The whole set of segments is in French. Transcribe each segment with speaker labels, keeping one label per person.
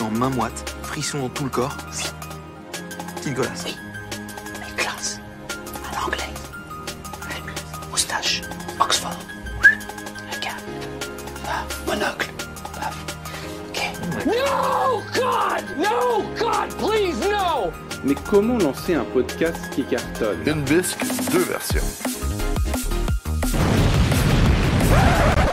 Speaker 1: en main moite, frisson dans tout le corps. Oui. Petite golasse.
Speaker 2: Oui. Mais classe. À l'anglais. Moustache. Oxford. Un cap. Paf. Monocle. Paf. Ok.
Speaker 3: No, God! No, God, please, no!
Speaker 4: Mais comment lancer un podcast qui cartonne
Speaker 5: Une bisque, deux versions.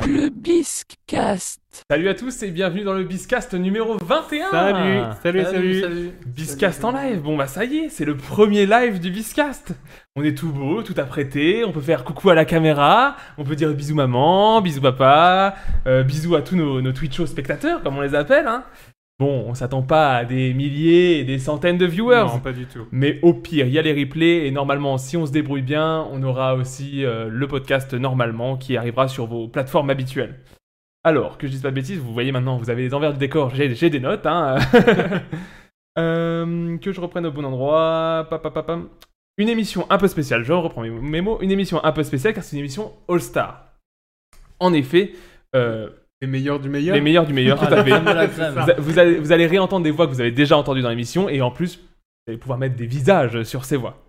Speaker 6: Le Biscast.
Speaker 7: Salut à tous et bienvenue dans le Biscast numéro 21
Speaker 8: salut, salut,
Speaker 7: Biscast en live, bon bah ça y est, c'est le premier live du Biscast On est tout beau, tout apprêté, on peut faire coucou à la caméra, on peut dire bisous maman, bisous papa, euh, bisous à tous nos, nos Twitcho spectateurs comme on les appelle hein. Bon, on s'attend pas à des milliers et des centaines de viewers,
Speaker 8: Non, pas du tout.
Speaker 7: mais au pire, il y a les replays et normalement, si on se débrouille bien, on aura aussi euh, le podcast normalement qui arrivera sur vos plateformes habituelles. Alors, que je dise pas de bêtises, vous voyez maintenant, vous avez les envers du décor, j'ai j'ai des notes. Hein. Euh, que je reprenne au bon endroit. pa, pa, pa, pam. Une émission un peu spéciale, je reprends mes- mes mots. Une émission un peu spéciale car c'est une émission All-Star. En effet, euh,
Speaker 8: Les meilleurs du meilleur. Ah,
Speaker 7: les meilleurs du meilleur, tout à fait.
Speaker 8: meilleurs.
Speaker 7: Vous, a- vous allez, vous allez réentendre des voix que vous avez déjà entendues dans l'émission et en plus, vous allez pouvoir mettre des visages sur ces voix.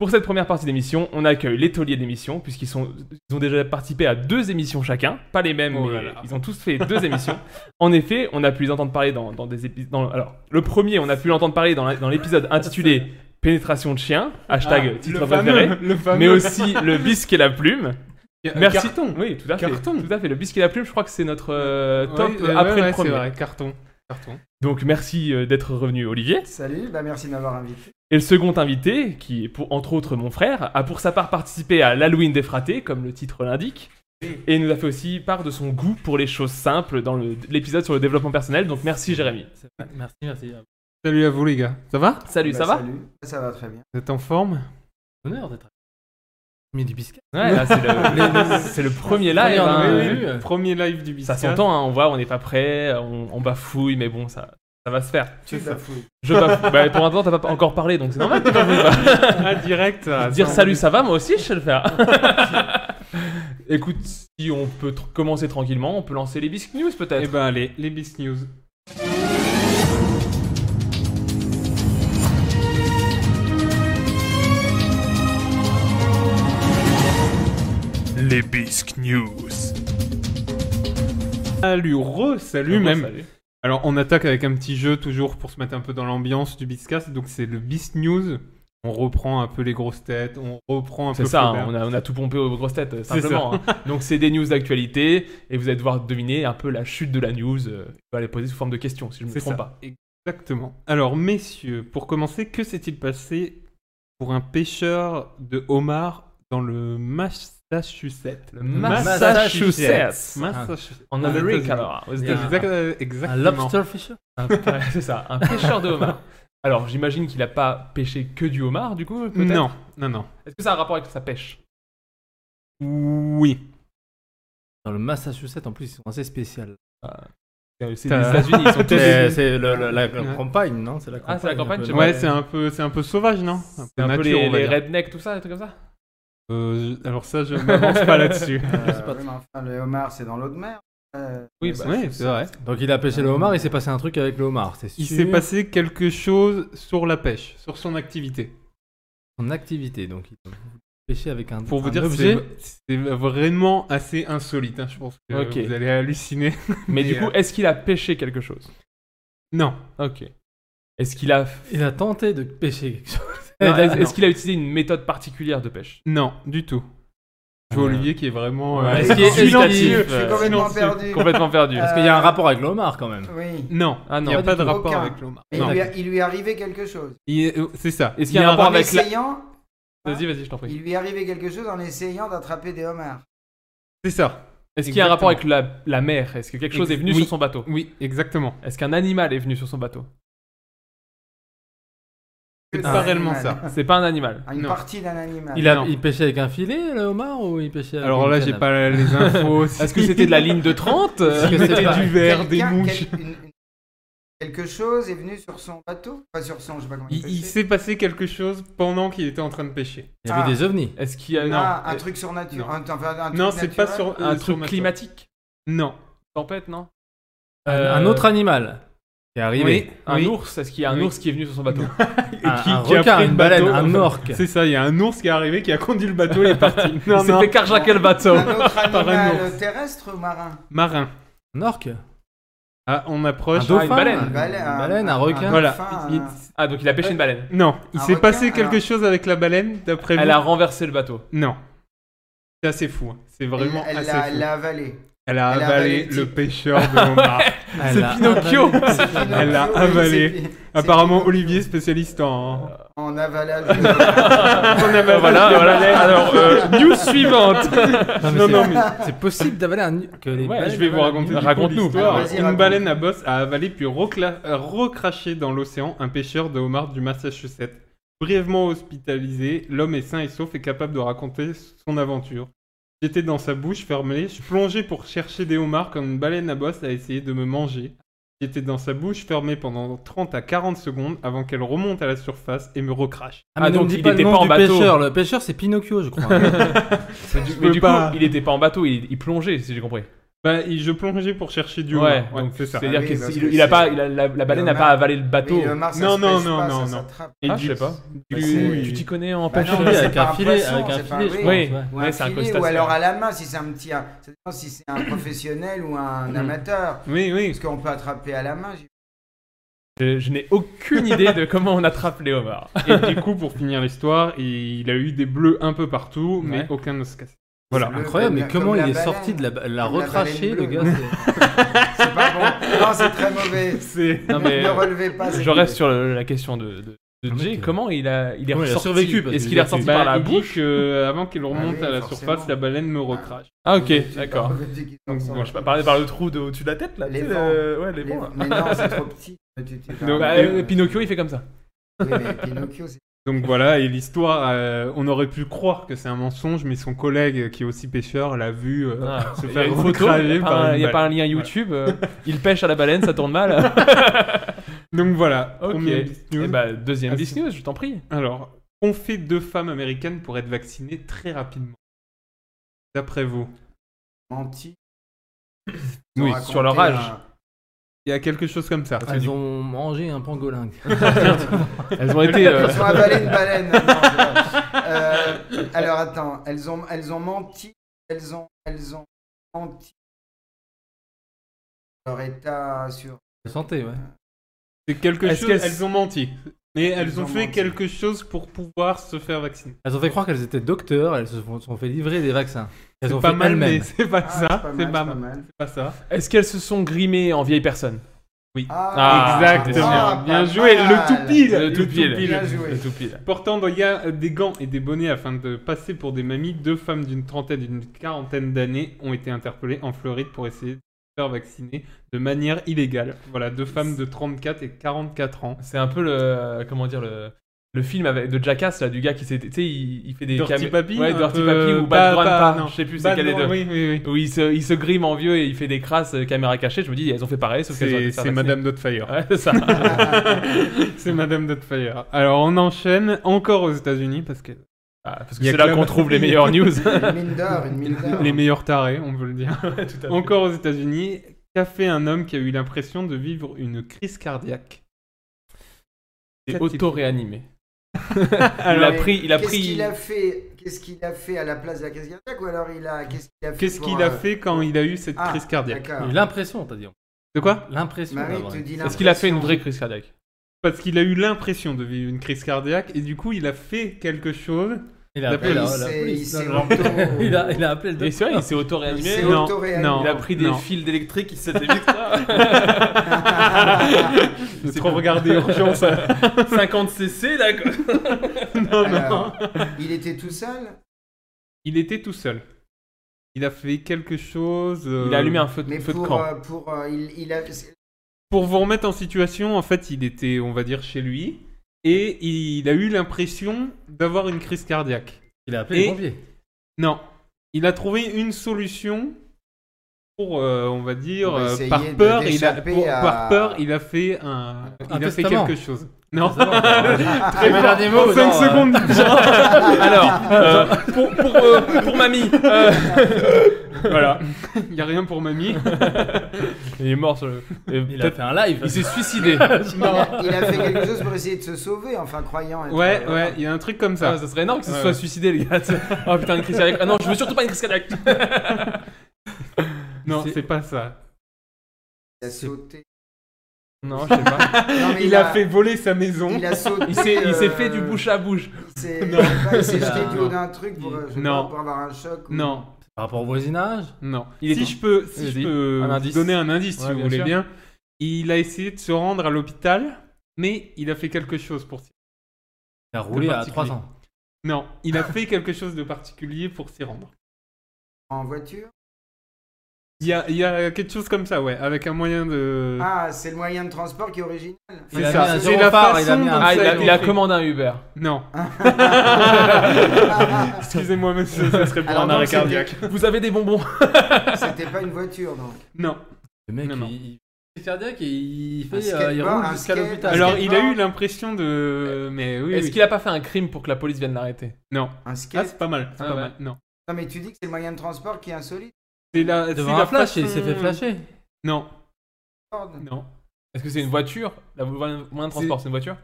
Speaker 7: Pour cette première partie d'émission, on accueille les tauliers d'émission puisqu'ils sont, ils ont déjà participé à deux émissions chacun, pas les mêmes,
Speaker 8: Oh
Speaker 7: mais
Speaker 8: là là.
Speaker 7: ils ont tous fait deux émissions. En effet, on a pu les entendre parler dans, dans des épisodes. Alors, le premier, on a pu l'entendre parler dans la- dans l'épisode intitulé Pénétration de chien, hashtag titre
Speaker 8: Ah, le
Speaker 7: préféré,
Speaker 8: fameux, le fameux.
Speaker 7: mais aussi le bisque et la plume.
Speaker 8: Euh,
Speaker 7: Merci.
Speaker 8: Carton.
Speaker 7: Oui, tout à fait.
Speaker 8: Carton.
Speaker 7: Tout à fait. Le bisque et la plume, je crois que c'est notre euh,
Speaker 8: Ouais,
Speaker 7: top
Speaker 8: ouais,
Speaker 7: après
Speaker 8: ouais,
Speaker 7: le
Speaker 8: c'est
Speaker 7: premier.
Speaker 8: vrai, carton. Carton.
Speaker 7: Donc merci euh, d'être revenu Olivier.
Speaker 9: Salut, bah merci de m'avoir invité.
Speaker 7: Et le second invité, qui est pour, entre autres mon frère, a pour sa part participé à l'Halloween des fratés, comme le titre l'indique, et nous a fait aussi part de son goût pour les choses simples dans le- l'épisode sur le développement personnel. Donc merci Jérémy.
Speaker 10: Merci, merci.
Speaker 8: Salut à vous, les gars. Ça va
Speaker 7: Salut,
Speaker 9: Bah,
Speaker 7: ça va
Speaker 9: salut. Ça va très bien.
Speaker 8: Vous êtes en forme
Speaker 10: Honneur d'être Mais du biscuit.
Speaker 7: Ouais, là, c'est le, c'est le premier live.
Speaker 8: Ah,
Speaker 10: Première
Speaker 7: hein.
Speaker 10: nouvelle. oui.
Speaker 8: Premier live du biscuit.
Speaker 7: Ça s'entend, hein, on voit, on n'est pas prêt, on, on bafouille, mais bon, ça, ça va se faire.
Speaker 9: Tu bafouilles.
Speaker 7: Je bafouille. bah, pour l'instant, t'as pas encore parlé, donc c'est normal que tu bafouilles pas.
Speaker 8: Ah, direct. ça.
Speaker 7: Dire
Speaker 8: Ça, on-
Speaker 7: salut, ça va, moi aussi je sais le faire. Écoute, si on peut tr- commencer tranquillement, on peut lancer les bisque news peut-être.
Speaker 8: Eh ben, allez, les bis news.
Speaker 5: Les bisques news.
Speaker 8: Salut, re, salut
Speaker 7: Bon,
Speaker 8: même.
Speaker 7: salut.
Speaker 8: Alors, on attaque avec un petit jeu, toujours pour se mettre un peu dans l'ambiance du Biscast. Donc, c'est le Bis News. On reprend un peu les grosses têtes, on reprend un peu
Speaker 7: C'est ça, hein,
Speaker 8: Flaubert.
Speaker 7: on a, on a tout pompé aux grosses têtes, euh,
Speaker 8: C'est
Speaker 7: simplement. hein. Donc c'est des news d'actualité, et vous allez devoir deviner un peu la chute de la news. euh, on va les poser sous forme de questions, si je ne me
Speaker 8: C'est
Speaker 7: trompe
Speaker 8: ça.
Speaker 7: pas.
Speaker 8: Exactement. Alors, messieurs, pour commencer, que s'est-il passé pour un pêcheur de homard dans le Massachusetts
Speaker 7: Le
Speaker 8: Massachusetts.
Speaker 7: Massachusetts.
Speaker 8: Massachusetts.
Speaker 7: En
Speaker 8: Aux
Speaker 7: Amérique
Speaker 8: États-Unis.
Speaker 7: alors. aux
Speaker 10: Yeah.
Speaker 7: États-Unis. Ah.
Speaker 8: Exact- euh,
Speaker 10: Un
Speaker 8: Exactement.
Speaker 10: lobster fisher
Speaker 7: Ouais, c'est ça, un pêcheur de homard. Alors j'imagine qu'il n'a pas pêché que du homard du coup, peut-être
Speaker 8: Non, non, non.
Speaker 7: Est-ce que ça a un rapport avec sa pêche
Speaker 8: Oui.
Speaker 10: Dans le Massachusetts, en plus, ils sont assez spéciaux.
Speaker 7: Euh, C'est
Speaker 8: T'as-
Speaker 7: les États-Unis, ils sont tous
Speaker 10: C'est c'est le- le- la, la
Speaker 8: Ouais.
Speaker 10: campagne, non C'est la campagne.
Speaker 7: Ah, c'est la campagne,
Speaker 10: un
Speaker 7: je
Speaker 10: peu.
Speaker 7: sais
Speaker 8: Ouais,
Speaker 7: Ouais.
Speaker 8: c'est un peu, c'est un peu sauvage, non
Speaker 7: C'est un peu
Speaker 8: nature,
Speaker 7: les,
Speaker 8: on va
Speaker 7: les
Speaker 8: dire.
Speaker 7: rednecks, tout ça, des trucs comme ça
Speaker 8: Euh, alors ça, je m'avance pas là-dessus.
Speaker 9: Euh, oui, mais enfin, le homard, c'est dans l'eau de mer. Euh,
Speaker 7: Oui, bah,
Speaker 9: mais ça,
Speaker 8: Oui, c'est vrai.
Speaker 10: Donc il a pêché le homard, il s'est passé un truc avec le homard, c'est sûr.
Speaker 8: Il s'est passé quelque chose sur la pêche, sur son activité.
Speaker 10: Son activité, donc il a pêché avec un
Speaker 8: Pour vous
Speaker 10: un
Speaker 8: dire,
Speaker 10: objet.
Speaker 8: c'est c'est vraiment assez insolite. hein, Je pense que
Speaker 7: Ok.
Speaker 8: vous allez halluciner.
Speaker 7: Mais du
Speaker 8: Et,
Speaker 7: coup, est-ce qu'il a pêché quelque chose
Speaker 8: Non.
Speaker 7: Ok. Est-ce qu'il a,
Speaker 10: Il a tenté de pêcher quelque chose.
Speaker 7: Non, est-ce-
Speaker 8: non.
Speaker 7: est-ce qu'il a utilisé une méthode particulière de pêche
Speaker 8: Non, du tout. Je vois
Speaker 10: Euh,
Speaker 8: Olivier qui est vraiment.
Speaker 7: Ouais.
Speaker 8: euh,
Speaker 10: Est-ce qu'il est- est-ce qu'il-
Speaker 8: silencieux.
Speaker 9: Je suis complètement
Speaker 8: Silencieux.
Speaker 9: perdu.
Speaker 7: Complètement perdu.
Speaker 10: Parce qu'il
Speaker 8: Euh,
Speaker 10: y a un rapport avec le homard quand même.
Speaker 9: Oui.
Speaker 8: Non,
Speaker 7: Ah non.
Speaker 8: il n'y a pas
Speaker 10: Pas du
Speaker 8: de
Speaker 9: tout.
Speaker 8: rapport
Speaker 9: Aucun.
Speaker 8: avec l'homme.
Speaker 9: Mais
Speaker 8: Non.
Speaker 9: Il, lui a- il lui est arrivé quelque chose.
Speaker 8: Il est- euh, C'est ça.
Speaker 7: Est-ce qu'il y a un
Speaker 9: En
Speaker 7: rapport avec la...
Speaker 9: essayant,
Speaker 7: Vas-y, vas-y, je t'en prie.
Speaker 9: il lui est arrivé quelque chose en essayant d'attraper des homards.
Speaker 8: C'est ça.
Speaker 7: Est-ce qu'il y a un rapport
Speaker 8: Exactement.
Speaker 7: avec la, la mer Est-ce que quelque chose
Speaker 8: Ex-
Speaker 7: est venu
Speaker 8: oui.
Speaker 7: sur son bateau
Speaker 8: Oui, exactement.
Speaker 7: Est-ce qu'un animal est venu sur son bateau
Speaker 9: Que
Speaker 8: C'est
Speaker 9: d'un
Speaker 8: pas réellement
Speaker 9: animal.
Speaker 7: C'est pas un animal.
Speaker 9: Une
Speaker 8: Non.
Speaker 9: partie d'un animal.
Speaker 10: Il,
Speaker 8: ah Non.
Speaker 10: a, il pêchait avec un filet, le homard, ou il pêchait avec
Speaker 8: Alors
Speaker 10: une
Speaker 8: là, j'ai
Speaker 10: canne
Speaker 8: pas les infos.
Speaker 7: Est-ce que c'était de la ligne de Euh, 30
Speaker 10: Est-ce que c'est
Speaker 8: C'était
Speaker 10: pas-
Speaker 8: du verre, des
Speaker 9: Quelqu'un-
Speaker 8: mouches.
Speaker 9: quel- une- une- quelque chose est venu sur son bateau. Pas sur son, je sais pas comment il,
Speaker 8: Il, il
Speaker 9: pêchait.
Speaker 8: s'est passé quelque chose pendant qu'il était en train de pêcher.
Speaker 10: Il y avait
Speaker 9: Ah.
Speaker 10: des ovnis.
Speaker 7: Est-ce qu'il y a
Speaker 9: Ah, un
Speaker 7: euh,
Speaker 9: truc sur nature.
Speaker 8: non.
Speaker 9: Un, enfin, un truc
Speaker 8: non, c'est pas
Speaker 9: naturel.
Speaker 8: sur
Speaker 7: un
Speaker 8: euh, sur
Speaker 7: truc
Speaker 8: ma-
Speaker 7: climatique
Speaker 8: Non.
Speaker 7: Tempête, non
Speaker 10: Un-
Speaker 7: Euh,
Speaker 10: Un autre animal. Qui est arrivé.
Speaker 8: Oui.
Speaker 7: Un ours Est-ce qu'il y a un
Speaker 8: Oui.
Speaker 7: ours qui est venu sur son bateau
Speaker 8: Et
Speaker 10: Un-
Speaker 8: qui,
Speaker 10: un
Speaker 8: qui a
Speaker 10: requin,
Speaker 8: pris le
Speaker 10: une
Speaker 8: bateau.
Speaker 10: baleine, un orque.
Speaker 8: C'est ça, il y a un ours qui est arrivé, qui a conduit le bateau et est parti.
Speaker 7: Il
Speaker 8: Non,
Speaker 7: s'est
Speaker 8: non.
Speaker 7: fait carjacker le bateau.
Speaker 9: Un autre
Speaker 8: Par un
Speaker 9: animal terrestre ou marin
Speaker 8: Marin.
Speaker 10: Un orque
Speaker 8: Ah, on
Speaker 10: Un
Speaker 8: approche.
Speaker 10: dauphin
Speaker 7: une baleine.
Speaker 10: Une baleine, un requin
Speaker 8: Voilà.
Speaker 9: dauphin,
Speaker 8: Il-
Speaker 9: un-
Speaker 7: Ah, donc il a pêché une baleine.
Speaker 8: Non, il
Speaker 9: Un
Speaker 8: s'est
Speaker 9: requin,
Speaker 8: passé quelque
Speaker 9: alors.
Speaker 8: chose avec la baleine, d'après vous
Speaker 7: Elle a renversé le bateau.
Speaker 8: Non. C'est assez fou. hein. C'est vraiment
Speaker 9: elle, elle
Speaker 8: assez
Speaker 9: l'a-
Speaker 8: fou.
Speaker 9: elle l'a avalé.
Speaker 8: Elle a
Speaker 9: elle a
Speaker 8: avalé
Speaker 9: avalé le
Speaker 8: le
Speaker 9: type.
Speaker 8: pêcheur de Omar.
Speaker 10: Elle a-
Speaker 7: Pinocchio
Speaker 8: Elle l'a
Speaker 9: Oui,
Speaker 8: avalé.
Speaker 9: c'est- c'est
Speaker 8: Apparemment,
Speaker 9: Pinocchio.
Speaker 8: Olivier, spécialiste en.
Speaker 9: En avalage. euh,
Speaker 7: Voilà, voilà. Alors, euh, news suivante.
Speaker 10: Non, mais
Speaker 8: Non,
Speaker 10: c'est-
Speaker 8: non, mais-
Speaker 10: C'est possible d'avaler un. Que les
Speaker 7: Ouais,
Speaker 10: baleines
Speaker 8: je vais vous
Speaker 10: avalent un
Speaker 8: raconter.
Speaker 10: humain.
Speaker 7: Raconte-nous.
Speaker 8: l'histoire.
Speaker 9: Alors, vas-y,
Speaker 8: Une
Speaker 9: raconte.
Speaker 8: baleine à bosse a avalé puis recla- euh, recraché dans l'océan un pêcheur de homard du Massachusetts. Brièvement hospitalisé, l'homme est sain et sauf et capable de raconter son aventure. J'étais dans sa bouche fermée, je plongeais pour chercher des homards quand une baleine à bosse a essayé de me manger. J'étais dans sa bouche fermée pendant 30 à 40 secondes avant qu'elle remonte à la surface et me recrache.
Speaker 10: Ah, mais
Speaker 7: Ah,
Speaker 10: donc,
Speaker 7: donc,
Speaker 10: dis
Speaker 7: il
Speaker 10: pas le
Speaker 7: était
Speaker 10: nom
Speaker 7: pas en
Speaker 10: du
Speaker 7: bateau.
Speaker 10: pêcheur. Le pêcheur, c'est Pinocchio, je crois.
Speaker 7: Mais du, mais
Speaker 8: peux
Speaker 7: du
Speaker 8: pas.
Speaker 7: coup, il était pas en bateau, il, il plongeait, si j'ai compris.
Speaker 8: Bah, et je plongeais pour chercher du
Speaker 7: ouais,
Speaker 8: homard. Ouais,
Speaker 7: donc
Speaker 8: c'est ça.
Speaker 7: C'est-à-dire
Speaker 9: Ah oui,
Speaker 7: qu'il
Speaker 9: parce
Speaker 7: il,
Speaker 9: que
Speaker 7: il a
Speaker 9: c'est-
Speaker 7: pas, il a- la, la baleine n'a
Speaker 9: homard.
Speaker 7: pas avalé le bateau.
Speaker 9: Oui, le homard, euh, ça
Speaker 8: Non,
Speaker 9: se
Speaker 8: non,
Speaker 9: pêche
Speaker 8: non,
Speaker 9: pas,
Speaker 8: non,
Speaker 9: ça
Speaker 8: non.
Speaker 9: s'attrape.
Speaker 8: Et
Speaker 7: Ah,
Speaker 8: du-
Speaker 7: je sais pas.
Speaker 8: du-
Speaker 9: c'est-
Speaker 7: Tu t'y connais en
Speaker 9: Bah
Speaker 7: pêche
Speaker 9: non,
Speaker 10: Oui,
Speaker 9: mais c'est
Speaker 10: avec
Speaker 9: pas
Speaker 10: un
Speaker 9: un
Speaker 10: filet,
Speaker 9: poisson,
Speaker 10: avec un
Speaker 9: c'est pas un
Speaker 10: filet, je
Speaker 7: vrai.
Speaker 10: pense, ouais.
Speaker 9: Ou
Speaker 7: Ouais,
Speaker 9: un
Speaker 7: c'est un
Speaker 9: filet,
Speaker 7: crustacé.
Speaker 9: ou alors à la main si c'est un petit, un- ça dépend si c'est un professionnel ou
Speaker 7: Mm.
Speaker 9: un amateur.
Speaker 8: Oui, oui.
Speaker 9: Parce qu'on peut attraper à la main. j'ai-
Speaker 7: Je, je n'ai aucune idée de comment on attrape les homards.
Speaker 8: Et du coup, pour finir l'histoire, il a eu des bleus un peu partout, mais
Speaker 10: Ouais.
Speaker 8: aucun ne se casse. Voilà.
Speaker 9: Le-
Speaker 10: Incroyable, mais
Speaker 9: comme
Speaker 10: comment
Speaker 9: la
Speaker 10: il est
Speaker 9: baleine.
Speaker 10: sorti de la, ba- la
Speaker 9: Comme la
Speaker 10: recraché, le
Speaker 9: baleine
Speaker 10: gars
Speaker 9: bleue.
Speaker 10: c'est-
Speaker 9: C'est pas bon. Non, c'est très mauvais.
Speaker 8: C'est.
Speaker 7: Non mais
Speaker 9: Ne relevez pas. c'est
Speaker 7: je reste sur le- la question de, de, de
Speaker 10: Ah, mais
Speaker 7: Jay.
Speaker 10: que-
Speaker 7: Comment il a, il est
Speaker 10: Comment il a
Speaker 7: ressorti
Speaker 10: survécu, parce
Speaker 7: Est-ce
Speaker 10: que
Speaker 7: qu'il est
Speaker 10: il a
Speaker 7: ressorti
Speaker 10: tué.
Speaker 7: par
Speaker 8: Bah,
Speaker 7: la
Speaker 8: il dit
Speaker 7: bouche
Speaker 8: que avant qu'il remonte
Speaker 9: Ah oui,
Speaker 8: à la
Speaker 9: forcément.
Speaker 8: surface, la baleine me recrache.
Speaker 7: Ah ok,
Speaker 9: C'est pas
Speaker 7: d'accord.
Speaker 9: mauvais du tout.
Speaker 7: Donc, bon, je sais pas, parler par le trou de- au-dessus de la tête là.
Speaker 9: Les
Speaker 7: tu sais,
Speaker 9: vents.
Speaker 7: le- Ouais, les
Speaker 9: Les-
Speaker 7: vents. là.
Speaker 9: Mais non, c'est trop petit. Tu- tu-
Speaker 8: Donc,
Speaker 7: Bah,
Speaker 8: les-
Speaker 7: euh, Pinocchio, il fait comme ça.
Speaker 9: Oui, mais Pinocchio, c'est-
Speaker 8: Donc voilà, et l'histoire, euh, on aurait pu croire que c'est un mensonge, mais son collègue qui est aussi pêcheur l'a vu euh,
Speaker 7: Ah,
Speaker 8: se
Speaker 7: il y a
Speaker 8: faire
Speaker 7: une photo, il
Speaker 8: recracher
Speaker 7: n'y a, pas
Speaker 8: par
Speaker 7: un- il y
Speaker 8: une
Speaker 7: a pas
Speaker 8: balle.
Speaker 7: un lien YouTube. euh, il pêche à la baleine, ça tourne mal.
Speaker 8: Donc voilà.
Speaker 7: ok.
Speaker 8: première petite news.
Speaker 7: Eh bah, deuxième
Speaker 8: Ah,
Speaker 7: Disney News, je t'en prie.
Speaker 8: Alors, on fait deux femmes américaines pour être vaccinées très rapidement. D'après vous,
Speaker 9: menti.
Speaker 7: Oui,
Speaker 9: Ils ont
Speaker 7: sur leur
Speaker 9: raconté
Speaker 7: âge.
Speaker 8: il y a quelque chose comme
Speaker 7: Ah,
Speaker 8: ça.
Speaker 10: Elles ont mangé un pangolin.
Speaker 7: Elles ont été.
Speaker 9: un-
Speaker 7: euh,
Speaker 9: Ils ont avalé une baleine. Non, je- Euh, alors attends, elles ont, elles ont menti. Elles ont, elles ont menti. Leur état sur.
Speaker 10: De santé, ouais.
Speaker 8: C'est quelque
Speaker 7: Est-ce
Speaker 8: chose.
Speaker 7: qu'elles-
Speaker 8: Elles ont menti. Mais elles,
Speaker 9: Elles
Speaker 8: ont,
Speaker 9: ont
Speaker 8: fait
Speaker 9: menti.
Speaker 8: quelque chose pour pouvoir se faire vacciner.
Speaker 10: Elles ont fait croire qu'elles étaient docteurs, elles se font- sont fait livrer des vaccins. Elles ont
Speaker 8: pas
Speaker 10: fait
Speaker 8: mal, mais
Speaker 10: elles-mêmes.
Speaker 8: c'est pas
Speaker 9: Ah,
Speaker 8: ça.
Speaker 9: mal,
Speaker 8: C'est pas,
Speaker 9: c'est pas
Speaker 8: mal.
Speaker 9: mal.
Speaker 8: C'est pas ça.
Speaker 7: Est-ce qu'elles se sont grimées en vieille personne Ah,
Speaker 8: Exactement.
Speaker 9: ah,
Speaker 8: bien
Speaker 9: pas
Speaker 8: joué.
Speaker 9: mal.
Speaker 8: Le tout pile.
Speaker 7: Le tout pile.
Speaker 9: Bien joué.
Speaker 7: Le tout pile.
Speaker 8: Portant dans- il y a euh, des gants et des bonnets afin de passer pour des mamies, deux femmes d'une trentaine et d'une quarantaine d'années ont été interpellées en Floride pour essayer de se faire vacciner de manière illégale. Voilà, deux femmes de 34 et 44 ans.
Speaker 7: C'est un peu le. euh, Comment dire le. Le film avec, de Jackass, là, du gars qui s'est. Tu sais, il, il fait des.
Speaker 8: Dirty
Speaker 7: cam-
Speaker 8: Papi,
Speaker 7: Ouais,
Speaker 8: un
Speaker 7: Dirty
Speaker 8: peu-
Speaker 7: Papi ou Bad
Speaker 8: pas- pas-
Speaker 7: Grandpa.
Speaker 8: Bah non.
Speaker 7: Je sais plus c'est
Speaker 8: Bad
Speaker 7: quel des
Speaker 8: Grande-
Speaker 7: deux.
Speaker 8: Oui, oui, oui.
Speaker 7: Où il se, il se grime en vieux et il fait des crasses euh, caméra cachée. Je me dis, elles ont fait pareil, sauf qu'elles ont
Speaker 8: C'est
Speaker 7: été
Speaker 8: c'est Madame Doubtfire.
Speaker 7: Ouais, c'est ça.
Speaker 8: c'est Madame Doubtfire. Alors on enchaîne encore aux États-Unis parce que
Speaker 7: Ah, parce que
Speaker 8: Il y a
Speaker 7: c'est
Speaker 8: que
Speaker 7: là
Speaker 8: la-
Speaker 7: qu'on trouve les meilleures news.
Speaker 9: Une mine d'or, une mine d'or.
Speaker 8: les meilleurs tarés, on peut le dire.
Speaker 7: Ouais, tout à fait.
Speaker 8: Encore aux États-Unis, qu'a fait un homme qui a eu l'impression de vivre une crise cardiaque
Speaker 7: C'est
Speaker 8: Qu'a-t-il
Speaker 7: auto-réanimé. il a
Speaker 8: Alors,
Speaker 7: pris. Il a
Speaker 9: Qu'est-ce
Speaker 7: pris.
Speaker 9: qu'il a fait Qu'est-ce qu'il a fait à la place de la crise cardiaque ou alors il a qu'est-ce qu'il a fait
Speaker 8: Qu'est-ce
Speaker 9: pour,
Speaker 8: qu'il a
Speaker 9: euh,
Speaker 8: fait quand il a eu cette
Speaker 9: ah,
Speaker 8: crise cardiaque
Speaker 10: Il y a
Speaker 9: D'accord.
Speaker 10: eu L'impression, t'as dit.
Speaker 8: De quoi
Speaker 10: L'impression.
Speaker 9: Marie,
Speaker 10: d'avoir-
Speaker 9: tu dis
Speaker 7: Est-ce qu'il a fait une
Speaker 9: l'impression.
Speaker 7: vraie crise cardiaque
Speaker 8: Parce qu'il a eu l'impression de vivre une crise cardiaque et du coup il a fait quelque chose.
Speaker 10: Il a
Speaker 8: La
Speaker 10: appelé la,
Speaker 8: police,
Speaker 10: la
Speaker 9: c'est-
Speaker 10: police.
Speaker 9: il
Speaker 10: non, non.
Speaker 9: s'est auto-
Speaker 10: il, a, il a appelé le
Speaker 7: Et c'est vrai,
Speaker 10: docteur.
Speaker 7: il s'est auto-réanimé.
Speaker 9: C'est
Speaker 8: Non,
Speaker 9: auto-réel.
Speaker 8: non.
Speaker 7: Il a pris des
Speaker 8: Non.
Speaker 7: fils d'électrique, il s'est dévitrat.
Speaker 8: De trop regarder urgence.
Speaker 7: 50 cc là quoi.
Speaker 8: non, non.
Speaker 9: Alors, il était tout seul,
Speaker 8: Il était tout seul. Il a fait quelque chose. euh,
Speaker 7: Il a allumé un feu de,
Speaker 9: mais
Speaker 7: feu de
Speaker 9: pour,
Speaker 7: camp.
Speaker 9: euh, pour euh, il, il a c'est-
Speaker 8: Pour vous remettre en situation, en fait, il était, on va dire, chez lui et il a eu l'impression d'avoir une crise cardiaque.
Speaker 10: Il a
Speaker 8: Et-
Speaker 10: appelé les pompiers.
Speaker 8: Non. Il a trouvé une solution pour, euh, on va dire,
Speaker 9: Pour
Speaker 8: euh,
Speaker 9: essayer
Speaker 8: par
Speaker 9: de-
Speaker 8: peur, il a,
Speaker 9: d'échapper
Speaker 8: pour-
Speaker 9: à-
Speaker 8: par peur, il a fait un,
Speaker 10: Un
Speaker 8: il a fait
Speaker 10: testament.
Speaker 8: quelque chose. Non.
Speaker 10: Très bien. Dernier
Speaker 8: En
Speaker 10: mot.
Speaker 8: 5
Speaker 10: non, euh,
Speaker 8: secondes.
Speaker 7: Alors, euh, pour, pour, euh, pour mamie, euh, Voilà.
Speaker 8: Il y a rien pour mamie.
Speaker 7: Il est mort sur le. et
Speaker 10: Il a
Speaker 7: peut-être-
Speaker 10: fait un live.
Speaker 7: il s'est suicidé.
Speaker 9: Il a, il a fait quelque chose pour essayer de se sauver, enfin croyant. être- euh,
Speaker 8: ouais, ouais, il y a un truc comme ça.
Speaker 7: Ah, ça serait énorme que ce
Speaker 8: Ouais,
Speaker 7: soit
Speaker 8: ouais.
Speaker 7: suicidé, les gars. oh putain, une crise cardiaque. Ah non, je veux surtout pas une crise cardiaque.
Speaker 8: non,
Speaker 10: c'est-
Speaker 8: c'est pas ça.
Speaker 9: Il a sauté.
Speaker 7: Non, je sais pas.
Speaker 9: Non, mais
Speaker 8: Il a fait voler sa maison.
Speaker 9: Il a sauté.
Speaker 7: Il s'est, il s'est fait
Speaker 9: euh,
Speaker 7: du bouche à bouche.
Speaker 9: Il s'est
Speaker 8: Non.
Speaker 9: pas- il s'est
Speaker 10: Il a-
Speaker 9: jeté du haut d'un truc pour, euh, je sais
Speaker 8: Non.
Speaker 9: pas, pour avoir un choc. ou-
Speaker 8: Non,
Speaker 10: Par rapport au voisinage
Speaker 8: non.
Speaker 7: Il est
Speaker 8: si
Speaker 7: dit.
Speaker 8: je peux, si
Speaker 7: Il est
Speaker 8: je
Speaker 7: dit.
Speaker 8: peux
Speaker 7: Un
Speaker 8: vous
Speaker 7: indice.
Speaker 8: donner un indice,
Speaker 7: Ouais,
Speaker 8: si vous
Speaker 7: bien
Speaker 8: voulez
Speaker 7: sûr.
Speaker 8: bien, il a essayé de se rendre à l'hôpital, mais il a fait quelque chose pour s'y
Speaker 10: Il a roulé à
Speaker 8: particulier.
Speaker 10: 300.
Speaker 8: Non, il a fait quelque chose de particulier pour s'y rendre.
Speaker 9: En voiture.
Speaker 8: Il y, a, il y a quelque chose comme ça, ouais, avec un moyen
Speaker 7: Euh.
Speaker 8: de.
Speaker 9: Ah, c'est le moyen de transport qui est original.
Speaker 10: Il a
Speaker 8: c'est
Speaker 10: mis un
Speaker 8: ça, c'est
Speaker 10: zéro
Speaker 8: la
Speaker 10: phare,
Speaker 8: façon
Speaker 10: il a mis un- Ah.
Speaker 8: dont
Speaker 7: Ah, il
Speaker 8: ça
Speaker 7: a, il a
Speaker 8: été
Speaker 7: commandé un Uber.
Speaker 8: fait. Non. Excusez-moi, monsieur, ce
Speaker 10: Ah
Speaker 8: serait pour
Speaker 9: Alors,
Speaker 8: un
Speaker 9: non,
Speaker 8: arrêt
Speaker 9: c'était-
Speaker 8: cardiaque.
Speaker 7: Vous avez des bonbons.
Speaker 9: C'était pas une voiture donc.
Speaker 8: Non.
Speaker 10: Le mec,
Speaker 8: Non, non.
Speaker 10: il il- il est cardiaque et il fait.
Speaker 9: Un
Speaker 10: euh, il
Speaker 9: skateboard,
Speaker 10: roule
Speaker 9: un
Speaker 10: jusqu'à
Speaker 9: skate-
Speaker 10: l'hôpital.
Speaker 8: Alors, il a
Speaker 9: skateboard.
Speaker 8: eu l'impression de. Mais oui.
Speaker 7: Est-ce
Speaker 8: oui.
Speaker 7: qu'il a pas fait un crime pour que la police vienne l'arrêter
Speaker 8: Non.
Speaker 9: Un
Speaker 8: Ah,
Speaker 9: skate.
Speaker 8: c'est pas mal. C'est
Speaker 7: Ah
Speaker 8: pas
Speaker 7: ouais.
Speaker 8: mal. Non.
Speaker 9: non mais tu dis que c'est le moyen de transport qui est insolite.
Speaker 8: C'est la.
Speaker 10: Devant
Speaker 8: c'est
Speaker 10: un
Speaker 8: la
Speaker 10: flash,
Speaker 8: façon-
Speaker 10: il s'est fait flasher.
Speaker 8: Non.
Speaker 9: Ford.
Speaker 8: Non.
Speaker 7: Est-ce que c'est une voiture La moyen de transport, c'est une voiture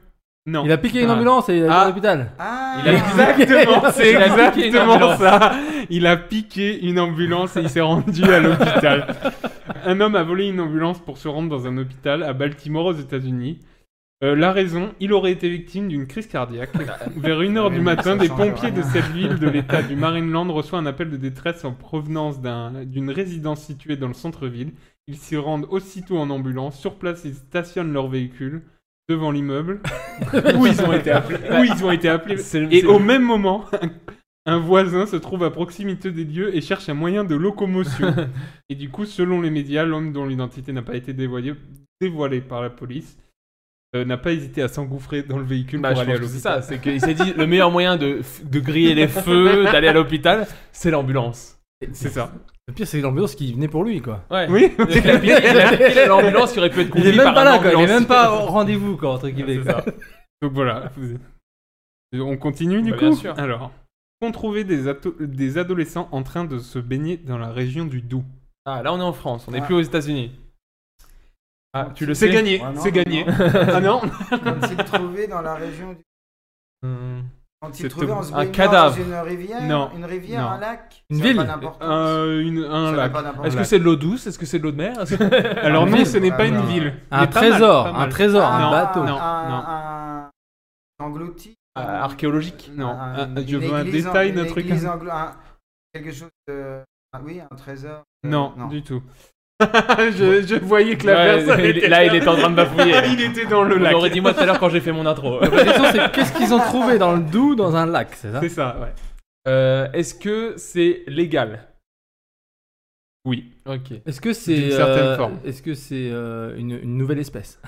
Speaker 8: Non.
Speaker 10: Il a piqué une
Speaker 8: Ah.
Speaker 10: ambulance et il est
Speaker 8: Ah.
Speaker 10: à l'hôpital.
Speaker 9: Ah.
Speaker 7: Il a
Speaker 8: Exactement, c'est
Speaker 7: Il a piqué une
Speaker 8: exactement
Speaker 7: ambulance.
Speaker 8: ça. Il a piqué une ambulance et il s'est rendu à l'hôpital. Un homme a volé une ambulance pour se rendre dans un hôpital à Baltimore aux États-Unis. Euh, la raison, il aurait été victime d'une crise cardiaque. Vers 1h du
Speaker 9: Oui, mais ça
Speaker 8: matin, des
Speaker 9: change
Speaker 8: pompiers
Speaker 9: rien.
Speaker 8: de cette ville de l'État du Maryland reçoivent un appel de détresse en provenance d'un- d'une résidence située dans le centre-ville. Ils s'y rendent aussitôt en ambulance. Sur place, ils stationnent leur véhicule devant l'immeuble où ils ont été appelés. Où ils ont été appelés.
Speaker 7: C'est le-
Speaker 8: Et
Speaker 7: c'est
Speaker 8: au
Speaker 7: le-
Speaker 8: même moment, un voisin se trouve à proximité des lieux et cherche un moyen de locomotion. et du coup, selon les médias, l'homme dont l'identité n'a pas été dévoilée, dévoilée par la police euh, n'a pas hésité à s'engouffrer dans le véhicule
Speaker 7: Bah,
Speaker 8: pour
Speaker 7: je
Speaker 8: aller
Speaker 7: pense
Speaker 8: à
Speaker 7: que c'est
Speaker 8: l'hôpital.
Speaker 7: ça, c'est qu'il s'est dit le meilleur moyen de, de griller les feux, d'aller à l'hôpital, c'est l'ambulance.
Speaker 8: C'est ça.
Speaker 10: Le pire, c'est l'ambulance qui venait pour lui, quoi.
Speaker 7: Ouais.
Speaker 8: Oui,
Speaker 7: Il a pris- il a pris l'ambulance qui aurait pu être
Speaker 10: Il est
Speaker 7: conduite
Speaker 10: même
Speaker 7: par
Speaker 10: pas
Speaker 7: un
Speaker 10: là, quoi. Il est
Speaker 7: ambulancier.
Speaker 10: même pas au rendez-vous, quoi, entre guillemets.
Speaker 8: C'est ça. Donc voilà. vous- On continue du
Speaker 7: Bah,
Speaker 8: coup
Speaker 7: bien sûr.
Speaker 8: Alors, qu'ont trouvé des, ato- des adolescents en train de se baigner dans la région du Doubs
Speaker 7: Ah, là on est en France, on n'est
Speaker 9: Ah.
Speaker 7: plus aux États-Unis. Ah, tu le
Speaker 8: C'est
Speaker 7: sais
Speaker 8: gagné,
Speaker 9: Ouais, non,
Speaker 8: c'est
Speaker 9: non,
Speaker 8: gagné.
Speaker 9: non.
Speaker 8: ah non
Speaker 9: Quand-il trouvé dans la région du.
Speaker 7: Hum,
Speaker 9: Quand-il
Speaker 8: C'est
Speaker 9: trouvé en se
Speaker 7: un
Speaker 9: baignant
Speaker 7: cadavre.
Speaker 9: dans une rivière
Speaker 8: Non.
Speaker 9: Une rivière,
Speaker 8: Non.
Speaker 9: un lac
Speaker 10: Une
Speaker 9: Ça n'a
Speaker 10: ville.
Speaker 9: pas d'importance.
Speaker 8: Euh, une-
Speaker 9: Ça
Speaker 8: Un
Speaker 9: n'a
Speaker 8: lac.
Speaker 9: pas d'importance.
Speaker 7: Est-ce que c'est de l'eau douce Est-ce que c'est de l'eau de mer Est-ce que-
Speaker 8: Alors
Speaker 10: Un
Speaker 8: non,
Speaker 10: ville.
Speaker 8: ce n'est pas
Speaker 9: Ah,
Speaker 8: une
Speaker 9: non.
Speaker 8: ville.
Speaker 10: Un
Speaker 8: Mais pas
Speaker 10: trésor,
Speaker 8: mal, pas
Speaker 10: un
Speaker 8: mal.
Speaker 10: trésor,
Speaker 9: Ah,
Speaker 10: un
Speaker 8: non,
Speaker 10: bateau.
Speaker 8: non.
Speaker 9: un, un- englouti.
Speaker 7: Ah, Archéologique
Speaker 8: Non,
Speaker 9: Un-
Speaker 8: ah, je
Speaker 9: une
Speaker 8: veux un
Speaker 9: église
Speaker 8: détail
Speaker 9: en-
Speaker 8: d'un
Speaker 9: une
Speaker 8: truc.
Speaker 9: église anglo- un- quelque chose de. ah oui, un trésor. Euh,
Speaker 8: Non, du tout. je, je voyais que la
Speaker 7: Ouais,
Speaker 8: personne
Speaker 7: il-
Speaker 8: était
Speaker 7: là, il était en train de bafouiller.
Speaker 8: il était dans le
Speaker 7: On
Speaker 8: lac.
Speaker 7: aurait dit moi tout à l'heure quand j'ai fait mon intro.
Speaker 10: La question, c'est qu'est-ce qu'ils ont trouvé dans le Doubs, dans un lac, c'est ça
Speaker 8: C'est ça, ouais.
Speaker 7: Euh, Est-ce que c'est légal
Speaker 8: Oui.
Speaker 7: Ok.
Speaker 10: Est-ce que
Speaker 8: D'une
Speaker 10: c'est
Speaker 8: certaine forme.
Speaker 10: est-ce que c'est euh, une, une nouvelle espèce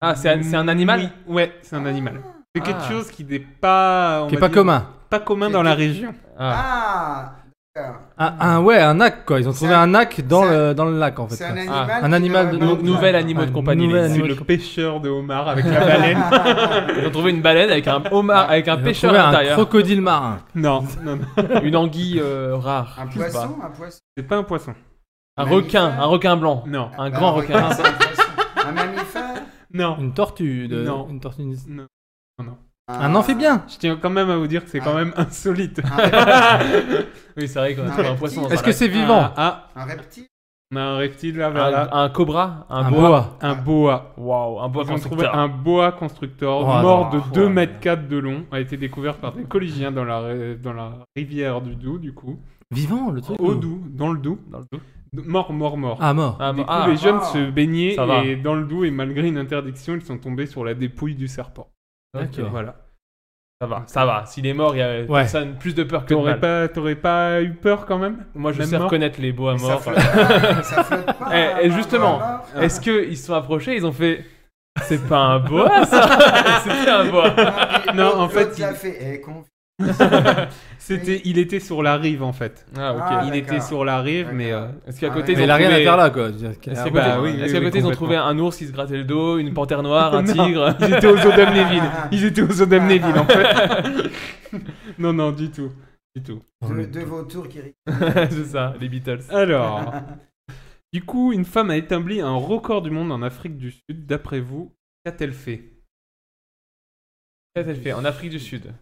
Speaker 7: Ah, c'est un, c'est un animal
Speaker 8: Oui, Ouais, c'est un animal. C'est quelque
Speaker 7: Ah.
Speaker 8: chose qui n'est pas on
Speaker 10: qui est
Speaker 8: va
Speaker 10: pas
Speaker 8: dire,
Speaker 10: commun
Speaker 8: pas commun dans la région.
Speaker 7: Ah.
Speaker 9: Ah d'accord.
Speaker 10: un, un- ouais un ac quoi ils ont trouvé
Speaker 9: C'est
Speaker 10: un,
Speaker 9: un-
Speaker 10: ac dans
Speaker 9: c'est un-
Speaker 10: le dans le lac en fait
Speaker 9: C'est
Speaker 10: quoi.
Speaker 9: un
Speaker 7: Ah,
Speaker 9: animal.
Speaker 10: un
Speaker 9: qui
Speaker 10: animal
Speaker 9: ne
Speaker 10: de-
Speaker 9: va pas-
Speaker 7: Donc nouvel animal de
Speaker 10: Ouais,
Speaker 7: compagnie.
Speaker 10: nouvel
Speaker 7: les-
Speaker 10: animal.
Speaker 8: C'est le
Speaker 10: Animal com-
Speaker 8: pêcheur de homard avec la baleine.
Speaker 7: Ils ont trouvé une baleine avec un homard,
Speaker 8: Ah.
Speaker 7: avec un
Speaker 10: Ils ont
Speaker 7: pêcheur
Speaker 10: trouvé
Speaker 7: à
Speaker 10: un
Speaker 7: l'intérieur,
Speaker 10: crocodile marin
Speaker 8: non, non, non,
Speaker 7: une anguille euh, rare,
Speaker 9: Un
Speaker 7: je sais pas.
Speaker 9: poisson, un poisson.
Speaker 8: c'est pas un poisson.
Speaker 7: un requin, un requin blanc,
Speaker 8: Non, Ah,
Speaker 7: un
Speaker 9: Bah,
Speaker 7: grand
Speaker 9: regarde,
Speaker 7: requin.
Speaker 9: c'est un poisson. Un mammifère.
Speaker 8: non.
Speaker 10: une tortue de
Speaker 8: Non.
Speaker 10: une tortue une-
Speaker 9: Un-
Speaker 10: un amphibien
Speaker 8: Je tiens quand même à vous dire que c'est quand
Speaker 9: Ah.
Speaker 8: même insolite.
Speaker 7: Oui, c'est vrai qu'on a
Speaker 9: Un
Speaker 7: trouvé un
Speaker 9: reptile.
Speaker 7: poisson. dans un
Speaker 10: est-ce que
Speaker 7: lac.
Speaker 10: c'est vivant
Speaker 8: Ah, ah,
Speaker 9: Un reptile.
Speaker 8: on a un reptile là, vers là.
Speaker 7: un, un cobra, un,
Speaker 10: Ah. un
Speaker 7: boa.
Speaker 10: boa
Speaker 8: Un boa.
Speaker 7: Waouh, Ah, un boa
Speaker 8: Ils ont trouvé
Speaker 7: constructeur.
Speaker 8: un boa constructor
Speaker 10: Oh,
Speaker 8: mort
Speaker 10: attends.
Speaker 8: de 2 mètres 4 de long, a été découvert par des collégiens dans la, ré- dans la rivière du Doubs, du coup.
Speaker 10: vivant le truc
Speaker 8: Au
Speaker 10: ou-
Speaker 8: Doubs, dans le Doubs.
Speaker 7: Dans le dos.
Speaker 8: Mort, mort, mort.
Speaker 10: ah mort
Speaker 7: Ah,
Speaker 8: Du
Speaker 7: bah,
Speaker 8: coup,
Speaker 7: ah,
Speaker 8: les jeunes
Speaker 9: wow.
Speaker 8: se baignaient
Speaker 7: Ça va.
Speaker 8: et dans le Doubs, et malgré une interdiction, ils sont tombés sur la dépouille du serpent.
Speaker 10: Ok.
Speaker 7: ok,
Speaker 8: Voilà.
Speaker 7: euh, ça va, ça va. S'il est mort, il y a
Speaker 10: Ouais.
Speaker 7: personne plus de peur que de
Speaker 8: T'aurais
Speaker 7: mal.
Speaker 8: pas, t'aurais pas eu peur quand même
Speaker 7: Moi, je
Speaker 8: Même
Speaker 7: sais
Speaker 8: mort
Speaker 7: reconnaître les boas
Speaker 9: Ça
Speaker 7: morts.
Speaker 9: flotte pas. Ça flotte pas.
Speaker 7: Eh,
Speaker 9: un-
Speaker 7: eh,
Speaker 9: un-
Speaker 7: justement.
Speaker 9: un mort.
Speaker 7: Est-ce que ils se sont approchés Ils ont fait. C'est pas un boa ça C'était un boa.
Speaker 9: Ah,
Speaker 8: Non, en
Speaker 9: l'autre
Speaker 8: fait,
Speaker 9: l'a
Speaker 8: il-
Speaker 9: fait. Eh, con-
Speaker 8: C'était, Il était sur la rive en fait.
Speaker 7: Ah ok.
Speaker 9: Ah,
Speaker 8: il
Speaker 9: d'accord.
Speaker 8: était sur la rive, mais. euh,
Speaker 9: D'accord.
Speaker 7: Est-ce qu'à
Speaker 9: Ah,
Speaker 7: côté
Speaker 9: ouais.
Speaker 7: ils
Speaker 10: mais
Speaker 7: ont
Speaker 10: il a rien à
Speaker 7: trouvé-
Speaker 10: faire là quoi Je veux dire,
Speaker 7: Est-ce
Speaker 10: ah,
Speaker 7: qu'à
Speaker 8: Bah
Speaker 7: côté,
Speaker 8: oui, oui,
Speaker 7: est-ce qu'à
Speaker 8: oui,
Speaker 7: côté, ils ont
Speaker 8: complètement.
Speaker 7: trouvé un ours qui se grattait le dos, une panthère noire, un
Speaker 8: Non.
Speaker 7: tigre
Speaker 8: Ils étaient aux Odom-les-Villes. Ils étaient aux Odom-les-Villes en fait. non, non, du tout. C'est tout.
Speaker 9: Deux, deux vautours qui rient.
Speaker 7: c'est ça, les Beatles.
Speaker 8: Alors, du coup, une femme a établi un record du monde en Afrique du Sud. D'après vous, qu'a-t-elle fait
Speaker 7: Qu'est-ce qu'elle fait En Afrique du Sud.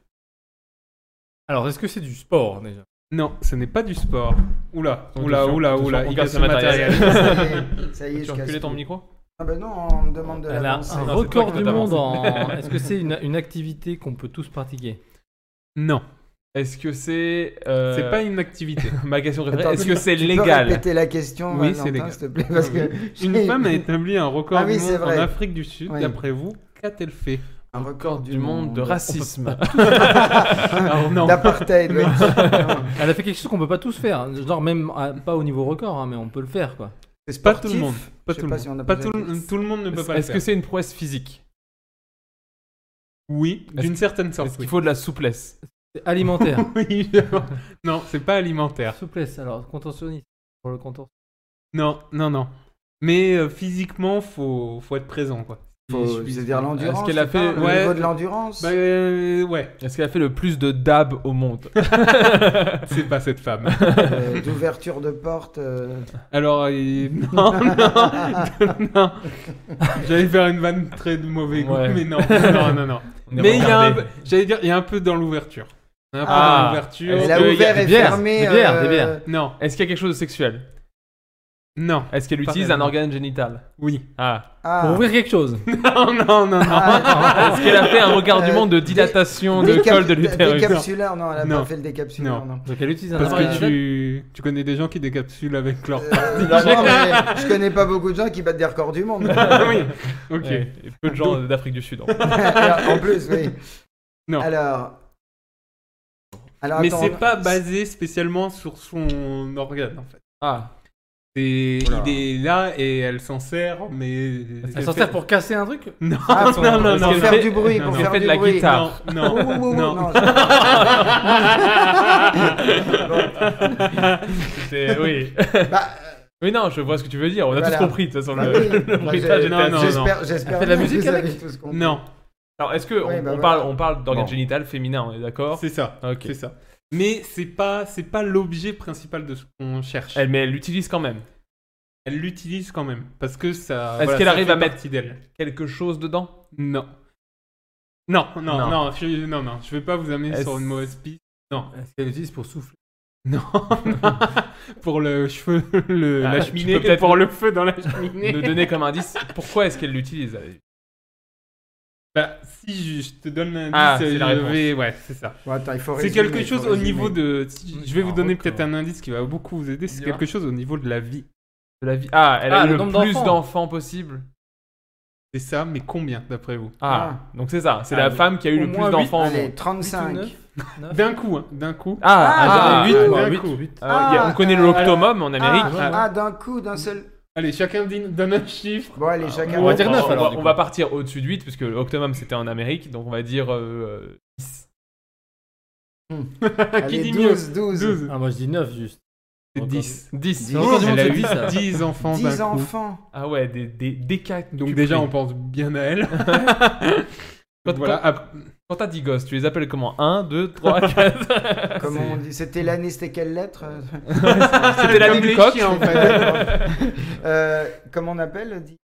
Speaker 10: Alors, est-ce que c'est du sport déjà
Speaker 8: Non, ce n'est pas du sport. Oula,
Speaker 10: Attention,
Speaker 8: oula, oula,
Speaker 7: attention,
Speaker 8: oula,
Speaker 7: on
Speaker 8: il
Speaker 7: casse
Speaker 8: casse
Speaker 7: le
Speaker 8: le
Speaker 7: matériel.
Speaker 8: matériel.
Speaker 9: Ça y est, ça y est,
Speaker 7: Tu
Speaker 9: je casse
Speaker 7: reculais ton
Speaker 9: tout.
Speaker 7: micro
Speaker 9: Ah bah non, on me demande de
Speaker 10: Elle a
Speaker 9: l'avance.
Speaker 10: un
Speaker 7: toi
Speaker 10: Ah, record
Speaker 7: qui
Speaker 10: du
Speaker 7: dois
Speaker 10: monde hein.
Speaker 7: t'avancer.
Speaker 10: en. Est-ce que c'est une, une activité qu'on peut tous pratiquer
Speaker 8: Non,
Speaker 7: Est-ce que c'est. euh,
Speaker 8: c'est pas une activité.
Speaker 7: Ma question préférée.
Speaker 9: Attends,
Speaker 7: Est-ce que c'est
Speaker 9: Tu peux
Speaker 7: légal
Speaker 9: répéter la question,
Speaker 8: Oui,
Speaker 9: Valentin,
Speaker 8: c'est légal.
Speaker 9: s'il te plaît, parce que j'ai
Speaker 8: Une femme a établi un record
Speaker 9: Ah oui,
Speaker 8: du
Speaker 9: c'est
Speaker 8: monde en
Speaker 9: vrai.
Speaker 8: Afrique du Sud.
Speaker 9: Oui.
Speaker 8: D'après vous, qu'a-t-elle fait
Speaker 9: un record
Speaker 7: du monde de racisme
Speaker 8: Alors Ah, oh, non,
Speaker 9: D'apartheid, oui.
Speaker 10: Elle a fait quelque chose qu'on peut pas tous faire. hein. Genre, même à- pas au niveau record, hein, mais on peut le faire quoi.
Speaker 9: C'est
Speaker 8: pas tout le monde. Pas
Speaker 9: Je sais
Speaker 8: tout le
Speaker 9: pas
Speaker 8: monde.
Speaker 9: si on a
Speaker 8: Pas
Speaker 9: posé
Speaker 8: tout
Speaker 9: la
Speaker 8: le-
Speaker 9: question.
Speaker 8: tout le monde ne peut pas le
Speaker 7: Est-ce que
Speaker 8: faire.
Speaker 7: c'est une prouesse physique
Speaker 8: Oui,
Speaker 7: Est-ce
Speaker 8: d'une certaine
Speaker 7: Est-ce
Speaker 8: sorte.
Speaker 7: qu'il
Speaker 8: oui.
Speaker 7: faut de la souplesse
Speaker 10: C'est alimentaire.
Speaker 8: Oui, évidemment. Non, c'est pas alimentaire.
Speaker 10: Souplesse, alors, contentionniste. Pour le contour.
Speaker 8: Non, non, non. Mais euh, physiquement, faut, faut être présent, quoi.
Speaker 9: Faut- C'est-à-dire l'endurance.
Speaker 7: Est-ce qu'elle a
Speaker 9: je sais pas,
Speaker 7: fait-
Speaker 9: Le
Speaker 8: ouais.
Speaker 9: niveau de l'endurance.
Speaker 8: Bah, euh, ouais,
Speaker 7: Est-ce qu'elle a fait le plus de dab au monde
Speaker 8: c'est pas cette femme.
Speaker 9: euh, D'ouverture de porte. euh,
Speaker 8: Alors, euh, non, non, non. J'allais faire une vanne très de mauvais goût,
Speaker 7: Ouais.
Speaker 8: mais non, non, non, non.
Speaker 7: On est
Speaker 8: Mais il y a un,
Speaker 7: regardé.
Speaker 8: peu- j'allais dire, il y a un peu dans l'ouverture. Un peu
Speaker 7: Ah.
Speaker 8: dans l'ouverture.
Speaker 9: Elle a
Speaker 7: que y a
Speaker 9: ouvert
Speaker 7: des
Speaker 9: et
Speaker 10: bières,
Speaker 9: fermé.
Speaker 10: des bières,
Speaker 9: euh,
Speaker 10: des bières.
Speaker 8: Non,
Speaker 7: Est-ce qu'il y a quelque chose de sexuel
Speaker 8: non,
Speaker 7: Est-ce qu'elle
Speaker 8: Pas
Speaker 7: utilise un
Speaker 8: réellement.
Speaker 7: organe génital
Speaker 8: oui.
Speaker 7: Ah.
Speaker 10: Pour
Speaker 9: Ah,
Speaker 10: ouvrir quelque chose.
Speaker 8: Non, non, non, non.
Speaker 9: ah,
Speaker 7: Est-ce qu'elle a fait un regard du
Speaker 9: Euh,
Speaker 7: monde de
Speaker 9: des-
Speaker 7: dilatation
Speaker 9: des
Speaker 7: de
Speaker 9: cap-
Speaker 7: col de
Speaker 9: des
Speaker 7: l'utérus
Speaker 9: Décapsuleur, non, elle a
Speaker 8: Non.
Speaker 9: pas fait le décapsuleur.
Speaker 8: Non.
Speaker 9: non.
Speaker 10: Donc, elle utilise un
Speaker 8: Parce
Speaker 10: appareil
Speaker 8: que tu, tu connais des gens qui décapsulent avec leur.
Speaker 9: Euh, non, mais je connais pas beaucoup de gens qui battent des records du monde.
Speaker 8: Ah oui, ok.
Speaker 7: Ouais, et Peu de gens d'Afrique du Sud. en fait.
Speaker 9: Alors, en plus, oui.
Speaker 8: Non.
Speaker 9: Alors. Alors,
Speaker 8: Mais
Speaker 9: attends,
Speaker 8: c'est pas basé spécialement sur son organe en fait.
Speaker 7: Ah.
Speaker 8: C'est-
Speaker 9: Oula.
Speaker 8: Il est Oh là et elle s'en sert, mais.
Speaker 10: Elle s'en sert pour casser un truc
Speaker 8: Non,
Speaker 9: Ah,
Speaker 8: non, non, non,
Speaker 7: parce
Speaker 8: non,
Speaker 9: Pour
Speaker 7: qu'elle
Speaker 9: faire
Speaker 7: fait-
Speaker 9: du bruit,
Speaker 8: non,
Speaker 9: pour
Speaker 8: non.
Speaker 9: faire
Speaker 7: fait
Speaker 9: du
Speaker 7: de la
Speaker 9: bruit.
Speaker 7: guitare.
Speaker 8: Non, non,
Speaker 9: Ouh, ouh, ouh,
Speaker 8: non.
Speaker 9: non, c'est-
Speaker 7: C'était- Oui.
Speaker 9: Bah,
Speaker 7: Oui, non, je vois ce que tu veux dire. On a
Speaker 9: Voilà.
Speaker 7: tous compris, de toute façon.
Speaker 9: bah
Speaker 7: le-
Speaker 9: oui,
Speaker 7: le
Speaker 9: bah,
Speaker 7: bruitage
Speaker 9: j'ai-
Speaker 7: était
Speaker 8: non,
Speaker 7: assez-
Speaker 8: non.
Speaker 9: J'espère, j'espère.
Speaker 10: fait de la
Speaker 9: que
Speaker 10: musique
Speaker 9: vous avez
Speaker 10: avec
Speaker 9: tous compris.
Speaker 8: Non,
Speaker 7: Alors, est-ce que
Speaker 9: Oui,
Speaker 7: on,
Speaker 9: bah
Speaker 7: on
Speaker 9: voilà.
Speaker 7: parle, on parle d'organe
Speaker 1: Bon.
Speaker 7: génital féminin, on est d'accord
Speaker 8: c'est ça,
Speaker 7: Oh. Ok.
Speaker 8: c'est ça. Mais c'est pas, c'est pas l'objet principal de ce qu'on cherche.
Speaker 7: Elle, Eh, mais elle l'utilise quand même.
Speaker 8: Elle l'utilise quand même parce que ça.
Speaker 7: Est-ce qu'elle
Speaker 8: ça
Speaker 7: arrive
Speaker 8: fait
Speaker 7: à mettre-
Speaker 8: partie d'elle
Speaker 7: Quelque chose dedans
Speaker 8: Non. Non, non,
Speaker 7: Non.
Speaker 8: non, je, non, non, je vais pas vous amener
Speaker 7: Est-ce-
Speaker 8: sur une mauvaise piste.
Speaker 10: Est-ce qu'elle l'utilise pour souffler
Speaker 8: Non, pour le cheveu, le,
Speaker 7: Ah,
Speaker 8: la
Speaker 7: tu
Speaker 8: cheminée,
Speaker 7: peux peut-être-
Speaker 8: pour le feu dans la cheminée.
Speaker 7: Nous donner comme indice, pourquoi est-ce qu'elle l'utilise elle
Speaker 8: Bah, si je, je te donne l'indice,
Speaker 7: Ah, c'est
Speaker 8: je
Speaker 7: la réponse.
Speaker 8: vais- Ouais, c'est ça.
Speaker 9: Bon, attends, il faut
Speaker 8: C'est
Speaker 9: résumer,
Speaker 8: quelque
Speaker 9: il faut
Speaker 8: chose au
Speaker 9: résumer.
Speaker 8: niveau de. si- je vais vous
Speaker 10: un
Speaker 8: donner
Speaker 10: record.
Speaker 8: peut-être un indice qui va beaucoup vous aider.
Speaker 7: Mmh,
Speaker 8: C'est
Speaker 7: Dis-moi.
Speaker 8: quelque chose au niveau de la vie.
Speaker 7: De la vie. Ah, elle a
Speaker 10: Ah,
Speaker 7: eu
Speaker 10: le
Speaker 7: le,
Speaker 10: nombre
Speaker 7: plus
Speaker 10: d'enfants.
Speaker 7: d'enfants possible.
Speaker 8: C'est ça, mais combien d'après vous
Speaker 7: Ah, donc c'est ça. C'est la
Speaker 10: Ah,
Speaker 7: femme qui a eu
Speaker 10: au
Speaker 7: le
Speaker 10: moins
Speaker 7: plus
Speaker 10: huit.
Speaker 7: d'enfants. au
Speaker 9: Allez,
Speaker 7: monde.
Speaker 9: 35.
Speaker 10: 9
Speaker 8: D'un coup, hein, d'un coup.
Speaker 7: Ah,
Speaker 9: Ah,
Speaker 7: ah,
Speaker 9: huit,
Speaker 7: ah,
Speaker 10: moi,
Speaker 7: euh,
Speaker 10: huit.
Speaker 7: il y a- on connaît le
Speaker 9: euh,
Speaker 7: loctomum en Amérique.
Speaker 9: Ah, ah, d'un coup, d'un seul.
Speaker 8: Allez, chacun dit- donne un chiffre.
Speaker 9: Bon, allez, chacun.
Speaker 8: Ah,
Speaker 10: On va dire
Speaker 7: on,
Speaker 10: 9 alors.
Speaker 7: va,
Speaker 10: du
Speaker 7: on
Speaker 10: coup.
Speaker 7: va partir au-dessus de 8 puisque le octomum c'était en Amérique, donc on va dire euh,
Speaker 9: Allez,
Speaker 8: Qui dit
Speaker 9: 12, 12.
Speaker 8: 12.
Speaker 10: Ah, moi je dis 9 juste.
Speaker 8: C'est 10.
Speaker 7: 10.
Speaker 9: Dix.
Speaker 10: Le record du
Speaker 8: Elle
Speaker 10: monde,
Speaker 8: a
Speaker 10: c'est
Speaker 8: eu
Speaker 10: 10 ça.
Speaker 8: 10 enfants
Speaker 9: 10
Speaker 8: d'un coup.
Speaker 9: enfants.
Speaker 7: Ah ouais, des, des, des cas.
Speaker 8: Donc
Speaker 7: cuplés.
Speaker 8: déjà, on pense bien à elle.
Speaker 7: Quand-
Speaker 8: voilà.
Speaker 7: quand-
Speaker 8: ap-
Speaker 7: Quand t'as 10 gosses, tu les appelles comment 1, 2, 3, 4
Speaker 9: Comment on dit C'était l'année, c'était quelle lettre
Speaker 7: C'était l'année
Speaker 8: Comme
Speaker 7: du
Speaker 8: les
Speaker 7: coq
Speaker 8: chiens, en
Speaker 9: Euh, Comment on appelle dit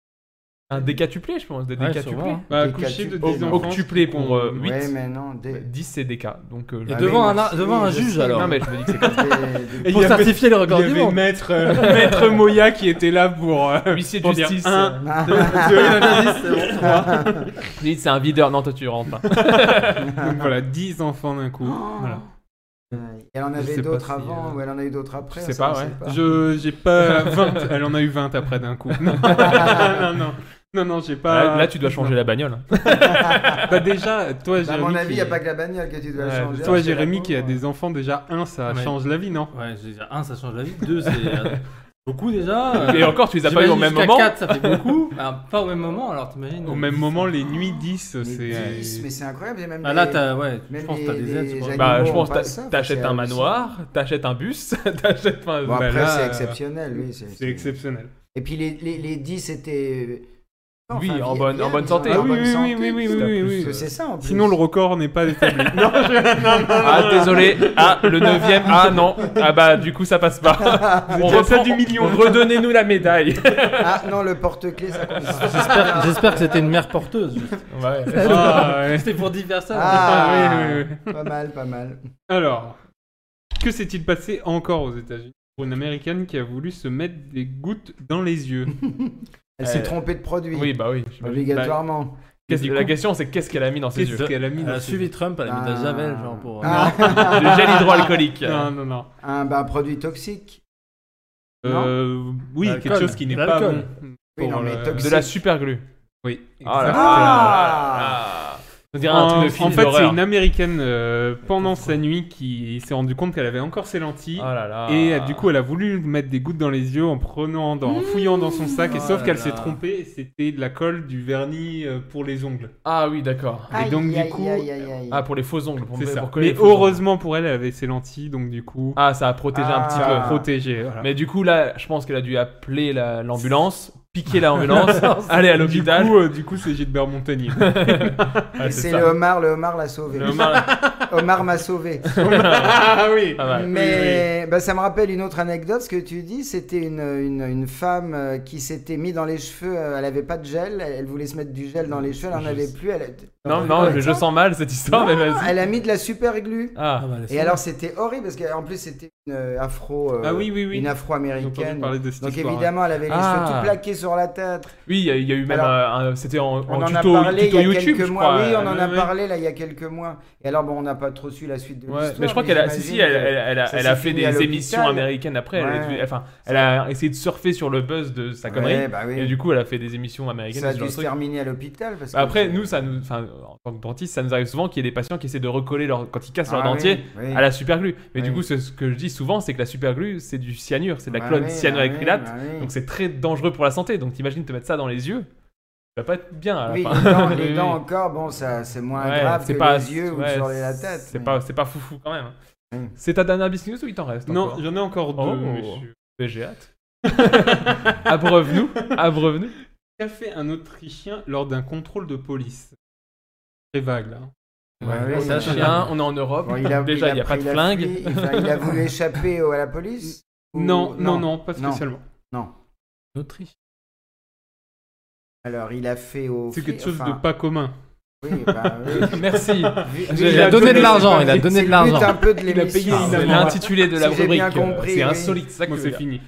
Speaker 7: Un décatuplé, je pense. Des
Speaker 10: Ouais,
Speaker 7: décatuplés.
Speaker 10: sûrement.
Speaker 8: Bah,
Speaker 9: Des
Speaker 8: coucher de
Speaker 9: quatuplés.
Speaker 8: 10 enfants.
Speaker 7: Octuplé
Speaker 8: c'est
Speaker 7: pour, euh,
Speaker 8: qu'on-
Speaker 7: Huit.
Speaker 9: Ouais, mais non. Des...
Speaker 7: Bah, 10 c'est des cas. Donc, euh,
Speaker 10: Et
Speaker 9: Ah,
Speaker 10: devant
Speaker 9: mais
Speaker 10: un,
Speaker 9: merci,
Speaker 10: devant un
Speaker 9: je
Speaker 10: juge
Speaker 9: sais,
Speaker 10: alors.
Speaker 7: non, mais je me dis que c'est comme
Speaker 9: des-
Speaker 8: Et
Speaker 10: Pour
Speaker 8: il y avait-
Speaker 10: certifier le
Speaker 8: Il
Speaker 10: record
Speaker 8: y
Speaker 10: du
Speaker 8: avait
Speaker 10: monde.
Speaker 8: maître, euh, maître Moya qui était là pour. euh,
Speaker 7: Huissier de
Speaker 8: pour dire
Speaker 7: justice.
Speaker 8: un,
Speaker 7: euh,
Speaker 9: Ah,
Speaker 7: je dis, c'est un videur. Non, toi, tu rentres pas.
Speaker 8: Donc voilà, 10 enfants d'un coup.
Speaker 9: Oh.
Speaker 8: Voilà.
Speaker 9: Elle en
Speaker 8: Je
Speaker 9: avait
Speaker 8: sais pas
Speaker 9: d'autres
Speaker 8: si,
Speaker 9: avant
Speaker 8: euh,
Speaker 9: ou elle en a eu d'autres après
Speaker 7: je sais
Speaker 9: ça,
Speaker 7: pas,
Speaker 9: on
Speaker 7: ouais.
Speaker 9: sait pas.
Speaker 8: Je, j'ai pas 20, elle en a eu 20 après d'un coup. Non, non, non, non, non, j'ai pas.
Speaker 7: Ah, Là, là, tu dois changer la bagnole.
Speaker 8: Bah déjà, toi,
Speaker 9: Bah, À
Speaker 8: Jérémy.
Speaker 9: mon avis, il
Speaker 8: qui-
Speaker 9: n'y a pas que la bagnole que tu dois
Speaker 8: Ouais,
Speaker 9: changer.
Speaker 8: Toi,
Speaker 9: Ah, c'est la
Speaker 8: Jérémy, qui a
Speaker 9: pauvre.
Speaker 8: des enfants déjà, un, ça
Speaker 10: Ouais.
Speaker 8: change la vie, non
Speaker 10: Ouais, je veux dire, 1 ça change la vie, 2 c'est euh, beaucoup déjà.
Speaker 7: Et encore, tu les as pas eu au même moment.
Speaker 10: 4 ça fait beaucoup. Bah, pas au même moment alors t'imagines.
Speaker 8: Au même moment, les nuits 10,
Speaker 9: Mais
Speaker 8: c'est. euh,
Speaker 9: 10, mais c'est incroyable. j'ai même
Speaker 10: Ah là
Speaker 9: des-
Speaker 10: t'as, ouais, je
Speaker 9: Même
Speaker 10: pense que t'as
Speaker 9: les-
Speaker 10: des aides.
Speaker 9: les
Speaker 10: c'est pour-
Speaker 9: animaux
Speaker 7: Bah, je pense
Speaker 9: ont
Speaker 7: t'a-
Speaker 9: pas ça,
Speaker 7: t'achètes
Speaker 9: c'est
Speaker 7: un
Speaker 9: hallucinant.
Speaker 7: manoir, t'achètes un bus, t'achètes. enfin,
Speaker 9: Bon,
Speaker 8: Bah
Speaker 9: après,
Speaker 8: là,
Speaker 9: c'est
Speaker 8: euh,
Speaker 9: exceptionnel, oui. c'est-
Speaker 8: C'est exceptionnel.
Speaker 9: Et puis les, les, les 10 étaient Enfin,
Speaker 7: Oui, en
Speaker 9: vie-
Speaker 7: bonne-
Speaker 9: vierge,
Speaker 7: en bonne santé.
Speaker 9: en
Speaker 8: Ah oui,
Speaker 9: bonne
Speaker 8: oui, oui,
Speaker 9: santé,
Speaker 8: oui, oui,
Speaker 9: parce
Speaker 8: oui, oui,
Speaker 9: que
Speaker 8: oui.
Speaker 9: C'est ça en plus.
Speaker 8: Sinon, le record n'est pas établi. non, je- non, non,
Speaker 7: Ah, désolé. Ah, le neuvième. Ah, non. Ah, bah, du coup, ça passe pas. On
Speaker 8: déjà
Speaker 7: reprend
Speaker 8: ça du million.
Speaker 7: Redonnez-nous la médaille.
Speaker 9: Ah non, le porte-clés, ça compte.
Speaker 10: J'espère- J'espère que c'était une mère porteuse. juste.
Speaker 7: Ouais.
Speaker 8: Ah, ouais.
Speaker 10: C'était pour dire ça.
Speaker 9: Ah,
Speaker 8: oui, oui,
Speaker 9: Pas mal, pas mal.
Speaker 8: Alors, que s'est-il passé encore aux États-Unis pour une américaine qui a voulu se mettre des gouttes dans les yeux
Speaker 9: Elle
Speaker 7: Euh,
Speaker 9: s'est trompée de produit.
Speaker 7: Oui, bah oui.
Speaker 9: Obligatoirement.
Speaker 7: Qu'est-ce-
Speaker 8: Du coup-
Speaker 7: la question, c'est qu'est-ce qu'elle a mis dans ses
Speaker 8: Qu'est-ce
Speaker 7: yeux Ah,
Speaker 8: qu'elle a mis
Speaker 10: Elle
Speaker 8: dans
Speaker 10: a
Speaker 8: ses
Speaker 10: suivi Trump, bah, elle a mis de la javel, genre pour. euh,
Speaker 9: Ah,
Speaker 7: Du gel hydroalcoolique.
Speaker 8: yeux Non, non, non.
Speaker 9: un, bah, un produit toxique.
Speaker 8: Euh, oui,
Speaker 10: L'alcool.
Speaker 8: quelque chose qui n'est pas bon.
Speaker 10: L'alcool.
Speaker 9: Oui, non,
Speaker 8: Pour euh,
Speaker 9: mais
Speaker 8: le-
Speaker 9: toxique.
Speaker 7: De la superglue.
Speaker 8: Oui.
Speaker 7: Ah là là.
Speaker 8: exactement.
Speaker 9: Ah.
Speaker 7: Ah. On dirait un
Speaker 8: en,
Speaker 7: truc de film
Speaker 8: en fait, c'est
Speaker 7: d'horreur.
Speaker 8: une américaine euh, pendant sa nuit qui s'est rendue compte qu'elle avait encore ses lentilles.
Speaker 7: Oh là là.
Speaker 8: Et euh, du coup, elle a voulu mettre des gouttes dans les yeux en prenant, dans, en fouillant dans son sac. Et
Speaker 7: Mmh.
Speaker 10: Oh
Speaker 8: sauf
Speaker 10: là
Speaker 8: qu'elle
Speaker 10: là.
Speaker 8: s'est trompée, et c'était de la colle, du vernis euh, pour les ongles.
Speaker 7: Ah oui, d'accord.
Speaker 9: Aïe,
Speaker 8: donc, du
Speaker 9: aïe,
Speaker 8: coup-
Speaker 9: aïe, aïe, aïe.
Speaker 7: Ah, pour les faux ongles. Pour
Speaker 8: C'est ça.
Speaker 7: pour coller
Speaker 8: Mais
Speaker 7: les faux ongles.
Speaker 8: heureusement pour elle, elle avait ses lentilles, donc du coup,
Speaker 7: Ah, ça a protégé un petit
Speaker 8: elle
Speaker 9: Ah.
Speaker 8: peut
Speaker 7: peu.
Speaker 8: protéger. Voilà.
Speaker 7: Mais du coup, là, je pense qu'elle a dû appeler la- l'ambulance, piquer l'ambulance, aller à
Speaker 8: du
Speaker 7: l'hôpital.
Speaker 8: coup, euh, du coup, c'est Gilbert Montagnier.
Speaker 7: Ah,
Speaker 9: c'est
Speaker 7: ça.
Speaker 9: le homard, le homard l'a sauvé.
Speaker 7: Le mal-
Speaker 9: Omar m'a sauvé.
Speaker 8: ah oui.
Speaker 7: Pas mal.
Speaker 9: Mais bah, ça me rappelle une autre anecdote, ce que tu dis, c'était une, une, une femme euh, qui s'était mis dans les cheveux, euh, elle n'avait pas de gel, elle, elle voulait se mettre du gel dans les cheveux, elle n'en avait plus. Elle a...
Speaker 7: Non, non, je, je sens mal cette histoire, mais vas-y.
Speaker 9: Elle a mis de la super glue.
Speaker 7: Ah,
Speaker 10: Ah bah, laisse
Speaker 9: Et alors c'était horrible parce qu'en plus c'était une euh, afro, euh,
Speaker 8: Ah oui, oui, oui.
Speaker 9: une
Speaker 8: J'ai entendu
Speaker 9: afro-américaine.
Speaker 8: parler de cette
Speaker 9: Donc
Speaker 8: histoire,
Speaker 9: évidemment elle avait les
Speaker 7: Ah.
Speaker 9: cheveux tout plaqués sur la tête.
Speaker 7: oui, il y, a- il y a eu même
Speaker 9: Alors,
Speaker 7: euh, un- C'était en,
Speaker 9: On
Speaker 7: en
Speaker 9: en
Speaker 7: tuto,
Speaker 9: a parlé
Speaker 7: tuto
Speaker 9: il y a
Speaker 7: YouTube,
Speaker 9: quelques
Speaker 7: je
Speaker 9: mois.
Speaker 7: crois.
Speaker 9: oui, on en a
Speaker 8: ouais.
Speaker 9: parlé là il y a quelques mois. Et alors bon on n'a pas trop su la suite de
Speaker 7: Ouais,
Speaker 9: l'histoire.
Speaker 7: mais je crois qu'elle a, si, si,
Speaker 9: j'imagine
Speaker 7: elle,
Speaker 9: que-
Speaker 7: elle- elle a,
Speaker 9: ça
Speaker 7: elle
Speaker 9: s'est
Speaker 7: a fait
Speaker 9: fini à
Speaker 7: des
Speaker 9: l'hôpital.
Speaker 7: émissions américaines après. Elle, a
Speaker 9: Ouais.
Speaker 7: dû- enfin, elle a essayé de surfer sur le buzz de sa connerie.
Speaker 9: Ouais, bah oui.
Speaker 7: Et du coup, elle a fait des émissions américaines.
Speaker 9: Ça a
Speaker 7: sur le
Speaker 9: dû se
Speaker 7: truc.
Speaker 9: terminer à l'hôpital parce que
Speaker 7: Bah Après, nous, ça nous, enfin, en tant que dentiste, ça nous arrive souvent qu'il y ait des patients qui essaient de recoller leur, quand ils cassent leur
Speaker 9: Ah
Speaker 7: dentier
Speaker 9: oui, oui.
Speaker 7: à la superglue. Mais du
Speaker 9: Oui.
Speaker 7: coup, ce, ce que je dis souvent, c'est que la superglue, c'est du cyanure, c'est de la
Speaker 9: Bah
Speaker 7: clone
Speaker 9: oui,
Speaker 7: cyanuracrylate.
Speaker 9: bah oui, bah oui.
Speaker 7: Donc c'est très dangereux pour la santé. Donc t'imagines te mettre ça dans les yeux, ça va pas être bien à la
Speaker 9: Oui,
Speaker 7: fin.
Speaker 9: les dents, les
Speaker 7: Oui, oui.
Speaker 9: dents encore, bon, ça, c'est moins
Speaker 7: Ouais,
Speaker 9: grave que
Speaker 7: c'est pas-
Speaker 9: les yeux
Speaker 7: ouais,
Speaker 9: ou sur les- la tête.
Speaker 7: C'est
Speaker 9: mais-
Speaker 7: pas, c'est pas foufou quand même. hein.
Speaker 9: Oui.
Speaker 7: C'est ta dernière business ou il t'en reste
Speaker 8: Non,
Speaker 7: encore
Speaker 8: j'en ai encore deux.
Speaker 7: Oh.
Speaker 8: monsieur.
Speaker 7: Mais j'ai hâte. abreuve-nous, abreuve-nous.
Speaker 8: Qu'a fait un Autrichien lors d'un contrôle de police Très vague là. hein.
Speaker 9: Ouais, ouais,
Speaker 7: on, est
Speaker 9: ouais.
Speaker 7: un chien, on est en Europe.
Speaker 9: Bon, il a-
Speaker 7: Déjà, il
Speaker 9: il
Speaker 7: n'y a, pas de
Speaker 9: il
Speaker 7: flingue.
Speaker 9: fui, il a- il a voulu échapper au- à la police ou-
Speaker 8: Non, non, non, pas
Speaker 9: non.
Speaker 8: spécialement.
Speaker 10: En Autriche.
Speaker 9: Alors, il a fait au.
Speaker 8: C'est
Speaker 9: fri-
Speaker 8: quelque chose
Speaker 9: enfin,
Speaker 8: de pas commun.
Speaker 9: Oui, bah, oui.
Speaker 7: Merci.
Speaker 9: Vu-
Speaker 10: Il,
Speaker 9: vu-
Speaker 10: a donné de l'argent, il a donné
Speaker 9: C'est
Speaker 10: de
Speaker 9: le but un
Speaker 10: l'argent.
Speaker 9: peu de
Speaker 8: Il a payé
Speaker 9: l'émission.
Speaker 8: une
Speaker 7: C'est
Speaker 8: amende.
Speaker 7: l'intitulé de la
Speaker 9: Si j'ai bien
Speaker 7: rubrique. euh,
Speaker 9: compris,
Speaker 7: C'est
Speaker 9: oui.
Speaker 7: insolite, ça que
Speaker 8: Moi,
Speaker 7: je
Speaker 8: c'est
Speaker 7: veux dire.
Speaker 8: fini.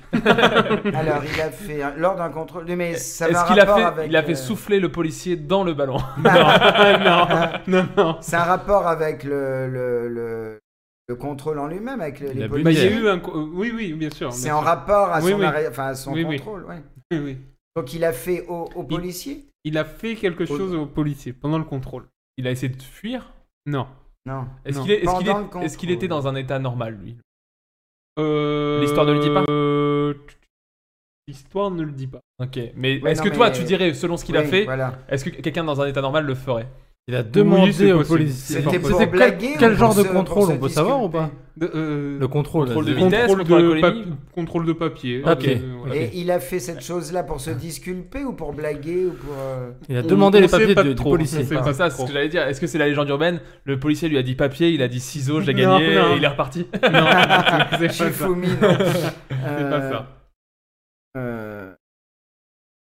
Speaker 9: Alors, il a fait. un- Lors d'un contrôle. Mais ça va
Speaker 7: Est-ce qu'il a
Speaker 9: rapport
Speaker 7: fait,
Speaker 9: avec,
Speaker 7: il a fait
Speaker 9: euh,
Speaker 7: souffler le policier dans le ballon
Speaker 8: Ah, non, non, non.
Speaker 9: C'est un rapport avec le, le, le, le contrôle en lui-même, avec le-
Speaker 10: Il a
Speaker 9: les
Speaker 10: bu-
Speaker 8: Bah, il y a
Speaker 9: policiers.
Speaker 8: eu un. co- euh, Oui, oui, bien sûr.
Speaker 9: C'est
Speaker 8: bien
Speaker 9: en
Speaker 8: sûr.
Speaker 9: rapport à son,
Speaker 8: Oui, oui.
Speaker 9: arrêt- enfin, à son
Speaker 8: Oui, oui.
Speaker 9: contrôle, ouais.
Speaker 8: Oui, oui.
Speaker 9: Donc il a fait au, au policier
Speaker 8: Il a fait quelque chose aux policiers pendant le contrôle.
Speaker 7: Il a essayé de fuir
Speaker 8: Non.
Speaker 9: Non.
Speaker 7: Est-ce
Speaker 8: Non.
Speaker 7: qu'il est- est-ce
Speaker 9: Pendant
Speaker 7: qu'il
Speaker 9: le
Speaker 7: est-
Speaker 9: contrôle.
Speaker 7: est-ce qu'il était dans un état normal, lui
Speaker 8: Euh...
Speaker 7: L'histoire ne le dit pas
Speaker 8: euh, L'histoire ne le dit pas.
Speaker 7: Ok, mais
Speaker 9: Ouais,
Speaker 7: est-ce
Speaker 9: non,
Speaker 7: que toi,
Speaker 9: mais-
Speaker 7: tu dirais, selon ce qu'il a
Speaker 9: Oui,
Speaker 7: fait,
Speaker 9: voilà.
Speaker 7: est-ce que quelqu'un dans un état normal le ferait
Speaker 10: Il a
Speaker 8: Oui,
Speaker 10: demandé
Speaker 8: c'est
Speaker 10: aux
Speaker 8: possible.
Speaker 10: policiers.
Speaker 9: C'était
Speaker 10: Enfin,
Speaker 9: pour
Speaker 10: c'est quel-
Speaker 9: blaguer ou
Speaker 10: Quel,
Speaker 9: pour
Speaker 10: genre de
Speaker 9: se-
Speaker 10: contrôle
Speaker 9: pour
Speaker 10: on peut
Speaker 9: se
Speaker 10: savoir ou pas
Speaker 9: disculper
Speaker 8: De- euh,
Speaker 10: Le contrôle.
Speaker 7: Contrôle de
Speaker 10: là,
Speaker 7: vitesse. contre la
Speaker 8: papier.
Speaker 7: colémie
Speaker 8: contrôle de papier.
Speaker 10: Papier.
Speaker 8: Euh, voilà.
Speaker 10: Ok.
Speaker 9: Et il a fait cette chose-là pour se disculper ou pour blaguer ou pour... euh,
Speaker 10: Il a
Speaker 8: On-
Speaker 10: demandé
Speaker 8: on
Speaker 10: les
Speaker 8: sait
Speaker 10: papiers
Speaker 8: pas
Speaker 10: du, du
Speaker 8: Ah, trop, on sait
Speaker 10: policier. Enfin,
Speaker 8: pas.
Speaker 7: C'est ça, c'est ce que j'allais dire. Est-ce que c'est la légende urbaine Le policier lui a dit papier, il a dit ciseaux, j'ai
Speaker 8: Non,
Speaker 7: gagné,
Speaker 8: non.
Speaker 7: et il est reparti.
Speaker 8: Non, c'est- c'est
Speaker 9: Je suis
Speaker 8: pas ça.
Speaker 9: fou, mine.
Speaker 8: C'est
Speaker 9: Euh,
Speaker 8: pas ça.
Speaker 9: euh,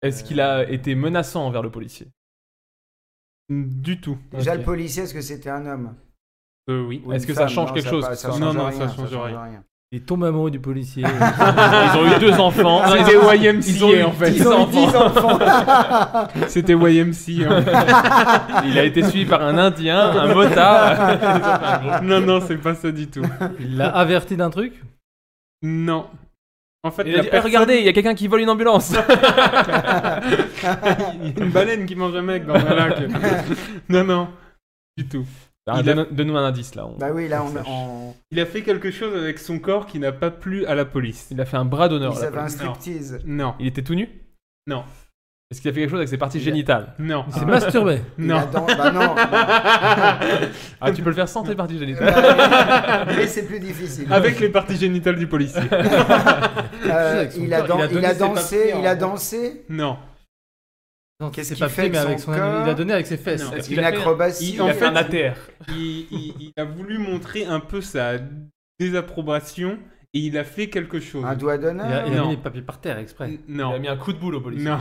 Speaker 7: Est-ce qu'il
Speaker 8: euh.
Speaker 7: a été menaçant envers le policier
Speaker 8: Du tout.
Speaker 9: Déjà,
Speaker 7: Ok.
Speaker 9: le policier, est-ce que c'était un homme
Speaker 8: Euh, oui.
Speaker 9: Ou
Speaker 7: Est-ce
Speaker 9: une
Speaker 7: que ça
Speaker 9: femme
Speaker 7: change
Speaker 9: Non,
Speaker 7: quelque
Speaker 9: ça hein.
Speaker 7: chose,
Speaker 9: pas-
Speaker 7: ça
Speaker 9: ça change
Speaker 8: Non, non,
Speaker 9: rien,
Speaker 8: ça change rien.
Speaker 10: Il tombe amoureux du policier.
Speaker 7: Ils ont eu deux enfants.
Speaker 8: Ah,
Speaker 7: Ils
Speaker 8: C'était
Speaker 7: ont-
Speaker 8: YMCA
Speaker 7: ils ont eu
Speaker 8: en fait.
Speaker 7: dix enfants.
Speaker 8: C'était YMCA. en fait.
Speaker 7: Il a été suivi par un Indien, un motard.
Speaker 8: non, non, c'est pas ça du tout.
Speaker 10: Il l'a averti d'un truc
Speaker 8: Non. En fait,
Speaker 7: Il a
Speaker 8: la
Speaker 7: dit, Eh,
Speaker 8: personne-
Speaker 7: regardez, il y a quelqu'un qui vole une ambulance.
Speaker 8: il y a une baleine qui mange un mec dans un lac. non, non, du tout.
Speaker 7: Ah,
Speaker 8: Il
Speaker 7: donne- Donne-nous un indice là. on-
Speaker 9: Bah oui, là, on... on...
Speaker 8: Il a fait quelque chose avec son corps qui n'a pas plu à la police.
Speaker 7: Il a fait un bras d'honneur.
Speaker 9: il
Speaker 7: là.
Speaker 9: s'est fait un
Speaker 8: police.
Speaker 9: striptease.
Speaker 8: Non,
Speaker 7: Il était tout nu
Speaker 8: Non.
Speaker 7: Est-ce qu'il a fait quelque chose avec ses parties génitales
Speaker 8: non,
Speaker 10: Il s'est masturbé.
Speaker 9: Il a
Speaker 8: non.
Speaker 9: dan- Bah non. bah-
Speaker 7: Ah, tu peux le faire sans tes parties génitales.
Speaker 9: bah, mais c'est plus difficile.
Speaker 8: Avec les parties génitales du policier.
Speaker 9: Euh,
Speaker 10: avec son
Speaker 9: il, a
Speaker 10: corps, il a
Speaker 9: dan- il
Speaker 10: donné
Speaker 9: a
Speaker 10: ses
Speaker 9: dansé,
Speaker 10: papiers
Speaker 9: il a
Speaker 10: en-
Speaker 9: dansé.
Speaker 8: Non.
Speaker 10: Non,
Speaker 9: Qu'est-ce
Speaker 10: c'est
Speaker 9: qu'il
Speaker 10: pas
Speaker 9: fait
Speaker 10: pied,
Speaker 9: avec
Speaker 10: mais avec
Speaker 9: son
Speaker 10: son ami, il a
Speaker 9: corps
Speaker 10: donné avec ses fesses.
Speaker 8: Non.
Speaker 9: Est-ce
Speaker 8: Il
Speaker 9: qu'une
Speaker 8: a fait-
Speaker 9: acrobatie
Speaker 8: il-
Speaker 7: Il a
Speaker 8: en
Speaker 7: fait
Speaker 8: fait,
Speaker 7: un ATR.
Speaker 8: il, il- il a voulu montrer un peu sa désapprobation et il a fait quelque chose.
Speaker 9: Un doigt
Speaker 10: Il
Speaker 9: d'honneur
Speaker 10: a, il a
Speaker 8: Non.
Speaker 10: mis les papiers par terre exprès.
Speaker 8: N- Non.
Speaker 7: Il a mis un coup de boule au policier.
Speaker 8: Non.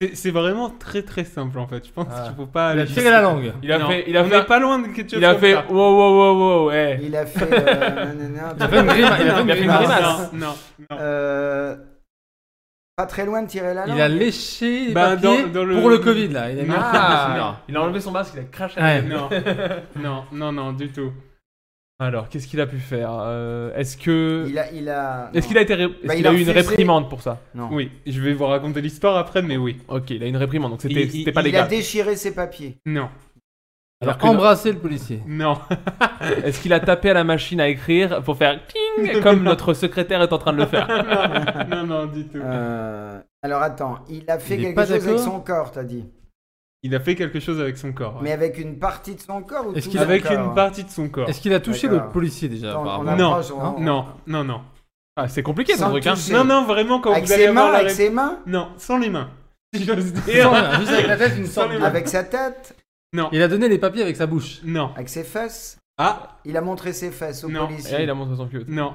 Speaker 8: C'est- C'est vraiment très très simple en fait. Je pense
Speaker 10: Ah.
Speaker 8: qu'il faut pas
Speaker 10: Il a
Speaker 8: aller
Speaker 10: tiré la langue.
Speaker 7: Il a
Speaker 8: Non.
Speaker 7: fait, il a
Speaker 8: On
Speaker 7: fait,
Speaker 8: est pas loin de ketchup.
Speaker 7: il a
Speaker 8: comme
Speaker 7: fait,
Speaker 8: ça.
Speaker 7: wow, wow, wow, wow, eh.
Speaker 9: Il a fait. euh, nanana,
Speaker 10: Il a fait une grima- il a fait une
Speaker 7: Il a fait une
Speaker 10: grimace.
Speaker 7: grimace.
Speaker 8: Non, non, non.
Speaker 9: Euh, Pas très loin de tirer la langue.
Speaker 10: Il a léché les
Speaker 8: Bah,
Speaker 10: papiers
Speaker 8: dans- dans le-
Speaker 10: pour le Covid là. Il a mis
Speaker 8: Non.
Speaker 10: un truc dessus.
Speaker 7: Ah, il a enlevé son masque, il a craché.
Speaker 10: Ouais.
Speaker 8: Non. non, non, non, du tout.
Speaker 7: Alors, qu'est-ce qu'il a pu faire Euh, Est-ce que,
Speaker 9: Il a. Il a...
Speaker 7: est-ce qu'il a été, ré- est-ce
Speaker 9: Bah,
Speaker 7: qu'il
Speaker 9: il
Speaker 7: a,
Speaker 9: a
Speaker 7: eu une
Speaker 9: refusé.
Speaker 7: réprimande pour ça
Speaker 8: Oui, je vais vous raconter l'histoire après, mais oui.
Speaker 7: Ok, il a une réprimande, donc c'était,
Speaker 8: Il-
Speaker 7: c'était
Speaker 8: il-
Speaker 7: pas
Speaker 9: il a
Speaker 7: légal.
Speaker 9: déchiré ses papiers.
Speaker 8: Non,
Speaker 10: Alors
Speaker 7: Alors que non.
Speaker 10: embrasser le policier.
Speaker 8: non.
Speaker 7: Est-ce qu'il a tapé à la machine à écrire pour faire ting comme notre secrétaire est en train de le faire
Speaker 8: non, non, du tout.
Speaker 9: Euh, Alors attends, il a fait
Speaker 10: Il est
Speaker 9: quelque
Speaker 10: pas
Speaker 9: chose avec
Speaker 10: d'accord
Speaker 9: son corps, t'as dit.
Speaker 8: Il a fait quelque chose avec son corps.
Speaker 9: Mais avec une partie de son corps ou
Speaker 10: Est-ce
Speaker 9: tout
Speaker 10: qu'il
Speaker 9: son
Speaker 8: Avec
Speaker 9: corps
Speaker 8: une partie de son corps.
Speaker 10: Est-ce qu'il a touché
Speaker 9: D'accord.
Speaker 10: le policier déjà
Speaker 9: Attends, on
Speaker 10: apparemment
Speaker 9: a-
Speaker 8: Non,
Speaker 9: approche, on-
Speaker 8: non, non, non.
Speaker 7: Ah, C'est compliqué ton
Speaker 9: Sans
Speaker 7: truc, hein.
Speaker 9: toucher.
Speaker 8: Non, non, vraiment, quand
Speaker 9: Avec
Speaker 8: vous allez
Speaker 9: ses
Speaker 8: avoir
Speaker 9: mains,
Speaker 8: la
Speaker 9: avec
Speaker 8: ré-
Speaker 9: ses mains,
Speaker 8: Non, sans les mains. Si j'ose dire.
Speaker 10: Sans- Juste avec la tête, une sorte.
Speaker 8: les
Speaker 10: de-
Speaker 8: mains.
Speaker 9: avec sa tête,
Speaker 10: Il a donné les papiers avec sa bouche.
Speaker 8: Non.
Speaker 9: avec ses fesses.
Speaker 8: Ah,
Speaker 9: Il a montré ses fesses au
Speaker 7: Et
Speaker 8: Non.
Speaker 7: là,
Speaker 9: policier.
Speaker 7: Eh, il a montré son cul.
Speaker 8: non.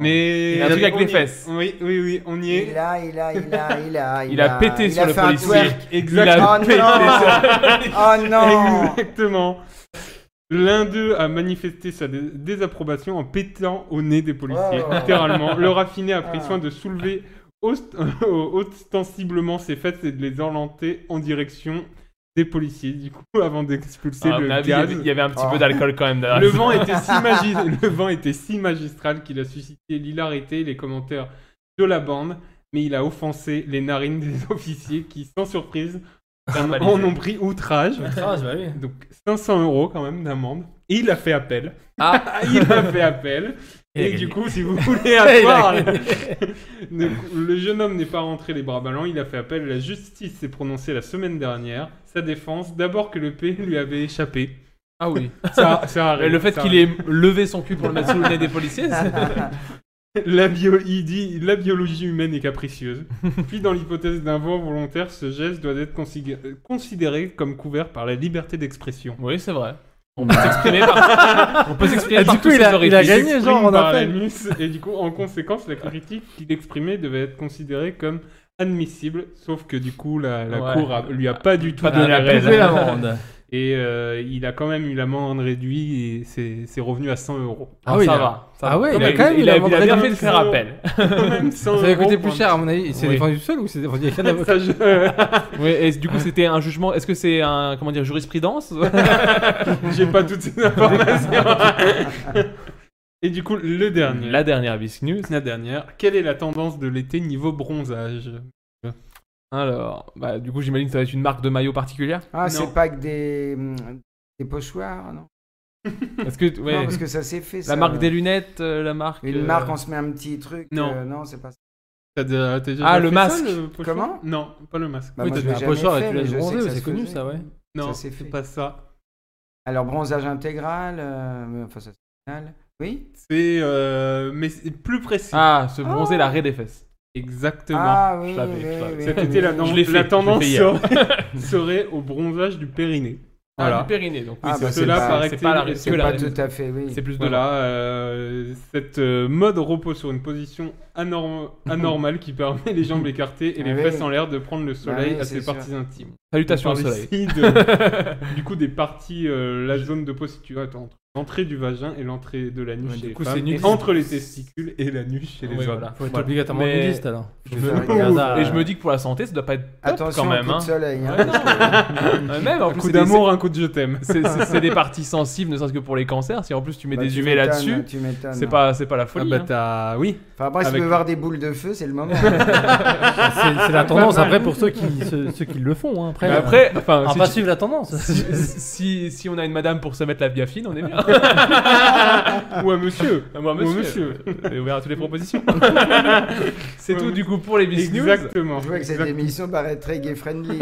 Speaker 8: Mais.
Speaker 7: Il a un truc avec
Speaker 8: on
Speaker 7: les
Speaker 8: y est.
Speaker 7: fesses.
Speaker 8: Oui, oui, oui, on y est.
Speaker 9: Il a, il a, il a, il a,
Speaker 7: Il a pété
Speaker 9: il
Speaker 7: sur
Speaker 9: a
Speaker 7: le
Speaker 9: fait un
Speaker 7: policier.
Speaker 9: twerk.
Speaker 7: Il
Speaker 8: Exactement.
Speaker 7: a
Speaker 9: Oh
Speaker 7: pété
Speaker 9: non Oh non
Speaker 8: Exactement. L'un d'eux a manifesté sa dé- désapprobation en pétant au nez des policiers,
Speaker 9: Oh.
Speaker 8: littéralement. Le raffiné a pris
Speaker 9: Ah.
Speaker 8: soin de soulever ost- ostensiblement ses fesses et de les orienter en direction des policiers, du coup, avant d'expulser
Speaker 7: Ah, à
Speaker 8: le
Speaker 7: mon avis, il y
Speaker 8: gaz.
Speaker 7: avait- il y avait un petit
Speaker 9: Oh.
Speaker 7: peu d'alcool quand même derrière.
Speaker 8: Le vent, était si magi- le vent était si magistral qu'il a suscité l'hilarité et les commentaires de la bande, mais il a offensé les narines des officiers qui, sans surprise, en
Speaker 7: Verbalisé.
Speaker 8: en ont pris outrage.
Speaker 7: Ah,
Speaker 10: Outrage, bah oui.
Speaker 8: Donc 500 euros quand même d'amende. Et il a fait appel.
Speaker 7: Ah.
Speaker 8: il a fait appel.
Speaker 7: Il a
Speaker 8: Et
Speaker 7: gagné.
Speaker 8: du coup, si vous voulez
Speaker 10: Il
Speaker 8: avoir...
Speaker 10: a-
Speaker 8: Donc, le jeune homme n'est pas rentré les bras ballants, il a fait appel. La justice s'est prononcée la semaine dernière. Sa défense, d'abord que le P lui avait échappé.
Speaker 7: Ah oui.
Speaker 8: Ça, ça
Speaker 7: Et
Speaker 8: arrive,
Speaker 7: le fait
Speaker 8: ça
Speaker 7: qu'il
Speaker 8: arrive.
Speaker 7: ait levé son cul pour le mettre sous le nez des policiers, c'est- Ah,
Speaker 8: La, bio- il dit, la biologie humaine est capricieuse. Puis, dans l'hypothèse d'un vol volontaire, ce geste doit être consi- euh, considéré comme couvert par la liberté d'expression.
Speaker 7: Oui, c'est vrai. On peut s'exprimer par, on peut s'exprimer
Speaker 10: Et
Speaker 7: par
Speaker 10: du coup,
Speaker 7: tous
Speaker 10: il
Speaker 7: ces
Speaker 10: a, il a
Speaker 7: orifices.
Speaker 10: gagné, genre,
Speaker 8: Pris
Speaker 10: en
Speaker 8: par
Speaker 10: appel.
Speaker 8: l'anus, et du coup, en conséquence, la critique qu'il exprimait devait être considérée comme admissible, sauf que du coup, la, la
Speaker 7: Ouais.
Speaker 8: cour a- lui a pas du tout
Speaker 7: Pas
Speaker 8: donné
Speaker 7: donné
Speaker 8: la
Speaker 7: la
Speaker 8: raison.
Speaker 10: Doublé l'amende.
Speaker 8: Et euh, il a quand même eu l'amende réduite et c'est c'est revenu à 100 euros.
Speaker 10: Ah oui,
Speaker 7: ça
Speaker 10: il a-
Speaker 7: va. ça
Speaker 10: ah
Speaker 7: va.
Speaker 10: ouais, il a
Speaker 7: il,
Speaker 10: quand même eu
Speaker 7: il a,
Speaker 10: l'amende
Speaker 7: il a bien
Speaker 10: réduite.
Speaker 7: fait de faire appel.
Speaker 8: Quand même 100
Speaker 10: Ça avait
Speaker 8: euros
Speaker 10: coûté
Speaker 8: pour
Speaker 10: plus
Speaker 8: un-
Speaker 10: cher, à mon avis. Il s'est
Speaker 7: Oui.
Speaker 10: défendu tout seul ou il s'est défendu avec un
Speaker 8: Ça,
Speaker 10: avocat
Speaker 8: je-
Speaker 7: Oui, et du coup, c'était un jugement. Est-ce que c'est un comment dire jurisprudence
Speaker 8: J'ai pas toutes ces informations. et du coup, le dernier.
Speaker 7: La dernière bisque news.
Speaker 8: La dernière. Quelle est la tendance de l'été niveau bronzage
Speaker 7: Alors, bah, du coup, j'imagine que ça va être une marque de maillot particulière.
Speaker 9: Ah,
Speaker 8: Non.
Speaker 9: c'est pas que des, hum, des pochoirs, non
Speaker 7: Est-ce que ouais.
Speaker 9: Non, parce que ça s'est fait.
Speaker 7: la
Speaker 9: ça.
Speaker 7: marque des lunettes, euh, la marque
Speaker 9: Une
Speaker 7: euh,
Speaker 9: marque, on se met un petit truc.
Speaker 8: Non.
Speaker 9: euh, non, c'est pas ça.
Speaker 8: T'as déjà- t'as déjà
Speaker 7: Ah,
Speaker 8: fait
Speaker 7: le
Speaker 8: ça,
Speaker 7: masque.
Speaker 8: pochon
Speaker 9: Comment
Speaker 8: Non, pas le masque.
Speaker 9: Bah,
Speaker 10: Oui,
Speaker 9: moi,
Speaker 10: t'as
Speaker 9: je
Speaker 10: fait
Speaker 9: l'ai
Speaker 10: un
Speaker 9: jamais
Speaker 10: pochoir et
Speaker 9: fait,
Speaker 10: tu
Speaker 9: mais
Speaker 10: l'as
Speaker 9: je sais
Speaker 10: bronzé,
Speaker 9: que
Speaker 10: ouais,
Speaker 9: ça
Speaker 10: c'est
Speaker 9: se
Speaker 10: connu
Speaker 9: faisait.
Speaker 10: ça, ouais.
Speaker 8: Non,
Speaker 9: Ça s'est
Speaker 8: c'est
Speaker 9: fait.
Speaker 8: pas ça.
Speaker 9: Alors, bronzage intégral. euh, enfin, ça c'est intégral. Oui
Speaker 8: C'est euh, mais c'est plus précis.
Speaker 7: Ah, se bronzer la raie des fesses.
Speaker 8: Exactement.
Speaker 9: Ah oui,
Speaker 7: je l'avais,
Speaker 9: oui,
Speaker 7: je l'avais.
Speaker 9: oui,
Speaker 8: Cet
Speaker 9: oui,
Speaker 8: été, la,
Speaker 9: oui.
Speaker 8: tendance-
Speaker 7: Je l'ai fait,
Speaker 8: la
Speaker 7: je l'ai
Speaker 8: tendance
Speaker 7: fait hier.
Speaker 8: serait, serait au bronzage du périnée.
Speaker 7: Voilà.
Speaker 8: Voilà.
Speaker 7: Ah, du périnée. Donc,
Speaker 9: Ah,
Speaker 7: oui,
Speaker 9: bah,
Speaker 7: c'est
Speaker 9: c'est
Speaker 7: cela
Speaker 9: pas-
Speaker 7: par
Speaker 8: c'est
Speaker 7: exemple,
Speaker 8: pas la
Speaker 7: que
Speaker 8: raie-
Speaker 9: C'est pas
Speaker 7: raie.
Speaker 9: tout à fait, oui.
Speaker 7: C'est plus de
Speaker 8: Voilà, euh, cette euh, mode repose sur une position anorm- anormale qui permet les jambes écartées et les
Speaker 9: Ah oui.
Speaker 8: fesses en l'air de prendre le soleil
Speaker 9: oui,
Speaker 8: à
Speaker 9: c'est
Speaker 8: ses parties intimes.
Speaker 7: Salutations au
Speaker 8: On parle
Speaker 7: soleil.
Speaker 8: ici de- du coup, des parties, euh, la zone de peau située entre l'entrée du vagin et l'entrée de la nuque
Speaker 10: Ouais,
Speaker 8: chez
Speaker 10: du
Speaker 8: les
Speaker 10: coup,
Speaker 8: femmes,
Speaker 10: c'est nul.
Speaker 8: et entre les testicules et la nuque chez les
Speaker 7: Oui,
Speaker 8: hommes.
Speaker 7: Ah voilà.
Speaker 10: Faut être
Speaker 7: Voilà.
Speaker 10: obligatoirement
Speaker 7: Mais-
Speaker 10: nudiste alors.
Speaker 9: Je
Speaker 7: me-
Speaker 9: vais
Speaker 10: Comme
Speaker 9: regarder.
Speaker 10: ça,
Speaker 7: Et je me dis que pour la santé, ça doit pas être top
Speaker 9: Ah. Attention,
Speaker 7: quand même.
Speaker 9: coup
Speaker 7: Hein.
Speaker 9: de soleil. hein.
Speaker 7: Ouais, non, Ouais, même, en
Speaker 8: Un
Speaker 7: plus,
Speaker 8: coup
Speaker 7: c'est des-
Speaker 8: d'amour, un coup de je t'aime.
Speaker 7: c'est- c'est c'est des parties sensibles, ne serait-ce que pour les cancers. Si en plus tu mets
Speaker 9: Bah,
Speaker 7: des
Speaker 9: tu
Speaker 7: humées
Speaker 9: m'étonnes, Ah, bah,
Speaker 7: là-dessus,
Speaker 9: Tu m'étonnes.
Speaker 7: c'est pas, c'est pas la folie. hein.
Speaker 8: Ah bah t'as... Oui.
Speaker 9: Enfin, après, si tu
Speaker 8: Avec-
Speaker 9: veux voir des boules de feu, c'est le moment. hein.
Speaker 10: C'est
Speaker 7: Bah,
Speaker 10: c'est la tendance après pour ceux qui, ceux, ceux qui le font. hein, Après,
Speaker 7: Mais bah, après, enfin,
Speaker 10: on va
Speaker 7: si,
Speaker 10: pas
Speaker 7: tu-
Speaker 10: suivre la tendance.
Speaker 7: si, si on a une madame pour se mettre la biafine, on est bien.
Speaker 8: Ou un monsieur.
Speaker 7: Moi,
Speaker 8: Ou un
Speaker 7: monsieur. Et ouvert à toutes les propositions. c'est
Speaker 8: Ouais,
Speaker 7: tout
Speaker 8: monsieur.
Speaker 7: du coup pour les Bis News.
Speaker 8: Exactement.
Speaker 9: Je vois que cette
Speaker 8: Exact-
Speaker 9: émission paraît très gay-friendly.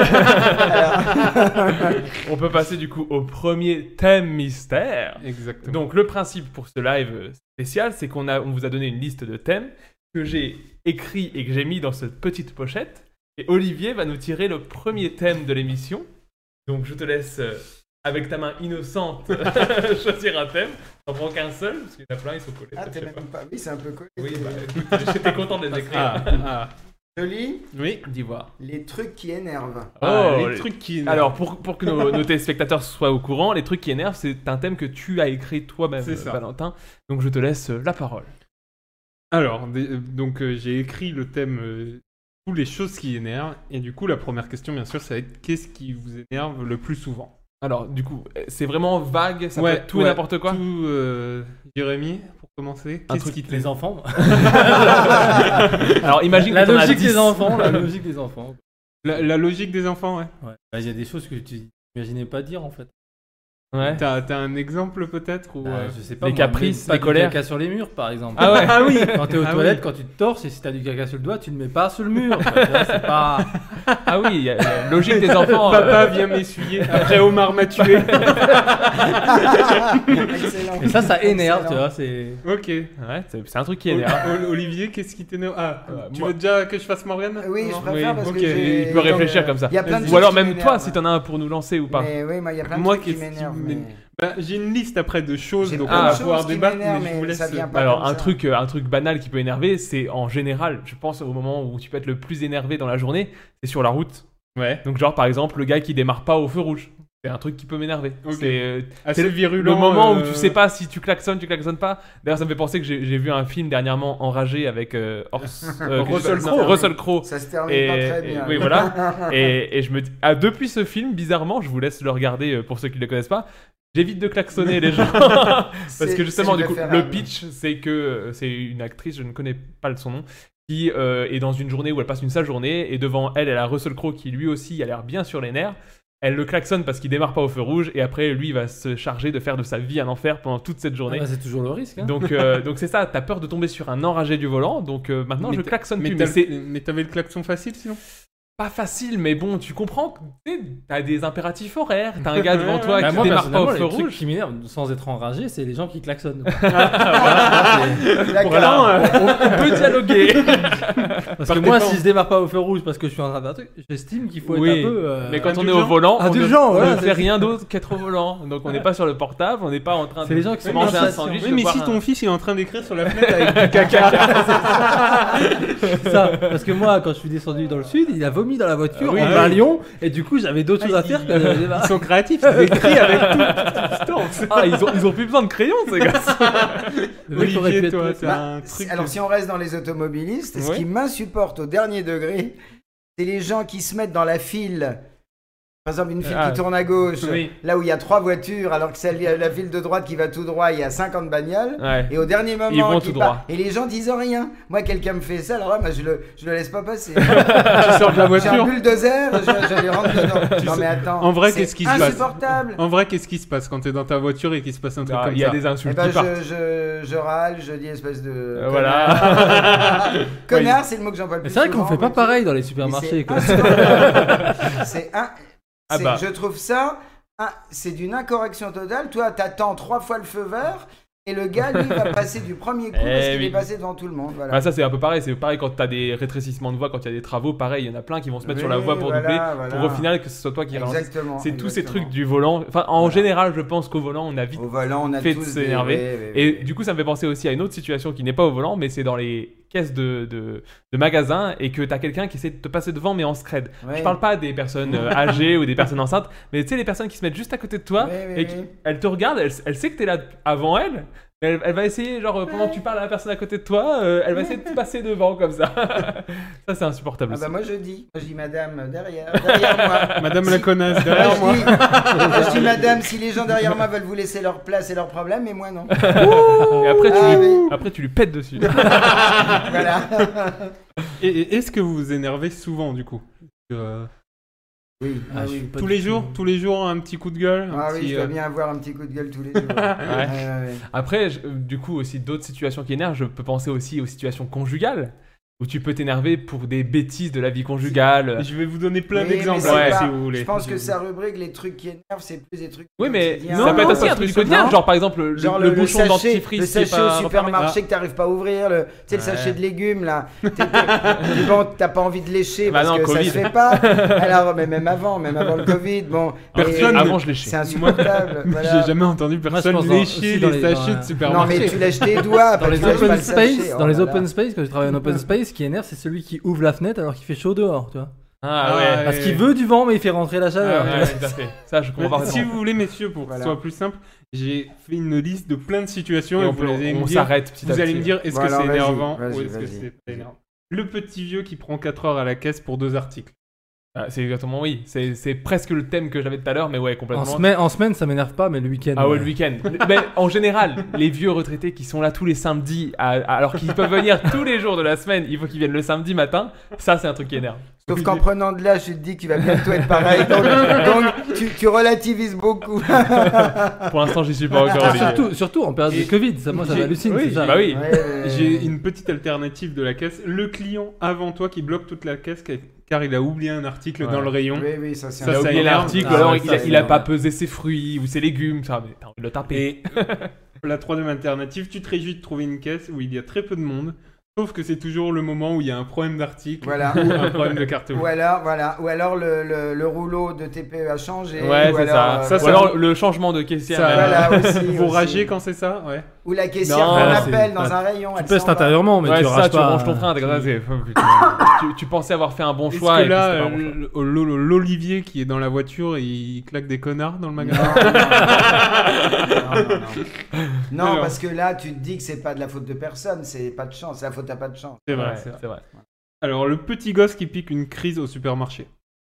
Speaker 7: On peut passer du coup au premier thème mystère.
Speaker 8: Exactement.
Speaker 7: Donc le principe pour ce live euh, spécial, c'est qu'on a, on vous a donné une liste de thèmes que j'ai écrit et que j'ai mis dans cette petite pochette. Et Olivier va nous tirer le premier thème de l'émission. Donc je te laisse, euh, avec ta main innocente, choisir un thème. T'en prends qu'un seul, parce qu'il y en a plein, ils sont collés.
Speaker 9: Ah,
Speaker 7: ça, je
Speaker 9: t'es
Speaker 7: sais
Speaker 9: même
Speaker 7: pas.
Speaker 9: pas. Oui, c'est un peu collé.
Speaker 7: Oui, bah écoute, j'étais content de les
Speaker 8: Ah,
Speaker 7: écrire.
Speaker 8: ah.
Speaker 9: Je lis
Speaker 8: Oui.
Speaker 7: Dis voir.
Speaker 9: les trucs qui énervent.
Speaker 8: Ah,
Speaker 7: Oh,
Speaker 8: les
Speaker 7: les-
Speaker 8: trucs qui.
Speaker 7: Alors, pour, pour que nos, nos téléspectateurs soient au courant, les trucs qui énervent, c'est un thème que tu as écrit toi-même,
Speaker 8: C'est ça.
Speaker 7: Valentin. Donc je te laisse euh, la parole.
Speaker 8: Alors, des- euh, donc euh, j'ai écrit le thème euh, tous les choses qui énervent. Et du coup, la première question, bien sûr, ça va être qu'est-ce qui vous énerve le plus souvent
Speaker 7: Alors, du coup, euh, c'est vraiment vague, ça peut être tout et
Speaker 8: ouais,
Speaker 7: n'importe quoi.
Speaker 8: Tout, euh, Jérémy, pour commencer,
Speaker 7: Un
Speaker 8: qu'est-ce
Speaker 7: truc
Speaker 8: qui
Speaker 10: Les
Speaker 8: t'énerve
Speaker 10: enfants.
Speaker 7: Alors, imagine
Speaker 10: la
Speaker 7: que t'en as
Speaker 10: logique
Speaker 7: 10.
Speaker 10: des enfants, la logique des enfants.
Speaker 8: la, la logique des enfants, ouais.
Speaker 10: Ouais. Bah, il y a des choses que tu imaginais pas dire en fait.
Speaker 7: Ouais. Ah,
Speaker 8: T'as t'as un exemple peut-être ou,
Speaker 10: Bah,
Speaker 8: euh,
Speaker 10: je sais pas.
Speaker 7: les
Speaker 10: moi,
Speaker 7: caprices,
Speaker 10: mettre pas
Speaker 7: les
Speaker 10: du
Speaker 7: colères.
Speaker 10: caca sur les murs par exemple.
Speaker 7: Ah ouais.
Speaker 8: Ah oui
Speaker 10: Quand t'es aux
Speaker 8: Ah
Speaker 10: toilettes,
Speaker 8: oui.
Speaker 10: quand tu te torses et si t'as du caca sur le doigt, tu ne mets pas sur le mur. quoi. Tu vois, c'est pas.
Speaker 7: Ah oui, il y a- il y a logique des enfants. euh,
Speaker 8: Papa vient m'essuyer après Omar m'a tué.
Speaker 9: Excellent.
Speaker 10: Et ça, ça énerve, tu
Speaker 9: Excellent.
Speaker 10: vois. C'est.
Speaker 8: ok.
Speaker 7: euh, Ouais, c'est c'est un truc qui énerve.
Speaker 8: Ol- Olivier, qu'est-ce qui t'énerve Ah,
Speaker 7: Euh,
Speaker 8: tu
Speaker 7: moi-
Speaker 8: veux déjà que je fasse Morgane
Speaker 9: Oui, je
Speaker 8: Non.
Speaker 9: préfère parce
Speaker 8: ok.
Speaker 9: que j'ai-
Speaker 7: Il peut
Speaker 9: Et donc,
Speaker 7: réfléchir
Speaker 9: euh,
Speaker 7: comme ça.
Speaker 9: y a plein de
Speaker 7: Ou
Speaker 9: choses
Speaker 7: alors
Speaker 9: qui
Speaker 7: même toi,
Speaker 9: m'énervent,
Speaker 7: si t'en as un pour nous lancer ou pas.
Speaker 9: Mais oui, moi, il y a plein de
Speaker 8: Moi,
Speaker 9: trucs qui
Speaker 8: qu'est-ce qui
Speaker 9: m'énervent.
Speaker 8: m'énerve
Speaker 9: mais-
Speaker 8: Bah, J'ai une liste après de choses
Speaker 9: J'ai
Speaker 8: donc on
Speaker 9: plein
Speaker 7: de
Speaker 8: va
Speaker 9: choses
Speaker 8: pouvoir
Speaker 9: qui
Speaker 8: débattre,
Speaker 9: m'énervent,
Speaker 8: mais je
Speaker 9: mais
Speaker 8: vous laisse.
Speaker 9: ça vient pas.
Speaker 7: Alors
Speaker 9: comme
Speaker 7: un
Speaker 9: ça.
Speaker 7: truc, euh, un truc banal qui peut énerver, c'est en général, je pense au moment où tu peux être le plus énervé dans la journée, c'est sur la route.
Speaker 8: euh, Ouais.
Speaker 7: Donc genre par exemple le gars qui démarre pas au feu rouge, c'est un truc qui peut m'énerver.
Speaker 8: Ok.
Speaker 7: C'est euh,
Speaker 8: Assez
Speaker 7: le-
Speaker 8: virulent.
Speaker 7: le moment où
Speaker 8: euh,
Speaker 7: tu sais pas si tu klaxonnes, tu klaxonnes pas. D'ailleurs ça me fait penser que j'ai j'ai vu un film dernièrement enragé avec euh, Ors- euh, que-
Speaker 8: Russell
Speaker 7: non,
Speaker 8: Crowe.
Speaker 7: Russell Crowe.
Speaker 9: Ça se termine
Speaker 7: Et,
Speaker 9: Ah pas très
Speaker 7: et-
Speaker 9: bien.
Speaker 7: oui, voilà. et, et je me dis, ah, depuis ce film, bizarrement, je vous laisse le regarder euh, pour ceux qui ne le connaissent pas. J'évite de klaxonner les gens parce que justement, du coup, le pitch, c'est que euh, c'est une actrice, je ne connais pas le- son nom, qui euh, est dans une journée où elle passe une sale journée et devant elle, elle a Russell Crowe qui lui aussi a l'air bien sur les nerfs. Elle le klaxonne parce qu'il démarre pas au feu rouge et après, lui va se charger de faire de sa vie un enfer pendant toute cette
Speaker 10: Ah
Speaker 7: journée.
Speaker 10: bah, c'est toujours le risque. Hein.
Speaker 7: donc, euh, donc c'est ça. T'as peur de tomber sur un enragé du volant. Donc euh, maintenant,
Speaker 8: Mais
Speaker 7: je
Speaker 8: t'as-
Speaker 7: klaxonne
Speaker 8: mais
Speaker 7: plus. Mais
Speaker 8: t'as-
Speaker 7: c'est
Speaker 8: Mais t'avais le klaxon facile sinon
Speaker 7: pas facile, mais bon, tu comprends que tu sais, t'as des impératifs horaires, t'as un gars devant toi
Speaker 10: Bah,
Speaker 7: qui
Speaker 10: moi,
Speaker 7: démarre pas
Speaker 10: personnellement,
Speaker 7: au
Speaker 10: les
Speaker 7: feu
Speaker 10: trucs
Speaker 7: rouge.
Speaker 10: qui m'énervent, sans être enragé, c'est les gens qui klaxonnent.
Speaker 9: D'accord.
Speaker 10: euh,
Speaker 7: On peut dialoguer.
Speaker 10: Parce
Speaker 8: Par
Speaker 10: que moi,
Speaker 8: défense.
Speaker 10: si je démarre pas au feu rouge parce que je suis en train de faire un truc, j'estime qu'il faut
Speaker 7: Oui,
Speaker 10: être un peu. euh,
Speaker 7: mais quand on est
Speaker 8: indulgent.
Speaker 7: au volant, on ne,
Speaker 10: Indulgent,
Speaker 7: on
Speaker 10: voilà,
Speaker 7: ne fait
Speaker 10: c'est-
Speaker 7: rien d'autre qu'être au volant. Donc on n'est pas sur le portable, on n'est pas en train de
Speaker 10: C'est les gens qui sont
Speaker 7: manger un
Speaker 10: insatiables.
Speaker 7: sandwich.
Speaker 8: Oui,
Speaker 7: de
Speaker 8: mais
Speaker 7: boire
Speaker 8: si
Speaker 7: un-
Speaker 8: ton fils est en train d'écrire sur la fenêtre avec du caca.
Speaker 10: ça. Parce que moi, quand je suis descendu dans le sud, il a vomi dans la voiture,
Speaker 8: oui,
Speaker 10: on
Speaker 8: ah
Speaker 10: va à
Speaker 8: oui.
Speaker 10: Lyon, et du coup, j'avais d'autres choses à faire que de
Speaker 8: Ils
Speaker 10: démarrer.
Speaker 8: sont créatifs, ils écrivent avec
Speaker 7: Ah, ils ont, ils ont plus besoin de crayons, ces gars.
Speaker 10: Le
Speaker 8: tout.
Speaker 10: mec aurait pu
Speaker 8: Olivier,
Speaker 10: être
Speaker 8: toi,
Speaker 10: mieux.
Speaker 9: Bah,
Speaker 8: t'as un truc.
Speaker 9: si- Alors, si on reste dans les automobilistes, ce
Speaker 7: Ouais.
Speaker 9: qui m'insupporte au dernier degré, c'est les gens qui se mettent dans la file. Par exemple, une file
Speaker 7: Ah.
Speaker 9: qui tourne à gauche,
Speaker 7: Oui.
Speaker 9: là où il y a trois voitures, alors que celle la file de droite qui va tout droit, il y a 50 bagnoles.
Speaker 7: Ouais.
Speaker 9: Et au dernier moment,
Speaker 7: Ils vont
Speaker 9: qui
Speaker 7: tout
Speaker 9: part-
Speaker 7: droit.
Speaker 9: Et les gens disent rien. Moi, quelqu'un me fait ça, alors là, moi, je le, je le laisse pas passer.
Speaker 8: tu sors de la
Speaker 9: J'ai un
Speaker 8: voiture.
Speaker 9: bulldozer, je, je les rentre dedans. Non,
Speaker 8: sais-
Speaker 9: mais attends.
Speaker 8: en vrai,
Speaker 9: c'est
Speaker 8: qu'est-ce qui se passe
Speaker 9: Insupportable.
Speaker 8: En vrai, qu'est-ce qui se passe quand t'es dans ta voiture et qu'il se passe un truc
Speaker 7: Ah,
Speaker 8: comme
Speaker 7: Il y a
Speaker 8: ça
Speaker 7: des
Speaker 9: Eh
Speaker 7: insultes
Speaker 9: ben,
Speaker 7: qui partent.
Speaker 9: je, je, je râle, je dis espèce de.
Speaker 7: Euh, voilà.
Speaker 9: Connard, c'est le mot que j'emploie le
Speaker 10: Mais
Speaker 9: plus.
Speaker 10: c'est vrai qu'on
Speaker 9: souvent,
Speaker 10: fait pas
Speaker 9: mais-
Speaker 10: pareil dans les
Speaker 9: mais
Speaker 10: supermarchés.
Speaker 9: c'est
Speaker 10: quoi.
Speaker 9: insupportable. C'est un.
Speaker 7: Ah
Speaker 9: c'est-
Speaker 7: bah.
Speaker 9: Je trouve ça. un- C'est d'une incorrection totale. Toi, t'attends trois fois le feu vert et le gars, lui, va passer du premier coup
Speaker 7: Eh
Speaker 9: parce qu'il
Speaker 7: oui.
Speaker 9: est passé devant tout le monde. Voilà.
Speaker 7: Bah, ça c'est un peu pareil, c'est pareil quand t'as des rétrécissements de voie, quand il y a des travaux, pareil, il y en a plein qui vont se mettre sur la
Speaker 9: Oui,
Speaker 7: voie pour
Speaker 9: voilà,
Speaker 7: doubler,
Speaker 9: voilà.
Speaker 7: pour au final que ce soit toi qui ralentis.
Speaker 9: Exactement.
Speaker 7: C'est tous ces
Speaker 9: exactement.
Speaker 7: trucs du volant. Enfin, en
Speaker 9: Voilà.
Speaker 7: général, je pense qu'au volant, on a vite.
Speaker 9: Au volant, on a
Speaker 7: fait de
Speaker 9: tous
Speaker 7: s'énerver.
Speaker 9: ouais, ouais,
Speaker 7: Et
Speaker 9: ouais.
Speaker 7: du coup, ça me fait penser aussi à une autre situation qui n'est pas au volant, mais c'est dans les caisses de, de, de magasins et que t'as quelqu'un qui essaie de te passer devant, mais en scred.
Speaker 9: Ouais.
Speaker 7: Je parle pas des personnes euh, âgées ou des personnes enceintes, mais tu sais, les personnes qui se mettent juste à côté de toi
Speaker 9: Ouais, ouais,
Speaker 7: et qui-
Speaker 9: ouais.
Speaker 7: elles te regardent, elles, elles sait que t'es là avant elle. mais Elle, elle va essayer, genre, euh, pendant que tu parles à la personne à côté de toi, euh, elle va essayer de te passer devant comme ça. ça, c'est insupportable.
Speaker 9: Ah bah
Speaker 7: aussi.
Speaker 9: moi je dis, moi je dis madame derrière, derrière moi.
Speaker 8: Madame
Speaker 9: Si-
Speaker 8: la connasse derrière moi.
Speaker 9: Moi, je dis- moi, je dis madame, si les gens derrière moi veulent vous laisser leur place et leurs problèmes, mais moi non.
Speaker 7: Et après tu,
Speaker 9: Ah
Speaker 7: lui,
Speaker 9: oui.
Speaker 7: après, tu lui pètes dessus.
Speaker 9: Voilà.
Speaker 7: Ah,
Speaker 8: Et, et est-ce que vous vous énervez souvent du coup Euh,
Speaker 9: Oui,
Speaker 10: Ah, je suis pas
Speaker 8: Tous
Speaker 10: du
Speaker 8: les
Speaker 10: tout-
Speaker 8: jours, tous les jours un petit coup de gueule. un
Speaker 9: Ah oui,
Speaker 8: petit,
Speaker 9: je dois
Speaker 8: euh,
Speaker 9: bien avoir un petit coup de gueule tous les jours. Ouais, ouais, ouais.
Speaker 7: Après, je- euh, du coup, aussi d'autres situations qui énervent, je peux penser aussi aux situations conjugales. où tu peux t'énerver pour des bêtises de la vie conjugale.
Speaker 8: Je vais vous donner plein
Speaker 9: Oui, mais
Speaker 8: d'exemples
Speaker 9: c'est
Speaker 7: ouais,
Speaker 9: pas-
Speaker 8: si vous voulez.
Speaker 9: Je pense que
Speaker 8: Je-
Speaker 9: sa rubrique, les trucs qui énervent, c'est plus des trucs.
Speaker 7: Oui, mais
Speaker 9: quotidiens.
Speaker 7: ça peut être
Speaker 10: Non,
Speaker 7: un seul
Speaker 10: non,
Speaker 7: truc du
Speaker 10: non.
Speaker 7: quotidien, genre par exemple le,
Speaker 9: Genre
Speaker 7: le bouchon
Speaker 9: sachet-
Speaker 7: dentifrice
Speaker 9: le
Speaker 7: qui est
Speaker 9: sachet
Speaker 7: pas
Speaker 9: au
Speaker 7: refermé.
Speaker 9: supermarché que t'arrives pas à ouvrir, le, tu sais, le
Speaker 7: Ouais.
Speaker 9: sachet de légumes là. T'es- t'es- t'es- bon, t'as pas envie de lécher
Speaker 7: Bah
Speaker 9: parce
Speaker 7: non,
Speaker 9: que
Speaker 7: Covid.
Speaker 9: ça se fait pas. Alors, mais même avant, même avant le Covid, bon.
Speaker 7: Ah,
Speaker 8: Personne
Speaker 9: mais-
Speaker 8: ne-
Speaker 7: Avant je léchais.
Speaker 9: C'est
Speaker 8: Euh,
Speaker 9: insupportable. voilà.
Speaker 8: J'ai jamais entendu personne
Speaker 10: pense dans-
Speaker 8: lécher
Speaker 10: aussi dans
Speaker 8: les
Speaker 10: les- dans
Speaker 8: sachets
Speaker 10: la-
Speaker 8: de
Speaker 9: Non,
Speaker 8: supermarché.
Speaker 9: mais tu lèches tes doigts.
Speaker 10: Dans
Speaker 9: pas-
Speaker 10: les
Speaker 9: Ah, tu lèches pas
Speaker 10: open
Speaker 9: le sachet,
Speaker 10: space,
Speaker 9: oh
Speaker 10: dans les
Speaker 9: là là.
Speaker 10: open space, quand je travaille en open space, ce qui énerve, c'est celui qui ouvre la fenêtre alors qu'il fait chaud dehors, tu vois.
Speaker 7: Ah
Speaker 8: Ah,
Speaker 7: ouais.
Speaker 8: ouais.
Speaker 10: Parce qu'il veut du vent, mais il fait rentrer la
Speaker 7: Ah
Speaker 10: chaleur. tu
Speaker 7: ouais,
Speaker 10: vois.
Speaker 7: tout à fait. Ça je
Speaker 8: Mais
Speaker 7: comprends pas.
Speaker 8: si vous voulez, messieurs, pour que
Speaker 9: Voilà.
Speaker 8: ce soit plus simple, j'ai fait une liste de plein de situations
Speaker 7: Et
Speaker 8: et,
Speaker 7: on
Speaker 8: vous
Speaker 7: peut-
Speaker 8: allez me
Speaker 7: on
Speaker 8: dire-
Speaker 7: s'arrête petit à
Speaker 8: Vous allez me
Speaker 7: petit.
Speaker 8: dire, est-ce
Speaker 9: Voilà,
Speaker 8: que c'est
Speaker 9: vas-y,
Speaker 8: énervant
Speaker 9: vas-y,
Speaker 8: ou est-ce que
Speaker 9: vas-y.
Speaker 8: c'est pas énervant Le petit vieux qui prend 4 heures à la caisse pour deux articles.
Speaker 7: Ah, c'est exactement oui. C'est c'est presque le thème que j'avais tout à l'heure, mais ouais
Speaker 10: En,
Speaker 7: complètement.
Speaker 10: semaine, en semaine, ça m'énerve pas, mais le week-end.
Speaker 7: Ah ouais,
Speaker 10: euh,
Speaker 7: le week-end. Ben, en général, les vieux retraités qui sont là tous les samedis, à- alors qu'ils peuvent venir tous les jours de la semaine, il faut qu'ils viennent le samedi matin. Ça, c'est un truc qui énerve.
Speaker 9: Sauf qu'en prenant de l'âge, tu te dis que tu vas bientôt être pareil. Donc, donc tu, tu relativises beaucoup.
Speaker 7: Pour l'instant, j'y suis pas encore. Olivier.
Speaker 10: Ah, Surtout, surtout en période
Speaker 8: Et-
Speaker 10: de Covid, ça, moi Oh, ça
Speaker 8: J'ai-
Speaker 10: m'hallucine.
Speaker 7: Oui,
Speaker 10: c'est ça.
Speaker 7: bah oui.
Speaker 9: Ouais, ouais, ouais.
Speaker 8: J'ai une petite alternative de la caisse. Le client avant toi qui bloque toute la caisse ca- car il a oublié un article
Speaker 7: Ouais.
Speaker 8: dans le rayon.
Speaker 9: Oui, oui, ça c'est
Speaker 8: Ça,
Speaker 7: Il a
Speaker 9: un-
Speaker 7: oublié
Speaker 8: énerve.
Speaker 7: l'article,
Speaker 10: Ah,
Speaker 7: alors
Speaker 10: ouais,
Speaker 7: il,
Speaker 10: ça
Speaker 7: a, il a
Speaker 10: énerve.
Speaker 7: pas pesé ses fruits ou ses légumes, ça, mais t'as envie de le taper.
Speaker 8: Et la troisième alternative, tu te réjouis de trouver une caisse où il y a très peu de monde, sauf que c'est toujours le moment où il y a un problème d'article
Speaker 9: Voilà.
Speaker 8: ou un problème de carton.
Speaker 9: Ou alors, voilà, ou alors le, le, le rouleau de TPE a changé.
Speaker 7: Ouais,
Speaker 9: ou
Speaker 7: c'est
Speaker 9: alors,
Speaker 7: ça.
Speaker 9: euh,
Speaker 8: Ça,
Speaker 7: Ou
Speaker 8: ça-
Speaker 7: alors le changement de caissière.
Speaker 8: ça-
Speaker 7: même.
Speaker 9: Voilà, aussi.
Speaker 8: Vous
Speaker 9: aussi.
Speaker 8: ragez quand c'est ça Ouais.
Speaker 9: Ou la caissière
Speaker 7: Non,
Speaker 9: fait un
Speaker 7: c'est-
Speaker 9: appel dans un rayon.
Speaker 10: Tu
Speaker 9: elle
Speaker 10: pestes
Speaker 9: s'en va.
Speaker 10: intérieurement, mais
Speaker 7: Ouais,
Speaker 10: tu
Speaker 7: c'est ça,
Speaker 10: rages
Speaker 7: tu
Speaker 10: pas.
Speaker 7: ranges ton frein. t'es comme ça, c'est- Oh, tu, tu pensais avoir fait un bon
Speaker 8: Est-ce
Speaker 7: choix.
Speaker 8: que
Speaker 7: et
Speaker 8: là,
Speaker 7: puis c'était pas un bon choix.
Speaker 8: euh, l'o- l'o- l'Olivier qui est dans la voiture, il claque des connards dans le
Speaker 9: Non,
Speaker 8: magasin
Speaker 9: non, non, non, non. Non,
Speaker 8: Alors.
Speaker 9: parce que là, tu te dis que c'est pas de la faute de personne, c'est pas de chance, c'est la faute à pas de chance.
Speaker 8: C'est vrai,
Speaker 7: Ouais,
Speaker 8: c'est vrai.
Speaker 7: c'est vrai.
Speaker 8: Alors, le petit gosse qui pique une crise au supermarché.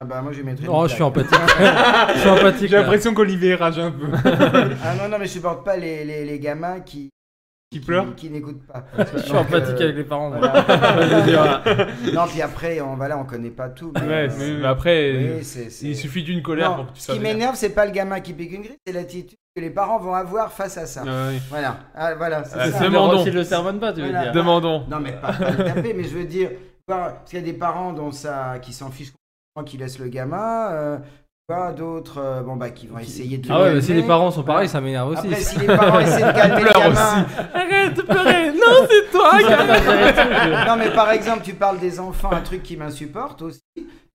Speaker 9: Ah bah moi, je lui mettrais. une
Speaker 10: Oh,
Speaker 9: claque.
Speaker 10: je suis empathique. je suis empathique.
Speaker 8: J'ai
Speaker 10: là.
Speaker 8: l'impression qu'Olivier rage un peu.
Speaker 9: Ah non, non, mais je supporte pas les, les, les gamins qui,
Speaker 8: qui pleure
Speaker 9: qui, n'écoutent pas.
Speaker 10: Je suis empathique avec les parents. moi.
Speaker 9: Voilà. non, puis après, on, voilà, on connaît pas tout. mais,
Speaker 7: Ouais,
Speaker 9: euh,
Speaker 7: mais, mais après,
Speaker 9: oui,
Speaker 7: euh,
Speaker 9: c'est- c'est-
Speaker 7: il suffit d'une colère
Speaker 9: Non,
Speaker 7: pour que tu
Speaker 9: ce
Speaker 7: sois.
Speaker 9: qui m'énerve, c'est pas le gamin qui pique une grille, c'est l'attitude que les parents vont avoir face à ça.
Speaker 8: Ah ouais.
Speaker 9: Voilà, Ah, voilà, c'est
Speaker 7: Ah,
Speaker 9: ça.
Speaker 7: c'est
Speaker 10: Le
Speaker 7: Demandons.
Speaker 10: Rothschild le sermonne pas, tu veux
Speaker 9: Voilà.
Speaker 10: dire.
Speaker 7: Demandons.
Speaker 9: Non, mais pas, pas le taper, mais je veux dire, voir- parce qu'il y a des parents dont ça, qui s'en fichent complètement, qui laissent le gamin, euh, pas d'autres, euh, bon bah, qui vont essayer de. le
Speaker 10: Ah ouais, mais
Speaker 9: calmer.
Speaker 10: si les parents sont pareils, ça m'énerve aussi.
Speaker 9: Après, si les parents essaient de calmer le
Speaker 7: Pleure
Speaker 9: gamin.
Speaker 7: Arrête de pleurer Non, c'est toi
Speaker 9: Non, mais par exemple, tu parles des enfants, un truc qui m'insupporte aussi.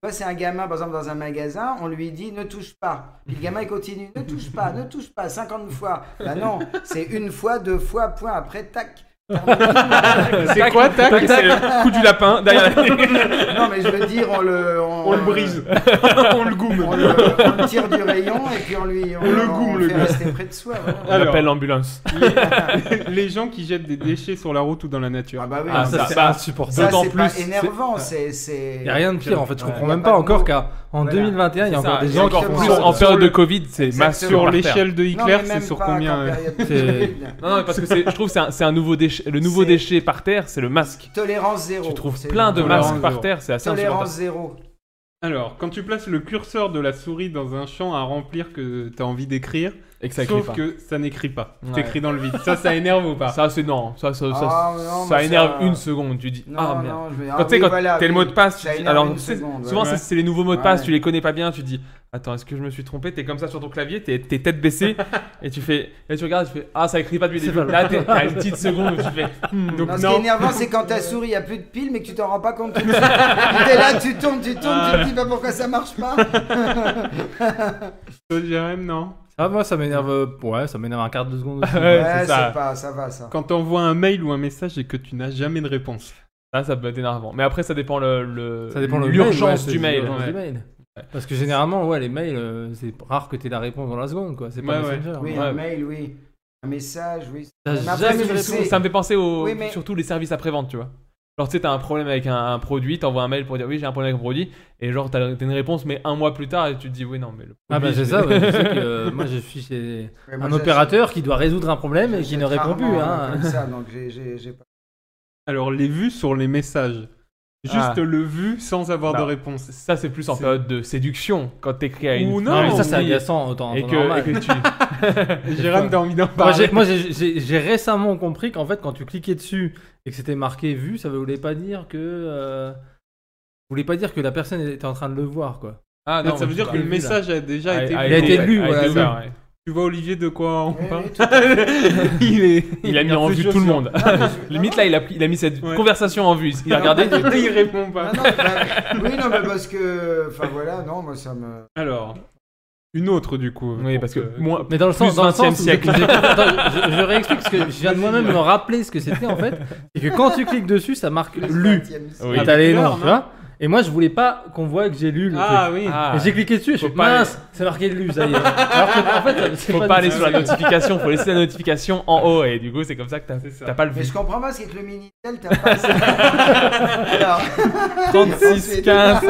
Speaker 9: Moi, c'est un gamin, par exemple, dans un magasin, on lui dit ne touche pas. Puis le gamin, il continue ne touche pas, ne touche pas, 50 fois. Bah non, c'est une fois, deux fois, point, après, tac.
Speaker 8: C'est quoi, tac
Speaker 7: C'est le coup du lapin derrière la-
Speaker 9: Non, mais je veux dire, on le. On,
Speaker 8: On le brise. On le goume.
Speaker 9: On le, on le tire du rayon et puis on lui. On,
Speaker 8: le
Speaker 9: on
Speaker 8: goume,
Speaker 9: fait
Speaker 8: le gars.
Speaker 9: rester près de soi. voilà.
Speaker 7: On
Speaker 8: Alors.
Speaker 7: appelle l'ambulance.
Speaker 8: Les gens qui jettent des déchets sur la route ou dans la nature.
Speaker 9: Ah bah oui,
Speaker 7: Ah,
Speaker 9: ça,
Speaker 7: ça,
Speaker 10: c'est
Speaker 7: ça,
Speaker 9: ça,
Speaker 7: d'autant
Speaker 9: c'est pas Ah.
Speaker 7: plus,
Speaker 9: énervant, c'est. c'est-
Speaker 10: Il y a rien de pire en fait, je
Speaker 9: Ouais.
Speaker 10: comprends
Speaker 9: Y a
Speaker 10: même
Speaker 9: pas
Speaker 10: pas
Speaker 9: de mots.
Speaker 10: encore qu'à en
Speaker 9: Voilà.
Speaker 10: 2021, il y a
Speaker 7: C'est
Speaker 10: encore
Speaker 7: ça,
Speaker 10: des
Speaker 7: et
Speaker 10: gens qui
Speaker 7: encore
Speaker 10: font
Speaker 7: plus
Speaker 9: ça.
Speaker 7: en
Speaker 10: ça.
Speaker 7: période de Covid, c'est masse
Speaker 9: Exactement.
Speaker 8: Sur
Speaker 7: par terre.
Speaker 8: l'échelle de
Speaker 9: Non, mais
Speaker 8: Hitler, c'est
Speaker 9: même
Speaker 8: sur
Speaker 9: pas qu'en
Speaker 8: combien euh,
Speaker 9: période de
Speaker 10: C'est-
Speaker 9: Covid.
Speaker 7: Non, non, parce que c'est- je trouve que c'est un, c'est un nouveau déchet. Le nouveau
Speaker 9: C'est-
Speaker 7: déchet par terre, c'est le masque.
Speaker 9: Tolérance zéro.
Speaker 7: Tu trouves
Speaker 9: c'est-
Speaker 7: plein de
Speaker 8: Tolérance
Speaker 7: masques par
Speaker 8: zéro.
Speaker 7: terre, c'est assez
Speaker 9: Tolérance
Speaker 7: insupportable.
Speaker 9: zéro.
Speaker 8: Alors, quand tu places le curseur de la souris dans un champ à remplir que t'as envie d'écrire,
Speaker 7: Et que ça écrit
Speaker 8: sauf
Speaker 7: pas.
Speaker 8: que ça n'écrit pas.
Speaker 7: Ouais.
Speaker 8: T'écris dans le vide. Ça, ça énerve ou pas
Speaker 7: Ça, c'est non. Ça, ça, ça,
Speaker 9: Ah, non,
Speaker 7: ça
Speaker 9: mais
Speaker 7: énerve
Speaker 9: ça-
Speaker 7: une seconde. Tu dis,
Speaker 9: Non,
Speaker 7: ah merde.
Speaker 9: non, je vais- ah
Speaker 7: Quand tu sais,
Speaker 9: oui,
Speaker 7: quand
Speaker 9: voilà,
Speaker 7: t'as le
Speaker 9: oui,
Speaker 7: mot de passe, tu
Speaker 9: ça
Speaker 7: dis-
Speaker 9: énerve
Speaker 7: alors
Speaker 9: une
Speaker 7: tu sais,
Speaker 9: seconde,
Speaker 7: souvent
Speaker 9: ouais.
Speaker 7: c'est- c'est les nouveaux mots de passe,
Speaker 9: Ouais.
Speaker 7: tu les connais pas bien, tu dis attends est-ce que je me suis trompé, t'es comme ça sur ton clavier, t'es t'es tête baissée et tu fais et tu regardes, tu fais ah ça écrit pas depuis le début. Là t'es- t'as une petite seconde où tu fais hmm, donc
Speaker 9: Non, ce qui est
Speaker 7: non.
Speaker 9: énervant, c'est quand ta souris a plus de piles, mais que tu t'en rends pas compte. tout de suite. T'es là, tu tombes, tu tombes, tu te dis pas pourquoi ça marche pas.
Speaker 8: Toi, Jérém, non
Speaker 10: Ah moi ça m'énerve, euh, ouais ça m'énerve un quart de seconde. aussi.
Speaker 7: Ouais, c'est
Speaker 9: ouais,
Speaker 7: ça.
Speaker 9: c'est pas, ça va ça.
Speaker 8: Quand t'envoies un mail ou un message et que tu n'as jamais de réponse.
Speaker 7: Ça ça peut être énervant. Mais après ça dépend le, le-
Speaker 10: Ça dépend le
Speaker 7: l'urgence du mail.
Speaker 10: l'urgence
Speaker 8: ouais.
Speaker 10: du mail. Parce que généralement ouais les mails euh, c'est rare que t'aies la réponse dans la seconde quoi, c'est pas
Speaker 8: Ouais, ouais.
Speaker 10: Messenger. hein.
Speaker 9: Oui,
Speaker 7: Ouais.
Speaker 9: un mail, oui. Un message, oui.
Speaker 10: T'as
Speaker 9: Mais après,
Speaker 10: jamais
Speaker 9: tu
Speaker 10: de
Speaker 9: le
Speaker 10: réponse.
Speaker 9: sais.
Speaker 7: Ça me fait penser au,
Speaker 9: Oui, mais-
Speaker 7: surtout les services après vente tu vois. Genre tu sais t'as un problème avec un, un produit, t'envoies un mail pour dire oui j'ai un problème avec un produit et genre t'as t'as une réponse mais un mois plus tard et tu te dis oui non mais le
Speaker 10: Ah bah
Speaker 7: produit,
Speaker 10: c'est
Speaker 7: je-
Speaker 10: ça, ouais, je sais que euh, moi je suis chez
Speaker 9: Ouais, moi,
Speaker 10: un
Speaker 9: j'achète-
Speaker 10: opérateur qui doit résoudre un problème et
Speaker 9: j'achète
Speaker 10: qui ne répond plus.
Speaker 9: rarement,
Speaker 10: Hein.
Speaker 9: Comme ça, donc j'ai- j'ai j'ai pas.
Speaker 8: Alors, les vues sur les messages. Juste
Speaker 7: Ah.
Speaker 8: le vu sans avoir
Speaker 7: Non.
Speaker 8: de réponse.
Speaker 7: Ça, c'est plus en
Speaker 8: C'est-
Speaker 7: période de séduction quand t'écris à une
Speaker 8: Ou
Speaker 9: Ah
Speaker 7: fille.
Speaker 8: non,
Speaker 10: Non mais ça c'est
Speaker 7: Oui.
Speaker 10: agaçant autant.
Speaker 7: et que, et que tu
Speaker 8: Jérôme t'as envie d'en
Speaker 10: Moi, j'ai-
Speaker 8: parler.
Speaker 10: Moi, j'ai- j'ai j'ai récemment compris qu'en fait, quand tu cliquais dessus et que c'était marqué vu, ça voulait pas dire que. euh, voulait pas dire que la personne était en train de le voir, quoi.
Speaker 7: Ah non,
Speaker 8: ça veut
Speaker 7: mais
Speaker 8: dire
Speaker 7: je
Speaker 8: que le
Speaker 10: vu,
Speaker 8: message a
Speaker 7: sais
Speaker 8: déjà
Speaker 7: pas.
Speaker 8: été
Speaker 10: a été
Speaker 7: ouais,
Speaker 10: lu,
Speaker 7: ah, a
Speaker 10: voilà,
Speaker 7: été
Speaker 10: ça.
Speaker 7: lu.
Speaker 8: Tu vois Olivier de quoi on
Speaker 9: Oui,
Speaker 8: parle
Speaker 9: oui, tout à
Speaker 8: Il est.
Speaker 7: Il a mis en
Speaker 8: ses
Speaker 7: vue tout le
Speaker 8: chaussures.
Speaker 7: monde.
Speaker 9: Non, mais-
Speaker 7: Limite là, il a, pris- il a mis cette
Speaker 8: Ouais.
Speaker 7: conversation en vue. Il a
Speaker 9: Non,
Speaker 7: regardé.
Speaker 9: mais-
Speaker 8: Il répond pas.
Speaker 9: Ah non, bah, oui, non, mais parce que. Enfin voilà, non, moi ça me.
Speaker 8: Alors, une autre du coup.
Speaker 7: Oui,
Speaker 8: pour
Speaker 7: parce que
Speaker 8: que-
Speaker 7: moi,
Speaker 10: Mais dans le sens,
Speaker 7: Plus
Speaker 10: dans le sens
Speaker 7: 20e siècle.
Speaker 10: où- Attends, je, je réexplique parce que je viens de moi-même me rappeler ce que c'était en fait. C'est que quand tu cliques dessus, ça marque lu.
Speaker 7: Oui.
Speaker 10: Et t'as les
Speaker 8: Couleur,
Speaker 10: noms, tu vois. Et moi, je voulais pas qu'on voit que j'ai lu le
Speaker 8: Ah
Speaker 10: truc.
Speaker 8: oui.
Speaker 7: Ah,
Speaker 10: Et j'ai cliqué dessus et je
Speaker 7: Faut
Speaker 10: fais
Speaker 7: pas
Speaker 10: mince, c'est marqué lu, ça y est. Alors que, en fait, c'est
Speaker 7: faut pas,
Speaker 10: du-
Speaker 7: aller sur la notification. Faut laisser la notification en haut et du coup, c'est comme ça que t'as-
Speaker 8: C'est ça.
Speaker 7: t'as pas le
Speaker 9: Mais
Speaker 7: vu.
Speaker 9: je comprends pas, c'est que le Minitel, t'as pas. Alors,
Speaker 7: 36, 15.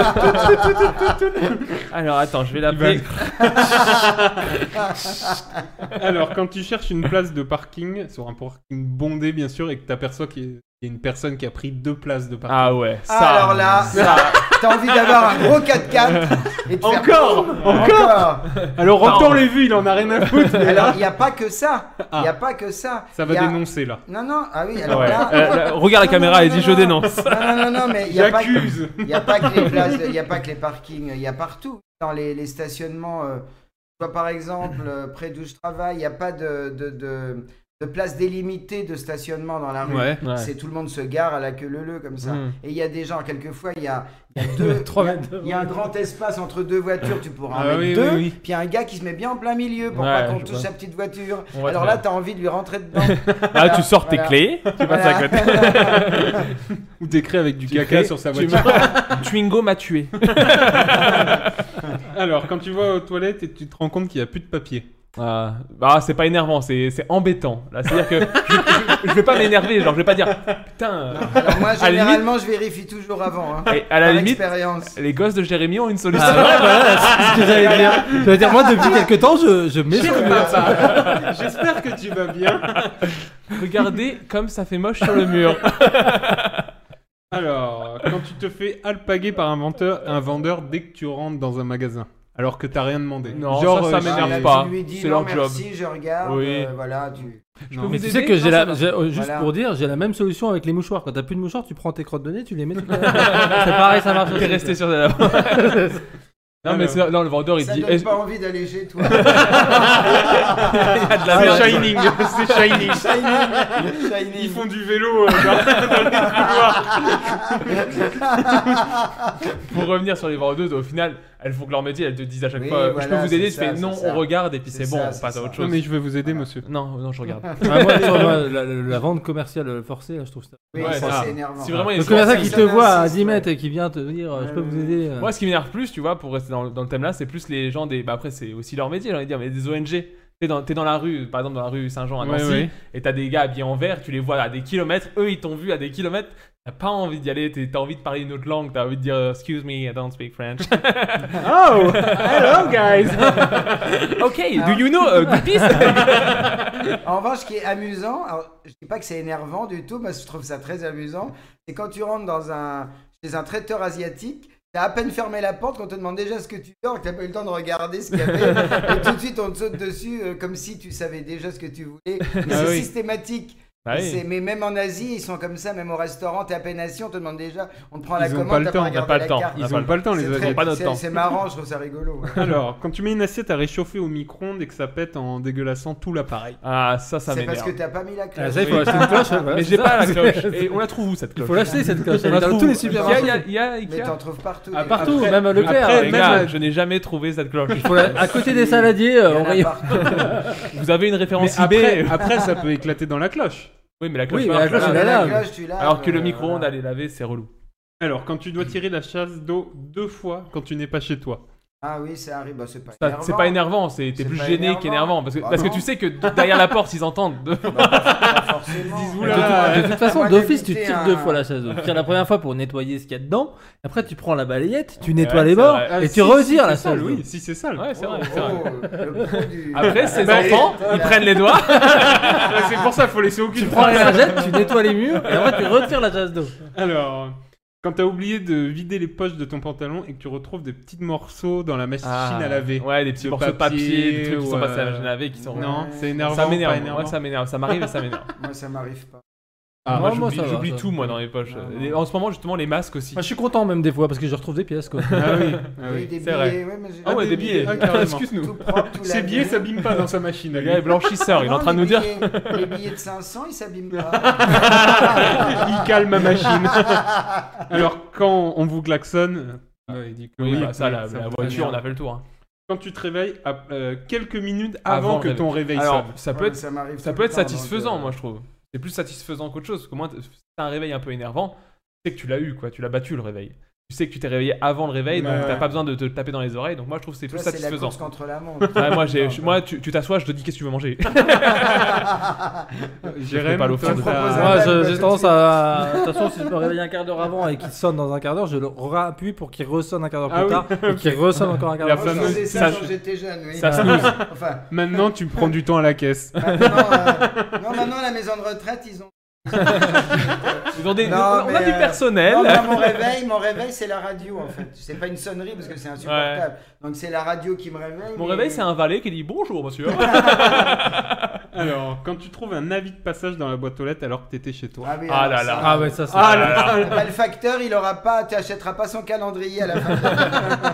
Speaker 7: Alors attends, je vais l'appeler.
Speaker 8: Alors, quand tu cherches une place de parking, sur un parking bondé bien sûr, et que t'aperçois qu'il y a- il y a une personne qui a pris deux places de parking.
Speaker 7: Ah ouais, ça.
Speaker 9: alors là, t'as envie d'avoir un gros 4x4 et de faire
Speaker 8: Encore
Speaker 9: boum, Encore
Speaker 8: Alors,
Speaker 7: Non.
Speaker 8: autant les vues, il en a rien à foutre. mais
Speaker 9: Alors,
Speaker 8: là,
Speaker 9: il n'y a pas que ça. Il n'y a pas que ça.
Speaker 8: ça va
Speaker 9: Y a-
Speaker 8: dénoncer là.
Speaker 9: Non, non, ah oui, alors
Speaker 7: Ah. Ouais.
Speaker 9: là.
Speaker 7: Euh, là, regarde la
Speaker 9: Non,
Speaker 7: caméra
Speaker 9: non,
Speaker 7: et
Speaker 9: non,
Speaker 7: dis
Speaker 9: non,
Speaker 7: je
Speaker 9: non.
Speaker 7: dénonce.
Speaker 9: Non, non, non, non, mais il n'y a pas que.
Speaker 8: J'accuse.
Speaker 9: Il n'y a pas que les places, il n'y a pas que les parkings, il y a partout. Dans les, les stationnements, euh, soit par exemple euh, près d'où je travaille, il n'y a pas de, de, de, de place délimitée de stationnement dans la rue.
Speaker 8: Ouais.
Speaker 9: C'est tout le monde se gare à la queue leu comme ça.
Speaker 7: Mm.
Speaker 9: Et il y a des gens, quelquefois, il y a, il y a deux.
Speaker 10: Trois
Speaker 9: il y a-
Speaker 10: mètres.
Speaker 9: Il y a un grand espace entre deux voitures, tu pourras en
Speaker 8: Ah
Speaker 9: mettre
Speaker 8: oui,
Speaker 9: deux.
Speaker 8: oui, oui.
Speaker 9: Puis il y a un gars qui se met bien en plein milieu pour
Speaker 7: Ouais,
Speaker 9: pas qu'on
Speaker 7: je
Speaker 9: touche
Speaker 7: vois.
Speaker 9: sa petite voiture.
Speaker 7: On voit
Speaker 9: Alors
Speaker 7: très
Speaker 9: là, t'as envie de lui rentrer dedans.
Speaker 7: Là, Ah, tu sors tes
Speaker 9: Voilà.
Speaker 7: clés, tu passes à
Speaker 9: Voilà.
Speaker 7: côté.
Speaker 8: Ou t'écris avec du caca
Speaker 7: crées-
Speaker 8: sur sa
Speaker 7: Tu
Speaker 8: voiture.
Speaker 7: m'as- Twingo m'a tué.
Speaker 8: Alors, quand tu vas aux toilettes et tu te rends compte qu'il n'y a plus de papier.
Speaker 7: Ah, bah, c'est pas énervant, c'est c'est embêtant. Là, c'est-à-dire que je, je- je vais pas m'énerver, genre je vais pas dire putain. euh,
Speaker 9: Alors moi,
Speaker 7: la limite-
Speaker 9: généralement, je vérifie toujours avant. Hein,
Speaker 7: Et à la
Speaker 9: par
Speaker 7: limite,
Speaker 9: expérience.
Speaker 7: les gosses de Jérémy ont une solution.
Speaker 10: Ah bah C'est ce que j'allais dire. Je veux dire, moi, depuis quelques temps, je, je mets sur
Speaker 8: Ah,
Speaker 10: le-
Speaker 8: J'espère que tu vas bien.
Speaker 7: Regardez comme ça fait moche sur le mur.
Speaker 8: Alors, quand tu te fais alpaguer par un vendeur, un vendeur dès que tu rentres dans un magasin, alors que t'as rien demandé.
Speaker 7: Non,
Speaker 8: Genre,
Speaker 7: ça, ça
Speaker 8: euh,
Speaker 7: m'énerve
Speaker 9: Ah,
Speaker 8: c'est-
Speaker 9: tu
Speaker 7: pas.
Speaker 9: lui dis,
Speaker 7: C'est
Speaker 9: non,
Speaker 7: leur job.
Speaker 9: Merci, je regarde.
Speaker 7: Oui.
Speaker 9: euh, voilà, tu.
Speaker 7: Je peux
Speaker 8: Non.
Speaker 7: vous
Speaker 10: Mais tu
Speaker 7: aider
Speaker 10: sais que
Speaker 7: Non,
Speaker 10: j'ai
Speaker 7: ça
Speaker 10: la,
Speaker 7: va.
Speaker 10: j'ai- euh, juste
Speaker 9: Voilà.
Speaker 10: pour dire, j'ai la même solution avec les mouchoirs. Quand t'as plus de mouchoirs, tu prends tes crottes de nez, tu les mets. tout à l'heure. c'est pareil, ça marche.
Speaker 7: T'es
Speaker 10: aussi.
Speaker 7: resté sur la. non, mais c'est- non, le vendeur il
Speaker 9: Ça
Speaker 7: dit.
Speaker 9: donne
Speaker 7: Est-ce-
Speaker 9: pas envie d'aller chez toi.
Speaker 7: Ah, de la merde.
Speaker 8: C'est Shining, c'est Shining. Ils
Speaker 9: Shining.
Speaker 8: font du vélo. euh, dans-
Speaker 7: Pour revenir sur les vendeuses, au final, elles font que leur métier, elles te disent à chaque
Speaker 9: Oui,
Speaker 7: fois Je
Speaker 9: voilà,
Speaker 7: peux vous aider Tu
Speaker 9: c'est ça,
Speaker 7: fais non,
Speaker 9: c'est
Speaker 7: on
Speaker 9: ça.
Speaker 7: regarde et puis c'est
Speaker 9: C'est
Speaker 7: bon,
Speaker 9: ça,
Speaker 7: on
Speaker 9: c'est
Speaker 7: passe à
Speaker 9: ça.
Speaker 7: autre chose.
Speaker 8: Non, mais je vais vous aider, monsieur.
Speaker 7: Non, non, je regarde.
Speaker 10: Ah, moi, tu vois, moi, la, la- la vente commerciale euh, forcée, là, je trouve ça.
Speaker 9: Oui,
Speaker 7: Ouais,
Speaker 9: ça,
Speaker 7: ça.
Speaker 9: c'est énervant.
Speaker 7: Si vraiment il y a
Speaker 10: Le
Speaker 7: une
Speaker 10: commerçant
Speaker 9: ça
Speaker 10: qui
Speaker 9: ça
Speaker 10: te voit à
Speaker 9: insiste,
Speaker 10: 10
Speaker 9: ouais.
Speaker 10: mètres et qui vient te dire euh, Je peux
Speaker 9: Ouais,
Speaker 10: vous
Speaker 9: ouais.
Speaker 10: aider. euh.
Speaker 7: Moi, ce qui m'énerve plus, tu vois, pour rester dans, le- dans le thème là, c'est plus les gens des. Bah, après, c'est aussi leur métier, j'ai envie de dire, mais des ONG. T'es dans, t'es dans la rue, par exemple, dans la rue Saint-Jean à
Speaker 8: Ouais,
Speaker 7: Nancy,
Speaker 8: ouais.
Speaker 7: et t'as des gars habillés en vert, tu les vois à des kilomètres, eux ils t'ont vu à des kilomètres, t'as pas envie d'y aller, t'es- t'as envie de parler une autre langue, t'as envie de dire euh, Excuse me, I don't speak French.
Speaker 8: Oh, hello guys.
Speaker 7: ok, do you know uh, Goupis
Speaker 9: En revanche, ce qui est amusant, alors, je dis pas que c'est énervant du tout, parce que je trouve ça très amusant, c'est quand tu rentres dans un, chez un traiteur asiatique, t'as à peine fermé la porte, qu'on te demande déjà ce que tu dors, que t'as pas eu le temps de regarder ce qu'il y avait, et tout de suite on te saute dessus euh, comme si tu savais déjà ce que tu voulais. Mais c'est
Speaker 8: oui.
Speaker 9: systématique.
Speaker 7: Ah oui.
Speaker 9: C'est- Mais même en Asie, ils sont comme ça, même au restaurant, t'es à peine assis, on te demande déjà, on te prend la
Speaker 8: Ils ont
Speaker 9: commande,
Speaker 8: pas le
Speaker 9: t'as
Speaker 8: temps, on a
Speaker 9: regardé
Speaker 7: pas le
Speaker 9: la
Speaker 7: temps.
Speaker 9: carte.
Speaker 7: Ils
Speaker 8: Ils
Speaker 7: ont
Speaker 8: ont pas le temps, les
Speaker 9: C'est
Speaker 8: amis.
Speaker 9: très-
Speaker 7: pas notre
Speaker 9: c'est-
Speaker 7: temps.
Speaker 9: C'est marrant, je trouve ça rigolo. ouais.
Speaker 8: Alors, quand tu mets une assiette à réchauffer au micro-ondes et que ça pète en dégueulassant tout l'appareil.
Speaker 7: Ah, ça, ça
Speaker 9: C'est parce que
Speaker 7: m'énerve.
Speaker 9: t'as pas mis la
Speaker 10: Ah,
Speaker 9: cloche.
Speaker 10: ça, il faut acheter une cloche. ouais, voilà,
Speaker 7: Mais
Speaker 10: c'est
Speaker 7: j'ai
Speaker 10: ça.
Speaker 7: pas la cloche. Et on la trouve où cette
Speaker 10: Il
Speaker 7: cloche
Speaker 10: faut l'acheter cette cloche.
Speaker 7: On
Speaker 10: Elle
Speaker 7: la
Speaker 10: est dans
Speaker 7: trouve
Speaker 10: tous les
Speaker 7: Il y a-
Speaker 10: supermarchés.
Speaker 7: il y a- il y a
Speaker 9: Mais
Speaker 7: Ikea.
Speaker 9: t'en trouves partout.
Speaker 10: Ah,
Speaker 9: les-
Speaker 10: Partout, même Leclerc. hein,
Speaker 8: après,
Speaker 7: Les
Speaker 8: même
Speaker 7: gars,
Speaker 8: à-
Speaker 7: je n'ai jamais trouvé cette cloche.
Speaker 10: Il faut la- À côté des saladiers, euh,
Speaker 9: Il y en
Speaker 10: au
Speaker 9: a
Speaker 10: rayon.
Speaker 9: partout.
Speaker 7: Vous avez une
Speaker 8: Mais
Speaker 7: référence eBay
Speaker 8: après, après, ça peut éclater dans la cloche.
Speaker 7: Oui, mais la cloche,
Speaker 10: Oui,
Speaker 7: va-
Speaker 10: mais la cloche,
Speaker 9: Ah,
Speaker 10: elle
Speaker 9: mais
Speaker 10: est
Speaker 9: la
Speaker 10: là.
Speaker 9: cloche, tu laves,
Speaker 7: Alors que le
Speaker 9: euh,
Speaker 7: micro-ondes à
Speaker 9: voilà.
Speaker 7: les laver, c'est relou.
Speaker 8: Alors, quand tu dois tirer la chasse d'eau deux fois quand tu n'es pas chez toi.
Speaker 9: Ah oui, ça arrive, bah, c'est pas
Speaker 7: Ça-
Speaker 9: énervant.
Speaker 7: C'est pas énervant, c'est- t'es
Speaker 9: C'est
Speaker 7: plus
Speaker 9: pas
Speaker 7: gêné
Speaker 9: énervant.
Speaker 7: qu'énervant. Parce, que,
Speaker 9: Bah
Speaker 7: parce que
Speaker 9: non.
Speaker 7: tu sais que d- derrière la porte, ils entendent.
Speaker 9: Pas forcément.
Speaker 10: De toute façon,
Speaker 9: Moi,
Speaker 10: d'office, tu
Speaker 9: j'ai goûté
Speaker 10: tires
Speaker 9: un-
Speaker 10: deux fois la chasse d'eau. Tu tires la première fois pour nettoyer ce qu'il y a dedans. Après, tu prends la balayette, tu nettoies
Speaker 7: ouais,
Speaker 10: les
Speaker 7: c'est
Speaker 10: bords
Speaker 7: vrai.
Speaker 8: Ah,
Speaker 10: et
Speaker 8: si,
Speaker 10: tu retires
Speaker 8: si,
Speaker 10: la
Speaker 8: c'est sale,
Speaker 10: chasse d'eau.
Speaker 8: Oui, si c'est sale.
Speaker 7: Ouais, c'est
Speaker 9: Oh,
Speaker 7: vrai, c'est vrai.
Speaker 9: oh, le pro du- Ah,
Speaker 7: Après, ces
Speaker 8: Bah,
Speaker 7: enfants, ils prennent les doigts.
Speaker 8: c'est pour ça, faut laisser aucune
Speaker 10: Tu prends la lingette, tu nettoies les murs et après, tu retires la chasse d'eau.
Speaker 8: Alors, Quand t'as oublié de vider les poches de ton pantalon et que tu retrouves des petits morceaux dans la machine
Speaker 7: Ah,
Speaker 8: à laver.
Speaker 7: Ouais, des petits morceaux de papier, des trucs qui
Speaker 8: ou,
Speaker 7: sont passés à
Speaker 8: euh,
Speaker 7: la machine à laver et qui sont.
Speaker 8: Non, c'est énervant.
Speaker 7: ça
Speaker 8: pas
Speaker 7: m'énerve.
Speaker 8: énervant.
Speaker 7: Moi, ça m'énerve. Ça m'arrive et ça m'énerve.
Speaker 9: Moi, ça m'arrive pas.
Speaker 8: Ah,
Speaker 7: moi,
Speaker 10: non, moi,
Speaker 7: j'oublie-
Speaker 10: ça va,
Speaker 7: j'oublie
Speaker 10: ça.
Speaker 7: tout, moi, dans les poches.
Speaker 9: Non, non.
Speaker 7: Et En ce moment, justement, les masques aussi.
Speaker 10: Moi, je suis content même des fois parce que je retrouve des pièces quoi.
Speaker 8: Ah oui, ah
Speaker 9: Oui,
Speaker 8: oui.
Speaker 9: des
Speaker 7: c'est vrai.
Speaker 9: billets, ouais, mais j'ai-
Speaker 7: Ah ouais, des
Speaker 8: des
Speaker 7: billets.
Speaker 8: billets. Ah, carrément.
Speaker 7: Excuse-nous.
Speaker 9: tout propre, tout
Speaker 8: Ces
Speaker 9: lavé.
Speaker 8: billets s'abîment pas dans sa machine. à
Speaker 7: Le gars est
Speaker 8: laver.
Speaker 7: blanchisseur. Il est en
Speaker 9: Non,
Speaker 7: train de
Speaker 9: les
Speaker 7: nous dire.
Speaker 9: billets- Les billets de 500, ils s'abîment pas.
Speaker 8: Il calme ma machine. Alors, quand on vous klaxonne.
Speaker 9: Ah.
Speaker 8: euh, il dit que
Speaker 7: Oui, bah, ça,
Speaker 8: oui,
Speaker 7: la,
Speaker 8: ça
Speaker 7: la
Speaker 8: vous
Speaker 7: voiture,
Speaker 8: énerve.
Speaker 7: on a fait le tour. hein.
Speaker 8: Quand tu te réveilles à, euh, quelques minutes avant,
Speaker 7: Avant
Speaker 8: que
Speaker 7: le
Speaker 8: ton réveil
Speaker 7: Alors,
Speaker 8: sonne.
Speaker 7: ça peut
Speaker 9: Ouais,
Speaker 7: être,
Speaker 9: ça m'arrive
Speaker 7: ça
Speaker 9: tout
Speaker 7: peut
Speaker 9: le
Speaker 7: être
Speaker 9: temps, donc,
Speaker 7: satisfaisant,
Speaker 9: euh,
Speaker 7: moi, je trouve. C'est plus satisfaisant qu'autre chose. Parce qu'au moins, t- t'as un réveil un peu énervant. Tu sais que tu l'as eu, quoi. Tu l'as battu le réveil. Tu sais que tu t'es réveillé avant le réveil, donc
Speaker 8: Ouais.
Speaker 7: t'as pas besoin de te taper dans les oreilles. Donc moi, je trouve que c'est
Speaker 9: tu
Speaker 7: plus
Speaker 9: vois, C'est la
Speaker 7: satisfaisant.
Speaker 9: course contre la montre.
Speaker 7: Ouais, moi, j'ai- je- moi, tu tu t'assois, je te dis qu'est-ce que tu veux manger.
Speaker 8: Jérém,
Speaker 7: pas l'offense
Speaker 8: toi,
Speaker 7: de
Speaker 8: t'as-
Speaker 9: proposer un
Speaker 10: Moi,
Speaker 9: Ouais,
Speaker 10: je-
Speaker 9: bah, tout
Speaker 10: j'ai
Speaker 9: de
Speaker 10: tendance
Speaker 9: suite.
Speaker 10: à. De toute façon, si je me réveille un quart d'heure avant et qu'il sonne dans un quart d'heure, je le réappuie pour qu'il ressonne un quart d'heure
Speaker 8: Ah
Speaker 10: plus
Speaker 8: oui,
Speaker 10: tard et qu'il ressonne encore un quart
Speaker 8: La
Speaker 10: d'heure
Speaker 9: Moi,
Speaker 10: plus
Speaker 9: je
Speaker 10: Ah, tard.
Speaker 8: fameuse-
Speaker 9: faisais ça
Speaker 7: ça-
Speaker 9: quand j'étais jeune, oui. Ah,
Speaker 7: ça snooze.
Speaker 9: Enfin,
Speaker 8: Maintenant, tu prends du temps à la caisse.
Speaker 9: maintenant, euh, non, maintenant, la maison de retraite, ils ont.
Speaker 7: Ils ont des-
Speaker 9: Non,
Speaker 7: on a
Speaker 9: mais,
Speaker 7: du
Speaker 9: euh,
Speaker 7: personnel.
Speaker 9: Non, mais à mon réveil, mon réveil, c'est la radio en fait. C'est pas une sonnerie parce que c'est insupportable. Donc c'est la radio qui me réveille.
Speaker 7: Mon
Speaker 9: mais-
Speaker 7: réveil, c'est un valet qui dit bonjour, monsieur.
Speaker 8: Alors, quand tu trouves un avis de passage dans la boîte aux lettres alors que t'étais chez toi.
Speaker 9: oui,
Speaker 7: Ah
Speaker 9: alors
Speaker 7: là
Speaker 9: ça-
Speaker 7: là.
Speaker 10: Ah ouais, ça c'est.
Speaker 8: Ah là là.
Speaker 9: Ah bah, le facteur, il aura pas, tu achèteras pas son calendrier à la fin.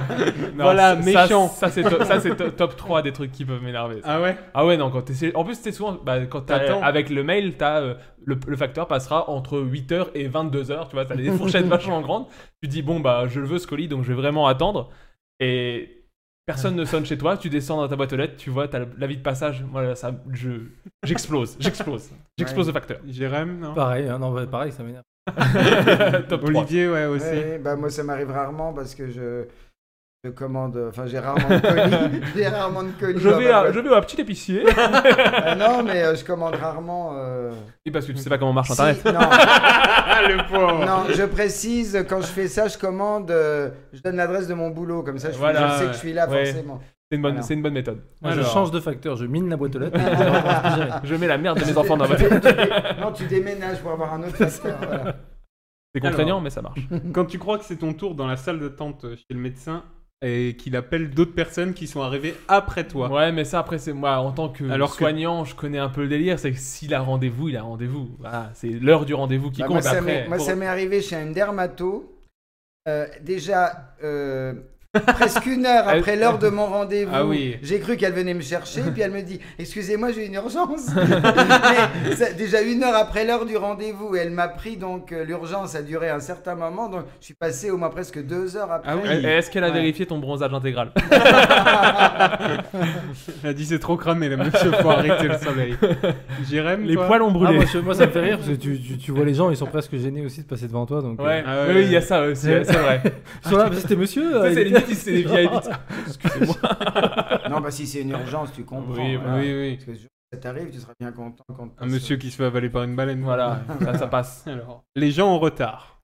Speaker 7: Non, ça-
Speaker 8: Voilà, méchant.
Speaker 7: Ça, c'est to- ça, c'est to- top 3 des trucs qui peuvent m'énerver. ça.
Speaker 8: Ah ouais
Speaker 7: Ah ouais, non, quand t'es. En plus, c'est souvent. Bah, quand t'as-
Speaker 8: T'attends.
Speaker 7: Avec le mail, t'as, euh, le, le facteur passera entre 8h et 22h. Tu vois, t'as des fourchettes vachement grandes. Tu dis, bon, bah, je le veux ce colis, donc je vais vraiment attendre. Et personne ne sonne chez toi. Tu descends dans ta boîte aux lettres. Tu vois, t'as l'avis de passage. Moi, là, ça. je- J'explose. J'explose. J'explose le facteur.
Speaker 8: Jérém, non
Speaker 10: Pareil, hein, non, bah, pareil, ça m'énerve.
Speaker 7: top 3.
Speaker 8: Olivier, ouais, aussi.
Speaker 9: Ouais, bah moi ça m'arrive rarement parce que je, je commande, enfin j'ai rarement de colis, j'ai rarement de colis. bah,
Speaker 7: Je
Speaker 9: dans
Speaker 7: vais,
Speaker 9: ma
Speaker 7: à,
Speaker 9: boîte.
Speaker 7: je vais au petit épicier.
Speaker 9: Ah non mais euh, je commande rarement. euh,
Speaker 7: Oui, parce que tu sais pas comment marche
Speaker 9: si-
Speaker 7: Internet.
Speaker 9: non,
Speaker 8: Ah, le pauvre
Speaker 9: non, je précise quand je fais ça, je commande, euh, je donne l'adresse de mon boulot comme ça, je,
Speaker 7: Voilà,
Speaker 9: je sais que je suis là
Speaker 7: ouais.
Speaker 9: forcément.
Speaker 7: C'est une, bonne-
Speaker 9: Alors.
Speaker 7: c'est une bonne méthode.
Speaker 10: Moi, je
Speaker 8: Alors.
Speaker 10: change de facteur, je mine la boîte aux lettres. et je la range plus jamais.
Speaker 7: Je mets la merde de mes enfants dans ma
Speaker 9: Tu
Speaker 7: tête.
Speaker 9: dé- tu dé- non, tu déménages pour avoir un autre facteur. voilà.
Speaker 7: C'est contraignant,
Speaker 8: Alors.
Speaker 7: mais ça marche.
Speaker 8: Quand tu crois que c'est ton tour dans la salle d'attente chez le médecin et qu'il appelle d'autres personnes qui sont arrivées après toi.
Speaker 7: Ouais, mais ça, après, c'est moi, en tant que
Speaker 8: Alors que-
Speaker 7: soignant, je connais un peu le délire. C'est que s'il a rendez-vous, il a rendez-vous. Voilà, c'est l'heure du rendez-vous qui
Speaker 9: Bah, moi
Speaker 7: compte
Speaker 9: ça
Speaker 7: après.
Speaker 9: m'est- moi, ça m'est arrivé chez un dermato. euh, déjà, euh, presque une heure
Speaker 7: Elle-
Speaker 9: après l'heure de mon rendez-vous,
Speaker 8: Ah oui.
Speaker 9: j'ai cru qu'elle venait me chercher. Puis elle me dit Excusez-moi, j'ai une urgence. Mais ça- déjà une heure après l'heure du rendez-vous, et elle m'a pris donc euh, l'urgence a duré un certain moment. Donc je suis passé au moins presque deux heures après.
Speaker 8: Ah oui.
Speaker 7: Et Est-ce qu'elle a
Speaker 9: Ouais.
Speaker 7: vérifié ton bronzage intégral
Speaker 8: Elle a dit c'est trop cramé, la meuf, faut arrêter le soleil. Jérém,
Speaker 7: Les
Speaker 8: toi
Speaker 7: poils ont
Speaker 10: Ah,
Speaker 7: brûlé.
Speaker 10: moi, je- moi, ça me fait rire parce que tu, tu, tu vois les gens, ils sont presque gênés aussi de passer devant toi. Donc, euh,
Speaker 7: Ouais,
Speaker 8: Ah ouais,
Speaker 7: oui,
Speaker 8: ouais.
Speaker 7: il y a ça aussi, ouais, c'est vrai.
Speaker 10: ils sont là, mais c'était monsieur.
Speaker 7: Ça,
Speaker 10: euh,
Speaker 7: c'est
Speaker 10: il était-
Speaker 7: limite, c'est des vieilles bites. Excusez-moi.
Speaker 9: Non, bah si c'est une urgence, tu comprends.
Speaker 7: Oui,
Speaker 9: voilà.
Speaker 8: Ah, Oui, oui.
Speaker 9: Parce que si ça t'arrive, tu seras bien content quand.
Speaker 8: Un monsieur qui se fait avaler par une baleine.
Speaker 7: Voilà, ça, ça passe.
Speaker 8: Alors, les gens en retard.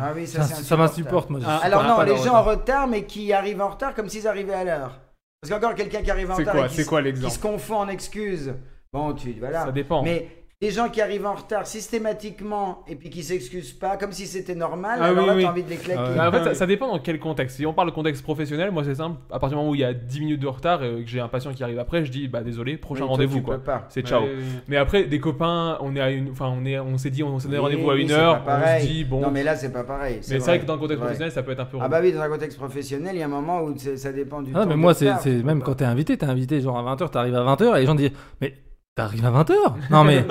Speaker 9: Ah oui, ça,
Speaker 10: Ça,
Speaker 9: c'est
Speaker 10: ça m'insupporte, moi. je
Speaker 8: Ah,
Speaker 10: supporte
Speaker 9: Alors non,
Speaker 10: pas
Speaker 9: les
Speaker 10: leur
Speaker 9: gens en retard, mais qui arrivent en retard comme s'ils arrivaient à l'heure. Parce qu'encore quelqu'un qui arrive en
Speaker 8: C'est
Speaker 9: retard
Speaker 8: quoi
Speaker 9: et qui,
Speaker 8: C'est
Speaker 9: se-
Speaker 8: quoi
Speaker 9: qui se
Speaker 8: l'exemple
Speaker 9: confond en excuses. Bon, tu voilà.
Speaker 7: Ça dépend.
Speaker 9: Mais des gens qui arrivent en retard systématiquement et puis qui s'excusent pas, comme si c'était normal.
Speaker 8: Ah
Speaker 9: alors
Speaker 8: oui,
Speaker 9: là,
Speaker 8: oui.
Speaker 9: t'as envie de les claquer.
Speaker 10: Ah ouais.
Speaker 7: Bah, en fait, ça, ça dépend dans quel contexte. Si on parle de contexte professionnel, moi c'est simple. À partir du moment où il y a 10 minutes de retard et que j'ai un patient qui arrive après, je dis bah désolé,
Speaker 9: Oui,
Speaker 7: prochain
Speaker 9: toi,
Speaker 7: rendez-vous
Speaker 9: tu
Speaker 7: quoi.
Speaker 9: peux pas.
Speaker 7: C'est ciao.
Speaker 8: Ouais, ouais, ouais.
Speaker 7: Mais après, des copains, on est à une, enfin on est, on s'est dit, on s'est donné
Speaker 9: Oui,
Speaker 7: rendez-vous à
Speaker 9: oui,
Speaker 7: une
Speaker 9: c'est
Speaker 7: heure.
Speaker 9: pas
Speaker 7: On se
Speaker 9: pareil.
Speaker 7: dit bon.
Speaker 9: Non,
Speaker 7: mais
Speaker 9: mais là, c'est pas pareil.
Speaker 7: c'est vrai que dans le contexte
Speaker 9: c'est vrai.
Speaker 7: professionnel, ça peut être un peu.
Speaker 9: Ah
Speaker 7: relou.
Speaker 9: bah oui, dans un contexte professionnel, il y a un moment où c'est- ça dépend du
Speaker 10: Ah,
Speaker 9: temps.
Speaker 10: mais
Speaker 9: de
Speaker 10: moi, c'est
Speaker 9: retard,
Speaker 10: c'est-
Speaker 9: tu
Speaker 10: même
Speaker 9: peux
Speaker 10: quand
Speaker 9: pas.
Speaker 10: t'es invité, t'es invité genre à 20h, t'arrives à 20h et les gens disent Mais t'arrives à 20h Non, mais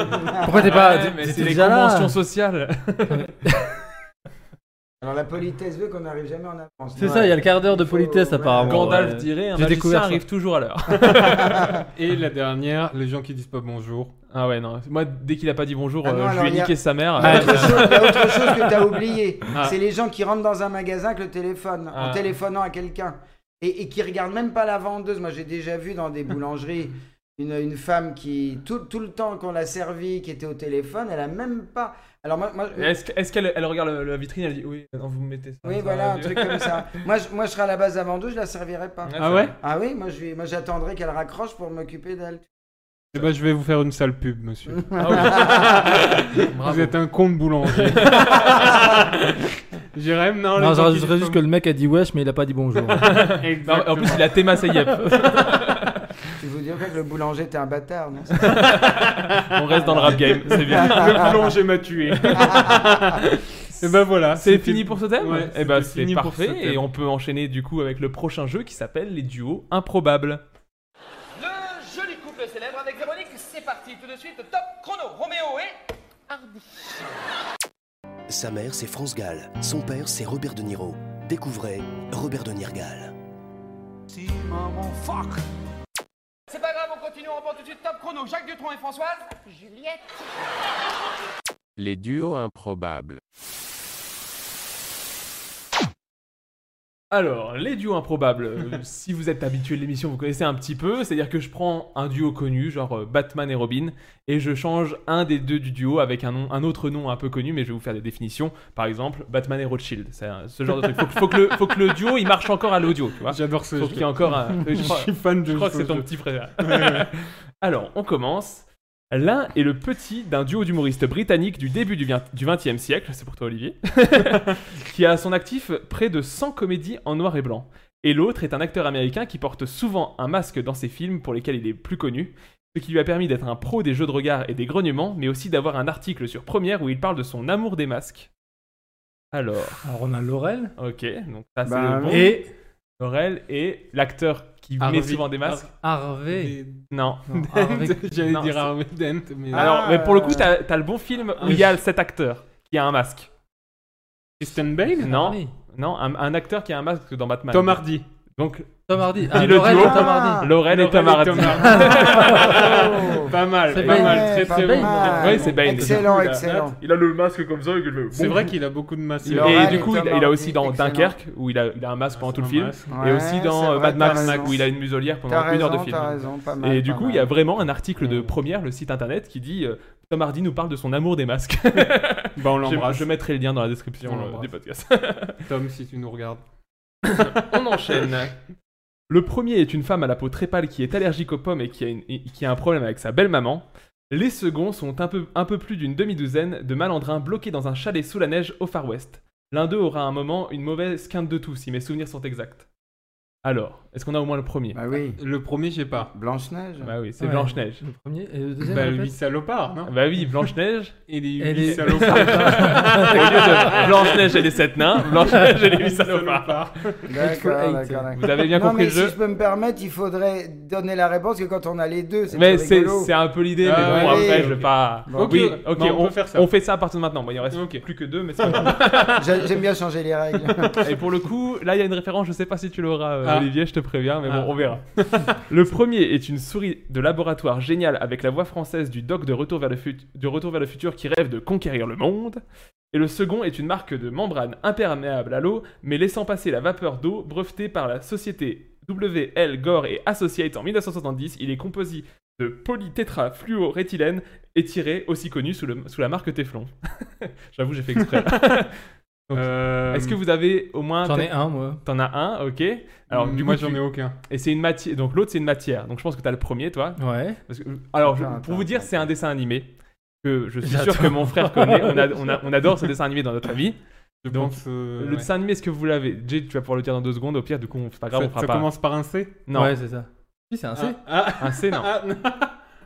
Speaker 10: pourquoi t'es pas.
Speaker 7: Ouais,
Speaker 10: t'es-
Speaker 7: mais
Speaker 10: t'étais
Speaker 7: c'est les
Speaker 10: déjà là
Speaker 7: conventions sociales.
Speaker 9: Alors la politesse veut qu'on n'arrive jamais en avance.
Speaker 10: C'est ça, il y a le quart d'heure de
Speaker 9: Il faut-
Speaker 10: politesse
Speaker 9: ouais.
Speaker 10: apparemment.
Speaker 7: Gandalf
Speaker 10: ouais.
Speaker 7: dirait, un
Speaker 10: J'ai
Speaker 7: magicien
Speaker 10: découvert ça.
Speaker 7: arrive toujours à l'heure.
Speaker 8: Et la dernière, les gens qui disent pas bonjour.
Speaker 7: ah ouais non. Moi, dès qu'il a pas dit bonjour,
Speaker 9: Ah non,
Speaker 7: euh, je
Speaker 9: alors,
Speaker 7: lui ai
Speaker 9: il y a- Bah,
Speaker 7: niqué sa mère.
Speaker 9: Il y a
Speaker 7: Euh,
Speaker 9: autre chose, il y a autre chose que t'as oublié.
Speaker 7: Ah.
Speaker 9: C'est les gens qui rentrent dans un magasin avec le téléphone,
Speaker 7: Ah.
Speaker 9: en téléphonant à quelqu'un. Et, et qui regardent même pas la vendeuse. Moi, j'ai déjà vu dans des boulangeries une, une femme qui, tout, tout le temps qu'on l'a servie, qui était au téléphone, elle a même pas. Alors, moi. moi-
Speaker 7: Est-ce que- est-ce qu'elle elle regarde le- la vitrine, elle dit oui, non, vous me mettez Eh, ça.
Speaker 9: oui,
Speaker 7: ça,
Speaker 9: voilà, un
Speaker 7: euh,
Speaker 9: truc comme ça. Moi, je, moi, je serais à la base à vendeuse, je la servirais pas.
Speaker 7: Ouais,
Speaker 8: Ah ouais
Speaker 9: Ah oui, moi, je lui- moi, j'attendrais qu'elle raccroche pour m'occuper d'elle.
Speaker 8: Eh ben, je vais vous faire une sale pub, monsieur.
Speaker 7: Ah oui.
Speaker 8: vous
Speaker 7: Bravo.
Speaker 8: êtes un con de boulanger. Jérém, non, les
Speaker 10: Non,
Speaker 8: gens
Speaker 10: je
Speaker 8: qui
Speaker 10: rajouterais
Speaker 8: disent
Speaker 10: juste que le mec a dit wesh, mais il a pas dit bonjour.
Speaker 8: pas-
Speaker 7: Non, Bah, en
Speaker 8: Exactement.
Speaker 7: plus, il a Théma Sayep.
Speaker 9: Tu veux dire quoi que le boulanger était un bâtard, non
Speaker 7: On reste dans le rap game, c'est bien.
Speaker 8: Le boulanger m'a tué. Et ben voilà.
Speaker 7: C'est
Speaker 8: c'était-
Speaker 7: fini pour ce thème
Speaker 8: Ouais,
Speaker 7: Eh ben,
Speaker 8: c'était
Speaker 7: c'est
Speaker 8: fini pour ce
Speaker 7: parfait.
Speaker 8: thème.
Speaker 7: Et on peut enchaîner du coup avec le prochain jeu qui s'appelle les duos improbables.
Speaker 3: Le joli couple célèbre avec Véronique, c'est parti tout de suite, top chrono, Roméo et Hardy.
Speaker 11: Sa mère, c'est France Gall. Son père, c'est Robert De Niro. Découvrez Robert De Nirgal.
Speaker 3: C'est pas grave, on continue, on reprend tout de suite, top chrono, Jacques Dutronc et Françoise, Juliette.
Speaker 12: Les duos improbables.
Speaker 7: Alors, les duos improbables, euh, si vous êtes habitué de l'émission, vous connaissez un petit peu, c'est-à-dire que je prends un duo connu, genre euh, Batman et Robin, et je change un des deux du duo avec un, nom, un autre nom un peu connu, mais je vais vous faire des définitions. Par exemple, Batman et Rothschild, c'est un- ce genre de truc. Faut, que- faut que le, faut que le duo, il marche encore à l'audio, tu vois.
Speaker 8: J'adore ce
Speaker 7: Faut
Speaker 8: jeu.
Speaker 7: qu'il y ait encore un...
Speaker 8: Je
Speaker 7: je crois-
Speaker 8: suis fan de
Speaker 7: Je crois
Speaker 8: ce
Speaker 7: que c'est ton
Speaker 8: jeu.
Speaker 7: petit frère. Alors, on commence. L'un est le petit d'un duo d'humoristes britanniques du début du vi- du XXe siècle, c'est pour toi Olivier, qui a à son actif près de 100 comédies en noir et blanc. Et l'autre est un acteur américain qui porte souvent un masque dans ses films pour lesquels il est plus connu, ce qui lui a permis d'être un pro des jeux de regard et des grognements, mais aussi d'avoir un article sur Première où il parle de son amour des masques. Alors,
Speaker 10: Alors on a Laurel
Speaker 7: ok, donc ça c'est
Speaker 9: Bah,
Speaker 7: le bon.
Speaker 10: et
Speaker 7: Laurel et l'acteur qui
Speaker 8: Harvey-
Speaker 7: met souvent des masques.
Speaker 10: Harvey.
Speaker 7: Non.
Speaker 10: Non, Harvey-
Speaker 8: Dent, J'allais
Speaker 7: Ah, Non,
Speaker 8: dire
Speaker 7: c'est-
Speaker 8: Harvey Dent, mais.
Speaker 9: Ah.
Speaker 7: Alors, mais pour le coup, t'as t'as le bon film où
Speaker 8: Oui.
Speaker 7: il y a cet acteur qui a un masque.
Speaker 8: Christian Bale
Speaker 7: Non,
Speaker 10: Harvey.
Speaker 7: non, un, un acteur qui a un masque dans Batman.
Speaker 8: Tom Hardy.
Speaker 7: Donc,
Speaker 10: Tom Hardy. Ah,
Speaker 7: Dis le
Speaker 10: Laurel
Speaker 7: duo.
Speaker 10: et Tom
Speaker 9: Ah.
Speaker 10: Hardy.
Speaker 7: Laurel et Tom Hardy.
Speaker 8: Ah.
Speaker 7: Oh.
Speaker 8: Pas mal,
Speaker 10: C'est
Speaker 8: pas
Speaker 10: Bane.
Speaker 8: mal, très
Speaker 9: pas
Speaker 8: très
Speaker 10: Bane.
Speaker 8: bon.
Speaker 9: mal.
Speaker 7: Ouais, c'est Bane.
Speaker 9: Excellent,
Speaker 8: Il a-
Speaker 9: excellent.
Speaker 7: Il a le masque comme ça et que le.
Speaker 8: C'est vrai qu'il a beaucoup de masses.
Speaker 9: Il
Speaker 8: euh,
Speaker 9: aura
Speaker 7: Et
Speaker 9: Laurel
Speaker 7: du
Speaker 9: et
Speaker 7: coup, il a,
Speaker 9: Tom
Speaker 7: il a aussi
Speaker 9: Hardy,
Speaker 7: dans
Speaker 9: excellent.
Speaker 7: Dunkerque où il a, il a un masque pendant tout le film.
Speaker 9: Ouais,
Speaker 7: et aussi dans
Speaker 9: c'est
Speaker 7: euh,
Speaker 9: vrai,
Speaker 7: Mad Max
Speaker 9: t'as raison.
Speaker 7: où il a une muselière pendant
Speaker 9: T'as
Speaker 7: une heure de
Speaker 9: raison,
Speaker 7: film.
Speaker 9: t'as raison, pas mal,
Speaker 7: Et du
Speaker 9: pas
Speaker 7: coup,
Speaker 9: mal.
Speaker 7: il y a vraiment un article de première, le site internet, qui dit euh, Tom Hardy nous parle de son amour des masques.
Speaker 8: Bah, on
Speaker 7: je,
Speaker 8: l'embrasse.
Speaker 7: je mettrai le lien dans la
Speaker 8: On
Speaker 7: description euh,
Speaker 8: l'embrasse.
Speaker 7: du podcast.
Speaker 8: Tom, si tu nous regardes.
Speaker 7: On enchaîne. Le premier est une femme à la peau très pâle qui est allergique aux pommes et qui a, une- et qui a un problème avec sa belle-maman. Les seconds sont un peu, un peu plus d'une demi-douzaine de malandrins bloqués dans un chalet sous la neige au Far West. L'un d'eux aura à un moment une mauvaise quinte de tout, si mes souvenirs sont exacts. Alors, est-ce qu'on a au moins le premier
Speaker 9: Bah oui.
Speaker 8: Le premier, j'ai pas.
Speaker 9: Blanche-Neige.
Speaker 7: Bah oui, c'est
Speaker 10: Ouais.
Speaker 7: Blanche-Neige.
Speaker 10: Le premier et le deuxième.
Speaker 8: Bah,
Speaker 10: répète.
Speaker 8: 8 salopards, non
Speaker 7: Bah oui, Blanche-Neige.
Speaker 8: Et les 8
Speaker 10: Et les-
Speaker 8: salopards.
Speaker 7: Au lieu de Blanche-Neige et les sept nains, Blanche-Neige et les huit salopards.
Speaker 8: salopards.
Speaker 10: Hateful
Speaker 9: D'accord,
Speaker 10: Eight.
Speaker 9: d'accord, d'accord.
Speaker 7: Vous avez bien
Speaker 9: Non,
Speaker 7: compris
Speaker 9: mais
Speaker 7: le jeu
Speaker 9: si je peux me permettre, il faudrait donner la réponse que quand on a les deux, c'est
Speaker 7: Mais
Speaker 9: plus
Speaker 7: c'est
Speaker 9: rigolo.
Speaker 7: c'est un peu l'idée,
Speaker 8: Ah
Speaker 7: mais bon,
Speaker 9: ouais,
Speaker 7: après,
Speaker 9: ok.
Speaker 7: je vais pas.
Speaker 9: Bon.
Speaker 7: Oui,
Speaker 8: Ok,
Speaker 7: ok,
Speaker 8: bah, on
Speaker 7: on,
Speaker 8: peut faire ça.
Speaker 7: on fait ça à partir de maintenant. Bon, il en reste
Speaker 8: Ok.
Speaker 7: plus que deux, mais c'est pas
Speaker 9: J'a- J'aime bien changer les règles.
Speaker 7: grave. Et pour le coup, là, il y a une référence, je sais pas si tu l'auras, euh,
Speaker 8: Ah.
Speaker 7: Olivier, je te préviens, mais bon,
Speaker 8: Ah.
Speaker 7: on verra. le premier est une souris de laboratoire géniale avec la voix française du doc de Retour vers le, fut- de Retour vers le futur qui rêve de conquérir le monde. Et le second est une marque de membrane imperméable à l'eau, mais laissant passer la vapeur d'eau brevetée par la société WL Gore et Associates en 1970. Il est composé de polytétrafluoréthylène étiré, aussi connu sous, le- sous la marque Teflon. J'avoue, j'ai fait exprès. Ok.
Speaker 8: Euh,
Speaker 7: Est-ce que vous avez au moins
Speaker 10: J'en ai un, moi.
Speaker 7: T'en as un, ok. Alors, du
Speaker 8: moi,
Speaker 7: coup,
Speaker 8: j'en
Speaker 7: tu-
Speaker 8: ai aucun.
Speaker 7: Et c'est une matière. Donc, l'autre, c'est une matière. Donc, je pense que t'as le premier, toi.
Speaker 10: Ouais.
Speaker 7: Parce que- Alors, je-
Speaker 9: Attends,
Speaker 7: pour vous
Speaker 9: attends,
Speaker 7: dire, c'est un dessin animé que je suis sûr
Speaker 10: J'adore.
Speaker 7: que mon frère connaît. On, a- on a- on adore ce dessin animé dans notre famille.
Speaker 8: Je
Speaker 7: Donc,
Speaker 8: pense. euh,
Speaker 7: Le
Speaker 8: ouais.
Speaker 7: dessin animé, est-ce que vous l'avez Jay, tu vas pouvoir le dire dans deux secondes. Au pire, du coup, on- c'est pas grave, on
Speaker 8: Ça
Speaker 7: fera
Speaker 8: ça
Speaker 7: pas.
Speaker 8: commence par un C
Speaker 7: Non,
Speaker 10: Ouais, c'est ça. Si, c'est un C.
Speaker 8: Ah,
Speaker 7: un C, non.
Speaker 8: ah, non.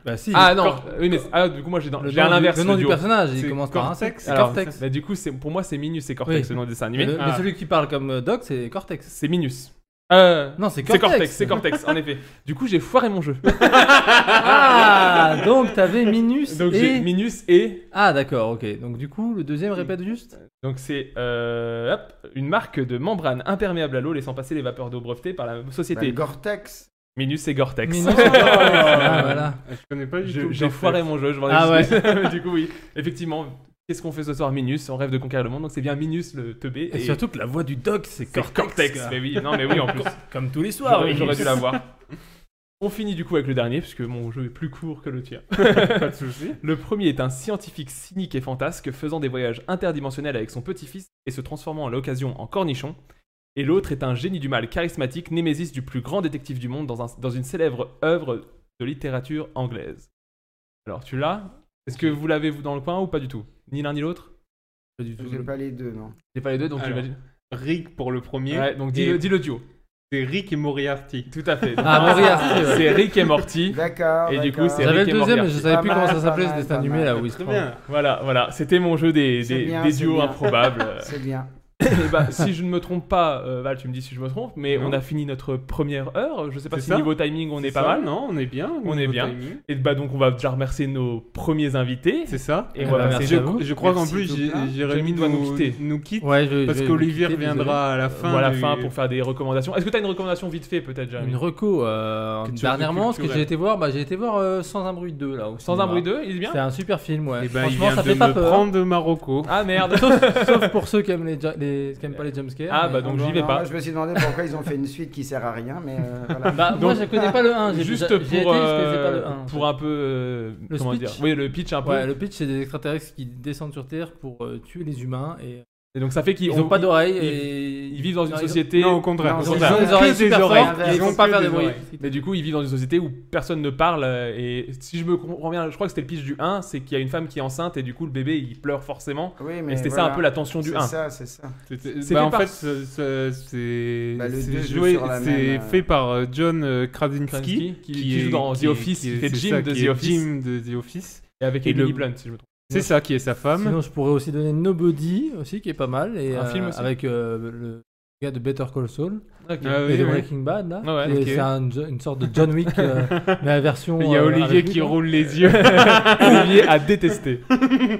Speaker 10: Bah si.
Speaker 7: Ah non, oui, mais ah, du coup, moi, j'ai dans...
Speaker 10: Le
Speaker 7: j'ai à
Speaker 10: nom du-
Speaker 7: l'inverse.
Speaker 10: Le nom du
Speaker 7: duo.
Speaker 10: personnage,
Speaker 8: C'est
Speaker 10: il commence par un C.
Speaker 8: Cortex.
Speaker 10: C'est
Speaker 7: Alors,
Speaker 10: Cortex.
Speaker 7: Bah, du coup, c'est- pour moi, c'est Minus et Cortex,
Speaker 10: Oui.
Speaker 7: le nom du dessin
Speaker 10: Mais,
Speaker 7: animé.
Speaker 10: le- mais
Speaker 8: Ah.
Speaker 10: celui qui parle comme euh, Doc, c'est Cortex.
Speaker 7: C'est Minus. Euh,
Speaker 10: Non, c'est
Speaker 7: C'est
Speaker 10: Cortex.
Speaker 7: Cortex, c'est Cortex, en effet. Du coup, j'ai foiré mon jeu.
Speaker 10: Ah, donc t'avais Minus
Speaker 7: Donc, j'ai
Speaker 10: et...
Speaker 7: Minus et.
Speaker 10: Ah, d'accord, ok. Donc du coup, le deuxième répète juste
Speaker 7: Donc c'est euh, hop, une marque de membrane imperméable à l'eau laissant passer les vapeurs d'eau brevetées par la
Speaker 9: Bah,
Speaker 7: société
Speaker 9: Gore-Tex.
Speaker 7: Minus et Gore-Tex.
Speaker 10: Minus. ah, voilà.
Speaker 8: Je connais pas du
Speaker 7: Je-
Speaker 8: tout. le
Speaker 7: J'ai
Speaker 8: Cortex.
Speaker 7: foiré mon jeu, je m'en
Speaker 10: Ah
Speaker 7: excuse. Mais du coup oui, effectivement, qu'est-ce qu'on fait ce soir Minus On rêve de conquérir le monde, donc c'est bien Minus le teubé et,
Speaker 10: Et surtout que la voix du Doc, c'est
Speaker 7: c'est
Speaker 10: Cortex.
Speaker 7: Cortex. Mais oui, non mais oui en plus.
Speaker 10: Comme tous les soirs.
Speaker 7: J'aurais j'aurais
Speaker 10: Minus.
Speaker 7: dû l'avoir. On finit du coup avec le dernier, puisque mon jeu est plus court que le tien.
Speaker 8: Pas de soucis.
Speaker 7: Le premier est un scientifique cynique et fantasque faisant des voyages interdimensionnels avec son petit-fils et se transformant à l'occasion en cornichon. Et l'autre est un génie du mal charismatique, némésis du plus grand détective du monde dans, un- dans une célèbre œuvre de littérature anglaise. Alors, tu l'as Est-ce que vous l'avez vous dans le coin ou pas du tout Ni l'un ni l'autre Pas du
Speaker 9: J'ai pas les deux, non.
Speaker 7: J'ai pas les deux, donc
Speaker 8: Alors,
Speaker 7: j'imagine.
Speaker 8: Rick pour le premier.
Speaker 7: Ouais, donc dis-le-
Speaker 8: et-
Speaker 7: dis-le duo.
Speaker 8: C'est Rick et Moriarty.
Speaker 7: Tout à fait. Ah, Moriarty, ouais. C'est Rick et Morty. D'accord, Et du d'accord. coup, c'est
Speaker 10: J'avais
Speaker 7: Rick
Speaker 10: le
Speaker 7: et
Speaker 10: deuxième, mais
Speaker 7: Moriarty.
Speaker 10: je savais
Speaker 7: Pas
Speaker 10: plus
Speaker 7: mal,
Speaker 10: comment ça
Speaker 7: pas
Speaker 10: s'appelait
Speaker 7: mal,
Speaker 10: ce
Speaker 7: pas
Speaker 10: dessin animé
Speaker 7: mal.
Speaker 10: là où il se
Speaker 7: Très
Speaker 10: prend.
Speaker 7: bien. Voilà, voilà. C'était mon jeu des,
Speaker 10: C'est
Speaker 7: des,
Speaker 10: bien,
Speaker 7: des
Speaker 10: c'est
Speaker 7: duos
Speaker 10: bien.
Speaker 7: improbables.
Speaker 10: C'est bien.
Speaker 7: Eh ben, si je ne me trompe pas, euh, Val, tu me dis si je me trompe, mais
Speaker 8: Non.
Speaker 7: on a fini notre première heure. Je sais pas
Speaker 8: C'est
Speaker 7: si
Speaker 8: ça.
Speaker 7: niveau timing on est,
Speaker 8: C'est
Speaker 7: pas
Speaker 8: ça,
Speaker 7: mal.
Speaker 8: non, on est bien,
Speaker 7: On est
Speaker 8: niveau
Speaker 7: bien.
Speaker 8: timing.
Speaker 7: Et bah donc on va déjà remercier nos premiers invités. C'est
Speaker 8: ça.
Speaker 7: Et
Speaker 8: Eh
Speaker 7: on va
Speaker 8: ben,
Speaker 7: passer-
Speaker 8: merci à vous. Je crois qu'en plus, J- Jérémy
Speaker 7: doit nous
Speaker 8: nous-
Speaker 7: quitter.
Speaker 8: nous quitte, Ouais, je- parce je- je qu'Olivier vais quitter, reviendra désolé. à la fin
Speaker 7: Ou à la
Speaker 8: du-
Speaker 7: fin pour faire des recommandations. Est-ce que tu as une recommandation vite fait peut-être, Jérémy
Speaker 10: Une reco. euh,
Speaker 7: Culture-
Speaker 10: dernièrement, ce que
Speaker 7: culturelle.
Speaker 10: j'ai été voir, bah, j'ai été voir euh, Sans un bruit 2 là. au
Speaker 7: Sans
Speaker 8: Bah,
Speaker 10: cinéma.
Speaker 7: un bruit 2, il est bien
Speaker 10: C'est un super film, ouais.
Speaker 7: Eh ben, il
Speaker 10: Franchement,
Speaker 7: vient
Speaker 10: ça
Speaker 7: de
Speaker 10: fait pas
Speaker 7: me
Speaker 10: peur.
Speaker 7: prendre de Marocco. Ah, merde.
Speaker 10: sauf, sauf pour ceux qui aiment les, ja- les- qui aiment pas les jumpscares.
Speaker 7: Ah,
Speaker 10: mais-
Speaker 7: bah,
Speaker 9: Non, moi, je me suis demandé pourquoi ils ont fait une suite qui sert à rien, mais euh, voilà.
Speaker 10: Bah, moi, je connais pas le 1. j'ai-
Speaker 7: Juste
Speaker 10: j'ai-
Speaker 7: pour,
Speaker 10: j'ai été, je connaissais pas
Speaker 7: euh,
Speaker 10: le 1.
Speaker 7: pour un peu. euh,
Speaker 10: Le
Speaker 7: comment
Speaker 10: speech.
Speaker 7: dire Oui, le pitch un peu.
Speaker 10: Ouais, le pitch, c'est des extraterrestres qui descendent sur Terre pour euh, tuer les humains. Et,
Speaker 7: Et donc ça fait qu'ils
Speaker 10: ils ont
Speaker 7: ont-
Speaker 10: pas d'oreilles.
Speaker 7: ils-
Speaker 10: et-
Speaker 7: ils vivent dans une société.
Speaker 10: Non, au contraire. Ils ont des oreilles super fortes et ils vont pas faire de bruit.
Speaker 7: Mais du coup, ils vivent dans une société où personne ne parle. euh, Et si je me comprends bien, je crois que c'était le pitch du 1, c'est qu'il y a une femme qui est enceinte et du coup, le bébé il pleure forcément.
Speaker 9: mais
Speaker 7: et c'était ça
Speaker 9: voilà.
Speaker 7: un peu la tension du
Speaker 9: C'est
Speaker 7: 1.
Speaker 9: ça, c'est ça.
Speaker 8: C'était-
Speaker 7: C'est
Speaker 8: bah,
Speaker 7: fait
Speaker 8: en
Speaker 7: par-
Speaker 8: fait, ce- ce- c'est
Speaker 7: Bah, le
Speaker 8: c'est
Speaker 7: deux joue
Speaker 8: joué-
Speaker 7: sur la
Speaker 8: c'est
Speaker 7: même, euh,
Speaker 8: fait par euh, John euh, Krasinski,
Speaker 7: Krasinski, qui- qui joue dans The Office, qui
Speaker 8: est-
Speaker 7: fait
Speaker 8: c'est
Speaker 7: Jim
Speaker 8: ça,
Speaker 7: de
Speaker 8: qui
Speaker 7: The
Speaker 8: est
Speaker 7: Office.
Speaker 8: Jim de The Office.
Speaker 7: Et avec
Speaker 8: le-
Speaker 7: Emily Blunt, si je me trompe.
Speaker 8: C'est ça qui est sa femme.
Speaker 10: Sinon, je pourrais aussi donner Nobody aussi, qui est pas mal. Et,
Speaker 7: Un
Speaker 10: euh,
Speaker 7: film aussi.
Speaker 10: avec euh, le gars de Better Call Saul.
Speaker 7: Ok.
Speaker 10: Et
Speaker 7: Ah oui,
Speaker 10: de
Speaker 7: oui.
Speaker 10: Breaking Bad, là.
Speaker 7: Ah ouais,
Speaker 10: Et
Speaker 7: ok.
Speaker 10: C'est un jo- une sorte de John Wick, euh, mais la version.
Speaker 7: Il y a
Speaker 10: euh,
Speaker 7: Olivier
Speaker 10: avec
Speaker 7: qui
Speaker 10: lui, quoi.
Speaker 7: roule les yeux.
Speaker 10: Ah,
Speaker 7: Olivier a détesté.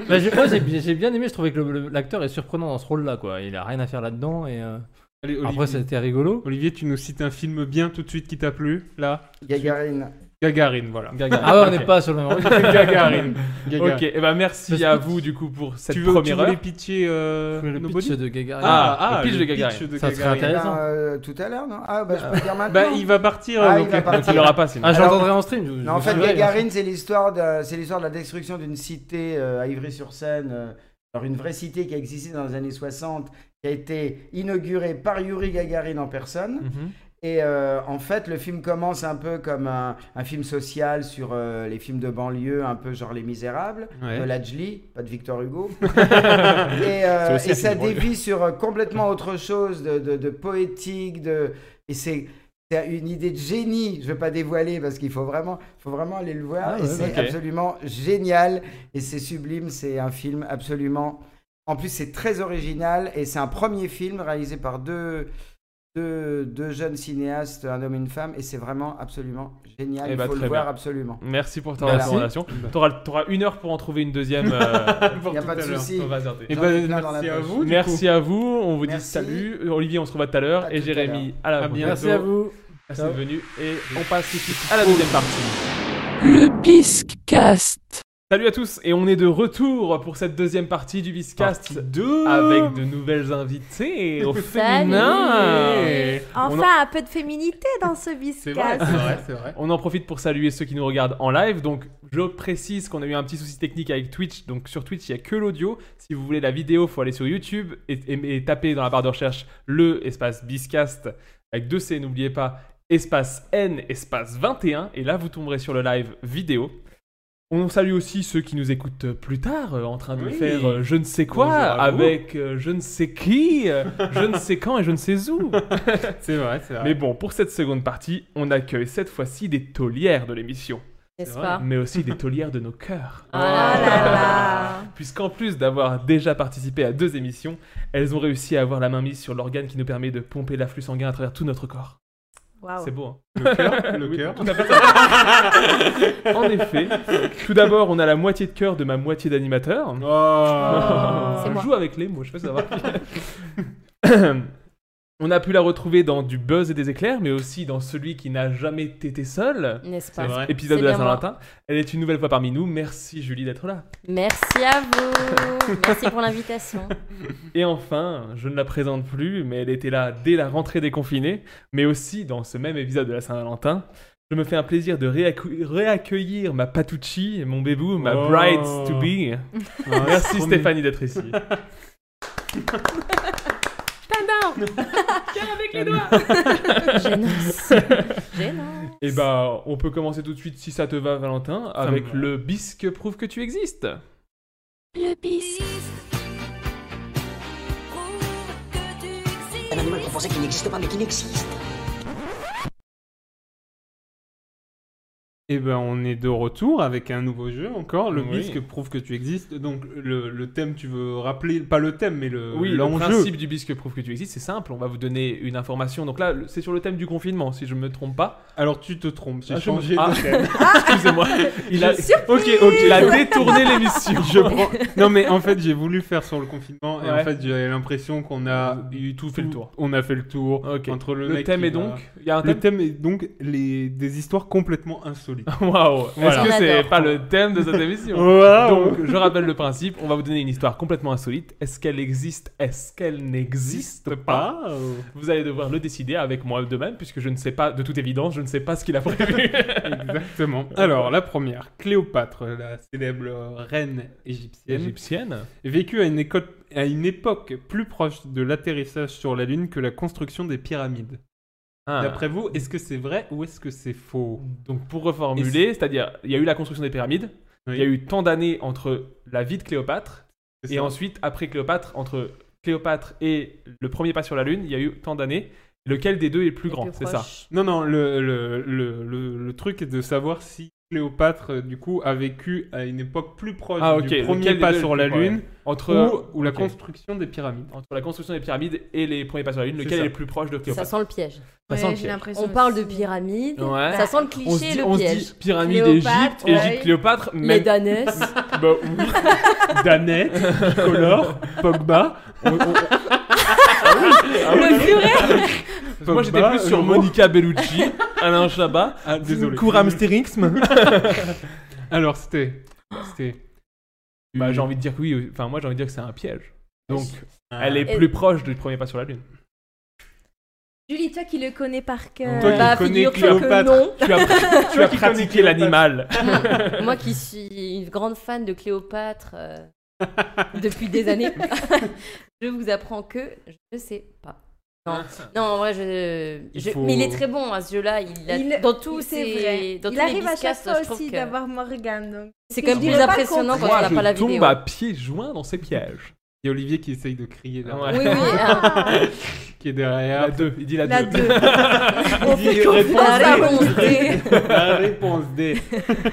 Speaker 10: Bah, j'ai- moi, j'ai j'ai bien aimé. Je trouvais que le- le- l'acteur est surprenant dans ce rôle-là, quoi. Il a rien à faire là-dedans. Et euh,
Speaker 8: Allez,
Speaker 10: après,
Speaker 8: Olivier.
Speaker 10: c'était rigolo.
Speaker 8: Olivier, tu nous cites un film bien tout de suite qui t'a plu, là
Speaker 9: Gagarine.
Speaker 8: Gagarine, voilà.
Speaker 10: Ah ouais, on n'est pas sur le même rythme.
Speaker 8: Gagarine. Gagarine.
Speaker 7: Ok, et ben merci
Speaker 8: Parce
Speaker 7: à
Speaker 8: que-
Speaker 7: vous du coup pour cette
Speaker 8: tu veux,
Speaker 7: première
Speaker 8: tu voulais
Speaker 7: heure.
Speaker 8: pitcher euh,
Speaker 7: Je voulais le
Speaker 8: Nobody
Speaker 7: pitch de Gagarine.
Speaker 8: Ah, ah,
Speaker 7: Le pitch de Gagarine. Ça serait
Speaker 9: Eh ben, euh, tout à l'heure, non Ah, bah, je peux le dire maintenant.
Speaker 8: Bah, il va partir,
Speaker 9: Ah,
Speaker 7: euh,
Speaker 8: donc,
Speaker 9: il va
Speaker 8: donc
Speaker 9: partir.
Speaker 8: il l'aura pas, sinon. Ah, je
Speaker 9: Alors-
Speaker 8: l'entendrai en stream, je- je
Speaker 9: non, en
Speaker 8: vous
Speaker 9: fait,
Speaker 8: suivrai,
Speaker 10: hein.
Speaker 9: Gagarine, c'est l'histoire de, c'est l'histoire de la destruction d'une cité euh, à Ivry-sur-Seine. euh, alors, une vraie cité qui a existé dans les années 60, qui a été inaugurée par Yuri Gagarine en personne.
Speaker 10: Mhm.
Speaker 9: Et euh, en fait, le film commence un peu comme un, un film social sur euh, les films de banlieue, un peu genre Les Misérables,
Speaker 8: Ouais.
Speaker 9: de Lajli, pas de Victor Hugo. et euh,
Speaker 8: C'est aussi
Speaker 9: et
Speaker 8: un
Speaker 9: ça
Speaker 8: film de banlieue.
Speaker 9: dévie sur euh, complètement autre chose, de, de- de poétique, de... et c'est c'est une idée de génie. Je ne vais pas dévoiler parce qu'il faut vraiment, faut vraiment aller le voir.
Speaker 10: Ah
Speaker 9: et
Speaker 10: ouais,
Speaker 9: c'est
Speaker 10: ok.
Speaker 9: absolument génial et c'est sublime. C'est un film absolument. En plus, c'est très original et c'est un premier film réalisé par deux, deux, deux jeunes cinéastes, un homme et une femme, et c'est vraiment absolument génial.
Speaker 7: Eh
Speaker 9: Il
Speaker 7: bah,
Speaker 9: faut le
Speaker 7: très
Speaker 9: voir
Speaker 7: bien.
Speaker 9: absolument.
Speaker 7: Merci pour ta
Speaker 9: Voilà.
Speaker 7: recommandation. T'auras, t'auras une heure pour en trouver une deuxième. euh,
Speaker 9: Pour Y a tout pas de à l'heure. souci.
Speaker 7: On va zarder.
Speaker 9: Eh J'en ben, ai plein dans la merci à poche. vous, du
Speaker 7: bah, Merci
Speaker 9: coup.
Speaker 7: à vous. On vous dit
Speaker 9: Merci.
Speaker 7: salut. Olivier, on se revoit tout à l'heure. Et Jérémy, à, la
Speaker 10: À
Speaker 7: prochaine.
Speaker 10: bientôt. Merci à vous.
Speaker 7: Merci
Speaker 10: Ciao.
Speaker 7: d'être Ah, venu. Et on passe tout de suite à la deuxième partie.
Speaker 6: Le Biscast.
Speaker 7: Salut à tous et on est de retour pour cette deuxième partie du Viscast avec de nouvelles invités au féminin.
Speaker 13: Salut
Speaker 7: On en-
Speaker 13: Enfin, un peu de féminité dans ce biscuit.
Speaker 7: On en profite pour saluer ceux qui nous regardent en live. Donc, je précise qu'on a eu un petit souci technique avec Twitch. Donc, sur Twitch, il n'y a que l'audio. Si vous voulez la vidéo, faut aller sur YouTube et, et- et taper dans la barre de recherche le espace Biscast avec deux C, n'oubliez pas, espace N, espace 21. Et là, vous tomberez sur le live vidéo. On salue aussi ceux qui nous écoutent plus tard, euh, en train de
Speaker 8: Oui.
Speaker 7: faire euh, je ne sais quoi,
Speaker 8: Bonjour à vous.
Speaker 7: avec euh, je ne sais qui, euh, je ne sais quand et je ne sais où.
Speaker 8: C'est vrai, c'est vrai.
Speaker 7: Ah. Mais bon, pour cette seconde partie, on accueille cette fois-ci des taulières de l'émission.
Speaker 13: N'est-ce pas
Speaker 7: Mais aussi des taulières de nos cœurs. Hein,
Speaker 13: Oh là là.
Speaker 7: Puisqu'en plus d'avoir déjà participé à deux émissions, elles ont réussi à avoir la main mise sur l'organe qui nous permet de pomper l'afflux sanguin à travers tout notre corps.
Speaker 13: Waouh.
Speaker 7: C'est beau, hein
Speaker 8: Le cœur, le
Speaker 7: Oui,
Speaker 8: cœur.
Speaker 7: tout à fait, ça. en effet, tout d'abord, on a la moitié de cœur de ma moitié d'animateur. Ah,
Speaker 8: Oh.
Speaker 13: C'est
Speaker 7: Je
Speaker 13: moi.
Speaker 7: joue avec les mots, je sais pas si ça va. On a pu la retrouver dans Du Buzz et des éclairs, mais aussi dans celui qui n'a jamais été seul.
Speaker 13: N'est-ce pas
Speaker 7: C'est
Speaker 13: C'est vrai.
Speaker 7: Épisode
Speaker 13: C'est
Speaker 7: de la
Speaker 13: bien moi.
Speaker 7: Saint-Valentin. Elle est une nouvelle fois parmi nous. Merci Julie d'être là.
Speaker 13: Merci à vous. Merci pour l'invitation.
Speaker 7: Et enfin, je ne la présente plus, mais elle était là dès la rentrée des confinés, mais aussi dans ce même épisode de la Saint-Valentin. Je me fais un plaisir de réaccue- réaccueillir ma Patucci, mon bébou, ma
Speaker 8: Oh.
Speaker 7: bride to be.
Speaker 8: Ah,
Speaker 7: Merci
Speaker 8: promis.
Speaker 7: Stéphanie d'être ici.
Speaker 13: Tadam
Speaker 3: Cœur avec les doigts
Speaker 13: Gênance. Gênance.
Speaker 7: Et bah, on peut commencer tout de suite, si ça te va, Valentin,
Speaker 10: me
Speaker 7: avec
Speaker 10: va.
Speaker 7: le bisque prouve que tu existes.
Speaker 13: Le bis.
Speaker 2: Un animal qu'on pensait qu'il n'existe pas, mais qu'il existe.
Speaker 8: Et ben on est de retour avec un nouveau jeu encore. Le
Speaker 7: Oui.
Speaker 8: bisque prouve que tu existes. Donc le, le thème, tu veux rappeler pas le thème, mais le
Speaker 7: oui, le
Speaker 8: l'enjeu.
Speaker 7: principe du bisque prouve que tu existes, c'est simple, on va vous donner une information. Donc là, le- c'est sur le thème du confinement, si je me trompe pas.
Speaker 8: Alors tu te trompes, j'ai
Speaker 7: Ah, je me-
Speaker 8: changé de
Speaker 7: Ah.
Speaker 8: thème.
Speaker 7: Excusez-moi. Il a...
Speaker 8: Surprise
Speaker 7: Ok, ok. Il a détourné l'émission.
Speaker 8: Je prends- Non mais en fait j'ai voulu faire sur le confinement et
Speaker 7: Ouais.
Speaker 8: en fait j'ai l'impression qu'on a eu tout fait
Speaker 7: le tour.
Speaker 8: On a fait le tour. Entre le,
Speaker 7: Le
Speaker 8: mec
Speaker 7: thème
Speaker 8: qui
Speaker 7: est
Speaker 8: va-
Speaker 7: donc- il y a un
Speaker 8: le thème est donc les des histoires complètement insolites.
Speaker 7: Waouh Est-ce que c'est pas le thème de cette émission
Speaker 8: Waouh.
Speaker 7: Donc, je rappelle le principe. On va vous donner une histoire complètement insolite. Est-ce qu'elle existe Est-ce qu'elle n'existe pas
Speaker 8: pas
Speaker 7: Vous allez devoir le décider avec moi de même, puisque je ne sais pas, de toute évidence, je ne sais pas ce qu'il a prévu.
Speaker 8: Exactement. Alors, la première, Cléopâtre, la célèbre reine égyptienne,
Speaker 7: Égyptienne.
Speaker 8: vécut à une, éco- à une époque plus proche de l'atterrissage sur la Lune que la construction des pyramides.
Speaker 7: Ah.
Speaker 8: D'après vous, est-ce que c'est vrai ou est-ce que c'est faux
Speaker 7: Donc, pour reformuler, c'est-à-dire, il y a eu la construction des pyramides, il
Speaker 8: Oui.
Speaker 7: y a eu tant d'années entre la vie de Cléopâtre,
Speaker 8: C'est
Speaker 7: et
Speaker 8: ça.
Speaker 7: ensuite, après Cléopâtre, entre Cléopâtre et le premier pas sur la Lune, il y a eu tant d'années. Lequel des deux est le plus grand, c'est ça
Speaker 8: Non, non, le, le, le, le, le truc est de savoir si Cléopâtre, euh, du coup, a vécu à une époque plus proche
Speaker 7: Ah, ok.
Speaker 8: du premier
Speaker 7: Lequel des
Speaker 8: pas
Speaker 7: deux
Speaker 8: sur
Speaker 7: le
Speaker 8: la
Speaker 7: plus proche,
Speaker 8: Lune
Speaker 7: ouais. Entre-
Speaker 8: ou, ou la
Speaker 7: ok.
Speaker 8: construction des pyramides.
Speaker 7: Entre la construction des pyramides et les premiers pas sur la Lune,
Speaker 8: C'est
Speaker 7: lequel
Speaker 8: ça.
Speaker 7: est le plus proche de
Speaker 13: Ça
Speaker 7: Cléopâtre
Speaker 13: sent le piège.
Speaker 7: Ça sent le piège.
Speaker 13: On parle de pyramide,
Speaker 7: Ouais.
Speaker 13: ça sent le cliché,
Speaker 7: On se dit-
Speaker 13: le
Speaker 7: on se
Speaker 13: piège.
Speaker 7: dit pyramide d'Égypte,
Speaker 13: Cléopâtre,
Speaker 7: Égypte,
Speaker 13: ouais.
Speaker 7: Cléopâtre, mais-
Speaker 13: Les Danais.
Speaker 7: Bah oui. Danette, Color, Pogba.
Speaker 13: Le curé
Speaker 7: Parce que Moi
Speaker 8: Bah,
Speaker 7: j'étais plus
Speaker 8: euh,
Speaker 7: sur Monica Bellucci, Alain Chabat,
Speaker 8: Ah, désolé.
Speaker 7: Kouram Sterinxm.
Speaker 8: Alors, c'était. C'était.
Speaker 7: Bah, j'ai envie de dire que oui, enfin moi j'ai envie de dire que c'est un piège. Donc
Speaker 8: Ah.
Speaker 7: elle est
Speaker 13: Et-
Speaker 7: plus proche du premier pas sur la lune.
Speaker 13: Julie, toi qui le connais par cœur.
Speaker 7: Toi qui
Speaker 13: bah,
Speaker 7: connais
Speaker 13: figure-toi que
Speaker 7: Cléopâtre.
Speaker 13: non.
Speaker 7: Tu as- tu as Toi qui pratiqué connais l'animal. Cléopâtre.
Speaker 13: Moi qui suis une grande fan de Cléopâtre euh, depuis des années, je vous apprends que je ne sais pas.
Speaker 7: Ah,
Speaker 13: Non, non en vrai, je,
Speaker 14: Il
Speaker 13: je-
Speaker 14: faut-
Speaker 13: Mais il est très bon à ce jeu-là. Il a-
Speaker 14: Il-
Speaker 13: dans tous
Speaker 14: c'est
Speaker 13: ses.
Speaker 14: vrai. il
Speaker 13: Dans tous les
Speaker 14: arrive à chaque
Speaker 13: discastes,
Speaker 14: fois
Speaker 13: je trouve
Speaker 14: aussi
Speaker 13: que-
Speaker 14: d'avoir Morgane. donc.
Speaker 13: C'est quand même
Speaker 14: Je
Speaker 13: plus
Speaker 14: dirais pas
Speaker 13: impressionnant
Speaker 14: contre.
Speaker 13: quand on
Speaker 7: Moi
Speaker 13: n'a pas la
Speaker 7: je
Speaker 13: vidéo.
Speaker 7: tombe bah. à pieds joints dans ces pièges.
Speaker 8: Il y a Olivier qui essaye de crier là.
Speaker 7: Ouais.
Speaker 13: Oui, oui, ah.
Speaker 8: qui est derrière.
Speaker 7: La 2, il dit la
Speaker 8: La
Speaker 7: 2.
Speaker 8: deux.
Speaker 7: Il
Speaker 8: On
Speaker 7: dit
Speaker 8: fait confiance à
Speaker 7: D.
Speaker 8: la réponse D. La réponse D.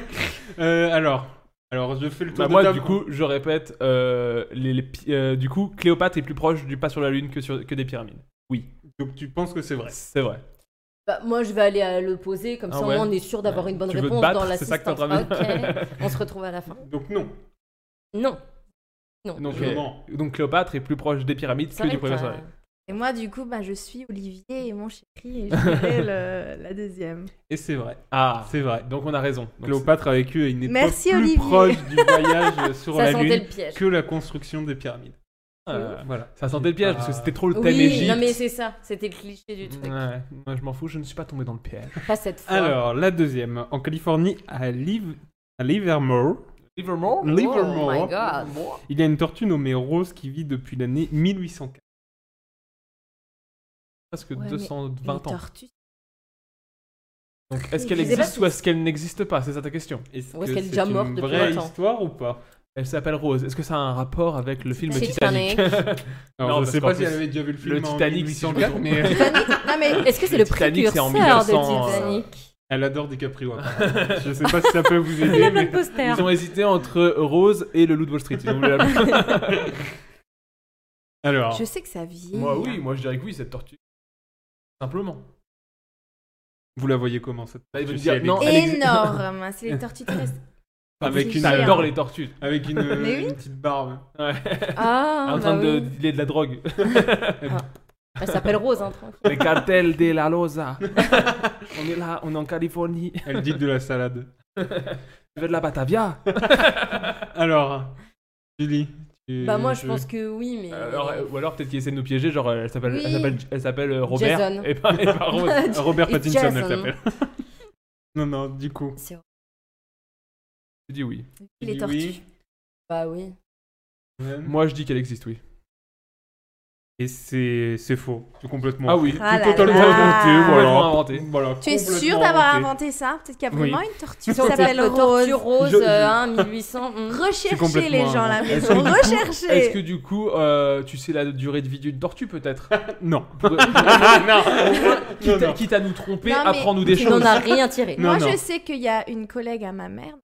Speaker 8: Euh, alors, alors, je fais le tour
Speaker 7: Bah,
Speaker 8: de
Speaker 7: moi,
Speaker 8: table.
Speaker 7: du coup, je répète, euh, les, les pi- euh, du coup, Cléopâtre est plus proche du pas sur la Lune que, sur, que des pyramides. Oui.
Speaker 8: Donc tu penses que c'est vrai
Speaker 7: C'est vrai.
Speaker 13: Bah, moi, je vais aller à l'opposé, comme
Speaker 7: Ah
Speaker 13: ça au
Speaker 7: ouais.
Speaker 13: moins, on est sûr d'avoir une bonne
Speaker 7: Tu veux te
Speaker 13: réponse
Speaker 7: battre,
Speaker 13: dans la
Speaker 7: c'est ça que t'es en train de dire.
Speaker 13: On se retrouve à la fin.
Speaker 8: Donc non.
Speaker 13: Non. Non.
Speaker 7: Donc,
Speaker 8: Je
Speaker 7: euh,
Speaker 8: mens.
Speaker 7: donc Cléopâtre est plus proche des pyramides
Speaker 14: Ça
Speaker 7: que du
Speaker 14: va
Speaker 7: premier
Speaker 14: être,
Speaker 7: pas sur
Speaker 14: euh,
Speaker 7: la Lune.
Speaker 14: Et moi, du coup, bah, je suis Olivier et mon chéri, et je dirais le- euh, la deuxième.
Speaker 8: Et c'est vrai.
Speaker 7: Ah,
Speaker 8: c'est vrai.
Speaker 7: Donc on a raison. Donc,
Speaker 8: Cléopâtre a vécu à une époque
Speaker 14: Merci,
Speaker 8: plus
Speaker 14: Olivier.
Speaker 8: proche du voyage sur
Speaker 14: Ça
Speaker 8: la
Speaker 14: sentait
Speaker 8: Lune
Speaker 14: le piège.
Speaker 8: que la construction des pyramides.
Speaker 7: Ah,
Speaker 8: voilà.
Speaker 7: Ça sentait le piège parce que c'était trop le thème
Speaker 13: Oui,
Speaker 7: Égypte.
Speaker 13: non, mais c'est ça. C'était le cliché du truc.
Speaker 7: Ouais, moi je m'en fous, je ne suis pas tombé dans le piège.
Speaker 13: Pas cette fois.
Speaker 8: Alors, la deuxième. En Californie, à, Liv- à Livermore.
Speaker 7: Livermore
Speaker 8: Livermore.
Speaker 13: Oh my God.
Speaker 8: Il y a une tortue nommée Rose qui vit depuis l'année 1804.
Speaker 7: Presque
Speaker 13: Ouais, mais
Speaker 7: 220 ans.
Speaker 13: les tortues,
Speaker 7: Donc est-ce qu'elle
Speaker 13: Je sais pas
Speaker 7: existe
Speaker 13: si-
Speaker 7: ou est-ce qu'elle n'existe pas C'est ça ta question.
Speaker 8: Est-ce
Speaker 13: Ou est-ce que qu'elle est c'est déjà une morte depuis vraie longtemps
Speaker 8: histoire ou pas
Speaker 7: Elle s'appelle Rose. Est-ce que ça a un rapport avec le film
Speaker 13: Titanic.
Speaker 7: Titanic
Speaker 8: Alors, je
Speaker 7: parce
Speaker 8: sais pas
Speaker 7: qu'en
Speaker 8: si elle
Speaker 7: plus,
Speaker 8: avait déjà vu le film
Speaker 7: Le
Speaker 8: en
Speaker 7: Titanic, si je me
Speaker 8: 1804,
Speaker 7: trompe.
Speaker 8: mais-
Speaker 14: Titanic Non, mais-
Speaker 13: Est-ce que c'est le
Speaker 7: Titanic, c'est en
Speaker 13: précurseur de
Speaker 7: 1900, euh,
Speaker 13: Titanic
Speaker 8: Elle adore DiCaprio. hein. apparemment. je sais pas si ça peut vous aider.
Speaker 13: a le
Speaker 8: mais-
Speaker 13: même poster.
Speaker 7: Ils ont hésité entre Rose et le Loup de Wall Street. Ils ont voulu la-
Speaker 8: Alors.
Speaker 14: Je sais que ça vieillit.
Speaker 7: Moi oui,
Speaker 14: hein.
Speaker 7: moi je dirais que oui, cette tortue. Simplement.
Speaker 8: Vous la voyez comment cette
Speaker 7: Bah, il veut
Speaker 8: tortue,
Speaker 7: dire
Speaker 8: si elle
Speaker 7: non,
Speaker 8: existe
Speaker 14: Énorme, c'est les tortues terrestres.
Speaker 8: Avec une. euh,
Speaker 7: J'adore les tortues.
Speaker 8: Avec une,
Speaker 14: Mais oui.
Speaker 8: une petite barbe.
Speaker 7: Ouais.
Speaker 13: Ah,
Speaker 7: en train
Speaker 13: bah
Speaker 7: de
Speaker 13: oui.
Speaker 7: dealer de la drogue.
Speaker 13: Elle s'appelle Rose, hein, tranquille.
Speaker 7: Les cartels de la Loza. on est là, on est en Californie.
Speaker 8: Elle dit de la salade.
Speaker 7: Je veux de la Batavia.
Speaker 8: Alors, Julie. tu-
Speaker 13: Bah, moi, je
Speaker 8: tu-
Speaker 13: pense que oui, mais.
Speaker 7: Euh, Alors, euh, ou alors peut-être qu'il essaie de nous piéger, genre euh, elle s'appelle
Speaker 13: Oui.
Speaker 7: elle s'appelle- elle s'appelle euh, Robert
Speaker 13: Jason.
Speaker 7: et pas, et pas Rose.
Speaker 8: Robert
Speaker 13: It's
Speaker 8: Pattinson, elle
Speaker 13: Jason.
Speaker 8: s'appelle. non, non, du coup.
Speaker 7: Je dis oui.
Speaker 8: Tu dis oui.
Speaker 13: Bah oui.
Speaker 8: Ouais.
Speaker 7: Moi je dis qu'elle existe, oui.
Speaker 8: Et c'est c'est faux, c'est complètement.
Speaker 7: Ah oui,
Speaker 8: faux.
Speaker 14: Ah c'est là totalement là. inventé,
Speaker 8: Complètement
Speaker 7: voilà.
Speaker 8: inventé, voilà,
Speaker 14: Tu es
Speaker 8: complètement
Speaker 14: sûr d'avoir
Speaker 8: inventé.
Speaker 14: inventé ça Peut-être qu'il y a
Speaker 8: Oui.
Speaker 14: vraiment une tortue qui
Speaker 13: Sur
Speaker 14: s'appelle
Speaker 13: cette
Speaker 14: Rose.
Speaker 13: tortue rose,
Speaker 7: Je-
Speaker 13: euh, hein, 1800. hmm.
Speaker 14: Recherchez
Speaker 7: complètement
Speaker 14: les gens à la
Speaker 7: inventé.
Speaker 14: maison,
Speaker 7: Est-ce que du coup- Est-ce que
Speaker 14: recherchez.
Speaker 7: du coup, euh, tu sais la durée de vie d'une tortue peut-être
Speaker 8: Non.
Speaker 7: quitte, quitte à nous tromper,
Speaker 14: Non, mais
Speaker 7: apprends-nous des
Speaker 14: tu
Speaker 7: choses.
Speaker 14: n'en as
Speaker 13: rien tiré.
Speaker 14: Moi, je sais qu'il y a une collègue à ma mère.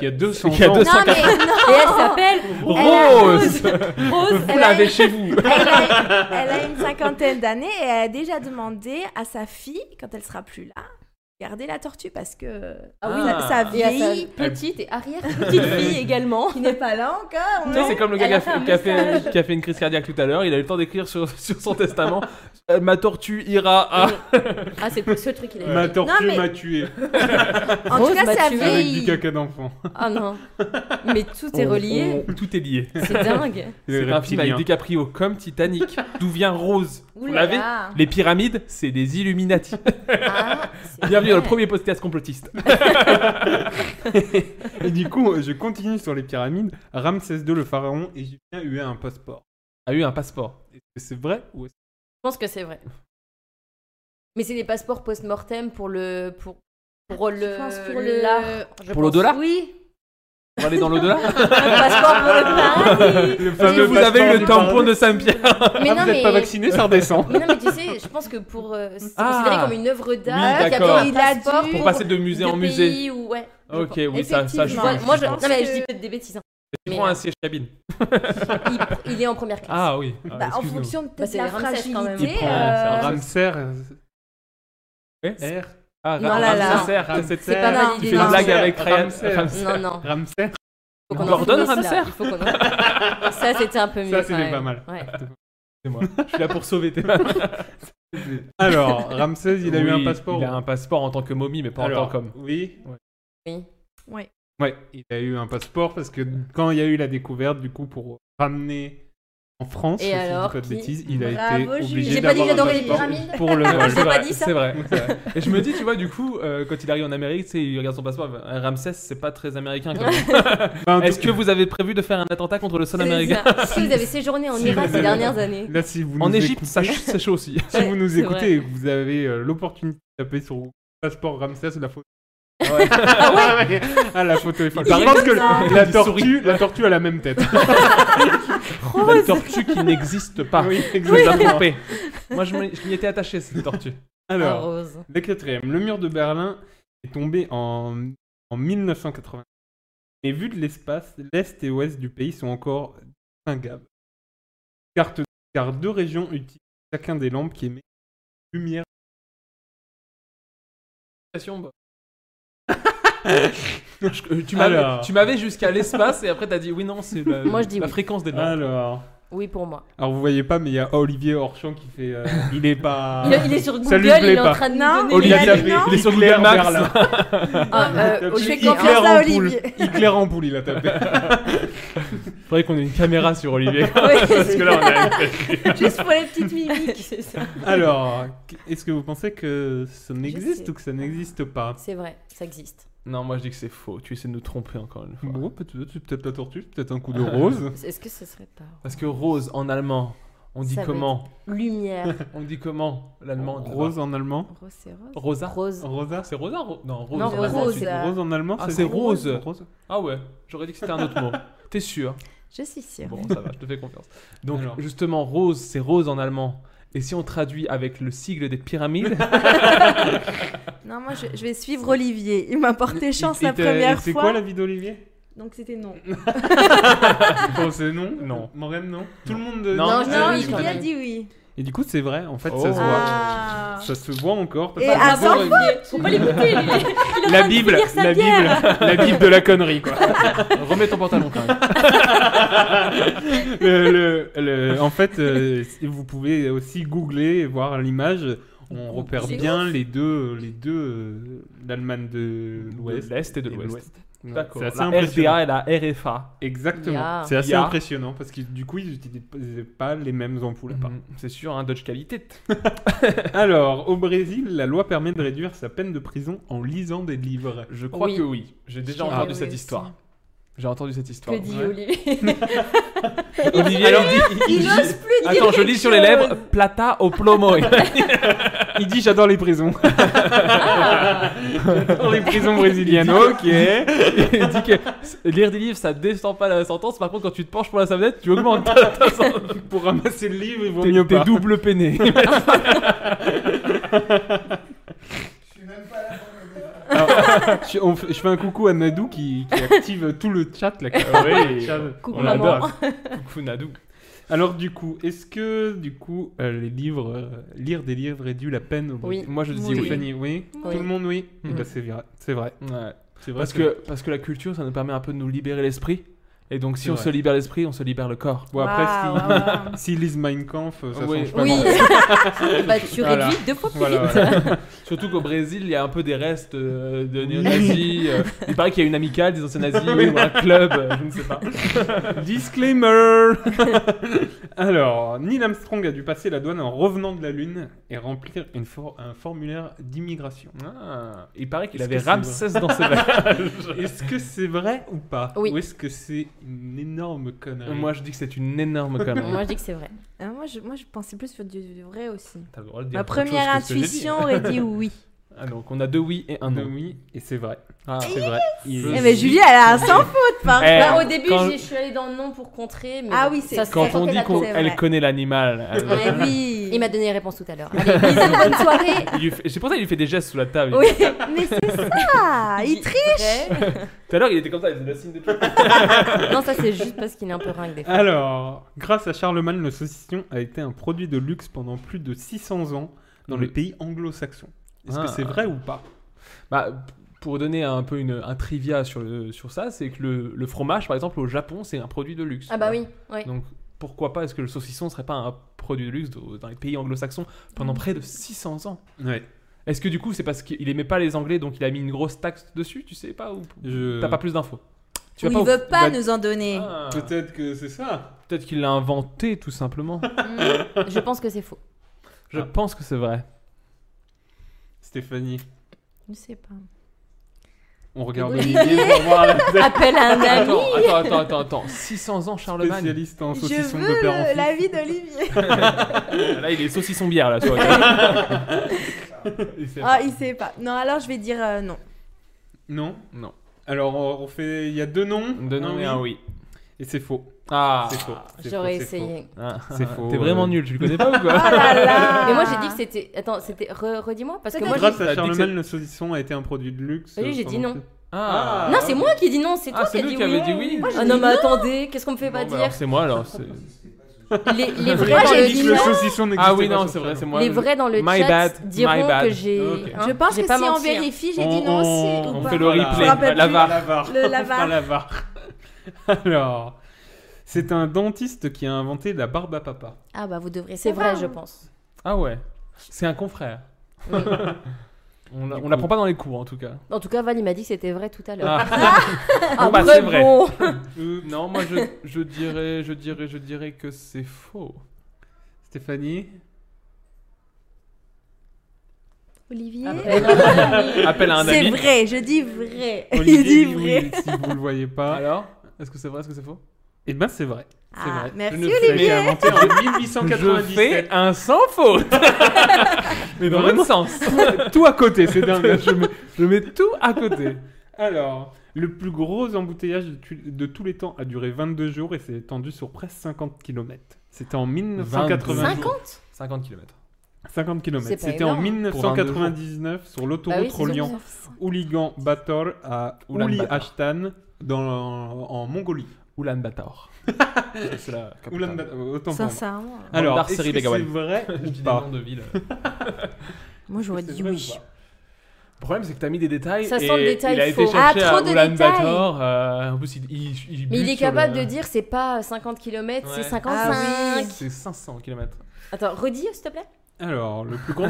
Speaker 8: Il y a 200
Speaker 7: Il y a
Speaker 8: ans.
Speaker 7: 200
Speaker 14: Non, mais non
Speaker 13: Et elle s'appelle
Speaker 7: Rose
Speaker 14: Rose,
Speaker 7: Vous
Speaker 14: elle
Speaker 7: l'avez
Speaker 14: a-
Speaker 7: chez vous
Speaker 14: Elle a une cinquantaine d'années et elle a déjà demandé à sa fille, quand elle sera plus là, de garder la tortue parce que euh,
Speaker 13: Ah oui,
Speaker 14: ça, ça
Speaker 13: et à sa
Speaker 14: vieillit.
Speaker 13: petite et arrière petite fille également.
Speaker 14: Qui n'est pas là encore. hein.
Speaker 7: Tu sais, c'est comme le gars qui
Speaker 14: Elle
Speaker 7: a,
Speaker 14: a fait un
Speaker 7: fait, qui a fait-
Speaker 14: message.
Speaker 7: qui a fait une crise cardiaque tout à l'heure, il a eu le temps d'écrire sur, sur son testament euh, Ma tortue ira à.
Speaker 13: Ah, c'est le seul truc qu'il a
Speaker 8: Ma
Speaker 13: dit.
Speaker 8: tortue
Speaker 14: Non, mais-
Speaker 8: m'a tué.
Speaker 14: En tout
Speaker 13: Rose
Speaker 14: cas,
Speaker 13: m'a
Speaker 14: ça
Speaker 13: tué.
Speaker 8: Avec du
Speaker 14: vieillit.
Speaker 8: caca d'enfant.
Speaker 13: Ah non. Mais tout est
Speaker 7: On-
Speaker 13: relié.
Speaker 7: on- tout est lié.
Speaker 13: C'est dingue.
Speaker 7: C'est
Speaker 8: Les
Speaker 7: un film avec
Speaker 8: reptiliens.
Speaker 7: DiCaprio, comme Titanic. D'où vient Rose Vous
Speaker 13: Ouh là
Speaker 7: l'avez
Speaker 13: là.
Speaker 7: Les pyramides, c'est des Illuminati.
Speaker 14: Ah,
Speaker 7: Bienvenue dans le premier podcast complotiste.
Speaker 8: Et du coup, je continue sur les pyramides. Ramsès II, le pharaon égyptien, a eu un passeport.
Speaker 7: A eu un passeport.
Speaker 8: Est-ce que c'est vrai ou est-ce
Speaker 13: Je pense que c'est vrai. Mais c'est des passeports post-mortem pour le. Pour, pour le.
Speaker 14: penses pour
Speaker 13: le-
Speaker 14: le-
Speaker 13: l'art, je
Speaker 7: Pour le
Speaker 13: pense.
Speaker 7: dollar
Speaker 13: Oui.
Speaker 7: On va aller dans l'au-delà
Speaker 13: Un passeport pour
Speaker 14: Ah,
Speaker 7: Ah,
Speaker 13: le paradis.
Speaker 8: Le
Speaker 7: Est-ce que
Speaker 8: fameux
Speaker 7: vous avez eu le
Speaker 8: passeport du
Speaker 7: tampon de Saint-Pierre
Speaker 13: Mais
Speaker 8: Ah,
Speaker 13: non,
Speaker 8: vous n'êtes
Speaker 13: mais-
Speaker 8: pas vacciné, ça redescend.
Speaker 13: Mais non, mais tu sais, je pense que pour. euh, c'est
Speaker 7: Ah.
Speaker 13: considéré comme une œuvre d'art,
Speaker 7: Oui,
Speaker 13: il y a
Speaker 7: d'accord.
Speaker 13: bien un
Speaker 14: Il a dû-
Speaker 13: passeport
Speaker 14: Pour
Speaker 7: Pour passer de musée en musée.
Speaker 13: pays ou- ouais, je
Speaker 7: Ok,
Speaker 13: pense.
Speaker 7: oui, ça, ça je
Speaker 14: Effectivement.
Speaker 13: Moi, moi, je...
Speaker 14: Je
Speaker 13: Non,
Speaker 14: pense
Speaker 13: mais je
Speaker 14: que-
Speaker 13: dis peut-être des bêtises. hein.
Speaker 7: Tu
Speaker 13: Mais,
Speaker 7: prends
Speaker 13: euh,
Speaker 7: un siège cabine.
Speaker 13: il, il est en première classe.
Speaker 7: Ah oui. Ah,
Speaker 14: Bah, en
Speaker 7: excuse-nous.
Speaker 14: fonction de
Speaker 13: Bah,
Speaker 14: peut-être
Speaker 13: c'est
Speaker 14: la
Speaker 13: les Ramsès, quand même.
Speaker 14: fragilité.
Speaker 7: Il prend-
Speaker 14: euh,
Speaker 7: c'est un
Speaker 8: Ramsès.
Speaker 7: Eh, c'est-
Speaker 8: R.
Speaker 7: Ah,
Speaker 13: Non, Oh là, là.
Speaker 7: Ramsès, Ramsès.
Speaker 13: C'est pas
Speaker 7: Tu
Speaker 13: validé.
Speaker 7: fais une
Speaker 13: non.
Speaker 7: blague avec
Speaker 8: Ramsès.
Speaker 7: Ramsès. Ramsès.
Speaker 13: Non, non.
Speaker 8: Ramsès.
Speaker 13: Faut qu'on en
Speaker 7: Gordon
Speaker 13: finisse, là.
Speaker 7: Ramsay
Speaker 13: Il faut qu'on en- Ça, c'était un peu mieux.
Speaker 8: Ça,
Speaker 13: quand
Speaker 8: c'était
Speaker 13: même.
Speaker 8: pas mal.
Speaker 13: Ouais.
Speaker 7: C'est moi. Je suis là pour sauver tes
Speaker 8: Alors, Ramsès, il a eu un
Speaker 7: Oui,
Speaker 8: passeport.
Speaker 7: Il a un passeport en tant que momie, mais pas en
Speaker 8: Alors,
Speaker 7: tant qu'homme.
Speaker 8: Oui.
Speaker 13: Oui.
Speaker 14: ouais.
Speaker 8: Ouais, il a eu un passeport parce que quand il y a eu la découverte, du coup, pour ramener en France,
Speaker 13: Et
Speaker 8: si je dis
Speaker 13: alors,
Speaker 8: pas de
Speaker 13: qui
Speaker 8: bêtises, il a
Speaker 14: Bravo,
Speaker 8: été
Speaker 14: Julie.
Speaker 8: obligé
Speaker 13: J'ai pas dit
Speaker 8: d'avoir
Speaker 13: que
Speaker 8: un
Speaker 13: j'adorais les
Speaker 8: passeport
Speaker 13: pyramides.
Speaker 8: pour le vol.
Speaker 13: J'ai pas dit ça.
Speaker 7: C'est vrai. c'est vrai. Et je me dis, tu vois, du coup, euh, quand il arrive en Amérique, tu sais, il regarde son passeport. un Ramsès, c'est pas très américain. quand même.
Speaker 8: Enfin, en tout
Speaker 7: Est-ce que vous avez prévu de faire un attentat contre le sol américain
Speaker 13: Est-ce que vous avez séjourné en Irak ces dernières années
Speaker 8: Là, si vous
Speaker 7: En
Speaker 8: nous
Speaker 7: Égypte,
Speaker 8: écoutez-
Speaker 7: ça ch- c'est chaud aussi.
Speaker 8: si vous nous
Speaker 13: c'est vrai.
Speaker 8: écoutez et que vous avez euh, l'opportunité de taper sur passeport Ramsès, la photo. ah, la photo est folle.
Speaker 13: Il est
Speaker 8: Je pense
Speaker 13: comme
Speaker 8: que
Speaker 13: ça.
Speaker 8: la tortue, la tortue a la même tête.
Speaker 7: Une tortue qui n'existe pas.
Speaker 8: Oui,
Speaker 7: Je vous ai
Speaker 8: exactement.
Speaker 7: trompé. Moi, je m'y je m'y étais attaché, cette tortue.
Speaker 13: Ah,
Speaker 8: Alors,
Speaker 13: Rose.
Speaker 8: le quatrième, le mur de Berlin est tombé en, en 1980. Mais vu de l'espace, l'Est et Ouest du pays sont encore ingables. Car, te- car deux régions utilisent chacun des lampes qui émettent une lumière.
Speaker 7: bah. Je- euh, tu m'avais-
Speaker 8: Alors.
Speaker 7: Tu m'avais jusqu'à l'espace et après t'as dit oui non c'est la,
Speaker 13: Moi, je dis
Speaker 7: la
Speaker 13: oui.
Speaker 7: fréquence des lampes.
Speaker 8: Alors,
Speaker 13: Oui, pour moi.
Speaker 8: alors vous voyez pas, mais il y a Olivier Orchamp qui fait... euh, il est pas...
Speaker 13: Il, il est sur
Speaker 8: Ça
Speaker 13: Google,
Speaker 8: lui
Speaker 13: il
Speaker 8: plaît
Speaker 13: est
Speaker 8: pas.
Speaker 13: en train de
Speaker 14: Non,
Speaker 13: nous donner
Speaker 8: Olivier
Speaker 13: la-
Speaker 8: Tapé,
Speaker 14: non.
Speaker 7: il est sur Google
Speaker 8: Hitler
Speaker 7: Maps.
Speaker 8: Berlin.
Speaker 13: Ah, euh,
Speaker 8: Il
Speaker 13: je fais
Speaker 8: tapait Hitler
Speaker 13: confiance
Speaker 8: en
Speaker 13: à
Speaker 8: poule.
Speaker 13: Olivier.
Speaker 8: Hitler en poule, il a tapé.
Speaker 7: Faudrait qu'on ait une caméra sur Olivier.
Speaker 8: Parce que là, on a-
Speaker 13: Juste pour les petites mimiques, c'est ça.
Speaker 8: Alors, qu- est-ce que vous pensez que ça n'existe
Speaker 13: sais
Speaker 8: ou que ça n'existe pas
Speaker 13: C'est vrai, ça existe.
Speaker 7: non moi je dis que c'est faux. Tu essaies de nous tromper encore une fois.
Speaker 8: Bon, peut-être c'est peut-être la tortue, c'est peut-être un coup de rose.
Speaker 13: Est-ce que ce serait pas
Speaker 7: Parce que rose en allemand on dit
Speaker 13: Ça veut
Speaker 7: comment
Speaker 13: lumière
Speaker 7: On dit comment l'allemand là-bas
Speaker 8: Rose en allemand.
Speaker 13: Rose c'est rose.
Speaker 7: Rosa.
Speaker 8: Rosa.
Speaker 13: Rose.
Speaker 8: Oh.
Speaker 7: Ah, C'est Rosa Ro- Non rose.
Speaker 13: Non,
Speaker 7: en allemand,
Speaker 13: Rose.
Speaker 7: c'est-
Speaker 14: Rosa.
Speaker 8: Rose en allemand.
Speaker 7: Ah, c'est rose.
Speaker 8: Rose.
Speaker 7: Ah ouais. J'aurais dit que c'était un autre mot. T'es sûr
Speaker 14: Je suis sûre.
Speaker 7: Bon ça va, je te fais confiance. Donc
Speaker 8: Alors.
Speaker 7: justement rose c'est rose en allemand. Et si on traduit avec le sigle des pyramides
Speaker 14: Non, moi, je, je vais suivre Olivier. Il m'a porté chance
Speaker 8: Et- et
Speaker 14: la
Speaker 8: t'as-
Speaker 14: première
Speaker 8: C'est
Speaker 14: fois.
Speaker 8: quoi la Euh, vie d'Olivier
Speaker 14: Donc, c'était non.
Speaker 8: Bon, c'est non.
Speaker 7: Non.
Speaker 8: Morem, non. Tout le monde. euh,
Speaker 7: Non,
Speaker 14: Non,
Speaker 7: je
Speaker 8: dit
Speaker 14: non,
Speaker 7: dis
Speaker 8: oui,
Speaker 14: j'ai
Speaker 8: quand
Speaker 7: oui.
Speaker 14: bien
Speaker 8: même.
Speaker 14: dit oui.
Speaker 8: Et du coup, c'est vrai. En fait,
Speaker 7: Oh.
Speaker 8: ça se voit.
Speaker 14: Ah.
Speaker 8: Ça se voit encore. parce
Speaker 14: Et
Speaker 8: que-
Speaker 14: à
Speaker 13: Bravo, Olivier. Faut pas l'écouter, il est- il est en train
Speaker 8: la
Speaker 13: de
Speaker 8: Bible,
Speaker 13: finir sa
Speaker 8: la
Speaker 13: bière.
Speaker 8: Bible, la Bible de la connerie, quoi.
Speaker 7: Remets ton pantalon quand même.
Speaker 8: Le- le- le- en fait, euh, si vous pouvez aussi googler et voir l'image. On repère
Speaker 13: C'est
Speaker 8: bien les deux, les deux, euh, l'Allemagne de l'Ouest.
Speaker 7: De l'Est et de l'Ouest.
Speaker 8: Ouais,
Speaker 7: D'accord.
Speaker 8: C'est assez
Speaker 7: La
Speaker 8: impressionnant.
Speaker 7: RDA et la RFA.
Speaker 8: Exactement.
Speaker 13: Ya.
Speaker 8: C'est assez
Speaker 7: Ya.
Speaker 8: impressionnant parce que du coup, ils n'utilisaient pas les mêmes ampoules à part.
Speaker 7: Mhm. C'est sûr, un Dodge qualité.
Speaker 8: Mm-hmm. Alors, au Brésil, la loi permet de réduire sa peine de prison en lisant des livres.
Speaker 7: Je crois
Speaker 13: Oui.
Speaker 7: que oui. J'ai déjà
Speaker 13: Je dirais
Speaker 7: entendu
Speaker 13: oui
Speaker 7: cette
Speaker 13: aussi.
Speaker 7: histoire. J'ai entendu cette histoire.
Speaker 13: Ah Que dit Olivier
Speaker 7: Olivier,
Speaker 13: Alors,
Speaker 7: il
Speaker 13: il
Speaker 7: dit-
Speaker 13: n'ose plus dire
Speaker 7: Attends, je
Speaker 13: quelque
Speaker 7: lis sur les
Speaker 13: chose.
Speaker 7: lèvres plata au plomo.
Speaker 8: Il dit j'adore les prisons. J'adore les prisons brésiliennes. ok.
Speaker 7: Il dit que lire des livres, ça descend pas la sentence. Par contre, quand tu te penches pour la savonnette, tu augmentes.
Speaker 8: pour ramasser le livre, il vaut
Speaker 7: T'es-
Speaker 8: mieux
Speaker 7: t'es
Speaker 8: pas.
Speaker 7: double peiné.
Speaker 8: Alors, je, on fait- je fais un coucou à Nadou qui, qui active tout le chat là. qui-
Speaker 7: Ah oui,
Speaker 8: Chat.
Speaker 7: coucou
Speaker 8: on
Speaker 7: maman.
Speaker 8: l'adore.
Speaker 7: Coucou Nadou.
Speaker 8: Alors du coup, est-ce que du coup euh, les livres, euh, lire des livres réduit la peine au
Speaker 7: Oui.
Speaker 8: Brésil Moi je dis
Speaker 7: Oui.
Speaker 8: oui. Fanny, oui.
Speaker 7: Oui.
Speaker 8: Tout le monde oui. Eh
Speaker 7: Mhm.
Speaker 8: ben, c'est vrai. C'est vrai.
Speaker 7: Ouais.
Speaker 8: C'est vrai
Speaker 7: parce,
Speaker 8: que-
Speaker 7: que, parce que la culture, ça nous permet un peu de nous libérer l'esprit. Et donc, si
Speaker 8: C'est
Speaker 7: on
Speaker 8: vrai.
Speaker 7: se libère l'esprit, on se libère le corps.
Speaker 8: Bon après, si- s'ils lisent Mein Kampf, ça
Speaker 7: Oui.
Speaker 8: change pas
Speaker 7: Oui.
Speaker 8: grand-chose.
Speaker 13: Bah, tu
Speaker 7: Voilà.
Speaker 13: réduis deux fois plus
Speaker 7: Voilà,
Speaker 13: vite.
Speaker 7: voilà. Surtout qu'au Brésil, il y a un peu des restes euh, de néo-nazis. euh, il paraît qu'il y a une amicale des anciens nazis
Speaker 8: Oui.
Speaker 7: ou un club, euh, je ne sais pas.
Speaker 8: Disclaimer Alors, Neil Armstrong a dû passer la douane en revenant de la Lune et remplir une for- un formulaire d'immigration. Ah.
Speaker 7: il paraît qu'il
Speaker 8: Est-ce
Speaker 7: avait
Speaker 8: que c'est
Speaker 7: Ramsès
Speaker 8: vrai
Speaker 7: dans ses bagages.
Speaker 8: est-ce que c'est vrai ou pas
Speaker 13: Oui.
Speaker 8: Ou est-ce que c'est une énorme connerie
Speaker 7: Moi, je dis que c'est une énorme connerie.
Speaker 13: Ah, Moi, je dis que c'est vrai.
Speaker 14: Euh, moi, je, moi, je pensais plus sur du, du vrai aussi.
Speaker 7: T'as le droit de dire
Speaker 14: Ma
Speaker 7: autre chose
Speaker 14: première
Speaker 7: que ce que j'ai dit.
Speaker 14: intuition aurait dit oui.
Speaker 7: Ah, donc, on a deux oui et un non.
Speaker 8: Deux oui et c'est vrai.
Speaker 7: Ah, c'est vrai.
Speaker 14: Eh, mais Julie, elle a un sans faute, par
Speaker 7: Eh,
Speaker 13: Bah, au début,
Speaker 7: quand-
Speaker 13: j'y- je suis allée dans le non pour contrer. Mais
Speaker 14: Ah
Speaker 13: bon,
Speaker 14: oui, c'est
Speaker 13: ça se
Speaker 7: Quand on
Speaker 13: sentait
Speaker 7: dit
Speaker 13: la tête.
Speaker 7: qu'elle connaît l'animal, elle- euh,
Speaker 13: Eh oui. Il m'a donné les réponses tout à l'heure. Allez, bisous, bonne soirée.
Speaker 7: il lui fait- c'est pour ça qu'il lui fait des gestes sous la table.
Speaker 13: Oui.
Speaker 14: Mais c'est ça Il triche
Speaker 7: Tout à l'heure, il était comme ça, il faisait le signe de tout.
Speaker 13: Non, ça c'est juste parce qu'il est un peu ringue des fois.
Speaker 8: Alors, grâce à Charlemagne, le saucisson a été un produit de luxe pendant plus de 600 ans dans les
Speaker 7: Oui.
Speaker 8: pays anglo-saxons. Est-ce
Speaker 7: Ah.
Speaker 8: que c'est vrai ou pas
Speaker 7: Bah, p- pour donner un peu une, un trivia sur, le- sur ça, c'est que le, le fromage, par exemple, au Japon, c'est un produit de luxe.
Speaker 13: Ah bah oui, oui.
Speaker 7: Donc pourquoi pas Est-ce que le saucisson serait pas un produit de luxe dans dans les pays anglo-saxons
Speaker 14: Mm.
Speaker 7: pendant près de 600 ans
Speaker 8: Ouais.
Speaker 7: Est-ce que du coup, c'est parce qu'il aimait pas les Anglais, donc il a mis une grosse taxe dessus, tu sais pas ou
Speaker 8: Je-
Speaker 7: T'as pas plus d'infos
Speaker 14: Ou
Speaker 7: vas
Speaker 14: il
Speaker 7: au-
Speaker 14: veut pas
Speaker 7: Bah,
Speaker 14: nous en donner.
Speaker 8: Peut-être que c'est ça.
Speaker 7: Ah, Peut-être qu'il l'a inventé, tout simplement.
Speaker 13: Mm.
Speaker 14: Mm.
Speaker 13: Je pense que c'est faux.
Speaker 7: Je pense que c'est vrai.
Speaker 8: Stéphanie,
Speaker 14: Je sais pas.
Speaker 8: on regarde
Speaker 13: Olivier.
Speaker 8: Olivier pour voir la
Speaker 13: Appelle un ami.
Speaker 7: Attends, attends, attends, attends, attends. 600 ans, Charlemagne.
Speaker 8: Spécialiste en
Speaker 14: Je veux le- l'avis d'Olivier.
Speaker 7: Ah, là, il est saucisson bière, là, tu vois.
Speaker 14: Ah, il sait pas. Non, alors je vais dire euh, non.
Speaker 8: Non
Speaker 7: Non.
Speaker 8: Alors, on fait. Il y a deux noms. Ah
Speaker 7: Deux noms et un Ah oui.
Speaker 8: Et c'est faux.
Speaker 7: Ah.
Speaker 8: C'est faux. C'est
Speaker 13: J'aurais
Speaker 8: faux, c'est
Speaker 13: essayé.
Speaker 8: faux.
Speaker 7: Ah,
Speaker 8: C'est faux.
Speaker 7: T'es vraiment
Speaker 8: euh.
Speaker 7: nul, tu le connais pas ou quoi
Speaker 13: Ah. Mais moi j'ai dit que c'était. Attends, c'était. re- Redis-moi parce que moi
Speaker 8: Grâce
Speaker 13: j'ai-
Speaker 8: à
Speaker 7: T'as dit que
Speaker 8: Charlemagne, le saucisson a été un produit de luxe.
Speaker 13: Oui, j'ai dit
Speaker 8: pendant
Speaker 13: non.
Speaker 8: que-
Speaker 7: Ah.
Speaker 13: Non, c'est moi qui ai dit non, c'est
Speaker 7: Ah,
Speaker 13: toi
Speaker 7: c'est
Speaker 13: qui as
Speaker 7: nous
Speaker 13: dit
Speaker 7: qui
Speaker 13: oui.
Speaker 7: avons dit oui. Moi, j'ai
Speaker 13: Ah
Speaker 7: dit
Speaker 13: non, mais
Speaker 7: non.
Speaker 13: attendez, qu'est-ce qu'on me fait pas
Speaker 7: Bon, bah,
Speaker 13: dire
Speaker 7: alors, c'est moi alors. c'est-
Speaker 13: Les, les
Speaker 7: Moi,
Speaker 13: vrais dans
Speaker 7: j'ai
Speaker 13: le
Speaker 7: dit que le
Speaker 13: chat-
Speaker 7: saucisson n'existait
Speaker 13: Ah oui,
Speaker 7: pas
Speaker 13: non,
Speaker 7: sur
Speaker 13: c'est
Speaker 7: le
Speaker 13: vrai,
Speaker 7: channel.
Speaker 13: c'est moi. Les vrais dans le
Speaker 7: My
Speaker 13: chat
Speaker 7: bad,
Speaker 13: diront
Speaker 7: my bad.
Speaker 13: que j'ai-
Speaker 7: Ok.
Speaker 13: hein,
Speaker 14: Je pense
Speaker 13: j'ai
Speaker 14: que
Speaker 13: pas
Speaker 14: si on
Speaker 13: menti, hein.
Speaker 14: vérifie, j'ai
Speaker 8: On-
Speaker 14: dit non aussi.
Speaker 8: on-
Speaker 14: ou
Speaker 8: on
Speaker 14: pas.
Speaker 8: fait le
Speaker 14: Je me
Speaker 8: replay,
Speaker 14: rappelle
Speaker 7: la
Speaker 14: plus.
Speaker 7: VAR.
Speaker 14: Le
Speaker 8: On fera
Speaker 14: lavar.
Speaker 8: la VAR. Alors, c'est un dentiste qui a inventé la barbe à papa.
Speaker 13: Ah bah vous devrez, c'est vrai,
Speaker 14: va.
Speaker 13: je pense.
Speaker 7: Ah ouais, c'est un confrère.
Speaker 13: Oui.
Speaker 7: On l'a- on l'apprend pas dans les cours en tout cas.
Speaker 13: En tout cas, Val, il m'a dit que c'était vrai tout à l'heure.
Speaker 7: Ah.
Speaker 13: Ah,
Speaker 7: Bon, bah,
Speaker 13: après,
Speaker 7: c'est vrai.
Speaker 13: bon.
Speaker 7: Euh, non, moi je, je dirais, je dirais, je dirais que c'est faux.
Speaker 8: Stéphanie
Speaker 14: Olivier
Speaker 7: Ah,
Speaker 13: Appelle
Speaker 7: Appelle bah, un
Speaker 14: C'est
Speaker 7: ami.
Speaker 14: vrai, je dis vrai.
Speaker 8: Olivier
Speaker 14: il dit
Speaker 8: dit
Speaker 14: vrai.
Speaker 8: oui, si vous le voyez pas.
Speaker 7: Alors, est-ce que c'est vrai, est-ce que c'est faux
Speaker 8: Eh ben, c'est vrai. C'est
Speaker 14: Ah,
Speaker 8: vrai.
Speaker 14: merci,
Speaker 8: Je ne fais-
Speaker 14: Olivier.
Speaker 8: J'ai inventé en
Speaker 7: Je
Speaker 8: 1897.
Speaker 7: fais un sans faute. Mais dans le bon sens.
Speaker 8: tout à côté, c'est dingue.
Speaker 7: Je mets, je mets tout à côté.
Speaker 8: Alors, le plus gros embouteillage de, tu- de tous les temps a duré 22 jours et s'est étendu sur presque 50 km. C'était en 1990.
Speaker 13: 50
Speaker 7: 50 km.
Speaker 8: 50 km.
Speaker 13: C'est pas
Speaker 8: C'était en
Speaker 13: énorme.
Speaker 8: 1999 sur l'autoroute
Speaker 13: Bah oui, c'est
Speaker 8: reliant
Speaker 13: sûr.
Speaker 8: Ouligan Bator à
Speaker 7: Oulan
Speaker 8: Ouli
Speaker 7: Bator.
Speaker 8: Ashtan dans, en Mongolie.
Speaker 7: Oulan Bator. C'est la capitale.
Speaker 8: Oulan Bator, autant pour moi.
Speaker 14: Sincèrement.
Speaker 8: Alors,
Speaker 7: Bandar
Speaker 8: est-ce
Speaker 7: Seri
Speaker 8: que c'est
Speaker 7: Begawan.
Speaker 8: vrai
Speaker 7: Je dis
Speaker 8: ou
Speaker 7: des
Speaker 8: pas
Speaker 7: noms de ville.
Speaker 14: Moi, j'aurais
Speaker 8: C'est
Speaker 14: dit
Speaker 8: vrai ou
Speaker 14: oui.
Speaker 8: pas
Speaker 7: Le problème, c'est que t'as mis des détails.
Speaker 13: Ça
Speaker 7: et
Speaker 13: sent le détail
Speaker 7: Il a été
Speaker 13: faux.
Speaker 7: chercher
Speaker 14: Ah, trop
Speaker 7: à
Speaker 14: de
Speaker 7: Oulan
Speaker 14: détails.
Speaker 7: Bator. euh, en plus, il, il,
Speaker 13: Mais il
Speaker 7: bute
Speaker 13: est
Speaker 7: sur
Speaker 13: capable
Speaker 7: le-
Speaker 13: de dire c'est pas 50 km,
Speaker 7: Ouais.
Speaker 13: c'est 55.
Speaker 14: Ah oui.
Speaker 7: C'est 500 km.
Speaker 13: Attends, redis s'il te plaît.
Speaker 8: Alors, le plus grand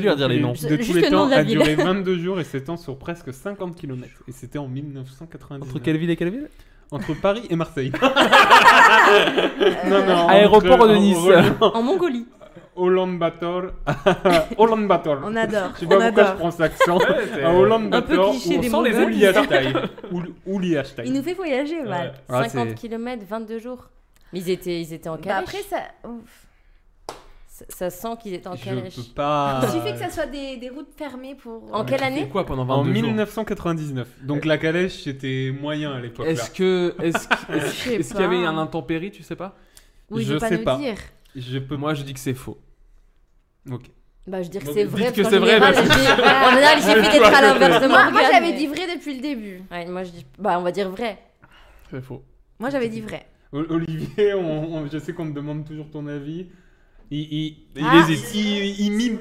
Speaker 7: Dur à
Speaker 8: de
Speaker 7: dire
Speaker 8: tous
Speaker 7: les noms.
Speaker 8: de
Speaker 13: Juste
Speaker 8: tous les
Speaker 13: le nom
Speaker 8: temps
Speaker 13: de la
Speaker 8: a
Speaker 13: ville.
Speaker 8: duré 22 jours et s'étend sur presque 50 km. Et c'était en 1999.
Speaker 7: Entre quelle ville et quelle ville
Speaker 8: Entre Paris et Marseille. non, non,
Speaker 7: Aéroport
Speaker 8: entre-
Speaker 7: de Nice. Oh.
Speaker 8: en reliant-
Speaker 13: En Mongolie.
Speaker 8: Ulaanbaatar. à Ulaanbaatar.
Speaker 14: On adore,
Speaker 8: Je sais pas
Speaker 14: on
Speaker 8: pourquoi
Speaker 14: adore.
Speaker 8: je prends cet accent.
Speaker 14: Ouais, c'est-
Speaker 8: à Ulaanbaatar,
Speaker 14: Un peu
Speaker 8: où
Speaker 14: cliché
Speaker 8: on
Speaker 14: des
Speaker 8: sent les
Speaker 14: Mongols.
Speaker 8: Ouliashtay. Oul- Ouliashtay.
Speaker 13: Il nous fait voyager, Val.
Speaker 8: Ouais. Ah,
Speaker 13: 50
Speaker 8: c'est-
Speaker 13: km, 22 jours. Mais ils étaient, ils étaient en calèche.
Speaker 14: Bah après, ça. ouf.
Speaker 13: ça... ça sent qu'ils étaient en calèche.
Speaker 8: peux pas-
Speaker 14: Il suffit que ça soit des, des routes fermées pour.
Speaker 13: En quelle année
Speaker 7: quoi pendant
Speaker 8: En
Speaker 7: 22 jours
Speaker 8: 1999. Donc la calèche, c'était moyen à l'époque.
Speaker 7: Est-ce
Speaker 8: là.
Speaker 7: que est-ce que-
Speaker 14: Je sais
Speaker 7: est-ce qu'il y avait
Speaker 14: pas.
Speaker 7: un intempérie, tu sais pas
Speaker 14: Oui, il veut pas nous dire.
Speaker 8: Je peux
Speaker 7: Moi, je dis que c'est faux.
Speaker 8: OK.
Speaker 13: Bah, je dis que
Speaker 7: Donc,
Speaker 13: c'est
Speaker 7: dites que
Speaker 13: vrai. parce qu'en
Speaker 7: c'est vrai,
Speaker 13: général,
Speaker 7: parce que-
Speaker 13: je dis- En général, j'ai fait d'être à l'inverse de
Speaker 14: Moi,
Speaker 13: Morgane.
Speaker 14: moi j'avais
Speaker 13: mais-
Speaker 14: dit vrai depuis le début.
Speaker 13: Ouais, moi, je dis... Bah, on va dire vrai.
Speaker 7: C'est faux.
Speaker 14: Moi, j'avais dit vrai.
Speaker 8: O- Olivier, on- on- je sais qu'on te demande toujours ton avis. Il, il- il
Speaker 14: Ah.
Speaker 8: hésite. Il, il mime.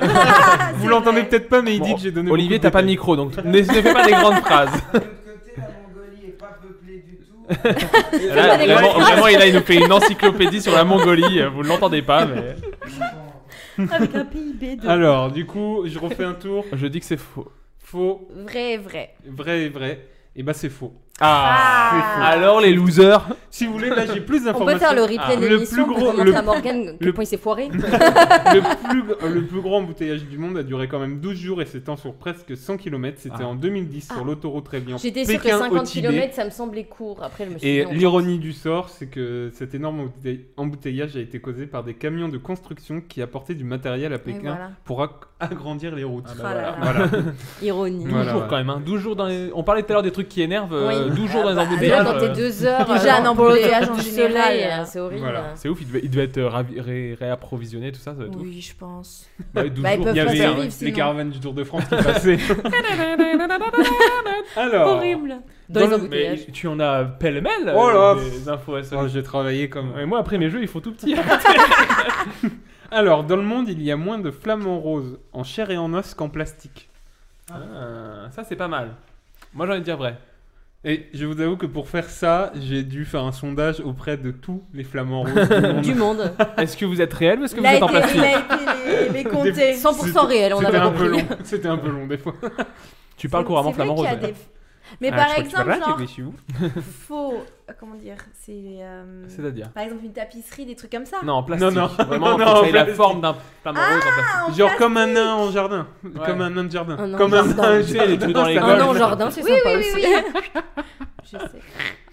Speaker 14: Ah,
Speaker 8: Vous l'entendez peut-être pas, mais il
Speaker 7: Bon,
Speaker 8: dit que j'ai donné.
Speaker 7: Olivier,
Speaker 8: beaucoup
Speaker 7: t'as pas de micro, donc ne, ne fais pas des grandes phrases. Là,
Speaker 9: pas des
Speaker 7: vraiment,
Speaker 9: grandes
Speaker 7: vraiment,
Speaker 9: phrases.
Speaker 7: il a il nous fait une encyclopédie sur la Mongolie, euh, vous ne l'entendez pas, mais...
Speaker 13: Avec un PIB de.
Speaker 8: Alors, du coup, je refais un tour.
Speaker 7: Je dis que c'est faux.
Speaker 8: Faux,
Speaker 14: Vrai, vrai.
Speaker 8: vrai et vrai. Et bah, c'est faux.
Speaker 7: Ah.
Speaker 8: C'est faux.
Speaker 7: Alors, les losers
Speaker 8: Si vous voulez, là, j'ai plus
Speaker 13: On
Speaker 8: d'informations. Ah,
Speaker 13: peut faire le replay de
Speaker 8: Le plus
Speaker 13: l'émission pour
Speaker 8: gros.
Speaker 13: montrer
Speaker 8: le-
Speaker 13: à Morgane
Speaker 8: le-
Speaker 13: quel point il s'est foiré.
Speaker 8: le, plus, gr- le plus grand embouteillage du monde a duré quand même 12 jours et s'étend sur presque 100 km. C'était en 2010
Speaker 13: Ah.
Speaker 8: sur l'autoroute Réunion.
Speaker 13: J'étais sûre que
Speaker 8: Pékin au
Speaker 13: 50
Speaker 8: Tibet.
Speaker 13: km, ça me semblait court. Après, je me suis
Speaker 8: Et
Speaker 13: dit, on-
Speaker 8: l'ironie du sort, c'est que cet énorme embouteille- embouteillage a été causé par des camions de construction qui apportaient du matériel à Pékin
Speaker 13: voilà.
Speaker 8: pour ac- agrandir les
Speaker 7: Ah,
Speaker 8: routes.
Speaker 13: bah voilà.
Speaker 8: Voilà.
Speaker 13: Ironie.
Speaker 7: 12
Speaker 8: Voilà,
Speaker 7: jours
Speaker 8: ouais.
Speaker 7: quand même, hein. 12 jours dans les... On parlait tout à l'heure des trucs qui énervent, euh,
Speaker 13: Oui.
Speaker 7: 12 jours
Speaker 13: Ah
Speaker 7: dans
Speaker 13: bah,
Speaker 7: les embouteillages.
Speaker 13: déjà, dans tes
Speaker 7: euh,
Speaker 13: deux heures,
Speaker 14: Déjà,
Speaker 13: euh,
Speaker 14: un embouteillage en
Speaker 13: du
Speaker 14: général,
Speaker 13: soleil,
Speaker 14: euh,
Speaker 13: c'est horrible.
Speaker 8: Voilà.
Speaker 7: C'est ouf, il devait, il devait être euh, ravi- ré- réapprovisionné, tout ça, ça doit être ouf.
Speaker 14: Oui, je pense.
Speaker 7: Bah oui, 12
Speaker 14: Bah, ils
Speaker 7: jours.
Speaker 14: peuvent
Speaker 8: Il y
Speaker 14: pas
Speaker 8: avait
Speaker 14: survivre,
Speaker 8: euh, les
Speaker 14: sinon.
Speaker 8: caravanes du Tour de France qui passaient. Alors,
Speaker 13: Horrible.
Speaker 7: Dans
Speaker 13: Dans,
Speaker 7: le-
Speaker 13: les
Speaker 7: mais
Speaker 13: embouteillages.
Speaker 7: tu en as pêle-mêle
Speaker 8: Oh là.
Speaker 7: euh, des infos à ce
Speaker 8: oh, j'ai travaillé comme.
Speaker 7: Et moi, après mes jeux, ils font tout petit.
Speaker 8: Alors, dans le monde, il y a moins de flamants roses Ah, en chair et en os qu'en plastique.
Speaker 7: Ah, ça, c'est pas mal. Moi, j'ai envie de dire vrai.
Speaker 8: Et je vous avoue que pour faire ça, j'ai dû faire un sondage auprès de tous les flamants roses du monde.
Speaker 13: Du monde.
Speaker 7: Est-ce que vous êtes réel ou est-ce que vous
Speaker 14: il, a
Speaker 7: êtes en
Speaker 14: été,
Speaker 7: plastique
Speaker 14: il a été les, les compter.
Speaker 13: 100% réel, on
Speaker 8: C'était
Speaker 13: avait
Speaker 8: un peu
Speaker 13: compris.
Speaker 8: long. C'était un peu long des fois.
Speaker 7: Tu parles couramment
Speaker 14: C'est vrai
Speaker 7: flamand
Speaker 14: qu'il
Speaker 7: rose.
Speaker 14: y a
Speaker 7: ouais.
Speaker 14: des- Mais
Speaker 7: Ah, je
Speaker 14: par
Speaker 7: crois que tu
Speaker 14: exemple,
Speaker 7: parles là,
Speaker 14: genre,
Speaker 7: t'es chez vous.
Speaker 14: faux. euh, Comment dire C'est. euh,
Speaker 7: C'est-à-dire
Speaker 14: Par exemple, une tapisserie, des trucs comme ça.
Speaker 7: Non, en plastique.
Speaker 8: non.
Speaker 7: Vraiment,
Speaker 8: Non,
Speaker 7: faut que ça ait
Speaker 8: en
Speaker 7: la
Speaker 8: plastique.
Speaker 7: forme d'un flamant rose en plastique.
Speaker 14: Ah, en
Speaker 8: Genre comme un nain en jardin.
Speaker 7: Ouais.
Speaker 8: Comme un nain de jardin.
Speaker 13: Un nain
Speaker 8: comme
Speaker 13: de
Speaker 8: un
Speaker 13: jardin.
Speaker 8: nain de
Speaker 7: Tu sais, les trucs dans les
Speaker 8: ça
Speaker 13: Un
Speaker 7: golfs.
Speaker 8: va.
Speaker 13: an au jardin, c'est
Speaker 14: Oui,
Speaker 13: sympa
Speaker 14: oui,
Speaker 13: aussi.
Speaker 14: oui, Je sais.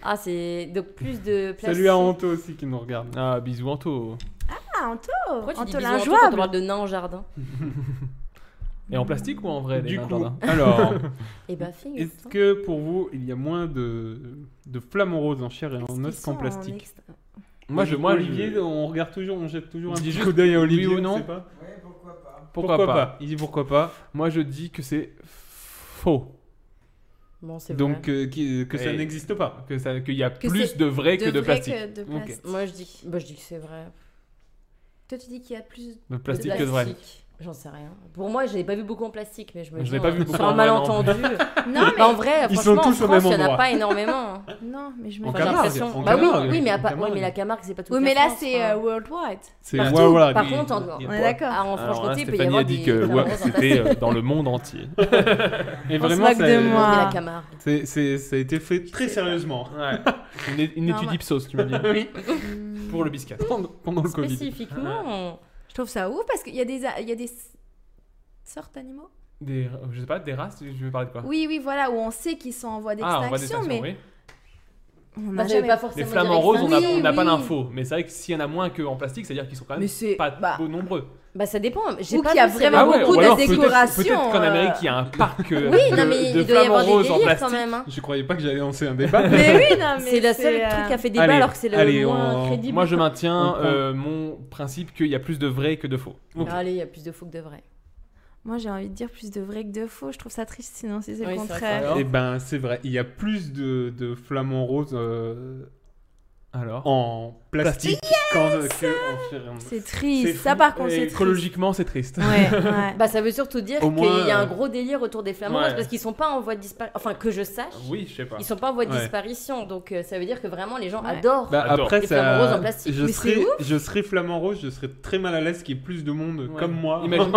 Speaker 13: Ah, c'est. Donc plus de plastique.
Speaker 8: Salut à Anto aussi qui nous regarde.
Speaker 7: Ah, bisous Anto.
Speaker 14: Ah, Anto
Speaker 13: Pourquoi tu
Speaker 14: Anto
Speaker 13: dis bisous Anto quand on
Speaker 14: l'injouable
Speaker 13: parle de nain en jardin
Speaker 7: Et en plastique ou en vrai les
Speaker 8: du
Speaker 7: nains de
Speaker 8: coup,
Speaker 7: jardin
Speaker 8: alors,
Speaker 13: Eh bah, figure.
Speaker 8: est-ce que pour vous, il y a moins de, de flamants roses en chair et en os qu'en plastique
Speaker 7: Moi, je, moi, je-
Speaker 8: Olivier, on regarde toujours, on jette toujours un
Speaker 7: Dis
Speaker 8: petit
Speaker 7: juste
Speaker 8: coup d'œil à
Speaker 7: oui
Speaker 8: Olivier
Speaker 7: ou
Speaker 8: on
Speaker 7: non.
Speaker 8: sait pas.
Speaker 7: pourquoi, pas.
Speaker 8: Il dit pourquoi pas.
Speaker 7: Moi, je dis que c'est faux.
Speaker 13: Bon, c'est vrai.
Speaker 8: Donc euh, qui- que ça
Speaker 7: Et-
Speaker 8: n'existe pas.
Speaker 7: Que ça, qu'il y a
Speaker 14: Que
Speaker 7: plus
Speaker 14: c'est
Speaker 7: de vrai que de
Speaker 14: vrai
Speaker 7: plastique.
Speaker 14: que de
Speaker 8: Ok.
Speaker 14: plastique.
Speaker 13: Moi, je dis, bah, je dis que c'est vrai.
Speaker 14: Toi, tu dis qu'il y a plus.
Speaker 7: De plastique
Speaker 13: De
Speaker 7: que de vrai.
Speaker 13: plastique. J'en sais rien. Pour moi, je n'ai pas vu beaucoup en plastique, mais je me
Speaker 7: Je
Speaker 13: dis.
Speaker 7: l'ai pas vu
Speaker 13: hein,
Speaker 7: beaucoup
Speaker 13: sur
Speaker 7: en
Speaker 13: un
Speaker 7: vrai, non.
Speaker 13: malentendu.
Speaker 14: Non, mais.
Speaker 13: Bah, en vrai,
Speaker 8: Ils
Speaker 13: franchement,
Speaker 8: sont
Speaker 13: en
Speaker 8: tous au même
Speaker 13: France, il n'y en a
Speaker 8: endroit.
Speaker 13: pas énormément. hein.
Speaker 14: Non, mais je me
Speaker 8: En
Speaker 13: Enfin,
Speaker 14: fais-
Speaker 13: j'ai
Speaker 8: Camargue,
Speaker 13: l'impression.
Speaker 8: en
Speaker 13: Bah oui,
Speaker 8: Camargue,
Speaker 13: oui, mais, à
Speaker 8: en
Speaker 13: pas- oui,
Speaker 8: Camargue.
Speaker 13: mais la Camargue, c'est pas tout
Speaker 14: Oui,
Speaker 13: le
Speaker 14: mais là,
Speaker 13: France,
Speaker 14: c'est
Speaker 13: hein.
Speaker 14: euh, worldwide.
Speaker 8: C'est
Speaker 13: Partout.
Speaker 8: Ouais, voilà,
Speaker 13: Par
Speaker 8: oui.
Speaker 13: contre, en,
Speaker 14: On est d'accord.
Speaker 13: ah, en
Speaker 7: Alors là,
Speaker 13: Franche-Comté, il peut y
Speaker 7: Stéphanie a
Speaker 13: avoir
Speaker 7: dit
Speaker 13: des.
Speaker 7: que
Speaker 13: flamants
Speaker 7: ouais,
Speaker 13: roses en plastique.
Speaker 7: c'était euh, dans le monde entier.
Speaker 8: Et
Speaker 14: On se
Speaker 8: vraiment,
Speaker 14: moque
Speaker 8: ça,
Speaker 14: de moi.
Speaker 13: Mais la Camargue.
Speaker 8: c'est- c'est- ça a été fait très sérieusement.
Speaker 7: Une, é- une
Speaker 14: Non,
Speaker 7: étude
Speaker 14: moi-
Speaker 7: Ipsos, tu m'as dit. Pour le biscuit.
Speaker 8: Pendant, pendant le Covid.
Speaker 13: Spécifiquement.
Speaker 14: Hum. Je trouve ça ouf parce qu'il y a des, a- il y a des s- sortes d'animaux.
Speaker 7: Des, je sais pas, des races, je vais parler de quoi
Speaker 14: Oui, oui, voilà, où on sait qu'ils sont en voie
Speaker 7: Ah, on voit des
Speaker 14: d'extinction,
Speaker 7: sanctions,
Speaker 14: mais
Speaker 7: oui.
Speaker 14: on n'a
Speaker 13: Bah, j'avais
Speaker 14: jamais.
Speaker 13: pas forcément
Speaker 7: Les
Speaker 13: dit
Speaker 7: flamants roses, on n'a
Speaker 13: extinction.
Speaker 14: Oui,
Speaker 7: on n'a pas
Speaker 14: oui.
Speaker 7: d'infos. Mais c'est vrai que s'il y en a moins qu'en plastique, c'est-à-dire qu'ils sont quand
Speaker 14: Mais
Speaker 7: même
Speaker 14: c'est-
Speaker 7: pas
Speaker 14: bah-
Speaker 7: peu nombreux. Ah
Speaker 13: Bah, ça dépend. J'ai
Speaker 14: Ou
Speaker 13: pas
Speaker 14: qu'il y a
Speaker 13: vu, c'est
Speaker 14: vraiment
Speaker 13: vrai.
Speaker 14: beaucoup de
Speaker 7: peut-être-
Speaker 14: décorations,
Speaker 7: Peut-être qu'en
Speaker 14: euh,
Speaker 7: Amérique, il y a un parc euh,
Speaker 13: Oui,
Speaker 7: de,
Speaker 13: non, mais
Speaker 7: de
Speaker 13: il doit y
Speaker 7: flamants
Speaker 13: avoir des
Speaker 7: roses en
Speaker 13: délires
Speaker 7: plastique.
Speaker 13: quand même. hein.
Speaker 8: Je croyais pas que j'allais lancer un débat.
Speaker 14: Mais oui, non, mais
Speaker 13: Ah, C'est le seul
Speaker 14: euh,
Speaker 13: truc qui a fait débat
Speaker 8: Allez,
Speaker 13: alors que c'est le
Speaker 8: allez,
Speaker 13: moins
Speaker 8: on-
Speaker 13: crédible.
Speaker 7: Moi, je maintiens
Speaker 8: On
Speaker 7: euh, mon principe qu'il y a plus de vrai que de faux.
Speaker 8: Ok.
Speaker 13: Allez, il y a plus de faux que de vrai.
Speaker 14: Moi, j'ai envie de dire plus de vrai que de faux. Je trouve ça triste sinon si c'est
Speaker 13: Oui,
Speaker 14: le
Speaker 13: c'est vrai,
Speaker 14: contraire.
Speaker 7: Hein
Speaker 8: Et ben, c'est vrai. Il y a plus de, de flamants roses euh,
Speaker 7: Alors
Speaker 8: en plastique qu'en que en chair et en os.
Speaker 14: C'est triste.
Speaker 7: C'est
Speaker 14: Ça,
Speaker 7: fou,
Speaker 14: par contre,
Speaker 7: et
Speaker 14: c'est triste.
Speaker 7: Écologiquement, c'est triste.
Speaker 14: Ouais, ouais.
Speaker 13: Bah, ça veut surtout dire
Speaker 8: Au moins,
Speaker 13: qu'il y a
Speaker 8: euh,
Speaker 13: un gros délire autour des flamants
Speaker 7: ouais.
Speaker 13: roses parce qu'ils sont pas en voie de disparition. Enfin, que je sache,
Speaker 7: Oui, je sais pas.
Speaker 13: ils sont pas en voie de
Speaker 8: Ouais.
Speaker 13: disparition. Donc, euh, ça veut dire que vraiment les gens
Speaker 14: Ouais.
Speaker 13: adorent.
Speaker 8: Bah,
Speaker 7: J'adore.
Speaker 8: après,
Speaker 13: Les
Speaker 8: ça.
Speaker 13: flamants roses en plastique.
Speaker 8: Je
Speaker 13: Mais c'est
Speaker 8: serais, je serais flamant rose, je serais très mal à l'aise qu'il y ait plus de monde
Speaker 7: Ouais.
Speaker 8: comme moi.
Speaker 7: Imagine-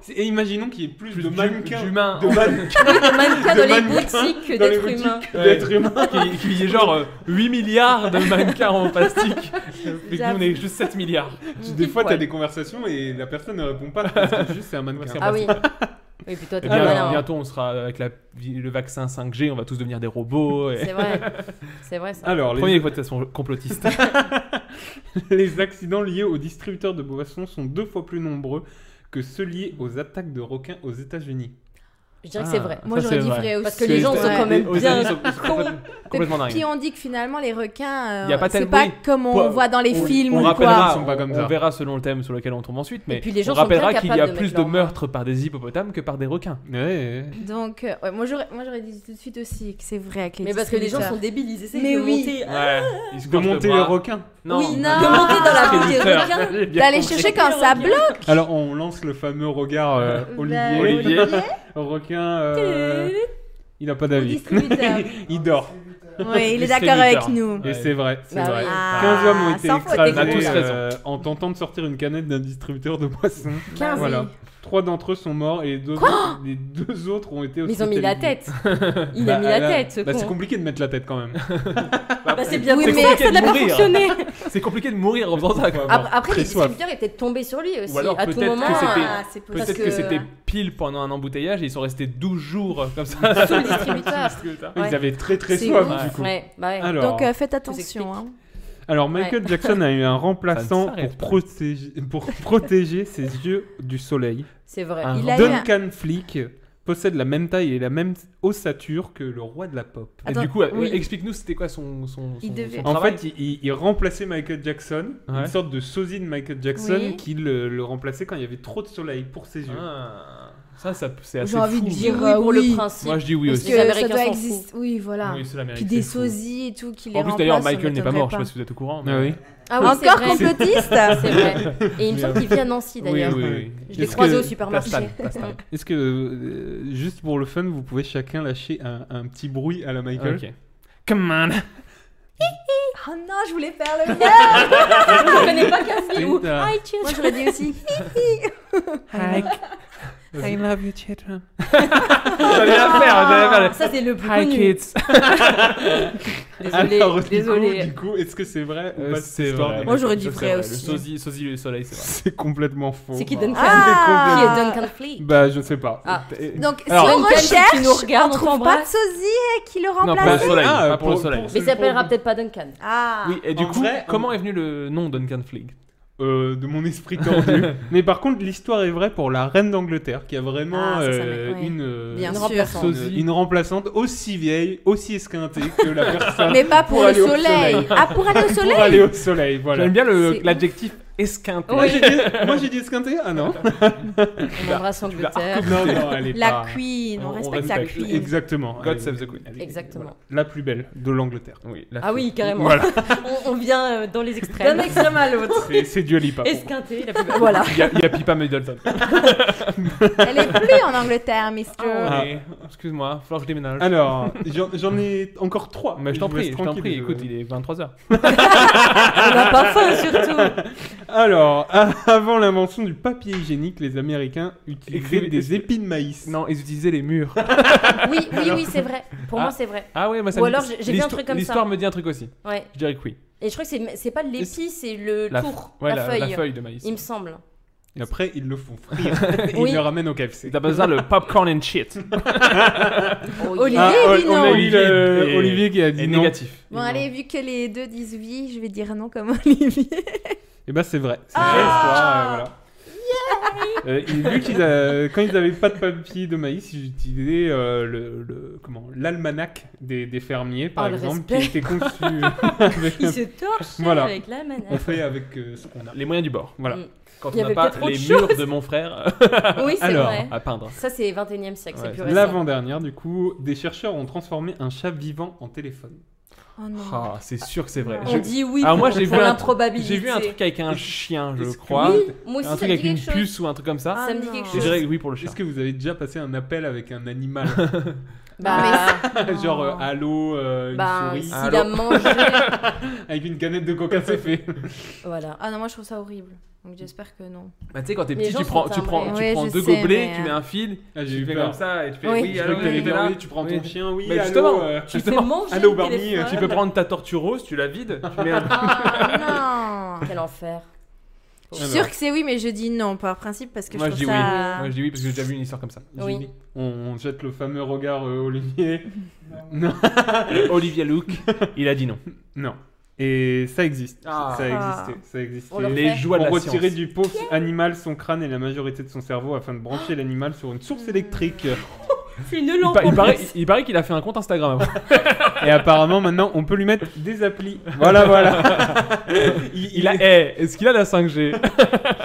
Speaker 8: C'est- Et imaginons qu'il y ait plus,
Speaker 7: Plus
Speaker 8: de
Speaker 7: d'hu-
Speaker 8: mannequins.
Speaker 7: d'humains.
Speaker 8: De mannequins.
Speaker 13: Le mannequin
Speaker 8: de
Speaker 13: dans les
Speaker 8: mannequins
Speaker 13: boutiques que
Speaker 8: dans les
Speaker 13: d'êtres humains.
Speaker 8: boutiques que d'êtres humains.
Speaker 7: Qu'il qu'il y ait genre euh, 8 milliards de une carte en plastique. Et nous, on est juste 7 milliards.
Speaker 8: Tu- Des fois, t'as des conversations et la personne ne répond pas parce que juste c'est un mannequin.
Speaker 13: Ah oui. Oui, puis
Speaker 14: Ah
Speaker 13: toi,
Speaker 7: Eh
Speaker 13: t'es
Speaker 7: bien,
Speaker 14: bah
Speaker 13: malin. hein.
Speaker 7: bientôt, on sera avec la- le vaccin 5G, on va tous devenir des robots. et-
Speaker 13: C'est vrai. C'est vrai, ça.
Speaker 8: Alors, les-
Speaker 7: Premier cotation complotiste.
Speaker 8: les accidents liés aux distributeurs de boissons sont deux fois plus nombreux que ceux liés aux attaques de requins aux États-Unis.
Speaker 13: Je dirais que c'est vrai.
Speaker 8: Ah,
Speaker 13: Moi,
Speaker 8: ça,
Speaker 13: j'aurais
Speaker 8: c'est
Speaker 13: dit
Speaker 8: vrai.
Speaker 13: vrai aussi.
Speaker 8: Parce
Speaker 13: Parce que les gens sont quand même
Speaker 8: aux
Speaker 13: bien
Speaker 8: États-Unis sont- sont
Speaker 13: cons.
Speaker 8: complètement- complètement dingues.
Speaker 14: Puis on dit que finalement les requins,
Speaker 7: Il y a
Speaker 14: euh,
Speaker 7: pas
Speaker 14: c'est
Speaker 7: tel-
Speaker 14: pas
Speaker 7: oui.
Speaker 14: comme on
Speaker 7: Pas-
Speaker 14: voit dans les films
Speaker 7: on
Speaker 14: ou
Speaker 7: rappellera,
Speaker 14: quoi.
Speaker 7: on, on verra selon le thème sur lequel on tombe ensuite, mais
Speaker 14: puis les gens
Speaker 7: on
Speaker 14: sont bien
Speaker 7: rappellera qu'il y a
Speaker 14: capables de
Speaker 7: plus
Speaker 14: mettre
Speaker 7: de
Speaker 14: leur main.
Speaker 7: meurtres par des hippopotames que par des requins.
Speaker 14: Donc, euh, ouais, moi j'aurais moi, j'aurais dit tout de suite aussi que c'est vrai avec les
Speaker 13: Mais parce que les gens
Speaker 14: distributeurs.
Speaker 13: sont débiles, ils essaient
Speaker 14: Mais
Speaker 13: de
Speaker 14: oui.
Speaker 13: monter.
Speaker 7: Ouais. Ils se
Speaker 8: De
Speaker 7: croient
Speaker 8: monter
Speaker 7: bras.
Speaker 8: les requins.
Speaker 7: Non.
Speaker 13: Oui, non. De monter dans la boue des
Speaker 7: Distributeur.
Speaker 13: requins.
Speaker 7: J'ai bien
Speaker 14: D'aller
Speaker 7: compris.
Speaker 14: chercher quand ça bloque.
Speaker 8: Alors, on lance le fameux regard euh,
Speaker 14: Bah,
Speaker 8: Olivier.
Speaker 14: Olivier.
Speaker 8: Au requin. euh, il n'a pas d'avis.
Speaker 14: distributeur.
Speaker 8: il dort.
Speaker 14: Oui, il est d'accord avec nous.
Speaker 8: Et c'est vrai, c'est
Speaker 14: Bah
Speaker 8: vrai.
Speaker 14: oui. Ah,
Speaker 8: 15 hommes ont été
Speaker 14: sans faute, t'es
Speaker 8: écrasés
Speaker 14: cool.
Speaker 8: euh, en tentant de sortir une canette d'un distributeur de boissons.
Speaker 13: 15.
Speaker 8: Voilà. Trois d'entre eux sont morts et les deux,
Speaker 13: Quoi
Speaker 8: les deux autres ont été
Speaker 13: Mais ils ont mis la
Speaker 8: hospitalisés.
Speaker 13: tête. Il a mis la
Speaker 8: là,
Speaker 13: tête, ce
Speaker 8: bah,
Speaker 13: con.
Speaker 8: C'est compliqué de mettre la tête quand même.
Speaker 13: Bah, c'est bien
Speaker 7: Oui,
Speaker 13: pour
Speaker 7: mais
Speaker 13: ça que ça n'a pas
Speaker 7: mourir.
Speaker 13: fonctionné.
Speaker 7: C'est compliqué de mourir en faisant ça. quoi.
Speaker 13: Ap- Après,
Speaker 7: Très
Speaker 13: le
Speaker 7: soif.
Speaker 13: distributeur est peut-être tombé sur lui aussi.
Speaker 7: Ou alors
Speaker 13: à tout
Speaker 7: peut-être
Speaker 13: moment,
Speaker 7: que
Speaker 13: Ah, c'est
Speaker 7: c'était
Speaker 13: possible.
Speaker 7: peut-être
Speaker 13: Parce
Speaker 7: que, c'était pile pendant un embouteillage et ils sont restés 12 jours euh, comme ça.
Speaker 13: Sous le distributeur.
Speaker 8: Ils
Speaker 13: Ouais.
Speaker 8: avaient très très
Speaker 13: C'est
Speaker 8: soif
Speaker 13: ouf.
Speaker 8: du coup.
Speaker 13: Ouais, bah ouais.
Speaker 8: Alors,
Speaker 14: Donc euh, faites attention. hein.
Speaker 8: alors, Michael
Speaker 14: Ouais.
Speaker 8: Jackson a eu un remplaçant
Speaker 14: Ça ne
Speaker 8: pour protéger, pour protéger ses yeux du soleil.
Speaker 13: C'est vrai.
Speaker 14: Ah.
Speaker 8: Un
Speaker 13: Il a eu un-
Speaker 8: Duncan Flick possède la même taille et la même ossature que le roi de la pop.
Speaker 7: Et du coup, euh, explique-nous c'était quoi son, son, son- son
Speaker 8: En
Speaker 7: travail.
Speaker 8: fait, il- il, il remplaçait Michael Jackson,
Speaker 7: Ouais.
Speaker 8: une sorte de sosie de Michael Jackson
Speaker 7: Oui.
Speaker 8: qui le, le remplaçait quand il y avait trop de soleil pour ses
Speaker 7: Ah.
Speaker 8: yeux.
Speaker 7: ça, ça c'est
Speaker 14: J'ai envie de dire euh, oui.
Speaker 7: Moi, je dis oui
Speaker 14: Parce
Speaker 7: aussi.
Speaker 14: que
Speaker 7: Les
Speaker 14: ça
Speaker 7: Américains
Speaker 14: doit
Speaker 7: s'en
Speaker 14: exister. Oui, voilà.
Speaker 7: Oui, c'est l'Amérique,
Speaker 14: Puis des
Speaker 7: c'est fou.
Speaker 14: sosies et tout qui les
Speaker 7: En plus, d'ailleurs,
Speaker 14: remplacent, ça
Speaker 7: Michael n'est pas
Speaker 14: m'étonnerait
Speaker 7: mort, je sais pas si vous êtes au courant. mais-
Speaker 8: Ah oui.
Speaker 13: Ah oui, c'est
Speaker 14: Encore
Speaker 13: vrai.
Speaker 14: complotiste
Speaker 13: C'est vrai. Et il me semble
Speaker 8: Mais,
Speaker 13: qu'il vit à Nancy,
Speaker 8: oui,
Speaker 13: d'ailleurs.
Speaker 8: oui, oui.
Speaker 13: Je l'ai
Speaker 8: Est-ce
Speaker 13: croisé
Speaker 8: que-
Speaker 13: au supermarché.
Speaker 8: Pastan, Pastan. Est-ce que, euh, juste pour le fun, vous pouvez chacun lâcher un, un petit bruit à la Michael
Speaker 7: Ok. Come on
Speaker 14: Oh non, je voulais faire le mien
Speaker 13: Je connais pas Cassie ou
Speaker 8: Linda.
Speaker 13: Hi, cheers.
Speaker 14: Moi, j'aurais dit aussi.
Speaker 13: Hi.
Speaker 8: Vas-y.
Speaker 13: I
Speaker 8: love you, children.
Speaker 7: J'allais la faire, j'allais la faire.
Speaker 13: Ah, Ça, c'est le plus
Speaker 7: Hi,
Speaker 13: connu.
Speaker 7: kids.
Speaker 13: Désolé,
Speaker 8: Alors, du coup-
Speaker 13: désolé.
Speaker 8: Du coup, est-ce que c'est vrai ou
Speaker 7: Euh,
Speaker 8: pas cette
Speaker 7: c'est
Speaker 8: histoire
Speaker 7: vrai.
Speaker 8: de-
Speaker 13: Moi, j'aurais dit
Speaker 7: Ça, c'est
Speaker 13: vrai
Speaker 7: Le
Speaker 13: aussi.
Speaker 7: sosie, sosie du soleil, c'est vrai.
Speaker 8: C'est complètement faux.
Speaker 13: C'est qui
Speaker 8: Bah.
Speaker 13: Duncan
Speaker 14: Ah.
Speaker 13: Qui est Duncan Fleet
Speaker 8: Bah, je sais pas.
Speaker 13: Ah.
Speaker 8: Et-
Speaker 14: Donc, si
Speaker 8: Alors-
Speaker 14: on
Speaker 13: Michael, si tu
Speaker 14: recherche,
Speaker 13: nous regardes,
Speaker 14: on
Speaker 13: on
Speaker 14: trouve pas de
Speaker 13: t'embrasse.
Speaker 14: sosie eh, qui le
Speaker 7: Non,
Speaker 14: remplace.
Speaker 7: pas le soleil.
Speaker 8: Ah,
Speaker 7: pas pour le
Speaker 8: pour-
Speaker 7: soleil.
Speaker 8: pour
Speaker 13: Mais il s'appellera peut-être pas Duncan.
Speaker 14: Ah
Speaker 7: Oui, et du
Speaker 8: En
Speaker 7: coup,
Speaker 8: vrai, on-
Speaker 7: comment est venu le nom Duncan Fleeg
Speaker 8: Euh, de mon esprit tordu. Mais par contre, l'histoire est vraie pour la reine d'Angleterre, qui a vraiment
Speaker 14: Ah, ça, ça
Speaker 8: euh,
Speaker 14: m'est- ouais.
Speaker 8: une, euh,
Speaker 14: Bien
Speaker 8: une
Speaker 14: sûr.
Speaker 8: remplaçante.
Speaker 7: Sosie.
Speaker 8: une remplaçante aussi vieille, aussi esquintée que la personne.
Speaker 14: Mais pas pour le
Speaker 8: aller au
Speaker 14: soleil. Ah, pour aller au soleil
Speaker 8: Pour aller au soleil, voilà.
Speaker 7: J'aime bien le-
Speaker 8: C'est-
Speaker 7: l'adjectif esquinté.
Speaker 8: Moi, j'ai dit- Moi j'ai dit esquintée Ah non
Speaker 13: On embrasse Angleterre.
Speaker 8: Non, non, elle est
Speaker 14: La
Speaker 7: bah,
Speaker 8: pas-
Speaker 14: queen, on respecte la queen.
Speaker 8: Exactement.
Speaker 7: God
Speaker 8: Elle est-
Speaker 7: save the queen.
Speaker 8: elle est-
Speaker 13: Exactement.
Speaker 8: voilà, La plus belle de l'Angleterre.
Speaker 7: Oui,
Speaker 13: Ah oui, carrément.
Speaker 8: Voilà.
Speaker 13: on, on vient euh, dans les extrêmes.
Speaker 14: D'un extrême à l'autre.
Speaker 8: C'est- C'est Dua Lipa.
Speaker 13: Esquinté, la plus belle.
Speaker 14: Voilà.
Speaker 7: Il y a, il y a Pippa Middleton.
Speaker 14: Elle est plus en Angleterre, Miss Joe.
Speaker 7: Ah, Excuse-moi, faut que je déménage.
Speaker 8: Alors, j'en j'en ai encore trois.
Speaker 7: Mais je t'en
Speaker 8: vous laisse
Speaker 7: prie, je t'en
Speaker 8: tranquille,
Speaker 7: prie.
Speaker 8: je-
Speaker 7: Écoute, il est 23h.
Speaker 13: On n'a pas faim, surtout.
Speaker 8: Alors, a- avant l'invention du papier hygiénique, les Américains utilisaient
Speaker 7: Écrivez-
Speaker 8: des épis de maïs.
Speaker 7: Non, ils utilisaient les murs.
Speaker 13: Oui, oui, oui, c'est vrai. Pour moi,
Speaker 7: Ah.
Speaker 13: c'est vrai.
Speaker 7: Ah ouais, moi ça
Speaker 13: Ou
Speaker 7: me-
Speaker 13: alors, j'ai j'ai vu un
Speaker 7: l'histoire-
Speaker 13: truc comme ça.
Speaker 7: L'histoire me dit un truc aussi.
Speaker 13: Ouais.
Speaker 7: Je dirais que oui.
Speaker 13: Et je crois que c'est c'est pas l'épi, c'est le
Speaker 7: La f-
Speaker 13: tour,
Speaker 7: ouais,
Speaker 13: la,
Speaker 7: la-
Speaker 13: feuille.
Speaker 7: la feuille de maïs.
Speaker 13: Il me semble.
Speaker 8: Et après, ils le font frire. et
Speaker 13: Oui.
Speaker 8: ils le ramènent au KFC.
Speaker 7: T'as pas besoin le popcorn and shit. Oh,
Speaker 13: Oh,
Speaker 14: Olivier,
Speaker 8: Ah,
Speaker 14: dis
Speaker 8: on a
Speaker 14: non.
Speaker 8: eu le-
Speaker 7: est-
Speaker 8: Olivier qui a dit
Speaker 7: est
Speaker 8: non.
Speaker 7: négatif.
Speaker 14: Bon, allez, vu que les deux disent oui, je vais dire non comme Olivier.
Speaker 8: Et bah, c'est vrai. C'est vrai l'histoire.
Speaker 13: Ah
Speaker 8: euh, voilà. Euh, et vu qu'ils a- quand ils n'avaient pas de papier de maïs, ils utilisaient euh, le, le- comment l'almanach des, des fermiers, par
Speaker 13: Ah, le
Speaker 8: exemple,
Speaker 13: respect.
Speaker 8: qui était conçu. avec
Speaker 13: Il
Speaker 8: un-
Speaker 13: se torche
Speaker 8: Voilà.
Speaker 13: avec l'almanach.
Speaker 8: On fait avec euh, ce qu'on a.
Speaker 7: Les moyens du bord.
Speaker 8: Voilà.
Speaker 13: Mm.
Speaker 7: Quand
Speaker 13: Il y
Speaker 7: on n'a
Speaker 13: avait
Speaker 7: pas
Speaker 13: peut-être autre
Speaker 7: les
Speaker 13: chose.
Speaker 7: murs de mon frère
Speaker 13: Oui, c'est
Speaker 8: Alors,
Speaker 13: vrai.
Speaker 7: à peindre.
Speaker 13: Ça, c'est 21 e siècle, c'est
Speaker 7: Ouais,
Speaker 13: plus
Speaker 7: c'est-
Speaker 13: récent.
Speaker 8: L'avant-dernière, du coup, des chercheurs ont transformé un chat vivant en téléphone.
Speaker 14: Oh non.
Speaker 7: Ah, c'est sûr que c'est vrai.
Speaker 13: On dit oui
Speaker 7: Alors moi
Speaker 13: pour-
Speaker 7: j'ai
Speaker 13: pour
Speaker 7: vu un-
Speaker 13: l'improbabilité.
Speaker 7: J'ai vu un truc avec un chien, je
Speaker 8: Est-ce que-
Speaker 7: crois.
Speaker 8: Oui,
Speaker 13: moi aussi,
Speaker 7: un
Speaker 13: ça
Speaker 7: truc
Speaker 13: me
Speaker 7: avec
Speaker 13: dit
Speaker 7: une
Speaker 13: quelque
Speaker 7: puce ou un truc comme ça.
Speaker 13: Ça me dit quelque
Speaker 7: Et je
Speaker 13: chose.
Speaker 7: dirais oui pour le chat.
Speaker 8: Est-ce que vous avez déjà passé un appel avec un animal
Speaker 7: Ah,
Speaker 13: Bah.
Speaker 14: hein.
Speaker 8: Genre euh, allô, euh, une
Speaker 13: Bah,
Speaker 8: souris.
Speaker 13: s'il a
Speaker 8: Allô.
Speaker 13: mangé.
Speaker 8: Avec une canette de coca, c'est fait.
Speaker 13: Voilà.
Speaker 14: Ah non, moi je trouve ça horrible. Donc j'espère que non.
Speaker 7: Bah, tu sais, quand t'es
Speaker 14: Les
Speaker 7: petit,
Speaker 14: gens
Speaker 7: tu
Speaker 14: sont
Speaker 7: prends, tu prends, tu
Speaker 14: timbrés.
Speaker 7: prends
Speaker 14: Ouais, je
Speaker 7: deux
Speaker 14: sais,
Speaker 7: gobelets,
Speaker 14: mais,
Speaker 7: tu mets
Speaker 13: hein.
Speaker 14: euh,
Speaker 7: un fil,
Speaker 8: Ah, j'ai
Speaker 7: tu
Speaker 8: eu
Speaker 7: fais
Speaker 8: peur.
Speaker 7: comme ça et tu fais
Speaker 8: Oui.
Speaker 7: oui,
Speaker 8: Je
Speaker 7: allô,
Speaker 8: crois que t'allais
Speaker 7: oui, t'es
Speaker 8: dire
Speaker 7: là.
Speaker 8: oui, tu prends ton chien, oui,
Speaker 7: Mais
Speaker 8: allô,
Speaker 7: justement,
Speaker 8: euh, Tu
Speaker 7: justement.
Speaker 8: fais manger Allô, le
Speaker 7: euh,
Speaker 8: Barbie, téléphone.
Speaker 14: Ah,
Speaker 7: tu peux prendre ta tortue rose, tu la vides, tu mets un.
Speaker 13: Ah non Quel enfer.
Speaker 14: Je suis sûre que c'est oui, mais je dis non par principe parce que
Speaker 8: Moi,
Speaker 14: je
Speaker 8: je
Speaker 14: trouve
Speaker 8: dis oui.
Speaker 14: ça.
Speaker 8: Moi, je
Speaker 7: J'ai oui parce que j'ai déjà vu une histoire comme ça.
Speaker 8: J'ai
Speaker 14: Oui.
Speaker 8: dit, On, on jette le fameux regard euh, Olivier. Non.
Speaker 7: euh, Olivia Luke, il a dit non.
Speaker 8: Non. Et ça existe.
Speaker 7: Ah.
Speaker 8: Ça
Speaker 7: Ah.
Speaker 8: existe. Ça existe.
Speaker 13: Oh
Speaker 7: On le Les refait. joies de
Speaker 8: On
Speaker 7: la
Speaker 8: retirait
Speaker 7: science.
Speaker 8: du pauvre animal son crâne et la majorité de son cerveau afin de brancher l'animal sur une
Speaker 14: Hmm.
Speaker 8: source électrique.
Speaker 13: C'est une
Speaker 7: Il,
Speaker 13: lampe.
Speaker 7: pa- il
Speaker 13: en
Speaker 7: paraît,
Speaker 13: plus.
Speaker 7: il paraît qu'il a fait un compte Instagram. avant.
Speaker 8: Et apparemment, maintenant, on peut lui mettre des applis. Voilà, voilà.
Speaker 7: il, il a. eh, Est-ce qu'il a la 5G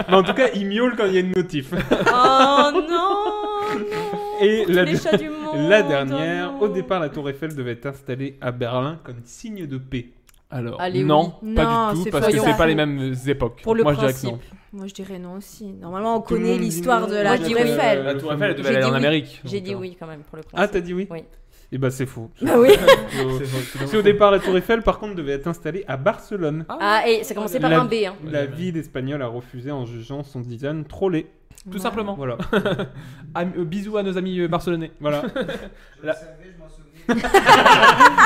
Speaker 8: Mais en tout cas, il miaule quand il y a une notif.
Speaker 13: Oh non,
Speaker 8: Et la,
Speaker 13: les chats du
Speaker 14: Oh,
Speaker 13: monde, oh
Speaker 8: la dernière, au départ, la tour Eiffel devait être installée à Berlin comme signe de paix.
Speaker 7: Alors,
Speaker 14: Allez,
Speaker 7: non,
Speaker 14: oui.
Speaker 7: pas
Speaker 14: Non,
Speaker 7: du tout,
Speaker 14: c'est
Speaker 7: parce que
Speaker 14: faux,
Speaker 7: c'est
Speaker 14: ça.
Speaker 7: pas les mêmes époques.
Speaker 14: Pour le
Speaker 7: Moi, je dirais
Speaker 14: principe.
Speaker 7: que non.
Speaker 14: Moi je dirais non aussi. Normalement on
Speaker 13: Tout le
Speaker 14: connaît
Speaker 13: monde dit
Speaker 14: l'histoire
Speaker 13: non.
Speaker 14: de
Speaker 13: Moi,
Speaker 14: la
Speaker 13: je
Speaker 14: Tour
Speaker 13: dirais oui.
Speaker 14: Eiffel.
Speaker 7: La Tour Eiffel, elle devait
Speaker 13: J'ai
Speaker 7: aller
Speaker 13: dit
Speaker 7: en
Speaker 13: oui.
Speaker 7: Amérique.
Speaker 13: J'ai
Speaker 7: donc,
Speaker 13: dit
Speaker 7: euh,
Speaker 13: oui quand même pour le principe.
Speaker 8: Ah, t'as dit oui
Speaker 13: Oui.
Speaker 8: Et bah, c'est faux.
Speaker 13: Bah oui.
Speaker 8: Parce qu'au départ, la tour Eiffel, par contre, devait être installée à Barcelone.
Speaker 13: Ah, et ça commençait par
Speaker 8: La-
Speaker 13: un B. Hein.
Speaker 8: La ville espagnole a refusé en jugeant son design trop laid.
Speaker 7: Tout simplement.
Speaker 8: Voilà.
Speaker 7: Am- euh, bisous à nos amis euh, barcelonais.
Speaker 8: Voilà.
Speaker 7: La-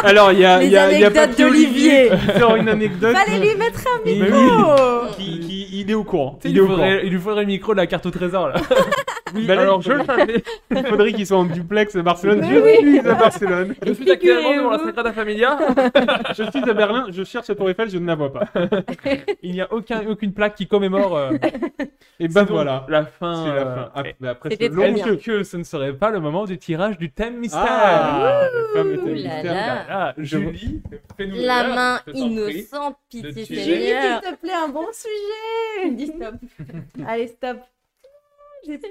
Speaker 8: Alors, il y a,
Speaker 14: Les
Speaker 8: il Ah, y a, il y a
Speaker 14: anecdotes
Speaker 8: Papy Olivier
Speaker 14: d'Olivier.
Speaker 8: qui sort une anecdote.
Speaker 14: Fallait lui mettre un
Speaker 8: Mais
Speaker 13: Oh.
Speaker 14: micro
Speaker 8: Qui, qui- il est au courant.
Speaker 7: Tu sais, il,
Speaker 8: est
Speaker 7: lui
Speaker 8: au
Speaker 7: faudrait, il lui faudrait le micro de la carte au trésor là. Bah,
Speaker 8: Oui, alors je le savais. Il faudrait qu'ils soient en duplex à Barcelone.
Speaker 7: Mais
Speaker 8: je
Speaker 7: oui.
Speaker 8: suis à Barcelone.
Speaker 7: Je suis actuellement devant la hein. Sagrada Familia.
Speaker 8: Je suis à Berlin. Je cherche la Tour Eiffel. Je ne la vois pas.
Speaker 7: Il n'y a aucun, aucune plaque qui commémore. euh,
Speaker 8: Et
Speaker 7: c'est
Speaker 8: ben
Speaker 7: donc
Speaker 8: voilà.
Speaker 7: La fin.
Speaker 8: C'est la
Speaker 7: euh,
Speaker 8: fin. Ah, bah après,
Speaker 13: C'était
Speaker 8: c'est
Speaker 13: très
Speaker 8: long
Speaker 13: bien.
Speaker 8: jeu.
Speaker 7: Est-ce que ce ne serait pas le moment du tirage du thème mystère
Speaker 8: Ah, le fameux thème
Speaker 13: Ouh là
Speaker 8: mystère.
Speaker 13: là.
Speaker 7: Ah,
Speaker 8: Je-
Speaker 7: Julie, fais-nous
Speaker 13: La
Speaker 7: l'honneur,
Speaker 13: main
Speaker 7: je t'en prie.
Speaker 13: innocente,
Speaker 7: de
Speaker 13: pitié
Speaker 7: tuer.
Speaker 14: Julie,
Speaker 13: Seigneur.
Speaker 14: s'il te plaît, un bon sujet
Speaker 13: Dis stop.
Speaker 14: Allez, stop. J'ai peur.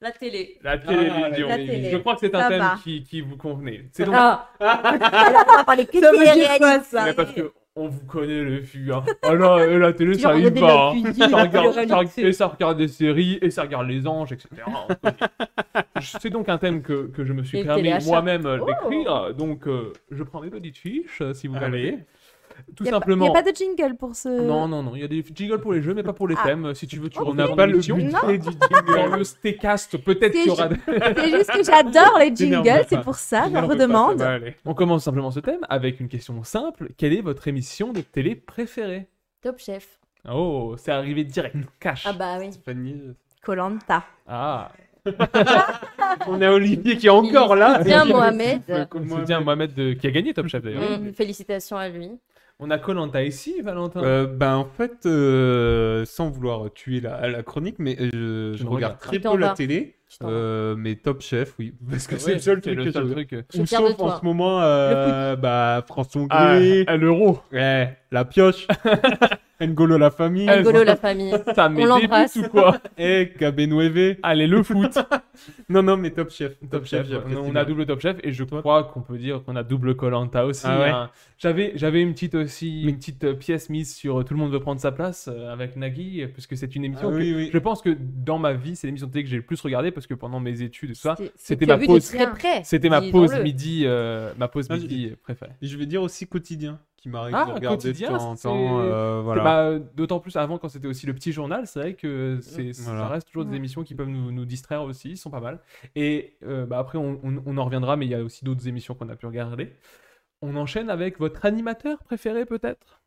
Speaker 13: La télé.
Speaker 7: La
Speaker 8: Ah,
Speaker 7: télévision.
Speaker 14: la télé.
Speaker 7: Je crois que c'est
Speaker 14: Ça
Speaker 7: un thème
Speaker 14: va.
Speaker 7: qui, qui vous convenait. C'est donc.
Speaker 13: Ah.
Speaker 14: Alors, on va parler que
Speaker 13: Ça me dit
Speaker 14: télé-réalité.
Speaker 13: quoi, ça
Speaker 7: Mais Eh, parce que on vous connaît les filles. Hein. Ah là, euh, la télé,
Speaker 13: Genre,
Speaker 7: ça arrive
Speaker 13: regardez
Speaker 7: pas.
Speaker 13: la
Speaker 7: hein.
Speaker 13: cuisine,
Speaker 7: Ça regarde,
Speaker 13: le
Speaker 7: ça regarde-
Speaker 13: réalité.
Speaker 7: et ça regarde des séries, et ça regarde les anges, etc. On connaît. C'est donc un thème que, que je me suis
Speaker 13: Et le
Speaker 7: permis
Speaker 13: téléachat.
Speaker 7: moi-même euh,
Speaker 14: Oh.
Speaker 7: d'écrire. Donc, euh, je prends mes petites fiches, euh, si vous
Speaker 8: Allez.
Speaker 7: voulez. Tout
Speaker 14: Il n'y a, pas- y a
Speaker 7: simplement.
Speaker 14: pas de jingle pour ce.
Speaker 7: Non, non, non, il y a des jiggles pour les jeux, mais pas pour les
Speaker 14: Ah.
Speaker 7: thèmes. Si tu veux, tu
Speaker 14: On
Speaker 8: On
Speaker 7: reviens
Speaker 8: n'a
Speaker 7: dans
Speaker 8: pas le
Speaker 7: l'émission.
Speaker 8: budget du
Speaker 7: Dans
Speaker 8: jingle.
Speaker 7: le Stécast, peut-être
Speaker 14: C'est
Speaker 7: qu'il y aura.
Speaker 14: C'est juste que j'adore les
Speaker 8: T'énerve
Speaker 14: jingles,
Speaker 8: pas.
Speaker 14: c'est pour ça, j'en
Speaker 8: T'énerve pas, ça
Speaker 14: redemande.
Speaker 8: va aller.
Speaker 7: Bah, On commence simplement ce thème avec une question simple. Quelle est votre émission de télé préférée
Speaker 13: Top chef.
Speaker 7: Oh, c'est arrivé direct,
Speaker 8: Hmm.
Speaker 7: cash.
Speaker 13: Ah bah oui.
Speaker 8: Fanny,
Speaker 14: Colanta.
Speaker 7: Ah,
Speaker 8: On a Olivier qui est encore là.
Speaker 13: Bien Mohamed.
Speaker 7: on soutient Mohamed de- qui a gagné Top Chef d'ailleurs.
Speaker 13: Mm, Félicitations à lui.
Speaker 7: On a Colanta ici, Valentin.
Speaker 8: Euh, ben en fait, euh, sans vouloir tuer la, la chronique, mais euh, je,
Speaker 7: Tu ne
Speaker 8: regarde
Speaker 7: regardes
Speaker 8: très
Speaker 13: pas.
Speaker 8: peu la
Speaker 13: Tu t'en
Speaker 8: télé,
Speaker 13: Tu t'en vas.
Speaker 8: euh, mais Top Chef, oui, parce que c'est
Speaker 7: Ouais,
Speaker 8: le seul
Speaker 7: c'est
Speaker 8: truc
Speaker 7: le
Speaker 8: que je
Speaker 7: seul
Speaker 8: regarde.
Speaker 7: truc.
Speaker 13: Je suis
Speaker 8: Ou
Speaker 13: fière de
Speaker 8: sauf en
Speaker 13: toi.
Speaker 8: ce moment, euh, bah France Hongrie,
Speaker 7: Ah, à l'euro.
Speaker 8: ouais, la pioche, N'Golo la famille,
Speaker 13: Rigolo la famille.
Speaker 7: Ça met des
Speaker 13: l'embrasse.
Speaker 7: buts ou quoi
Speaker 8: et Kb9.
Speaker 7: Allez, le foot.
Speaker 8: Non non, mais Top Chef,
Speaker 7: Top Chef,
Speaker 8: j'apprécie
Speaker 7: on
Speaker 8: bien.
Speaker 7: a double Top Chef et je crois qu'on peut dire qu'on a double Colanta aussi.
Speaker 8: Ah ouais.
Speaker 7: hein. J'avais j'avais une petite aussi une petite euh, pièce mise sur euh, Tout le monde veut prendre sa place euh, avec Nagui euh, puisque c'est une émission
Speaker 8: Ah
Speaker 7: que
Speaker 8: oui, oui.
Speaker 7: je pense que dans ma vie c'est l'émission de télé que j'ai le plus regardée parce que pendant mes études et tout ça
Speaker 13: C'est- c'est
Speaker 7: c'était
Speaker 13: bien
Speaker 7: ma
Speaker 13: vu de
Speaker 7: pause
Speaker 13: très près,
Speaker 7: c'était ma
Speaker 13: disons-le.
Speaker 7: pause midi euh, ma pause
Speaker 8: Ah, j'ai-
Speaker 7: midi préférée.
Speaker 8: Et Je vais dire aussi quotidien, qui m'arrive
Speaker 7: Ah,
Speaker 8: de regarder de
Speaker 7: Quotidien,
Speaker 8: temps en
Speaker 7: c'est-
Speaker 8: temps, euh, voilà.
Speaker 7: Bah, euh, D'autant plus avant quand c'était aussi le petit journal, c'est vrai que c'est-
Speaker 8: Mm, Voilà.
Speaker 7: ça reste toujours des
Speaker 14: Ouais.
Speaker 7: émissions qui peuvent nous, nous distraire aussi, ils sont pas mal. Et euh, bah, après on, on- on en reviendra, mais il y a aussi d'autres émissions qu'on a pu regarder. On enchaîne avec votre animateur préféré peut-être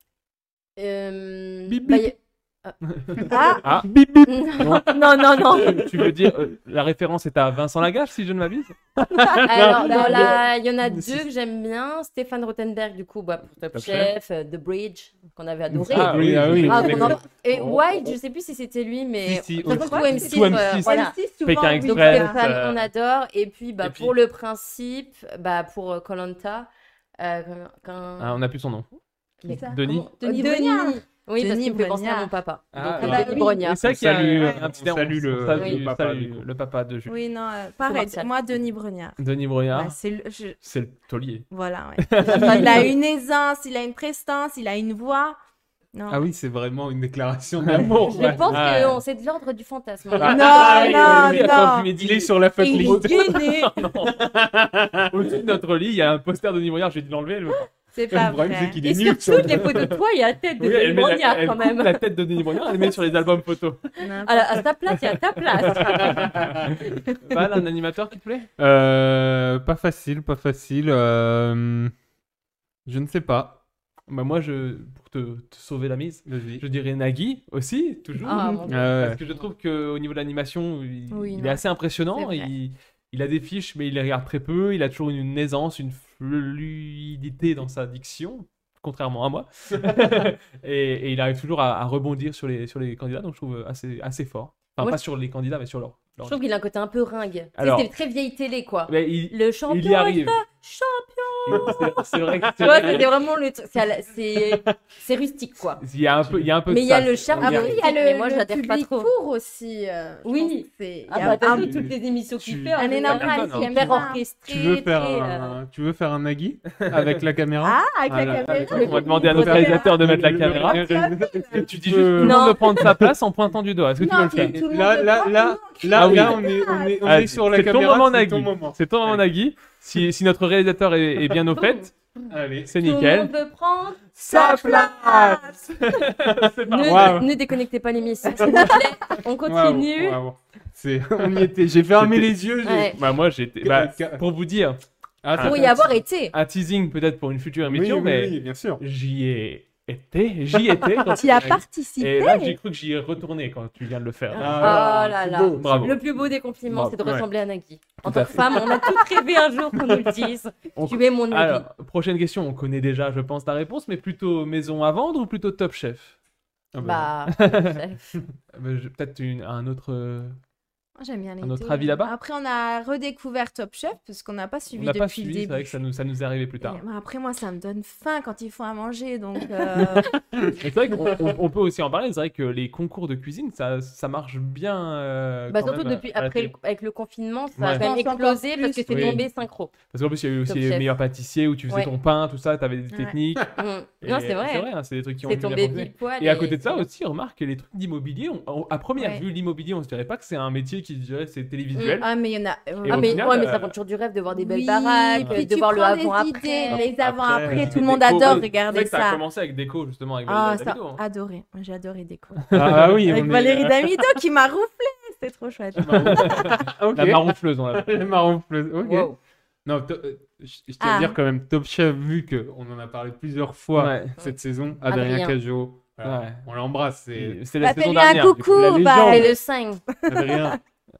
Speaker 13: Euh,
Speaker 7: Bip,
Speaker 13: bah,
Speaker 7: bip.
Speaker 14: Ah,
Speaker 7: Ah,
Speaker 13: y-
Speaker 7: Non.
Speaker 14: non, non, non.
Speaker 7: tu veux dire euh, la référence est à Vincent Lagaffe si je ne m'abuse
Speaker 13: Alors,
Speaker 14: Non,
Speaker 13: dans la- il y en a
Speaker 8: Mais
Speaker 13: deux
Speaker 8: c'est-
Speaker 13: que j'aime bien. Stéphane Rothenberg, du coup, bah, pour Top
Speaker 8: Top
Speaker 13: Chef, euh, The Bridge, qu'on avait adoré.
Speaker 7: Ah oui, ah oui.
Speaker 13: Ah,
Speaker 7: mais
Speaker 13: qu'on en-
Speaker 7: oui. Oh.
Speaker 13: Et Wild, je sais plus si c'était lui, mais.
Speaker 8: Si, si,
Speaker 13: De toute façon,
Speaker 8: aussi.
Speaker 13: tout M6,
Speaker 7: Tout M6.
Speaker 13: euh, voilà.
Speaker 14: Celle-ci, souvent,
Speaker 7: Pékin
Speaker 14: oui.
Speaker 13: Donc,
Speaker 7: Express.
Speaker 13: Stéphane,
Speaker 7: euh,
Speaker 13: on adore. Et puis, bah,
Speaker 7: et puis-
Speaker 13: pour le principe, bah, pour Colanta, quand. quand-
Speaker 7: Ah, on a plus son nom.
Speaker 13: Mais-
Speaker 7: Denis
Speaker 14: Denis Brognard.
Speaker 13: Denis. Oui, parce
Speaker 14: Denis
Speaker 13: qu'il me fait penser à
Speaker 14: Brognard.
Speaker 13: mon papa.
Speaker 7: Ah,
Speaker 13: Donc,
Speaker 7: bah
Speaker 13: Denis
Speaker 7: oui.
Speaker 13: Brognard.
Speaker 7: Et c'est vrai qu'il y a
Speaker 8: Salue,
Speaker 7: un-
Speaker 8: ouais.
Speaker 7: un petit
Speaker 8: on salue le-
Speaker 7: salue-
Speaker 8: le papa,
Speaker 7: salue
Speaker 8: du coup.
Speaker 7: le papa de Jules.
Speaker 14: Oui, non, euh, pareil.
Speaker 13: Martial.
Speaker 14: Moi, Denis Bruniard. Ouais,
Speaker 7: Denis Brouillard,
Speaker 14: c'est le- je-
Speaker 7: c'est le taulier.
Speaker 14: Voilà, ouais. il a une aisance, il a une prestance, il a une voix. Non.
Speaker 8: Ah oui, c'est vraiment une déclaration d'amour.
Speaker 13: Je
Speaker 8: ouais.
Speaker 13: pense
Speaker 8: Ah.
Speaker 13: que on- c'est de l'ordre du fantasme.
Speaker 7: Bah,
Speaker 8: Ah,
Speaker 13: Ah,
Speaker 8: oui,
Speaker 13: oui,
Speaker 8: oui,
Speaker 13: oui.
Speaker 8: quand tu mets
Speaker 7: Il est sur la fuck
Speaker 13: Il est
Speaker 7: list.
Speaker 13: gainé.
Speaker 7: Non, non. Au-dessus de notre lit, il y a un poster de Nimoyard, j'ai dû l'enlever. elle veut pas.
Speaker 13: C'est pas
Speaker 7: Le problème,
Speaker 13: vrai.
Speaker 7: c'est qu'il est
Speaker 13: Et
Speaker 7: nul,
Speaker 13: sur
Speaker 7: ça.
Speaker 13: toutes les photos de toi, il y a la tête de
Speaker 7: Oui, elle
Speaker 13: Denis
Speaker 7: met la-
Speaker 13: Brognard,
Speaker 7: elle
Speaker 13: quand
Speaker 7: coupe
Speaker 13: même.
Speaker 7: la tête de Denis Brognard, elle met sur les albums photos.
Speaker 13: À, la- à ta place, il y a ta
Speaker 7: Ah, bah
Speaker 13: place.
Speaker 7: Val, un animateur qui te plaît
Speaker 8: Euh, pas facile, pas facile. euh, Je ne sais pas.
Speaker 7: Bah moi, je, pour te, te sauver la mise, je dirais Nagui aussi, toujours.
Speaker 8: Ah, mon Dieu. Ah ouais.
Speaker 7: Parce que je trouve qu'au niveau de l'animation, il,
Speaker 8: Oui,
Speaker 7: il
Speaker 8: non.
Speaker 7: est assez
Speaker 8: C'est
Speaker 7: impressionnant.
Speaker 8: vrai.
Speaker 7: Il, il a des fiches, mais il les regarde très peu. Il a toujours une, aisance, une fluidité dans sa diction, contrairement à moi. et, et il arrive toujours à, à rebondir sur les, sur les candidats, donc je trouve assez, assez fort. Enfin,
Speaker 13: Moi,
Speaker 7: pas
Speaker 13: je-
Speaker 7: sur les candidats, mais sur leur.
Speaker 13: Je
Speaker 7: leur-
Speaker 13: trouve qu'il a un côté un peu ringue. Tu sais,
Speaker 7: Alors-
Speaker 13: C'était très vieille télé, quoi.
Speaker 7: Mais il-
Speaker 13: Le champion,
Speaker 7: il y arrive.
Speaker 13: est là, champion.
Speaker 7: C'est vrai que
Speaker 13: Tu vois, c'était vraiment le truc. c'est à la- C'est c'est rustique, quoi.
Speaker 7: Il y a un peu, il y a un peu de
Speaker 13: Mais il y a
Speaker 7: ça.
Speaker 13: le charme.
Speaker 7: y a-
Speaker 13: Après, il y a le-
Speaker 14: Mais
Speaker 13: moi,
Speaker 14: moi,
Speaker 13: je l'adhère
Speaker 14: j'adhère
Speaker 13: pas
Speaker 14: pas trop. pour aussi. oui. Il
Speaker 13: Ah
Speaker 14: y
Speaker 13: bah,
Speaker 14: a
Speaker 13: t'as
Speaker 14: un
Speaker 13: vu toutes les émissions qu'il
Speaker 7: hein,
Speaker 13: fait. en
Speaker 14: Un
Speaker 13: fait,
Speaker 14: énorme
Speaker 13: c'est
Speaker 14: racine,
Speaker 13: hyper
Speaker 14: ça.
Speaker 8: Ah,
Speaker 13: orchestré.
Speaker 8: Tu veux faire
Speaker 13: très, euh,
Speaker 8: un, tu veux faire un Nagui avec la caméra
Speaker 14: Ah, avec la caméra.
Speaker 7: On va demander à notre réalisateur de mettre la caméra. Euh,
Speaker 8: Est-ce
Speaker 7: que tu dis juste tout le monde de prendre sa place en pointant du doigt Est-ce que tu veux le faire
Speaker 8: Là, là, là, là,
Speaker 7: Ah oui.
Speaker 8: là, on est, on est, on
Speaker 7: Ah,
Speaker 8: est sur la
Speaker 7: c'est ton
Speaker 8: caméra.
Speaker 7: moment,
Speaker 8: c'est
Speaker 7: Nagui.
Speaker 8: ton moment.
Speaker 7: C'est ton moment, Nagui. Si, si notre réalisateur est, est bien au fait,
Speaker 8: Allez.
Speaker 7: c'est
Speaker 13: Tout le monde
Speaker 7: nickel.
Speaker 13: peut prendre
Speaker 7: Sa
Speaker 13: place.
Speaker 7: parti.
Speaker 13: ne,
Speaker 8: Waouh.
Speaker 13: ne déconnectez pas l'émission, s'il vous plaît. On continue.
Speaker 8: Waouh, waouh. C'est, on y était. J'ai fermé
Speaker 7: C'était-
Speaker 8: les yeux. j'ai-
Speaker 13: Ouais. Ah.
Speaker 7: Bah, moi, j'étais. Bah, pour vous dire.
Speaker 8: ça
Speaker 13: Pour y avoir été.
Speaker 7: Un teasing peut-être pour une future
Speaker 8: Oui,
Speaker 7: émission,
Speaker 8: oui,
Speaker 7: mais.
Speaker 8: oui, bien sûr.
Speaker 7: J'y ai été. J'y étais. quand
Speaker 13: T'y as
Speaker 7: tu-
Speaker 13: participé.
Speaker 7: Et là, j'ai cru que j'y ai retourné quand tu viens de le faire.
Speaker 8: Ah.
Speaker 7: Ah,
Speaker 13: oh là là.
Speaker 7: Bravo.
Speaker 13: Le plus beau des compliments,
Speaker 7: Bravo.
Speaker 13: c'est de
Speaker 7: Ouais.
Speaker 13: ressembler à Nagui. En
Speaker 7: Tout à
Speaker 13: tant que
Speaker 7: fait.
Speaker 13: femme, on a toutes rêvé un jour qu'on nous le dise.
Speaker 7: On- Ah,
Speaker 13: Tu es mon Nagui.
Speaker 7: Alors, prochaine question, on connaît déjà, je pense, la réponse, mais plutôt maison à vendre ou plutôt top chef
Speaker 13: bah,
Speaker 7: Ben, je- Peut-être une- un autre. euh,
Speaker 14: Moi, J'aime bien les
Speaker 7: Un autre
Speaker 14: deux.
Speaker 7: avis là-bas
Speaker 14: Après, on a redécouvert Top Chef, parce qu'on n'a pas
Speaker 7: On
Speaker 14: suivi
Speaker 7: n'a
Speaker 14: depuis
Speaker 7: pas
Speaker 14: le
Speaker 7: suivi, c'est
Speaker 14: début.
Speaker 7: vrai que ça nous, ça nous est arrivé plus tard.
Speaker 14: Et moi, Après, moi, ça me donne faim quand ils font à manger, donc... euh,
Speaker 7: Mais c'est vrai qu'on on- on peut aussi en parler, c'est vrai que les concours de cuisine, ça, ça marche bien. euh,
Speaker 13: bah,
Speaker 7: quand
Speaker 13: surtout
Speaker 7: même,
Speaker 13: depuis,
Speaker 7: à la
Speaker 13: après,
Speaker 7: télé.
Speaker 13: le- avec le confinement, ça
Speaker 7: Ouais.
Speaker 13: a quand même
Speaker 7: Je pense
Speaker 13: explosé parce que c'est
Speaker 7: Oui.
Speaker 13: tombé synchro.
Speaker 7: Parce qu'en plus, il y a eu aussi
Speaker 13: Top
Speaker 7: les
Speaker 13: Chef.
Speaker 7: meilleurs pâtissiers où tu faisais
Speaker 13: Ouais.
Speaker 7: ton pain, tout ça, t'avais des
Speaker 13: Ouais.
Speaker 7: techniques.
Speaker 13: Mm.
Speaker 7: Et
Speaker 13: Non, c'est vrai.
Speaker 7: C'est vrai, hein, c'est des trucs qui ont
Speaker 13: C'est
Speaker 7: été bien
Speaker 13: tombé
Speaker 7: proposés.
Speaker 13: pile poil
Speaker 7: Et à
Speaker 13: et
Speaker 7: côté de ça
Speaker 13: c'est-
Speaker 7: aussi, remarque que les trucs d'immobilier, on- on- à première
Speaker 14: Ouais.
Speaker 7: vue, l'immobilier, on se dirait pas que c'est un métier qui je dirais, c'est télévisuel.
Speaker 14: Ah, mais il y en a...
Speaker 7: Et
Speaker 13: Ah,
Speaker 7: au
Speaker 13: mais,
Speaker 7: final,
Speaker 13: ouais, mais
Speaker 7: euh,
Speaker 13: ça compte toujours du rêve de voir des belles
Speaker 14: Oui,
Speaker 13: baraques,
Speaker 14: puis
Speaker 13: de
Speaker 14: tu
Speaker 13: voir le
Speaker 14: prends des
Speaker 13: avant-après.
Speaker 14: idées, les avant-après,
Speaker 7: euh,
Speaker 14: tout le monde
Speaker 7: Déco,
Speaker 14: adore
Speaker 7: oui.
Speaker 14: regarder
Speaker 7: C'est vrai que T'as
Speaker 14: ça.
Speaker 7: commencé avec Déco, justement, avec
Speaker 14: Ah,
Speaker 7: Valérie
Speaker 14: ça,
Speaker 7: Damido, hein.
Speaker 14: adoré. Moi, J'ai adoré Déco.
Speaker 8: Ah, oui,
Speaker 14: Avec
Speaker 8: on est-
Speaker 14: Valérie Damido qui m'a ronflé. C'était trop chouette.
Speaker 8: Ok.
Speaker 7: La maronfleuse, on l'appelle.
Speaker 8: La maronfleuse,
Speaker 7: Ah,
Speaker 8: ok.
Speaker 14: Wow.
Speaker 8: Non, to- euh, je je tiens
Speaker 14: Ah.
Speaker 8: à dire quand même, Top Chef, vu qu'on en a parlé plusieurs fois
Speaker 7: Ouais.
Speaker 8: cette saison,
Speaker 13: Adrien.
Speaker 8: Adrien Cajot, voilà,
Speaker 7: Ouais.
Speaker 8: on l'embrasse. C'est,
Speaker 7: c'est
Speaker 14: Bah, fais-lui un coucou,
Speaker 8: la légende.
Speaker 14: bah,
Speaker 13: Et le 5.
Speaker 8: Adrien,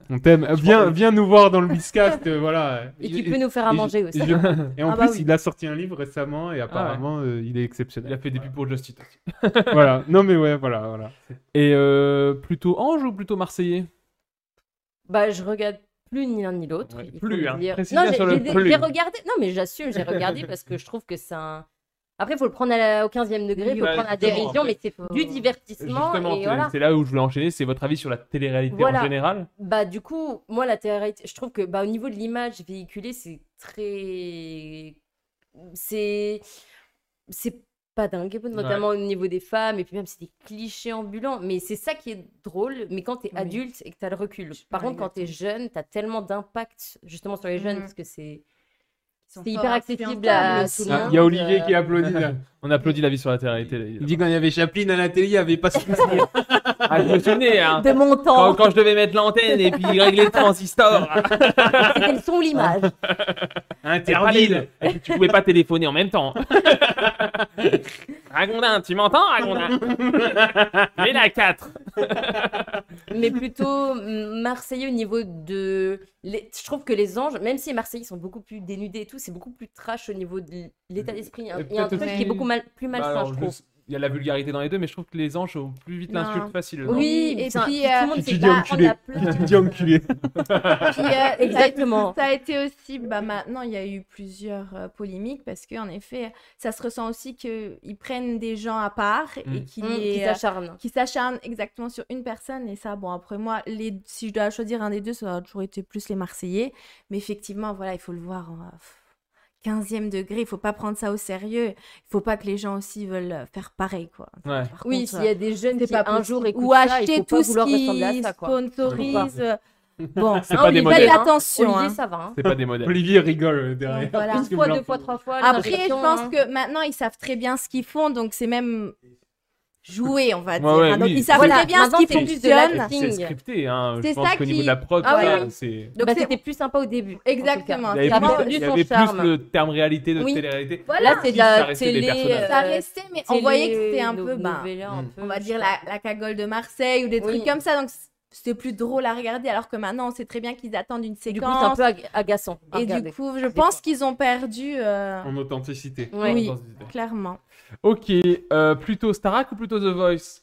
Speaker 8: on t'aime. Euh, Viens, viens nous voir dans le Biscast, euh, voilà.
Speaker 13: Et tu peux nous faire à
Speaker 8: et je-
Speaker 13: manger aussi.
Speaker 8: Et, je- et en
Speaker 13: Ah bah
Speaker 8: plus,
Speaker 13: oui.
Speaker 8: il a sorti un livre récemment et apparemment, euh, il est exceptionnel.
Speaker 7: Il a fait des pubs pour Just Eat aussi.
Speaker 8: voilà. Non mais ouais, voilà, voilà.
Speaker 7: Et euh, plutôt Ange ou plutôt Marseillais
Speaker 13: Bah, je regarde plus ni l'un ni l'autre. il faut
Speaker 7: plus,
Speaker 13: le
Speaker 7: hein.
Speaker 13: dire.
Speaker 7: Précise
Speaker 13: Non,
Speaker 7: bien
Speaker 13: j'ai
Speaker 7: sur le
Speaker 13: j'ai-
Speaker 7: plus.
Speaker 13: j'ai regardé. Non, mais j'assume, j'ai regardé parce que je trouve que c'est un. Après, il faut le prendre à la- au 15e degré, il faut
Speaker 7: Bah,
Speaker 13: le prendre à
Speaker 7: justement,
Speaker 13: dérision,
Speaker 7: en
Speaker 13: mais c'est du divertissement.
Speaker 7: Justement,
Speaker 13: et
Speaker 7: c'est
Speaker 13: voilà.
Speaker 7: c'est là où je voulais enchaîner, c'est votre avis sur la télé-réalité
Speaker 13: Voilà.
Speaker 7: en général
Speaker 13: Bah, du coup, moi, la télé je trouve que bah, au niveau de l'image véhiculée, c'est très. C'est. C'est pas dingue, notamment au niveau des femmes, et puis même, c'est des clichés ambulants. Mais c'est ça qui est drôle, mais quand t'es
Speaker 14: Oui.
Speaker 13: adulte et que t'as le recul. Par
Speaker 14: pas
Speaker 13: contre, quand t'es jeune, t'as tellement d'impact, justement, sur les jeunes,
Speaker 14: Mhm.
Speaker 13: parce que c'est.
Speaker 14: sont
Speaker 13: C'est hyper
Speaker 14: fort
Speaker 13: accessible
Speaker 14: influençables
Speaker 13: à tout
Speaker 14: aussi.
Speaker 13: le
Speaker 14: Ah,
Speaker 13: monde.
Speaker 8: Il y a Olivier
Speaker 13: euh,
Speaker 8: qui applaudit là.
Speaker 7: On applaudit l'avis sur la télé-réalité. Il
Speaker 8: dit quand il y avait Chaplin à la télé, il n'y avait pas ce
Speaker 7: Ah, je me souvenais, hein.
Speaker 13: De mon temps.
Speaker 7: Quand, quand je devais mettre l'antenne et puis régler le transistor.
Speaker 13: C'était le son ou l'image.
Speaker 7: Interdit. Et puis, tu pouvais pas téléphoner en même temps. Ragondin, tu m'entends, Ragondin Mais la 4.
Speaker 13: mais plutôt mm, marseillais au niveau de. les- Je trouve que les anges, même si les Marseillais sont beaucoup plus dénudés et tout, c'est beaucoup plus trash au niveau de l'état d'esprit. Il y a un-
Speaker 7: Et
Speaker 13: il y a un
Speaker 7: peut-être
Speaker 13: truc
Speaker 7: aussi-
Speaker 13: qui est beaucoup mal, plus
Speaker 7: Bah,
Speaker 13: malsain,
Speaker 7: alors,
Speaker 13: je
Speaker 7: je-
Speaker 13: trouve.
Speaker 7: Il y a la vulgarité dans les deux, mais je trouve que les anges ont plus vite
Speaker 14: Non.
Speaker 7: l'insulte facile. non
Speaker 13: Oui, et
Speaker 14: Putain,
Speaker 13: puis
Speaker 14: tout le
Speaker 13: euh,
Speaker 14: monde
Speaker 13: c'est
Speaker 14: s'est
Speaker 13: pas-
Speaker 14: dit enculé.
Speaker 13: on a plein-
Speaker 8: Dis enculé.
Speaker 14: Puis, euh, ça a-
Speaker 13: Exactement.
Speaker 14: Ça a été aussi, bah, maintenant, il y a eu plusieurs euh, polémiques parce qu'en effet, ça se ressent aussi qu'ils prennent des gens à part et
Speaker 13: Mm.
Speaker 14: qu'ils
Speaker 13: Mm,
Speaker 14: les,
Speaker 13: qui
Speaker 14: euh,
Speaker 13: s'acharnent.
Speaker 14: qui s'acharnent exactement sur une personne. Et ça, bon, après moi, les, si je dois choisir un des deux, ça aurait toujours été plus les Marseillais. Mais effectivement, voilà, il faut le voir. hein, pff, 15e degré, il faut pas prendre ça au sérieux. Il faut pas que les gens aussi veulent faire pareil, quoi.
Speaker 13: Ouais.
Speaker 14: Par
Speaker 13: Oui,
Speaker 14: contre,
Speaker 13: s'il y a des jeunes
Speaker 14: c'est
Speaker 13: qui
Speaker 14: pas
Speaker 13: un
Speaker 14: possible.
Speaker 13: jour écoutent
Speaker 14: ou
Speaker 13: ça, il
Speaker 14: acheter
Speaker 13: faut pas
Speaker 14: tout ce
Speaker 13: vouloir
Speaker 14: qui
Speaker 13: ressembler à ça, quoi.
Speaker 14: sponsorise.
Speaker 13: Je
Speaker 14: euh,
Speaker 13: Bon,
Speaker 8: C'est pas des
Speaker 13: Olivier,
Speaker 8: modèles.
Speaker 13: faites
Speaker 14: attention,
Speaker 13: Olivier,
Speaker 14: hein.
Speaker 13: ça va. hein.
Speaker 8: C'est pas des modèles. Olivier rigole euh, derrière.
Speaker 14: Voilà.
Speaker 8: parce que vous l'entendez.
Speaker 13: trois fois.
Speaker 14: Après, je
Speaker 13: l'injection,
Speaker 14: pense
Speaker 13: hein.
Speaker 14: que maintenant, ils savent très bien ce qu'ils font, donc c'est même joué, on va dire.
Speaker 7: Ouais, ouais,
Speaker 14: hein. donc,
Speaker 7: oui.
Speaker 14: ils savent
Speaker 7: Voilà,
Speaker 14: très bien ce
Speaker 13: maintenant,
Speaker 14: qui
Speaker 13: c'est plus de
Speaker 14: fonctionne.
Speaker 7: C'est scripté, hein. Je
Speaker 14: C'est
Speaker 7: pense
Speaker 14: ça
Speaker 7: qu'au niveau
Speaker 14: qui-
Speaker 7: de la prod,
Speaker 14: Ah oui,
Speaker 7: ça,
Speaker 14: oui.
Speaker 7: c'est.
Speaker 14: Donc,
Speaker 13: Bah,
Speaker 14: c'est-
Speaker 13: c'était plus sympa au début.
Speaker 14: Exactement.
Speaker 7: Il y
Speaker 13: Ça
Speaker 7: avait,
Speaker 13: a
Speaker 7: plus,
Speaker 13: perdu
Speaker 7: il y
Speaker 13: son
Speaker 7: avait plus
Speaker 13: charme.
Speaker 7: le terme réalité de
Speaker 13: Oui.
Speaker 7: télé-réalité.
Speaker 13: Voilà, c'est de
Speaker 7: Ça
Speaker 13: la
Speaker 7: restait des
Speaker 13: télé, euh,
Speaker 7: personnages.
Speaker 14: Ça restait, mais on
Speaker 13: Télé,
Speaker 14: voyait que c'était un peu,
Speaker 13: no-
Speaker 14: bah,
Speaker 13: novella, un
Speaker 7: Mm.
Speaker 13: peu, ben,
Speaker 14: on va
Speaker 13: je
Speaker 14: dire
Speaker 13: sais
Speaker 14: la, la cagole de Marseille ou des trucs comme ça. Donc c'était plus drôle à regarder, alors que maintenant on sait très bien qu'ils attendent une
Speaker 13: Du
Speaker 14: séquence.
Speaker 13: coup, c'est un peu aga- agaçant. à
Speaker 14: Et du
Speaker 13: regarder. Ah,
Speaker 14: coup, je pense qu'ils ont perdu. euh,
Speaker 8: En authenticité.
Speaker 14: Oui, clairement.
Speaker 7: Ok, euh, plutôt Starak ou plutôt The Voice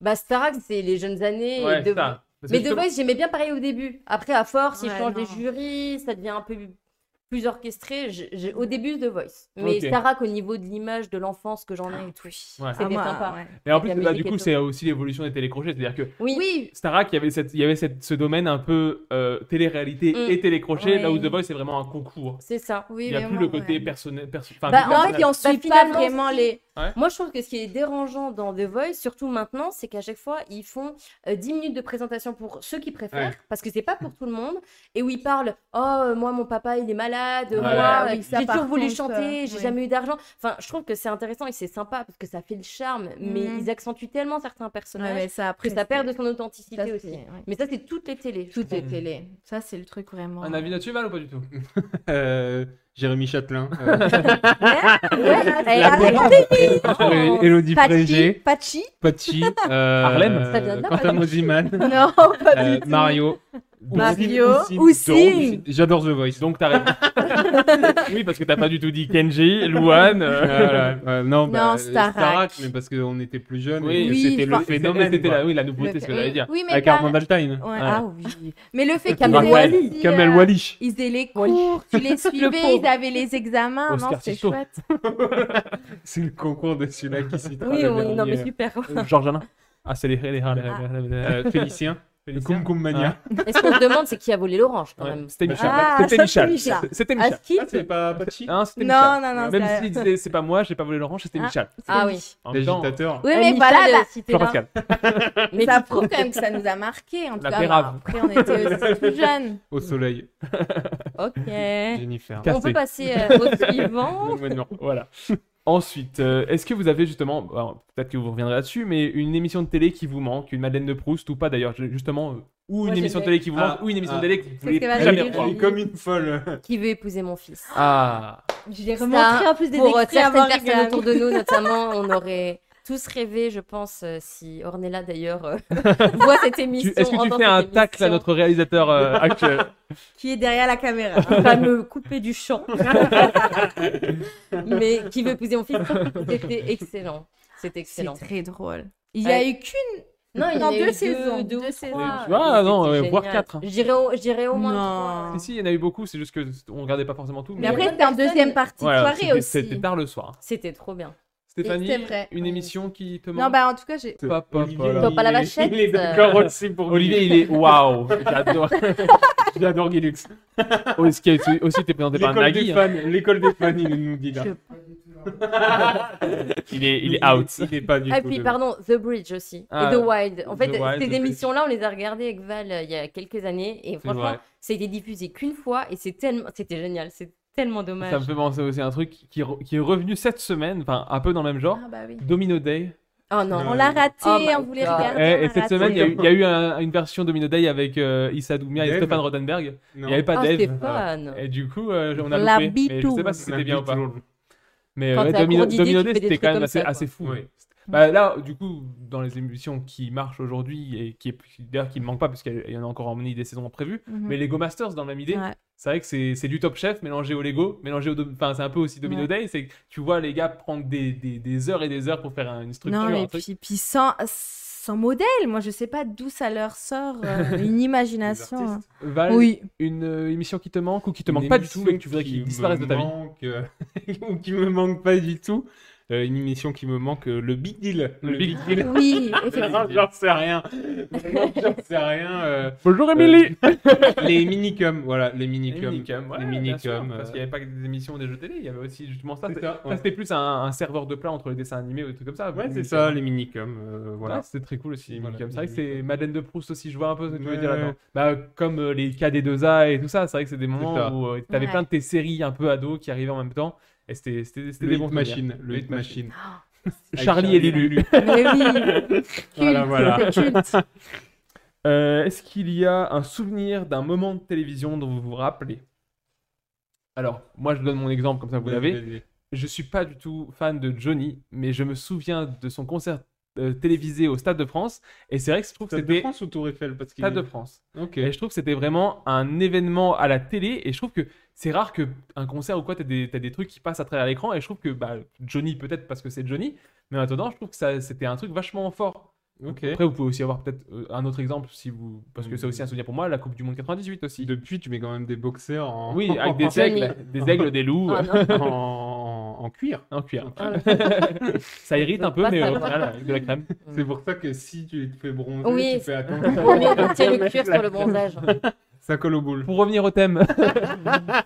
Speaker 13: Bah, Starac, c'est les jeunes années.
Speaker 7: Ouais,
Speaker 13: et
Speaker 7: ça.
Speaker 13: The Voice.
Speaker 7: Parce que
Speaker 13: Mais The
Speaker 7: justement-
Speaker 13: Voice, j'aimais bien pareil au début. Après, à force, ils
Speaker 14: Ouais,
Speaker 13: changent
Speaker 14: non.
Speaker 13: les jurys, ça devient un peu plus orchestré. J'ai- j'ai- Au début, The Voice. Mais
Speaker 7: Ok.
Speaker 13: Starac, au niveau de l'image, de l'enfance que j'en ai et tout,
Speaker 7: Ouais.
Speaker 14: Ah,
Speaker 13: c'était sympa.
Speaker 7: Et en
Speaker 13: Avec
Speaker 7: plus,
Speaker 13: la
Speaker 7: bah, du
Speaker 13: musique et
Speaker 7: coup,
Speaker 13: tout.
Speaker 7: c'est aussi l'évolution des télécrochets. C'est-à-dire que
Speaker 13: Oui.
Speaker 7: Starak, il y avait, cette, il y avait cette- ce domaine un peu euh, télé-réalité
Speaker 13: Mm.
Speaker 7: et télécrochet, là où
Speaker 13: Ouais.
Speaker 7: The Voice, c'est vraiment un concours.
Speaker 13: C'est ça.
Speaker 7: il n'y a plus le côté personnel. perso- enfin,
Speaker 13: Bah,
Speaker 7: du
Speaker 13: en fait,
Speaker 7: personnage.
Speaker 13: on suit pas
Speaker 14: finalement,
Speaker 13: vraiment
Speaker 14: si.
Speaker 13: les.
Speaker 7: Ouais.
Speaker 13: Moi, je trouve que ce qui est dérangeant dans The Voice, surtout maintenant, c'est qu'à chaque fois, ils font euh, 10 minutes de présentation pour ceux qui préfèrent,
Speaker 14: Ouais.
Speaker 13: parce que c'est pas pour tout le monde, et où ils parlent Oh, euh, moi, mon papa, il est malade,
Speaker 14: Ouais.
Speaker 13: moi,
Speaker 14: Ah oui,
Speaker 13: euh,
Speaker 14: ça,
Speaker 13: j'ai
Speaker 14: par
Speaker 13: toujours voulu
Speaker 14: contre,
Speaker 13: chanter,
Speaker 14: euh,
Speaker 13: j'ai
Speaker 14: ouais.
Speaker 13: jamais eu d'argent. Enfin, je trouve que c'est intéressant et c'est sympa, parce que ça fait le charme, mais
Speaker 14: Mhm.
Speaker 13: ils accentuent tellement certains personnages
Speaker 14: mais ça, après,
Speaker 13: que ça
Speaker 14: c'est-
Speaker 13: perd de son authenticité
Speaker 14: Ça,
Speaker 13: aussi.
Speaker 14: c'est- ouais.
Speaker 13: Mais ça, c'est toutes les télés. Toutes
Speaker 14: les télés. Ça, c'est le truc vraiment.
Speaker 7: Un avis là-dessus, Val, ou pas du tout
Speaker 8: Euh, Jérémy Châtelain.
Speaker 14: ouais,
Speaker 13: arrêtez
Speaker 8: Elodie
Speaker 14: Pachi,
Speaker 8: Frégé.
Speaker 14: Pachi.
Speaker 8: Pachi. euh,
Speaker 7: Arlène.
Speaker 13: Ça vient de là, pas
Speaker 8: Quentin
Speaker 13: du
Speaker 8: Moziman.
Speaker 14: Non, pas du
Speaker 7: Euh,
Speaker 14: tout.
Speaker 8: Mario.
Speaker 14: Mario.
Speaker 8: Oussine.
Speaker 14: Oussine.
Speaker 8: Donc, J'adore The Voice.
Speaker 7: Donc t'as Oui, parce que t'as pas du tout dit Kenji, euh, Luan.
Speaker 8: Voilà, ouais, non, bah,
Speaker 14: Non, Starac.
Speaker 8: mais parce qu'on était plus jeunes,
Speaker 7: Oui,
Speaker 8: et
Speaker 14: Oui,
Speaker 8: c'était le
Speaker 14: enfin,
Speaker 8: phénomène.
Speaker 7: c'était
Speaker 8: quoi.
Speaker 7: la- oui, la nouveauté, Le c'est ce que phé- j'allais dire.
Speaker 14: Oui, mais
Speaker 8: Avec
Speaker 14: par-
Speaker 8: Armand Altaï.
Speaker 14: Ouais, Ah oui. Mais le fait qu'ils
Speaker 8: Kamel
Speaker 14: aient
Speaker 8: Wall-
Speaker 14: aussi,
Speaker 8: Kamel
Speaker 14: euh,
Speaker 8: Wallish.
Speaker 14: Ils faisaient les cours, tu les suivais, ils avaient les examens. non,
Speaker 8: Oscar
Speaker 14: c'est
Speaker 8: Tissot.
Speaker 14: chouette.
Speaker 8: C'est le concours de celui-là qui citera
Speaker 14: Oui,
Speaker 8: le
Speaker 14: oui, non,
Speaker 8: dernier,
Speaker 14: mais super.
Speaker 8: euh,
Speaker 7: Georges Alain. Ah, c'est les. les, les, les- les-
Speaker 8: Euh, Félicien. Le Cum Cum Mania.
Speaker 7: Ah.
Speaker 13: Et ce qu'on se demande, c'est qui a volé l'orange quand
Speaker 7: Ouais, Bah,
Speaker 13: même.
Speaker 7: C'était Michel.
Speaker 13: Ah,
Speaker 7: c'était
Speaker 13: ça,
Speaker 7: Michel.
Speaker 13: c'est Michel.
Speaker 7: C'était
Speaker 13: Ah,
Speaker 7: Michel.
Speaker 13: skip.
Speaker 8: c'est pas Pachi
Speaker 7: Hein, c'était
Speaker 14: Non,
Speaker 7: Michel.
Speaker 14: non, non,
Speaker 7: Même
Speaker 14: c'est-
Speaker 7: s'il disait c'est pas moi, j'ai pas volé l'orange, c'était
Speaker 14: Ah,
Speaker 7: Michel.
Speaker 14: c'est
Speaker 13: Ah oui.
Speaker 14: Michel.
Speaker 7: En même temps,
Speaker 14: Oui, mais
Speaker 13: Michel,
Speaker 14: voilà,
Speaker 13: euh,
Speaker 14: bah,
Speaker 13: si t'es là.
Speaker 7: Jean-Pascal.
Speaker 13: Mais
Speaker 14: ça
Speaker 13: qui
Speaker 14: prouve quand même que ça nous a marqué. En tout
Speaker 7: La
Speaker 14: cas,
Speaker 7: pérave.
Speaker 14: bah, après, on était aussi tout jeunes.
Speaker 8: Au soleil.
Speaker 14: Ok.
Speaker 8: Jennifer.
Speaker 13: On peut passer euh, au suivant.
Speaker 8: Le mois de novembre.
Speaker 7: Voilà. Ensuite, euh, est-ce que vous avez justement, alors, peut-être que vous reviendrez là-dessus, mais une émission de télé qui vous manque, une Madeleine de Proust ou pas d'ailleurs, je- justement, euh, ou une
Speaker 13: Moi,
Speaker 7: émission de
Speaker 13: j'ai-
Speaker 7: télé qui vous manque,
Speaker 8: Ah,
Speaker 7: ou une émission
Speaker 8: ah.
Speaker 7: de télé que vous
Speaker 14: C'est ce
Speaker 7: voulez
Speaker 14: que Valérie
Speaker 7: jamais
Speaker 14: dit.
Speaker 7: revoir.
Speaker 8: Elle est comme une folle.
Speaker 13: Qui veut épouser mon fils
Speaker 7: Ah,
Speaker 14: Je l'ai
Speaker 13: Ça,
Speaker 14: remontré en plus des
Speaker 13: Pour euh,
Speaker 14: extraits avant
Speaker 13: certaines
Speaker 14: Rick et
Speaker 13: personnes
Speaker 14: Mamie.
Speaker 13: autour de nous, notamment, on aurait tous rêvé, je pense, euh, si Ornella d'ailleurs euh, voit cette
Speaker 7: Tu-
Speaker 13: émission.
Speaker 7: est-ce que tu
Speaker 13: entend
Speaker 7: fais un
Speaker 13: cette émission,
Speaker 7: tacle à notre réalisateur euh, actuel
Speaker 14: Qui est derrière la caméra.
Speaker 13: on va me couper du champ. Mais qui veut épouser mon fils C'était excellent.
Speaker 14: C'est
Speaker 13: C'était excellent.
Speaker 14: très drôle. Il n'y a
Speaker 13: Ouais.
Speaker 14: eu qu'une.
Speaker 13: Non, il y en
Speaker 14: Non,
Speaker 13: a eu
Speaker 14: deux
Speaker 13: deux,
Speaker 14: saisons,
Speaker 13: deux ou
Speaker 14: deux
Speaker 13: trois.
Speaker 7: saisons. Ah, non,
Speaker 13: C'était
Speaker 7: ouais, voire
Speaker 13: génial.
Speaker 7: quatre.
Speaker 13: Je dirais au- je dirais au moins
Speaker 14: Non.
Speaker 7: Si, si, il y en a eu beaucoup, c'est juste que on regardait pas forcément tout.
Speaker 14: Mais après, c'était en deuxième partie de
Speaker 7: Ouais,
Speaker 14: soirée
Speaker 7: Ah, c'était-
Speaker 14: aussi.
Speaker 7: C'était tard le soir. hein.
Speaker 13: C'était trop bien.
Speaker 7: Stéphanie,
Speaker 14: c'est vrai.
Speaker 7: une émission qui te manque
Speaker 14: Non, bah en tout cas, j'ai.
Speaker 7: Pop, pop,
Speaker 8: Olivier,
Speaker 7: voilà.
Speaker 13: Pop à la vachette.
Speaker 8: Il est
Speaker 13: euh,
Speaker 8: d'accord aussi pour
Speaker 7: Olivier, il est waouh, j'adore.
Speaker 8: J'adore Gilux.
Speaker 7: Oh, ce qui a aussi été présenté par
Speaker 8: L'école
Speaker 7: Nagui.
Speaker 8: des
Speaker 7: hein.
Speaker 8: fans, l'école des fans, il nous dit là.
Speaker 7: Il est, il est out.
Speaker 8: Il est pas du
Speaker 13: Ah, et
Speaker 8: tout
Speaker 13: puis,
Speaker 8: de-
Speaker 13: pardon, The Bridge aussi.
Speaker 7: Ah,
Speaker 13: et The Wild. En
Speaker 7: The
Speaker 13: fait,
Speaker 7: Wild, The
Speaker 13: ces
Speaker 7: Bridge.
Speaker 13: émissions-là, on les a regardées avec Val euh, il y a quelques années. Et franchement,
Speaker 7: vrai.
Speaker 13: ça a été diffusé qu'une fois. Et c'est tellement... c'était génial. C'est tellement dommage.
Speaker 7: Ça me fait penser aussi à un truc qui, re- qui est revenu cette semaine, enfin un peu dans le même genre.
Speaker 14: Ah, bah oui.
Speaker 7: Domino Day.
Speaker 13: Oh non.
Speaker 14: On l'a raté,
Speaker 13: Oh my
Speaker 14: on voulait
Speaker 13: God.
Speaker 14: regarder.
Speaker 7: Eh, Et,
Speaker 14: on l'a
Speaker 7: cette
Speaker 14: raté.
Speaker 7: semaine, il y a eu, il y a eu un- une version Domino Day avec euh, Issa Doumia et
Speaker 8: Dave.
Speaker 7: Stéphane Rodenberg. Il
Speaker 8: Non.
Speaker 7: n'y avait pas
Speaker 13: Oh,
Speaker 7: Ah, Dave.
Speaker 13: Stéphane.
Speaker 7: Et du coup, euh, on a
Speaker 14: La
Speaker 7: loupé. Mais je sais pas si
Speaker 8: La
Speaker 7: c'était bien ou pas.
Speaker 8: bitoule.
Speaker 7: Mais
Speaker 13: Quand
Speaker 7: ouais,
Speaker 13: t'as un
Speaker 7: Domino,
Speaker 13: gros Didier
Speaker 7: Domino
Speaker 13: qui
Speaker 7: Day,
Speaker 13: fait
Speaker 7: c'était
Speaker 13: des trucs
Speaker 7: quand même
Speaker 13: comme
Speaker 7: assez,
Speaker 13: ça, quoi.
Speaker 7: assez fou.
Speaker 8: Oui.
Speaker 7: Bah, là, du coup, dans les émissions qui marchent aujourd'hui et qui, est- d'ailleurs, qui ne manquent pas, parce qu'il y en a encore en mini des saisons prévues,
Speaker 14: Mhm.
Speaker 7: mais Lego Masters, dans la même idée,
Speaker 14: Ouais.
Speaker 7: c'est vrai que c'est c'est du Top Chef mélangé au Lego, mélangé au. dom- Enfin, c'est un peu aussi Domino
Speaker 14: Ouais.
Speaker 7: Day, c'est que tu vois les gars prendre des, des, des heures et des heures pour faire un- une structure.
Speaker 14: Non,
Speaker 7: un
Speaker 14: mais
Speaker 7: truc.
Speaker 14: puis, puis sans, sans modèle, moi je sais pas d'où ça leur sort euh, une imagination. hein.
Speaker 7: Val,
Speaker 14: Oui.
Speaker 7: une euh, émission qui te manque ou qui te
Speaker 8: Une
Speaker 7: manque pas du tout
Speaker 8: émission
Speaker 7: et que tu voudrais
Speaker 8: qui
Speaker 7: qu'il
Speaker 8: me
Speaker 7: disparaisse de ta vie
Speaker 8: manque, euh, ou qui me manque pas du tout. euh, une émission qui me manque, euh, le Big Deal. Le, Big Deal.
Speaker 14: Oui,
Speaker 8: Vraiment, J'en sais rien. Vraiment, J'en sais rien. euh,
Speaker 7: Bonjour
Speaker 8: euh,
Speaker 7: Émilie
Speaker 8: les minicums, voilà, les minicums.
Speaker 7: Les minicums, ouais,
Speaker 8: Les
Speaker 7: bien
Speaker 8: minicums,
Speaker 7: sûr,
Speaker 8: euh,
Speaker 7: parce qu'il n'y avait pas que des émissions des jeux télé, il y avait aussi justement ça.
Speaker 8: C'est
Speaker 7: C'est-
Speaker 8: ça,
Speaker 7: ça,
Speaker 8: ouais.
Speaker 7: C'était plus un, un serveur de plat entre les dessins animés ou des trucs comme ça.
Speaker 8: Ouais, c'est
Speaker 7: minicums.
Speaker 8: ça, les minicums. euh, voilà.
Speaker 7: Ah, c'était très cool aussi, les
Speaker 8: Voilà,
Speaker 7: minicums. C'est
Speaker 8: les
Speaker 7: vrai que c'est Madeleine de Proust aussi, je vois un peu ce que tu veux dire
Speaker 8: Ouais.
Speaker 7: là-dedans. Bah, euh, comme euh, les KD2A et tout ça, c'est vrai que c'est des moments
Speaker 8: ça.
Speaker 7: où tu avais
Speaker 8: Ouais.
Speaker 7: plein de tes séries un peu ados qui arrivaient en même temps. Et c'était c'était- c'était
Speaker 8: Le
Speaker 7: des
Speaker 8: Hit
Speaker 7: bons
Speaker 8: Machine,
Speaker 7: souvenirs.
Speaker 8: le Hit Machine.
Speaker 7: Avec Charlie et Lulu. Ah,
Speaker 8: Voilà, voilà.
Speaker 7: Euh, Est-ce qu'il y a un souvenir d'un moment de télévision dont vous vous rappelez Alors, moi, je donne mon exemple, comme ça vous
Speaker 8: Vas-y,
Speaker 7: l'avez.
Speaker 8: vas-y.
Speaker 7: Je suis pas du tout fan de Johnny, mais je me souviens de son concert euh, télévisé au Stade de France. Et c'est vrai que je trouve que
Speaker 8: Stade de
Speaker 7: c'était.
Speaker 8: France ou Tour Eiffel parce qu'il
Speaker 7: Stade de France.
Speaker 8: Ok.
Speaker 7: Et je trouve que c'était vraiment un événement à la télé. Et je trouve que c'est rare que un concert ou quoi, t'as des, t'as des trucs qui passent à travers l'écran. Et je trouve que bah, Johnny, peut-être parce que c'est Johnny, mais en attendant, je trouve que ça, c'était un truc vachement fort.
Speaker 8: Ok. Hmm.
Speaker 7: Après, vous pouvez aussi avoir peut-être euh, un autre exemple, si vous... parce que c'est aussi un souvenir pour moi, la Coupe du Monde 98 aussi.
Speaker 8: Depuis, tu mets quand même des boxeurs en.
Speaker 7: Oui, avec des aigles, des aigles, des loups.
Speaker 8: Ah, non. en, en cuir.
Speaker 7: En cuir.
Speaker 8: Ah,
Speaker 7: ça irrite un peu, mais au final, avec de la crème.
Speaker 8: C'est pour ça que si tu te fais bronzer,
Speaker 13: Oui,
Speaker 8: tu fais attendre.
Speaker 13: vaut mieux porter le cuir sur le bronzage.
Speaker 8: Ça colle au boule.
Speaker 7: Pour revenir au thème,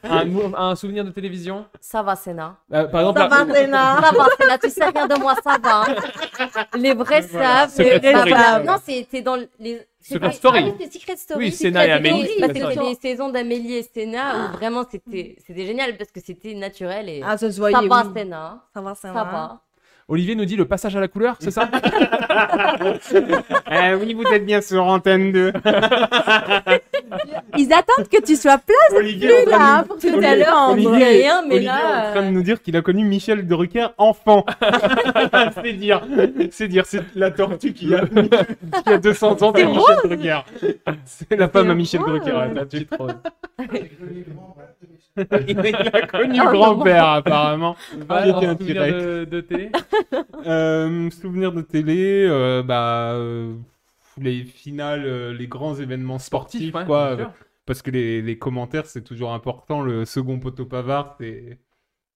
Speaker 7: un, mou- un souvenir de télévision
Speaker 13: Ça va, Sénat.
Speaker 7: Euh, Par exemple,
Speaker 13: ça
Speaker 7: la-
Speaker 13: va, Sénat. Ça va, Sénat. Tu sais rien de moi, ça va. hein. Les vrais
Speaker 7: Voilà.
Speaker 13: savent. les
Speaker 7: Secret
Speaker 13: vrais
Speaker 7: Story.
Speaker 13: savent. Non, c'était dans les.
Speaker 7: Secret
Speaker 13: Ah,
Speaker 7: Story.
Speaker 13: Ah oui, c'était Secret Story.
Speaker 7: Oui,
Speaker 13: Secret
Speaker 7: Sénat et
Speaker 13: Story.
Speaker 7: Amélie, Secret
Speaker 13: Bah, c'était
Speaker 7: Story.
Speaker 13: les saisons d'Amélie et Sénat où vraiment c'était c'était génial parce que c'était naturel et. hein.
Speaker 14: Ah, ça se voyait,
Speaker 13: Ça va,
Speaker 14: oui.
Speaker 13: Sénat.
Speaker 14: Ça va, Sénat.
Speaker 13: Ça va.
Speaker 7: Olivier nous dit le passage à la couleur, c'est ça Eh
Speaker 8: Oui, vous êtes bien sur Antenne 2.
Speaker 14: Ah, Ils attendent que tu sois place plus là pour tout à l'heure en vrai, hein, mais
Speaker 8: Olivier est en
Speaker 14: là.
Speaker 8: train de nous dire qu'il a connu Michel Drucker enfant. c'est dire, c'est dire, c'est la tortue qui a, qui a 200 ans de
Speaker 7: C'est
Speaker 8: Michel Drucker. C'est la femme à Michel
Speaker 7: rose.
Speaker 8: Drucker, ouais, la petite rose.
Speaker 7: euh,
Speaker 8: Il a connu
Speaker 7: Oh,
Speaker 8: le grand-père
Speaker 7: non.
Speaker 8: apparemment.
Speaker 7: Voilà,
Speaker 8: Il était
Speaker 7: un
Speaker 8: en
Speaker 7: souvenir
Speaker 8: direct.
Speaker 7: de- de télé
Speaker 8: Euh, Souvenir de télé, euh, bah euh, les finales, euh, les grands événements sportifs,
Speaker 7: Sportifs, ouais,
Speaker 8: quoi.
Speaker 7: bien sûr.
Speaker 8: euh, parce que les, les commentaires, c'est toujours important. Le second poteau pavard, c'est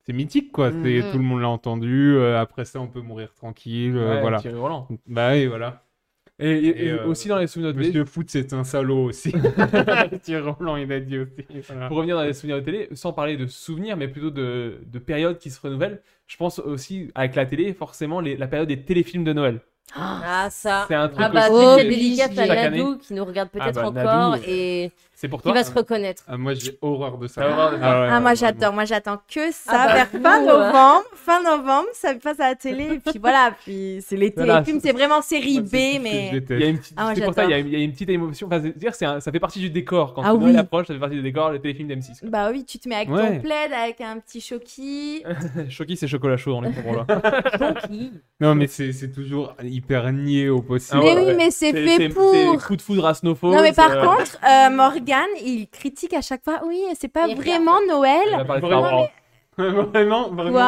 Speaker 8: c'est mythique, quoi.
Speaker 7: Mhm.
Speaker 8: C'est tout le monde l'a entendu. euh, après ça, on peut mourir tranquille. euh,
Speaker 7: Ouais,
Speaker 8: voilà.
Speaker 7: Thierry Roland.
Speaker 8: Bah oui, voilà.
Speaker 7: Et, et
Speaker 8: euh,
Speaker 7: aussi dans les souvenirs de
Speaker 8: Monsieur Foot, c'est un salaud aussi. Thierry Roland, il a dit aussi. voilà.
Speaker 7: Pour revenir dans les souvenirs de télé, sans parler de souvenirs, mais plutôt de, de périodes qui se renouvellent, je pense aussi, avec la télé, forcément, les- la période des téléfilms de Noël.
Speaker 13: Ah, ça.
Speaker 7: C'est un truc
Speaker 13: Ah, bah,
Speaker 7: aussi,
Speaker 13: spécial
Speaker 7: euh,
Speaker 13: dédicace à
Speaker 7: chaque
Speaker 13: Nadou
Speaker 7: année.
Speaker 13: qui nous regarde peut-être
Speaker 7: Ah bah,
Speaker 13: encore
Speaker 7: Nadou, euh,
Speaker 13: et.
Speaker 7: C'est pour
Speaker 13: Qui
Speaker 7: toi hein.
Speaker 13: va se reconnaître.
Speaker 8: Ah, moi, j'ai horreur de ça.
Speaker 7: T'as horreur de ça
Speaker 8: Ah ouais,
Speaker 14: Ah, moi
Speaker 8: ouais.
Speaker 14: j'adore, moi j'attends que ça
Speaker 13: Ah bah,
Speaker 14: vers
Speaker 13: nous,
Speaker 14: fin
Speaker 13: euh.
Speaker 14: novembre. Fin novembre, ça passe à la télé. Et puis voilà, puis c'est les
Speaker 7: Voilà,
Speaker 14: téléfilms, c'est vraiment série B, mais.
Speaker 7: Il y a une petite-
Speaker 14: Ah, moi,
Speaker 7: c'est pour ça, il y, a,
Speaker 14: j'adore.
Speaker 7: il y a une petite émotion. Enfin, c'est- dire, c'est un- ça fait partie du décor. Quand
Speaker 14: Ah
Speaker 7: Noël
Speaker 14: oui.
Speaker 7: approche, ça fait partie du décor, le téléfilm d'M6.
Speaker 14: Bah oui, tu te mets avec
Speaker 7: Ouais. Ah
Speaker 14: ton plaid, avec un petit choki.
Speaker 7: Choki, c'est chocolat
Speaker 14: hein,
Speaker 7: chaud, on est pour là.
Speaker 8: Non, mais c'est c'est toujours hyper nié au possible.
Speaker 7: Ah
Speaker 14: Mais oui, mais c'est fait pour.
Speaker 7: C'est coup de foudre à Snowfall.
Speaker 14: non, mais par
Speaker 7: c'est, euh,
Speaker 14: contre, euh, Morgane, il critique à chaque fois. Oui, c'est pas vraiment euh, Noël.
Speaker 7: Elle va parler de
Speaker 14: Non,
Speaker 7: Star Wars.
Speaker 8: Vraiment,
Speaker 14: Quoi
Speaker 8: vraiment.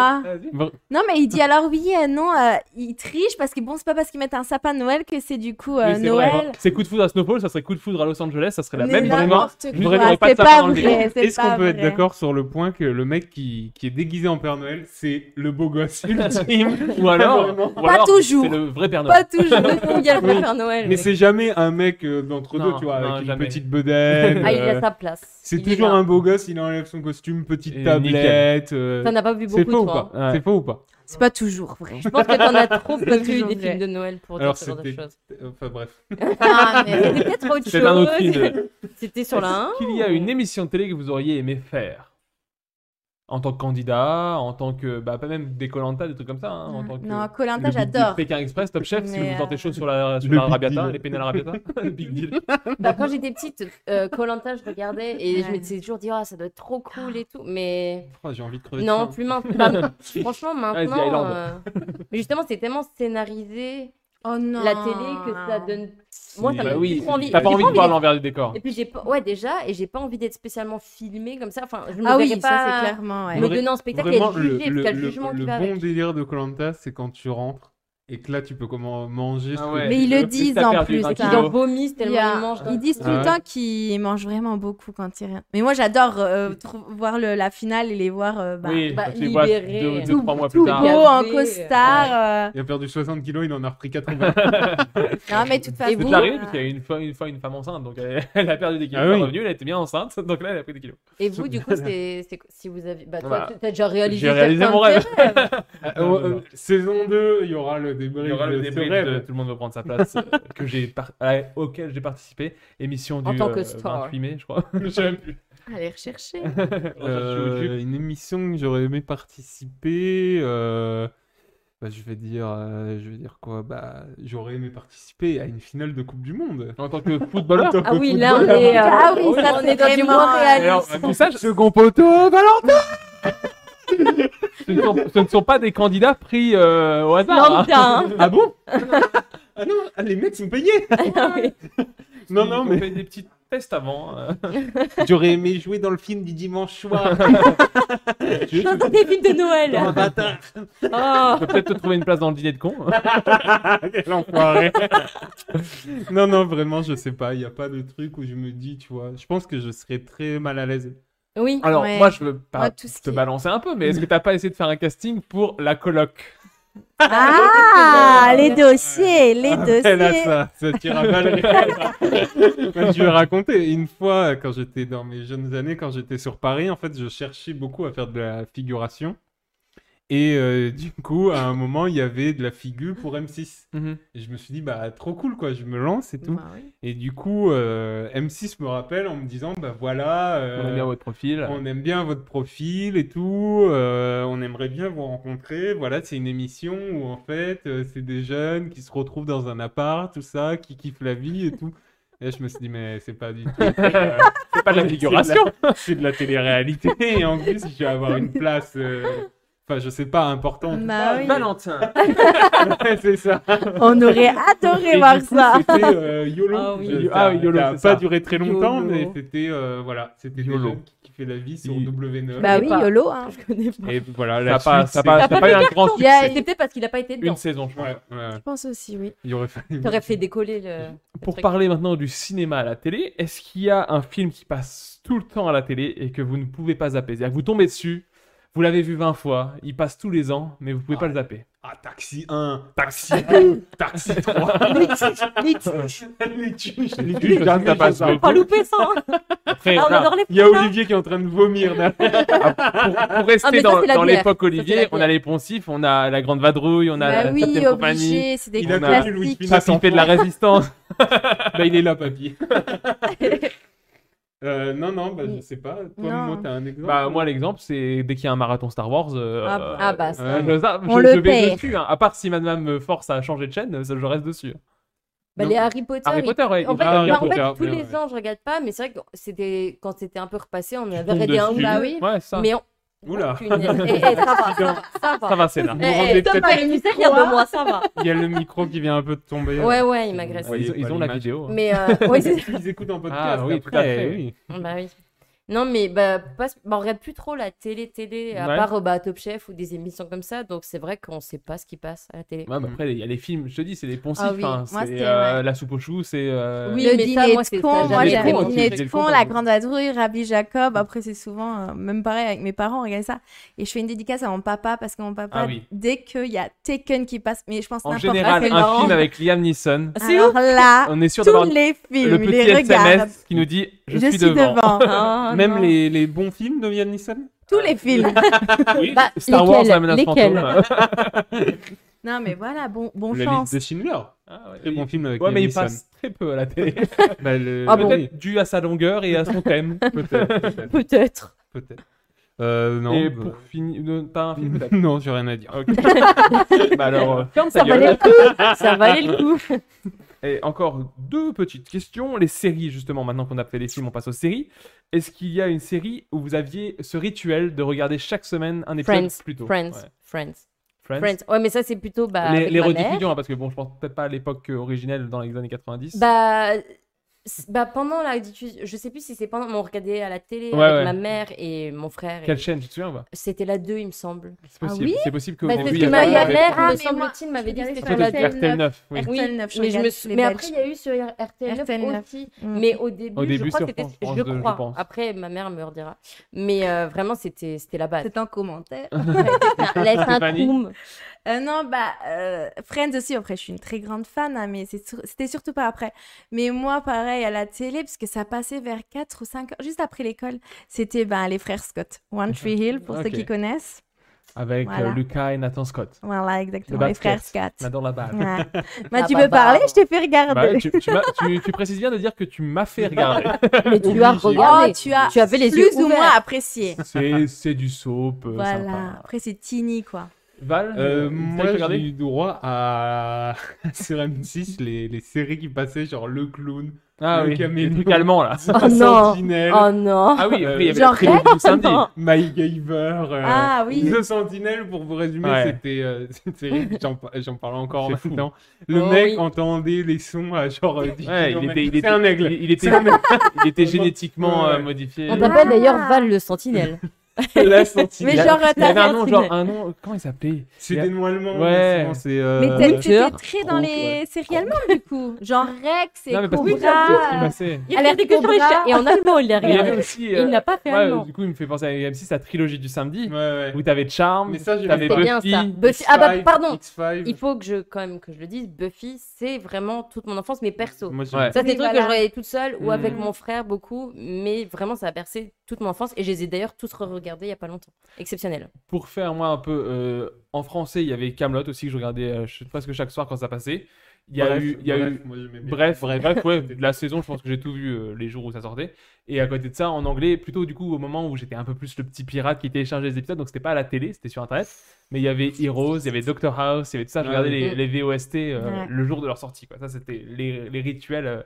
Speaker 8: Vra-
Speaker 14: Non, mais il dit alors oui, euh, non, euh, il triche parce que bon, c'est pas parce qu'ils mettent un sapin de Noël que c'est du coup euh,
Speaker 7: Oui, c'est vrai.
Speaker 14: Noël.
Speaker 7: C'est coup de foudre à Snowfall, ça serait coup de foudre à Los Angeles, ça serait la
Speaker 14: Mais
Speaker 7: même
Speaker 14: n'importe
Speaker 7: histoire.
Speaker 14: quoi,
Speaker 7: Je voudrais pas de
Speaker 14: c'est
Speaker 7: sapin
Speaker 14: pas
Speaker 7: dans le
Speaker 14: vrai.
Speaker 7: décor.
Speaker 14: c'est
Speaker 8: Est-ce qu'on
Speaker 14: pas
Speaker 8: peut être
Speaker 14: vrai.
Speaker 8: d'accord sur le point que le mec qui, qui est déguisé en Père Noël, c'est le beau gosse ultime
Speaker 7: Ou alors,
Speaker 8: Vraiment.
Speaker 7: ou alors, C'est le vrai Père Noël.
Speaker 13: toujours, il y a le vrai Père Noël,
Speaker 8: Mais
Speaker 13: oui.
Speaker 8: c'est jamais un mec euh, d'entre deux,
Speaker 7: Non,
Speaker 8: tu vois,
Speaker 7: non,
Speaker 8: avec une
Speaker 7: jamais.
Speaker 8: petite bedaine.
Speaker 13: Ah, il a
Speaker 8: euh,
Speaker 13: sa place.
Speaker 8: C'est
Speaker 13: Il est
Speaker 8: toujours
Speaker 13: là.
Speaker 8: un beau gosse, il enlève son costume, petite
Speaker 7: Et hein.
Speaker 8: tablette. euh,
Speaker 13: T'en as pas vu
Speaker 8: C'est
Speaker 13: beaucoup,
Speaker 8: faux ou
Speaker 13: toi,
Speaker 8: pas C'est faux ou pas
Speaker 14: C'est pas toujours vrai.
Speaker 13: Je pense que t'en as trop
Speaker 14: C'est
Speaker 13: pas vu
Speaker 14: toujours
Speaker 13: des
Speaker 14: vrai.
Speaker 13: films de Noël pour dire
Speaker 8: Alors,
Speaker 13: ce genre de
Speaker 8: c'était-
Speaker 13: choses.
Speaker 7: Euh,
Speaker 8: Enfin, bref.
Speaker 13: Ah, mais c'était peut-être autre
Speaker 7: C'était un autre
Speaker 13: chose.
Speaker 7: film.
Speaker 13: C'était sur la 1.
Speaker 7: Est-ce qu'il y a une émission de télé que vous auriez aimé faire En tant que candidat, en tant que. Bah, pas même des Colanta, des trucs comme ça. hein, en tant que-
Speaker 14: Non, Koh-Lanta,
Speaker 7: le Big Deal
Speaker 14: j'adore.
Speaker 7: Pékin Express, Top Chef, si
Speaker 14: Mais,
Speaker 7: vous
Speaker 14: euh,
Speaker 7: tentez chaud sur la, sur
Speaker 8: Le
Speaker 7: la
Speaker 8: Big
Speaker 7: Rabiata,
Speaker 8: Deal.
Speaker 7: les pénales Rabiata. le Big Deal.
Speaker 13: Bah, quand j'étais petite, euh, Colanta, je regardais et je m'étais toujours dit, Ah, ça doit être trop cool et tout. Mais.
Speaker 8: Oh, J'ai envie de crever. de
Speaker 13: Non,
Speaker 8: faim.
Speaker 13: plus maintenant. Bah, Franchement,
Speaker 8: Allez, The Island.
Speaker 13: maintenant. euh, Mais justement, c'est tellement scénarisé.
Speaker 14: Oh, non.
Speaker 13: La télé que ça donne. Moi, ça
Speaker 7: Bah
Speaker 13: me donne
Speaker 7: oui,
Speaker 13: plus trop envie.
Speaker 7: T'as
Speaker 13: J'ai
Speaker 7: pas envie de voir
Speaker 13: d'être-
Speaker 7: l'envers du décor.
Speaker 13: Et puis j'ai pas, ouais déjà, et j'ai pas envie d'être spécialement filmé comme ça. Enfin, je me
Speaker 14: Ah oui,
Speaker 13: verrais
Speaker 14: ça,
Speaker 13: pas
Speaker 14: c'est clairement, ouais.
Speaker 13: me donner en spectacle
Speaker 8: Vraiment,
Speaker 13: et être jugé,
Speaker 8: le,
Speaker 13: parce qu'il y a le
Speaker 8: le-
Speaker 13: jugement
Speaker 8: le
Speaker 13: qui
Speaker 8: bon
Speaker 13: va avec.
Speaker 8: délire de Colanta, c'est quand tu rentres et que là tu peux comment manger. ce
Speaker 7: Ah
Speaker 8: que
Speaker 7: ouais.
Speaker 8: tu
Speaker 14: Mais ils
Speaker 8: veux.
Speaker 14: le disent en plus. ça.
Speaker 13: en vomissent tellement
Speaker 14: Il y a-
Speaker 13: ils mangent d'un
Speaker 14: Ils disent tout
Speaker 8: Ah
Speaker 14: le
Speaker 8: ouais.
Speaker 14: temps qu'ils mangent vraiment beaucoup quand ils Mais moi j'adore euh, trou- voir le- la finale et les voir euh, bah,
Speaker 8: Oui,
Speaker 14: bah,
Speaker 8: quand tu les vois
Speaker 14: libérés.
Speaker 8: deux- deux,
Speaker 14: Tout
Speaker 8: trois mois
Speaker 14: tout
Speaker 8: plus tard.
Speaker 14: beau en
Speaker 13: Gavés.
Speaker 14: costard. euh.
Speaker 8: Il a perdu 60 kilos, il en a repris 80.
Speaker 14: Non mais de toute
Speaker 7: C'est
Speaker 14: façon.
Speaker 7: de la rue, parce qu'il y a eu une fois, une fois une femme enceinte, donc elle, elle a perdu des kilos,
Speaker 8: Ah
Speaker 7: elle est
Speaker 8: oui.
Speaker 7: revenue, elle était bien enceinte, donc là elle a pris des kilos.
Speaker 13: Et vous, du coup, c'est c'est- si vous avez. Bah, toi,
Speaker 7: Bah,
Speaker 13: t'as déjà réalisé.
Speaker 7: j'ai réalisé
Speaker 13: certains
Speaker 7: mon
Speaker 13: de
Speaker 7: rêve.
Speaker 13: tes rêves.
Speaker 8: Euh, euh, saison 2, il y aura le débrief.
Speaker 7: Ah, Il y aura le
Speaker 8: de ce
Speaker 7: débrief
Speaker 8: rêve.
Speaker 7: de Tout le monde veut prendre sa place, euh, que j'ai par- à- auquel j'ai participé, émission du
Speaker 14: En tant que
Speaker 7: euh,
Speaker 14: star.
Speaker 7: 28 mai, je crois. Je sais même plus.
Speaker 14: Allez rechercher.
Speaker 8: Euh, une émission que j'aurais aimé participer. euh, bah, je vais dire, euh, je vais dire quoi Bah, j'aurais aimé participer à une finale de Coupe du Monde
Speaker 7: en tant que footballeur.
Speaker 13: Ah oui, là, on est, euh, Ah oui, ça, on c'est est dans du vraiment- moins réaliste.
Speaker 7: Alors, tout ça, je-
Speaker 8: second poteau, Valentin.
Speaker 7: ce, ne sont, ce ne sont pas des candidats pris euh, au hasard. hein.
Speaker 8: Lambda, hein.
Speaker 7: Ah bon
Speaker 8: Ah non, ah, les mecs ils me payaient.
Speaker 13: Ah
Speaker 8: non, non,
Speaker 7: On
Speaker 8: mais
Speaker 7: fait des petits tests avant. euh.
Speaker 8: j'aurais aimé jouer dans le film du dimanche soir.
Speaker 13: Dans tes films de Noël.
Speaker 8: Oh, bâtard.
Speaker 13: Ah.
Speaker 7: On peut peut-être te trouver une place dans le dîner de con.
Speaker 8: Quel enfoiré. non, non, vraiment, je sais pas. Il n'y a pas de truc où je me dis, tu vois. Je pense que je serais très mal à l'aise.
Speaker 13: Oui.
Speaker 7: Alors,
Speaker 13: ouais.
Speaker 7: moi, je veux pas
Speaker 13: Moi, tout ce
Speaker 7: te balancer un peu, mais est-ce que t'as pas essayé de faire un casting pour la coloc
Speaker 14: Ah les dossiers, les
Speaker 8: Eh, là,
Speaker 14: dossiers.
Speaker 8: ça, ça tire à balles réelles. Moi, je vais raconter. Une fois, quand j'étais dans mes jeunes années, quand j'étais sur Paris, en fait, je cherchais beaucoup à faire de la figuration. Et euh, du coup, à un moment, il y avait de la figure pour M6.
Speaker 7: Mhm.
Speaker 8: Et je me suis dit, bah, trop cool, quoi. Je me lance et tout.
Speaker 14: Bah oui.
Speaker 8: Et du coup, euh, M6 me rappelle en me disant, bah voilà. euh,
Speaker 7: On aime bien votre profil.
Speaker 8: On aime bien votre profil et tout. euh, on aimerait bien vous rencontrer. Voilà, c'est une émission où en fait, euh, c'est des jeunes qui se retrouvent dans un appart, tout ça, qui kiffent la vie et tout. Et là, je me suis dit, mais c'est pas du tout. euh,
Speaker 7: C'est pas de la
Speaker 8: c'est
Speaker 7: figuration.
Speaker 8: la- C'est de la, télé-réalité. Et en plus, je vais avoir une place. euh, Enfin, je sais pas, importante. ou
Speaker 14: Bah
Speaker 8: pas,
Speaker 14: oui.
Speaker 7: Valentin.
Speaker 8: Ouais, c'est ça.
Speaker 14: On aurait adoré
Speaker 8: Et du
Speaker 14: voir
Speaker 8: coup,
Speaker 14: ça.
Speaker 8: C'était euh, YOLO.
Speaker 14: Ah oui.
Speaker 8: Je-
Speaker 7: Ah
Speaker 8: ça-
Speaker 7: oui, YOLO,
Speaker 8: ça a
Speaker 7: c'est
Speaker 8: pas
Speaker 7: ça.
Speaker 8: duré très longtemps,
Speaker 7: YOLO.
Speaker 8: mais c'était euh, voilà, c'était des
Speaker 7: YOLO.
Speaker 8: jeunes qui kiffaient la vie sur W9.
Speaker 14: Bah oui, YOLO. hein.
Speaker 8: Et voilà,
Speaker 7: Ça
Speaker 8: la
Speaker 7: a pas-
Speaker 8: suite,
Speaker 7: ça a
Speaker 8: c'est-
Speaker 7: pas- ça a pas eu un grand
Speaker 13: Il y a-
Speaker 7: succès.
Speaker 13: C'est peut-être parce qu'il a pas été dedans.
Speaker 7: Une saison, je pense.
Speaker 13: Je pense aussi, oui.
Speaker 8: Il aurait fallu.
Speaker 13: T'aurais fait décoller le.
Speaker 7: Pour parler maintenant du cinéma à la télé, est-ce qu'il y a un film qui passe tout le temps à la télé et que vous ne pouvez pas zapper C'est-à-dire que vous tombez dessus, vous l'avez vu 20 fois, il passe tous les ans, mais vous pouvez pas le zapper.
Speaker 8: Ah, Taxi 1, Taxi 2, Taxi 3.
Speaker 7: Les tuches,
Speaker 8: les tuches. les tuches, les
Speaker 7: tuches,
Speaker 8: tuches,
Speaker 7: ça passe
Speaker 8: j'adore.
Speaker 7: beaucoup. Pas
Speaker 13: loupé ça.
Speaker 7: Après,
Speaker 13: Ah, on
Speaker 7: là,
Speaker 13: adore les
Speaker 8: Il y a Olivier qui est en train de vomir là.
Speaker 7: pour rester
Speaker 13: Ah, mais ça,
Speaker 7: dans,
Speaker 13: c'est la
Speaker 7: dans
Speaker 13: bière.
Speaker 7: l'époque
Speaker 13: Ça, c'est la
Speaker 7: Olivier, on a les poncifs, on a la grande vadrouille, on a
Speaker 14: Bah
Speaker 7: la
Speaker 14: oui,
Speaker 7: Septième
Speaker 14: obligé,
Speaker 7: compagnie,
Speaker 14: c'est des
Speaker 7: on a
Speaker 14: classiques. Louis Funès
Speaker 7: Papy
Speaker 8: enfant.
Speaker 7: fait de la résistance.
Speaker 8: bah, il est là, papy. Euh, non, non, bah, je sais pas. Toi,
Speaker 14: Non.
Speaker 8: moi, t'as un exemple
Speaker 7: Bah, moi, l'exemple, c'est dès qu'il y a un marathon Star Wars. euh,
Speaker 14: Ah bah. Ah bah, ça.
Speaker 7: je, zappe,
Speaker 14: On
Speaker 7: je-
Speaker 14: le
Speaker 7: je vais
Speaker 14: perd.
Speaker 7: dessus. hein. À part si madame me force à changer de chaîne, ça, je reste dessus.
Speaker 13: Bah,
Speaker 7: Non.
Speaker 13: les Harry Potter.
Speaker 7: Harry
Speaker 13: ils-
Speaker 7: Potter, ouais,
Speaker 13: En
Speaker 7: ils-
Speaker 13: fait,
Speaker 7: Ah, Harry
Speaker 13: bah, en
Speaker 7: Potter,
Speaker 13: fait, tous
Speaker 7: bien,
Speaker 13: les
Speaker 7: ouais.
Speaker 13: ans, je regarde pas, mais c'est vrai que c'était quand c'était un peu repassé, on avait
Speaker 7: tombes
Speaker 13: regardé un ou
Speaker 7: dessus.
Speaker 13: deux.
Speaker 7: Bah oui. Ouais, ça.
Speaker 13: Mais on.
Speaker 8: Oula.
Speaker 13: Eh, eh, ça va, ça va, ça va.
Speaker 7: Ça va, c'est là.
Speaker 13: Eh, eh, Tom Paris-Musset vient de moi, ça va.
Speaker 8: Il y a le micro qui vient un peu de tomber. euh.
Speaker 13: Ouais, ouais, il m'agresse.
Speaker 7: Ils- ils ont la vidéo.
Speaker 13: Mais, euh, ouais, c'est-
Speaker 8: Ils écoutent en podcast.
Speaker 7: Ah oui,
Speaker 8: après,
Speaker 7: tout à fait.
Speaker 8: oui.
Speaker 13: Bah oui. Non, mais bah, pas- bah, on regarde plus trop la télé-télé, à
Speaker 7: Ouais.
Speaker 13: part euh, bah, Top Chef ou des émissions comme ça, donc c'est vrai qu'on sait pas ce qui passe à la télé.
Speaker 7: Ouais, mais après, il y a les films, je te dis, c'est les poncifs.
Speaker 13: Ah oui,
Speaker 7: hein,
Speaker 13: moi,
Speaker 7: c'est
Speaker 13: c'était,
Speaker 7: euh, la soupe aux choux, c'est. euh,
Speaker 13: Oui,
Speaker 14: le
Speaker 13: mais ça,
Speaker 14: dîner
Speaker 13: moi,
Speaker 14: de
Speaker 13: c'est-
Speaker 14: con,
Speaker 13: ça,
Speaker 14: moi
Speaker 7: j'avais
Speaker 14: j'avais
Speaker 7: compris.
Speaker 14: le dîner
Speaker 7: J'ai
Speaker 14: de
Speaker 7: le
Speaker 14: con,
Speaker 7: compris.
Speaker 14: la grande vadrouille, Rabbi Jacob. Après, c'est souvent, euh, même pareil avec mes parents, on regarde ça. Et je fais une dédicace à mon papa parce que mon papa,
Speaker 7: Ah oui.
Speaker 14: dès qu'il y a Taken qui passe, mais je pense
Speaker 7: En
Speaker 14: n'importe
Speaker 7: général,
Speaker 14: quel
Speaker 7: un
Speaker 13: Ah.
Speaker 14: parent,
Speaker 7: film avec Liam Neeson.
Speaker 14: Alors là,
Speaker 7: on est sûr
Speaker 14: tous
Speaker 7: d'avoir
Speaker 14: les films,
Speaker 7: le
Speaker 14: il
Speaker 7: petit
Speaker 14: les regarde.
Speaker 7: SMS qui nous dit je, suis, devant.
Speaker 14: Ah,
Speaker 8: Même
Speaker 14: non.
Speaker 8: les, les bons films de Liam Neeson
Speaker 14: Tous les films.
Speaker 13: Bah,
Speaker 7: Star Wars,
Speaker 13: lesquels
Speaker 7: la menace
Speaker 13: Lesquels
Speaker 7: fantôme.
Speaker 14: non, mais voilà, bon, bon
Speaker 8: La
Speaker 14: chance.
Speaker 8: liste de Schindler. Très bon film avec
Speaker 7: Ah Ouais, mais
Speaker 8: Liam
Speaker 7: il
Speaker 8: Neeson.
Speaker 7: passe très peu à la télé.
Speaker 8: Bah, le-
Speaker 7: Ah bon
Speaker 8: oui,
Speaker 7: Peut-être dû à sa longueur et à son thème.
Speaker 8: Peut-être. Peut-être.
Speaker 13: Peut-être.
Speaker 8: peut-être. Euh, non.
Speaker 7: Et
Speaker 8: bah,
Speaker 7: pour finir, euh, t'as un film peut-être
Speaker 8: Non, j'ai rien à dire.
Speaker 7: Ok. bah alors, euh, ferme
Speaker 13: Ça
Speaker 7: ta gueule.
Speaker 13: valait le coup Ça valait le coup
Speaker 7: Et encore deux petites questions. Les séries, justement, maintenant qu'on a fait les films, on passe aux séries. Est-ce qu'il y a une série où vous aviez ce rituel de regarder chaque semaine un épisode
Speaker 13: Friends,
Speaker 7: plutôt
Speaker 13: Friends,
Speaker 7: Ouais.
Speaker 13: Friends.
Speaker 7: Friends.
Speaker 13: Ouais, mais ça, c'est plutôt bah,
Speaker 7: les
Speaker 13: avec
Speaker 7: les
Speaker 13: ma mère.
Speaker 7: rediffusions, hein, parce que bon, je pense peut-être pas à l'époque euh, originelle dans les années 90.
Speaker 13: Bah, c'est- bah, pendant la diffusion, je sais plus si c'est pendant, mais on regardait à la télé
Speaker 7: Ouais,
Speaker 13: avec
Speaker 7: ouais.
Speaker 13: ma mère et mon frère. et-
Speaker 7: Quelle chaîne, tu te souviens ou pas
Speaker 13: C'était la 2, il me semble.
Speaker 7: C'est possible, Ah oui c'est possible qu'au
Speaker 13: Bah,
Speaker 7: début,
Speaker 13: c'est
Speaker 7: il
Speaker 13: ce
Speaker 7: y
Speaker 13: que
Speaker 7: avait
Speaker 13: ma
Speaker 7: pas de-
Speaker 13: mère,
Speaker 7: Ah,
Speaker 13: me
Speaker 7: mais
Speaker 13: semble-t-il, m'avait dit que
Speaker 7: regardais
Speaker 13: c'était
Speaker 7: sur
Speaker 13: sur la
Speaker 7: RTL9, oui.
Speaker 13: RTL9,
Speaker 14: je
Speaker 13: mais, je
Speaker 14: regarde
Speaker 13: me sou-
Speaker 14: les
Speaker 13: mais
Speaker 14: Belges.
Speaker 13: après, il y a eu sur RTL9,
Speaker 14: RTL9.
Speaker 13: aussi.
Speaker 14: Mm.
Speaker 13: Mais au début,
Speaker 7: Au début,
Speaker 13: je crois
Speaker 7: sur
Speaker 13: que c'était.
Speaker 7: France- France
Speaker 13: je
Speaker 7: 2, je
Speaker 13: crois.
Speaker 7: pense.
Speaker 13: Après, ma mère me redira. Mais euh, vraiment, c'était c'était la base.
Speaker 14: C'est en commentaire.
Speaker 13: Laisse un troum.
Speaker 14: Euh, non, bah, euh, Friends aussi, après, je suis une très grande fan, hein, mais c'est sur- c'était surtout pas après. Mais moi, pareil, à la télé, parce que ça passait vers 4 ou 5 heures, juste après l'école, c'était ben, les frères Scott. One Tree Hill, pour ceux
Speaker 7: Ok.
Speaker 14: qui connaissent.
Speaker 7: Avec euh,
Speaker 14: Voilà.
Speaker 7: Lucas et Nathan Scott.
Speaker 14: Voilà, exactement,
Speaker 7: Le
Speaker 14: les frères
Speaker 7: basket.
Speaker 14: Scott.
Speaker 7: J'adore la balle.
Speaker 14: Ouais. Bah,
Speaker 13: Ah
Speaker 14: tu me parlais, je t'ai fait regarder.
Speaker 7: Bah ouais, tu, tu m'as- tu- tu précises bien de dire que tu m'as fait regarder.
Speaker 13: Mais tu as
Speaker 7: Obligé.
Speaker 13: regardé.
Speaker 14: Oh, tu as
Speaker 13: Tu avais les
Speaker 14: plus
Speaker 13: yeux
Speaker 14: ou moins
Speaker 13: ouverts.
Speaker 14: apprécié.
Speaker 7: C'est- C'est du soap. euh,
Speaker 14: voilà.
Speaker 7: sympa.
Speaker 14: Après, c'est teeny, quoi.
Speaker 7: Val,
Speaker 13: Ah,
Speaker 8: Euh,
Speaker 7: euh, t'as
Speaker 8: moi,
Speaker 7: regardé
Speaker 8: j'ai eu droit à sur M6 les, les séries qui passaient, genre Le Clown,
Speaker 13: Bah,
Speaker 7: Ah
Speaker 8: Le
Speaker 7: oui,
Speaker 8: Caméléon,
Speaker 7: les trucs allemands, là.
Speaker 8: La
Speaker 13: Oh non.
Speaker 8: Sentinelle.
Speaker 13: Oh non. Ah oui,
Speaker 8: Euh,
Speaker 13: après, il y avait Genre la trilogie du Red samedi. Non.
Speaker 8: MacGyver, euh,
Speaker 13: Ah oui.
Speaker 8: The Sentinelle, pour vous résumer,
Speaker 7: Ouais.
Speaker 8: c'était euh, cette série, j'en par- j'en parle encore
Speaker 7: C'est fou.
Speaker 8: maintenant. Le
Speaker 7: Oh
Speaker 8: mec
Speaker 7: oui.
Speaker 8: entendait les sons à genre euh, 10
Speaker 7: Ouais, il
Speaker 8: kilomètres.
Speaker 7: était, il était,
Speaker 8: C'est un aigle.
Speaker 7: Il, il était,
Speaker 8: C'est un aigle.
Speaker 7: il était génétiquement euh,
Speaker 14: Ah.
Speaker 7: modifié.
Speaker 13: On t'appelle d'ailleurs Val le Sentinelle.
Speaker 7: Euh, La sentinelle.
Speaker 13: Mais genre,
Speaker 7: il y avait
Speaker 13: t'as
Speaker 7: un nom, genre un nom. Comment il s'appelait
Speaker 8: C'est
Speaker 7: Il y a-
Speaker 8: des noms allemands, mais
Speaker 7: Ouais.
Speaker 8: souvent, c'est, euh,
Speaker 14: Mais t'es- t'étais très dans
Speaker 7: Croc,
Speaker 14: les
Speaker 7: ouais.
Speaker 14: séries allemandes, du coup. Genre Rex et
Speaker 7: Non, mais parce que-
Speaker 14: Cobra.
Speaker 7: qu'est-ce qui passait
Speaker 13: Il a des questions et en allemand, il l'a
Speaker 7: Mais Il y
Speaker 13: regardé.
Speaker 7: avait aussi.
Speaker 13: Il
Speaker 7: euh,
Speaker 13: n'a pas fait
Speaker 7: ouais,
Speaker 13: allemand.
Speaker 7: Du coup, il me fait penser à M6, la trilogie du samedi, où t'avais Charm, t'avais
Speaker 13: C'était bien
Speaker 7: Buffy.
Speaker 13: ça. Buffy. Ah bah pardon. Il faut que je quand même que je le dise. Buffy, c'est vraiment toute mon enfance, mais perso.
Speaker 7: Moi, j'ai-
Speaker 13: ça c'est
Speaker 7: Ah
Speaker 13: des
Speaker 7: Oui,
Speaker 13: trucs que
Speaker 7: voilà.
Speaker 13: je regardais toute seule ou avec
Speaker 7: Mm.
Speaker 13: mon frère beaucoup, mais vraiment ça a percé toute mon enfance et je les ai d'ailleurs tous re-regardés il y a pas longtemps. Exceptionnel.
Speaker 7: Pour faire moi un peu euh, en français, il y avait Camelot aussi que je regardais euh, ch- presque chaque soir quand ça passait. Il y a
Speaker 8: Bref,
Speaker 7: eu, il y a
Speaker 8: bref,
Speaker 7: eu-
Speaker 8: moi, j'aimais bien.
Speaker 7: bref,
Speaker 8: Bref.
Speaker 7: bref, ouais, de la saison, je pense que j'ai tout vu euh, les jours où ça sortait. Et à côté de ça, en anglais, plutôt du coup au moment où j'étais un peu plus le petit pirate qui téléchargeait les épisodes, donc c'était pas à la télé, c'était sur internet. Mais il y avait Heroes, il y avait Doctor House, il y avait tout ça. Je
Speaker 8: Ah
Speaker 7: regardais les,
Speaker 8: oui.
Speaker 7: les VOST euh,
Speaker 8: Ouais.
Speaker 7: le jour de leur sortie. Quoi. Ça, c'était les, les rituels euh,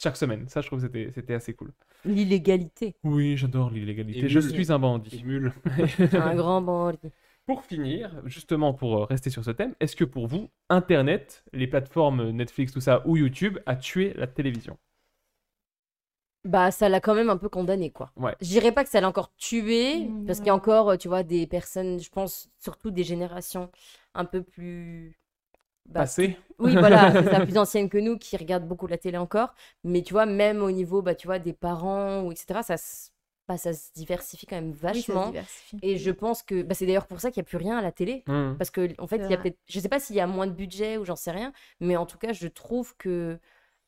Speaker 7: chaque semaine. Ça, je trouve que c'était- c'était assez cool.
Speaker 13: L'illégalité.
Speaker 7: Oui, j'adore l'illégalité.
Speaker 8: Et
Speaker 7: Je
Speaker 8: mule.
Speaker 7: suis un bandit.
Speaker 13: Un grand bandit.
Speaker 7: Pour finir, justement, pour euh, rester sur ce thème, est-ce que pour vous, Internet, les plateformes Netflix, tout ça, ou YouTube, a tué la télévision
Speaker 13: Bah, ça l'a quand même un peu condamné, quoi.
Speaker 7: Ouais.
Speaker 13: Je dirais pas que ça l'a encore tué, parce qu'il y a encore, euh, tu vois, des personnes, je pense, surtout des générations un peu plus. bah,
Speaker 7: Passées.
Speaker 13: plus- Oui, voilà, c'est ça, plus anciennes que nous, qui regardent beaucoup la télé encore. Mais tu vois, même au niveau, bah, tu vois, des parents, ou etc., ça se. bah, ça se diversifie quand même
Speaker 14: ça se
Speaker 13: vachement.
Speaker 14: diversifie.
Speaker 13: et je pense que bah, c'est d'ailleurs pour ça qu'il n'y a plus rien à la télé.
Speaker 7: Hmm.
Speaker 14: Mm.
Speaker 13: Parce que, en fait,
Speaker 14: C'est
Speaker 13: il y a
Speaker 14: vrai.
Speaker 13: peut-être. Je sais pas s'il y a moins de budget ou j'en sais rien. Mais en tout cas, je trouve que.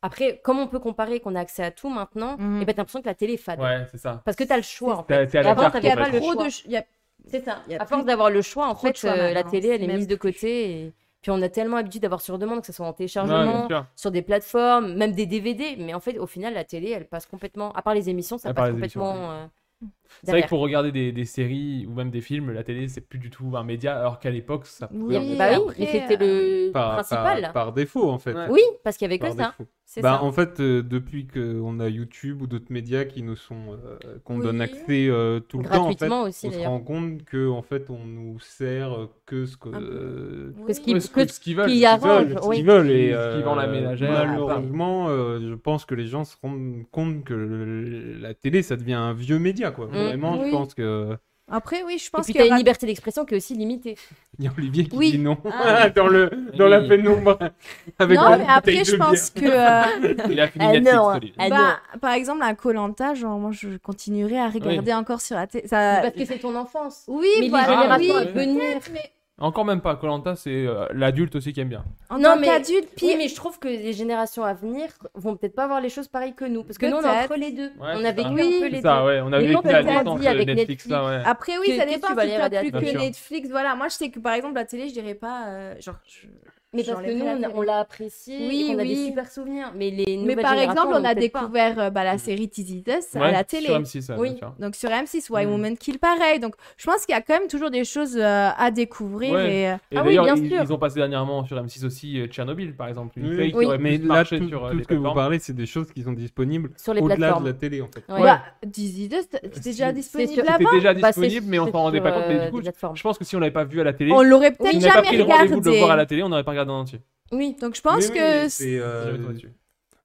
Speaker 13: Après, comme on peut comparer qu'on a accès à tout maintenant,
Speaker 14: Mhm.
Speaker 13: et ben, t'as l'impression que la télé est fade.
Speaker 7: Ouais, c'est ça.
Speaker 13: Parce que t'as le choix. En
Speaker 7: T'as-
Speaker 13: fait.
Speaker 7: t'es à la
Speaker 13: Avant,
Speaker 7: carte,
Speaker 13: t'avais
Speaker 7: en fait.
Speaker 13: pas le
Speaker 7: Trop
Speaker 13: choix.
Speaker 14: de ch- y a-
Speaker 13: C'est ça.
Speaker 14: y a
Speaker 13: à
Speaker 14: plus
Speaker 13: force d'avoir le choix, en
Speaker 14: trop de
Speaker 13: fait,
Speaker 14: choix
Speaker 13: euh, la
Speaker 14: maintenant,
Speaker 13: télé, elle est
Speaker 14: même
Speaker 13: mise de côté. Et... Puis on a tellement l'habitude d'avoir sur demande, que ce soit en téléchargement,
Speaker 7: Ouais, bien sûr.
Speaker 13: sur des plateformes, même des DVD. Mais en fait, au final, la télé, elle passe complètement. À part les émissions, ça
Speaker 7: À part
Speaker 13: passe
Speaker 7: les émissions,
Speaker 13: complètement. euh,
Speaker 7: C'est vrai
Speaker 13: derrière.
Speaker 7: que pour regarder des, des séries ou même des films, la télé, c'est plus du tout un média, alors qu'à l'époque, ça pouvait.
Speaker 13: Oui,
Speaker 7: être-
Speaker 13: bah oui, mais c'était
Speaker 14: euh,
Speaker 13: le
Speaker 8: par,
Speaker 13: principal.
Speaker 8: par- par défaut en fait.
Speaker 13: Oui, parce qu'il y avait que
Speaker 8: Par
Speaker 13: ça.
Speaker 8: défaut.
Speaker 13: C'est
Speaker 8: Bah,
Speaker 13: ça.
Speaker 8: En fait, euh, depuis qu'on a YouTube ou d'autres médias qui nous sont euh, qu'on
Speaker 13: Oui.
Speaker 8: donne accès euh, tout le temps, en fait,
Speaker 13: Gratuitement aussi,
Speaker 8: on se
Speaker 13: d'ailleurs.
Speaker 8: rend compte que en fait on nous sert que ce que euh,
Speaker 13: Que ce qui-
Speaker 8: que
Speaker 13: que ce qu'ils veulent. arrange,
Speaker 8: ce qu'ils
Speaker 13: oui.
Speaker 8: veulent et
Speaker 7: Ce qui
Speaker 8: euh,
Speaker 7: vend la ménagère.
Speaker 8: Malheureusement, euh, je pense que les gens se rendent compte que le- la télé ça devient un vieux média quoi.
Speaker 13: Mm.
Speaker 8: Vraiment,
Speaker 13: Oui.
Speaker 8: je pense que
Speaker 13: Après, oui, je pense
Speaker 14: qu'il
Speaker 13: qu'il y
Speaker 14: y
Speaker 13: a
Speaker 14: aura-
Speaker 13: une liberté d'expression qui est aussi limitée.
Speaker 8: il y a Olivier qui
Speaker 13: Oui.
Speaker 8: dit non
Speaker 13: Ah.
Speaker 8: dans le dans la
Speaker 7: Oui.
Speaker 8: pénombre. avec
Speaker 14: non,
Speaker 8: la
Speaker 14: mais après,
Speaker 8: bouteille
Speaker 14: je
Speaker 8: de
Speaker 14: pense que.
Speaker 8: bière.
Speaker 14: euh,
Speaker 7: Il a fini
Speaker 14: Ah
Speaker 7: Netflix,
Speaker 14: non,
Speaker 7: Oli.
Speaker 14: hein. Bah, par exemple, un Colanta, genre, moi, je continuerai à regarder
Speaker 7: Oui.
Speaker 14: encore sur la télé. Ça...
Speaker 13: Parce que c'est ton enfance.
Speaker 14: Oui,
Speaker 13: Mais les
Speaker 14: voilà.
Speaker 13: générations
Speaker 14: oui,
Speaker 13: à venir.
Speaker 14: peut-être, mais-
Speaker 7: Encore même pas. Colanta, c'est euh, l'adulte aussi qui aime bien.
Speaker 14: En tant qu'adulte,
Speaker 13: oui, mais je trouve que les générations à venir vont peut-être pas voir les choses pareilles que nous. Parce que nous, on est
Speaker 14: Peut-être.
Speaker 13: entre les deux.
Speaker 7: Ouais,
Speaker 13: on
Speaker 7: c'est
Speaker 13: a vécu
Speaker 7: ça.
Speaker 13: un
Speaker 7: Oui.
Speaker 13: peu les
Speaker 7: C'est ça,
Speaker 13: deux.
Speaker 7: ouais, on a
Speaker 13: Mais
Speaker 7: vécu
Speaker 13: quand
Speaker 7: la
Speaker 13: t'as
Speaker 7: naissance
Speaker 8: euh,
Speaker 13: grandi
Speaker 7: de Netflix, là, ouais.
Speaker 14: Après, oui,
Speaker 13: que-
Speaker 14: ça
Speaker 13: qu'est-ce
Speaker 14: dépend.
Speaker 13: que
Speaker 14: Si
Speaker 13: tu vas aller
Speaker 14: t'as
Speaker 13: regarder
Speaker 14: plus
Speaker 13: à la
Speaker 14: que
Speaker 13: télé
Speaker 14: Netflix, voilà. Moi, je sais que par exemple, la télé, je dirais pas. euh, genre, je-
Speaker 13: Mais parce que
Speaker 14: j'enlèverais
Speaker 13: nous,
Speaker 14: la
Speaker 13: on a-
Speaker 14: télé.
Speaker 13: on l'a apprécié.
Speaker 14: Oui,
Speaker 13: et qu'on a
Speaker 14: oui.
Speaker 13: des super souvenirs. Mais les
Speaker 14: Mais
Speaker 13: nouvelles
Speaker 14: par
Speaker 13: générations
Speaker 14: exemple, on
Speaker 13: n'ont
Speaker 14: a
Speaker 13: peut-être pas.
Speaker 14: découvert euh, bah, la série Tizzy Dust
Speaker 13: Mm. Ouais,
Speaker 14: à la
Speaker 13: sur
Speaker 14: télé.
Speaker 13: M6, ouais,
Speaker 14: oui.
Speaker 13: bien sûr.
Speaker 14: Donc sur M6, Why
Speaker 13: Mm.
Speaker 14: Woman Kill, pareil. Donc je pense qu'il y a quand même toujours des choses euh, à découvrir.
Speaker 7: Ouais.
Speaker 14: Et, euh,
Speaker 7: Et d'ailleurs, ils, ils ont passé dernièrement sur M6 aussi euh, Tchernobyl, par exemple. Une
Speaker 8: Oui,
Speaker 7: série qui aurait
Speaker 8: mais
Speaker 7: plus
Speaker 8: là,
Speaker 7: marché
Speaker 8: tout,
Speaker 7: sur euh,
Speaker 8: tout
Speaker 7: les
Speaker 8: ce que vous
Speaker 7: plateformes.
Speaker 8: parlez, c'est des choses qui sont disponibles
Speaker 13: Sur les
Speaker 8: au-delà
Speaker 13: plateformes.
Speaker 8: de la télé, en fait.
Speaker 13: Ouais.
Speaker 14: Bah, Dizzy Dust, c'était déjà disponible
Speaker 7: C'était
Speaker 14: avant
Speaker 7: déjà
Speaker 14: Bah, c'est-
Speaker 7: disponible, mais on
Speaker 14: c'est
Speaker 7: s'en rendait pas
Speaker 14: sur,
Speaker 7: compte. Mais
Speaker 14: euh,
Speaker 7: du coup,
Speaker 14: des plateformes.
Speaker 7: je pense que si on l'avait pas vu à la télé,
Speaker 14: On l'aurait
Speaker 7: si
Speaker 14: peut-être
Speaker 7: on n'avait pas
Speaker 14: jamais
Speaker 7: pris le rendez-vous de le
Speaker 14: regardé.
Speaker 7: voir à la télé, on n'aurait pas regardé en entier.
Speaker 14: Oui, donc je pense que.
Speaker 8: c'est, euh,
Speaker 7: J'irai toi dessus.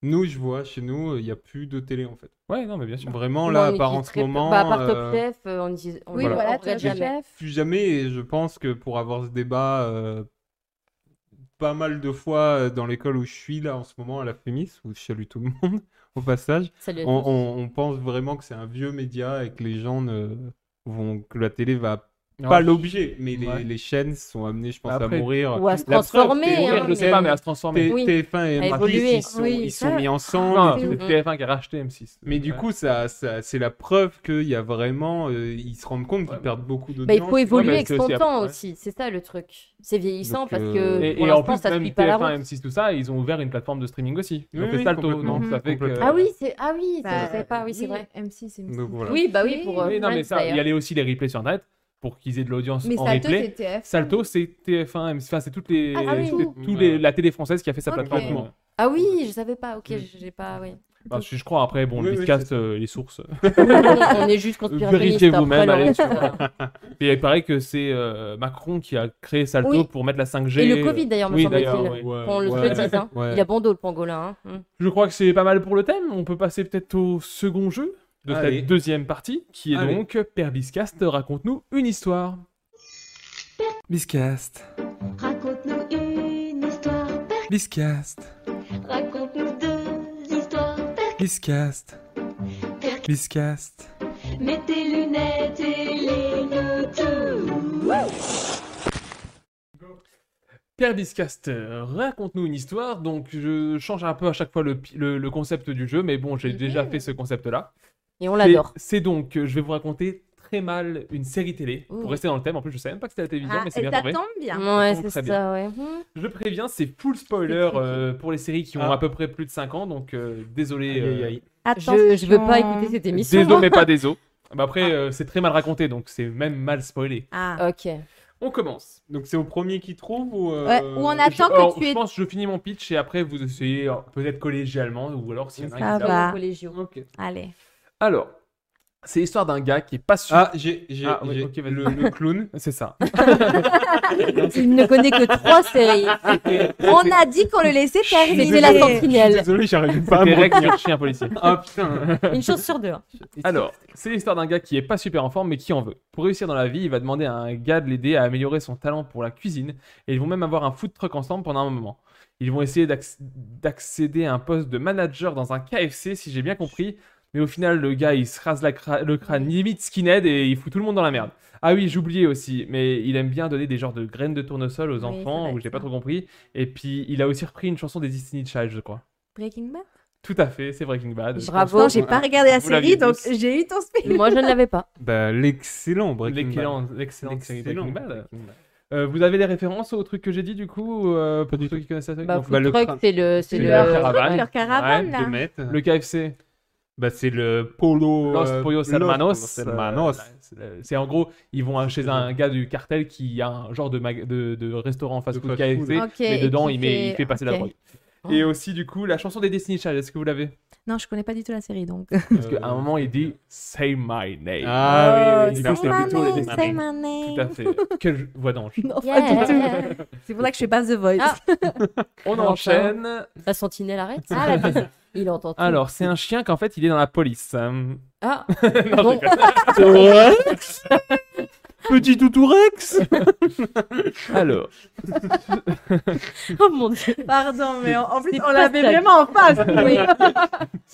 Speaker 8: Nous, je vois, chez nous, il n'y a plus de télé en fait.
Speaker 7: Ouais, non, mais bien sûr.
Speaker 8: Vraiment,
Speaker 13: Moi,
Speaker 8: là,
Speaker 13: on
Speaker 8: à part
Speaker 13: utilise
Speaker 8: en ce
Speaker 13: très peu.
Speaker 8: moment.
Speaker 13: Bah, à part Top
Speaker 8: euh,
Speaker 13: Chef, euh, on utilise- on-
Speaker 14: Oui,
Speaker 13: on
Speaker 14: voilà,
Speaker 13: regarde
Speaker 14: Top
Speaker 13: jamais.
Speaker 14: Chef.
Speaker 8: Plus jamais, et je pense que pour avoir ce débat euh, pas mal de fois euh, dans l'école où je suis là en ce moment à la Fémis, où je salue tout le monde au passage,
Speaker 13: Salut à
Speaker 8: on,
Speaker 13: tous.
Speaker 8: on- on pense vraiment que c'est un vieux média et que les gens ne vont que la télé va
Speaker 7: Non,
Speaker 8: pas
Speaker 7: je-
Speaker 8: l'objet, mais les,
Speaker 7: Ouais. Bah,
Speaker 8: les chaînes sont amenées, je pense,
Speaker 7: Après-
Speaker 8: à mourir.
Speaker 7: Ou à se
Speaker 8: La preuve,
Speaker 7: transformer,
Speaker 8: TF1,
Speaker 7: hein, Je sais pas, mais à se transformer.
Speaker 8: T-
Speaker 7: Oui.
Speaker 8: TF1 et
Speaker 7: À
Speaker 8: M6,
Speaker 7: évoluer.
Speaker 8: ils sont,
Speaker 7: Oui,
Speaker 8: ils
Speaker 7: ça-
Speaker 8: sont mis ensemble.
Speaker 7: Non,
Speaker 8: et
Speaker 7: c'est
Speaker 8: tout.
Speaker 7: TF1 qui a racheté M6.
Speaker 8: Mais du
Speaker 7: Ouais.
Speaker 8: coup, ça, ça- c'est la preuve qu'il y a vraiment. euh, ils se rendent compte qu'ils perdent beaucoup de
Speaker 13: Bah, il faut évoluer avec son temps aussi, c'est ça le truc. C'est vieillissant
Speaker 7: Donc,
Speaker 13: parce
Speaker 7: euh,
Speaker 13: que
Speaker 7: et,
Speaker 13: pour
Speaker 7: et en
Speaker 13: l'instant
Speaker 7: plus
Speaker 13: ça
Speaker 7: même
Speaker 13: suit pas la
Speaker 7: TF1,
Speaker 13: route.
Speaker 7: M6, tout ça, ils ont ouvert une plateforme de streaming aussi.
Speaker 8: Oui,
Speaker 7: Donc
Speaker 8: oui,
Speaker 7: c'est ça le taux,
Speaker 8: complètement.
Speaker 7: non Ça fait que-
Speaker 13: Ah oui, c'est ah oui, ça,
Speaker 14: Bah,
Speaker 13: je savais pas, oui, c'est
Speaker 14: oui,
Speaker 13: vrai.
Speaker 14: M6 et
Speaker 7: Donc, voilà.
Speaker 13: Oui, bah oui, pour euh,
Speaker 7: Mais non, mais
Speaker 13: Friends,
Speaker 7: ça, il y
Speaker 13: d'ailleurs.
Speaker 7: a les- aussi les replays sur internet pour qu'ils aient de l'audience
Speaker 14: Mais
Speaker 7: en
Speaker 14: Salto,
Speaker 7: replay.
Speaker 14: c'est TF1.
Speaker 7: Salto, c'est TF1, M6, enfin, c'est toutes les,
Speaker 13: Ah, ah oui.
Speaker 8: bah,
Speaker 7: c'est tous les- la télé française qui a fait sa
Speaker 13: Ok.
Speaker 7: plateforme.
Speaker 13: Ah oui, je savais pas.
Speaker 7: Mm.
Speaker 13: OK, j'ai pas oui.
Speaker 7: Bah, je, je crois après, bon,
Speaker 13: Oui,
Speaker 7: le
Speaker 13: oui,
Speaker 7: podcast, euh, les sources.
Speaker 13: On est juste conspirationniste,
Speaker 7: Vérifiez vous-même,
Speaker 13: après,
Speaker 7: allez.
Speaker 13: Laurent.
Speaker 7: sur- Et il paraît que c'est euh, Macron qui a créé Salto
Speaker 13: Oui.
Speaker 7: pour mettre la 5G.
Speaker 13: Et le Covid d'ailleurs, me
Speaker 7: Oui, d'ailleurs,
Speaker 13: semble-t-il.
Speaker 7: oui.
Speaker 13: On le
Speaker 7: Ouais.
Speaker 13: se le dise, hein.
Speaker 7: Ouais.
Speaker 13: Il a bon dos le pangolin. hein. Mm.
Speaker 7: Je crois que c'est pas mal pour le thème. On peut passer peut-être au second jeu de
Speaker 8: Allez.
Speaker 7: cette deuxième partie, qui est
Speaker 8: Allez.
Speaker 7: donc Père Biscast, raconte-nous une histoire. Biscast.
Speaker 15: Raconte-nous une histoire,
Speaker 7: Biscast.
Speaker 15: raconte-nous deux histoires.
Speaker 7: Biscast. Biscast.
Speaker 15: Mets tes lunettes et lis-nous tout.
Speaker 7: Père Biscast, euh, raconte-nous une histoire. Donc, je change un peu à chaque fois le, pi- le- le concept du jeu, mais bon,
Speaker 13: Mhm.
Speaker 7: j'ai déjà fait ce concept-là.
Speaker 13: Et on l'adore.
Speaker 7: C'est c'est donc, euh, je vais vous raconter très mal une série télé, pour rester dans le thème. En plus, je savais même pas que c'était à la télévision,
Speaker 14: Ah,
Speaker 7: mais c'est
Speaker 14: et
Speaker 7: bien
Speaker 14: ça
Speaker 7: trouvé.
Speaker 14: tombe bien.
Speaker 13: Ouais,
Speaker 7: tombe
Speaker 13: c'est
Speaker 7: très
Speaker 13: ça,
Speaker 7: bien.
Speaker 13: ouais. Mm.
Speaker 7: Je préviens, c'est full spoiler euh, pour les séries qui ont
Speaker 13: Ah.
Speaker 7: à peu près plus de 5 ans, donc euh, désolé. euh,
Speaker 13: Je, je veux pas écouter cette émission.
Speaker 7: Désolé, mais pas désolé. Bah après, euh, c'est très mal raconté, donc c'est même mal spoilé.
Speaker 13: Ah. OK.
Speaker 7: On commence.
Speaker 8: Donc c'est au premier qui trouve ou euh,
Speaker 14: Ouais, ou on attend que
Speaker 7: je, alors,
Speaker 14: tu aies-
Speaker 7: Je pense que je finis mon pitch et après vous essayez alors, peut-être collégialement ou alors s'il y en a un
Speaker 14: Ça
Speaker 7: qui dit,
Speaker 14: va.
Speaker 7: ah,
Speaker 14: Allez.
Speaker 7: Alors, c'est l'histoire d'un gars qui est pas sûr.
Speaker 8: Ah, j'ai j'ai-
Speaker 7: Ah, ouais,
Speaker 8: j'ai
Speaker 7: ok, vas-y.
Speaker 8: le, le clown.
Speaker 7: C'est ça.
Speaker 14: Il ne connaît que trois séries. On a dit qu'on le laissait terminer.
Speaker 13: C'était la sentinelle.
Speaker 8: Désolé, j'arrive
Speaker 7: pas à me
Speaker 8: retenir.
Speaker 7: chien policier.
Speaker 8: Ah, putain.
Speaker 13: Une chose sur deux. hein.
Speaker 7: Alors, c'est l'histoire d'un gars qui est pas super en forme mais qui en veut. Pour réussir dans la vie, il va demander à un gars de l'aider à améliorer son talent pour la cuisine et ils vont même avoir un food truck ensemble pendant un moment. Ils vont essayer d'acc- d'accéder à un poste de manager dans un KFC si j'ai bien compris. Mais au final, le gars, il se rase la cra- le crâne limite skinhead et il fout tout le monde dans la merde. Ah oui, j'oubliais aussi, mais il aime bien donner des genres de graines de tournesol aux
Speaker 14: Oui, ça
Speaker 7: enfants,
Speaker 14: va
Speaker 7: où
Speaker 14: être
Speaker 7: j'ai pas
Speaker 14: ça.
Speaker 7: trop compris. Et puis, il a aussi repris une chanson des Destiny Child, je crois.
Speaker 14: Breaking Bad.
Speaker 7: Tout à fait, c'est Breaking Bad.
Speaker 14: Franchement, j'ai pas regardé la
Speaker 7: euh, Vous l'aviez
Speaker 14: série, donc
Speaker 7: tous.
Speaker 14: j'ai eu ton spoil.
Speaker 13: Moi, je ne l'avais pas.
Speaker 8: Bah, l'excellent Breaking
Speaker 7: L'excellent-
Speaker 8: Bad.
Speaker 7: l'excellente série
Speaker 8: L'excellent
Speaker 7: Breaking Bad. Euh, vous avez les références au truc que j'ai dit du coup euh, Pas du tout. Ceux qui connaissent la série
Speaker 13: Bah,
Speaker 7: Non.
Speaker 13: food Bah, le truck, crâne. c'est le- c'est le-
Speaker 7: la
Speaker 13: Le
Speaker 7: caravane.
Speaker 13: truc, leur caravane, là.
Speaker 7: de
Speaker 8: mètres.
Speaker 7: Le KFC.
Speaker 8: Bah, c'est le Polo.
Speaker 7: Los
Speaker 8: euh,
Speaker 7: Pollos
Speaker 8: Los
Speaker 7: Hermanos.
Speaker 8: Pollos Hermanos.
Speaker 7: euh, c'est le- C'est en gros, ils vont chez un gars du cartel qui a un genre de, mag- de, de restaurant fast-food
Speaker 8: fast-food.
Speaker 7: KFC,
Speaker 14: Ok,
Speaker 7: mais
Speaker 14: et
Speaker 7: dedans
Speaker 14: qui
Speaker 7: il, met, il
Speaker 14: fait-
Speaker 7: fait passer
Speaker 14: ok. Oh.
Speaker 7: la drogue. Et aussi du coup, la chanson des Destiny Child, est-ce que vous l'avez
Speaker 14: Non, je connais pas du tout la série, donc.
Speaker 7: Parce qu'à un moment il dit Say my name.
Speaker 8: Ah oui, oui,
Speaker 7: Du
Speaker 8: oui,
Speaker 7: coup,
Speaker 8: oui.
Speaker 7: c'était
Speaker 8: Say my
Speaker 7: plutôt les
Speaker 8: name,
Speaker 7: Destiny
Speaker 14: say
Speaker 7: Child.
Speaker 14: my
Speaker 7: Tout à fait. Quelle voix d'ange.
Speaker 14: Non, pas
Speaker 13: Yeah. Ah.
Speaker 14: du tout. C'est pour ça que je fais pas The Voice.
Speaker 7: On
Speaker 13: Enfin.
Speaker 7: enchaîne.
Speaker 13: La sentinelle arrête. Ah, la sentinelle. Il entend tout.
Speaker 7: Alors, c'est un chien qu'en fait, il est dans la police. Euh,
Speaker 13: Ah.
Speaker 7: non,
Speaker 13: Bon.
Speaker 7: je rigole. Petit toutourex Alors,
Speaker 13: Oh mon dieu.
Speaker 14: Pardon, mais en, en plus,
Speaker 13: C'est
Speaker 14: on
Speaker 13: pas
Speaker 14: l'avait
Speaker 13: ça.
Speaker 14: vraiment en face. Oui.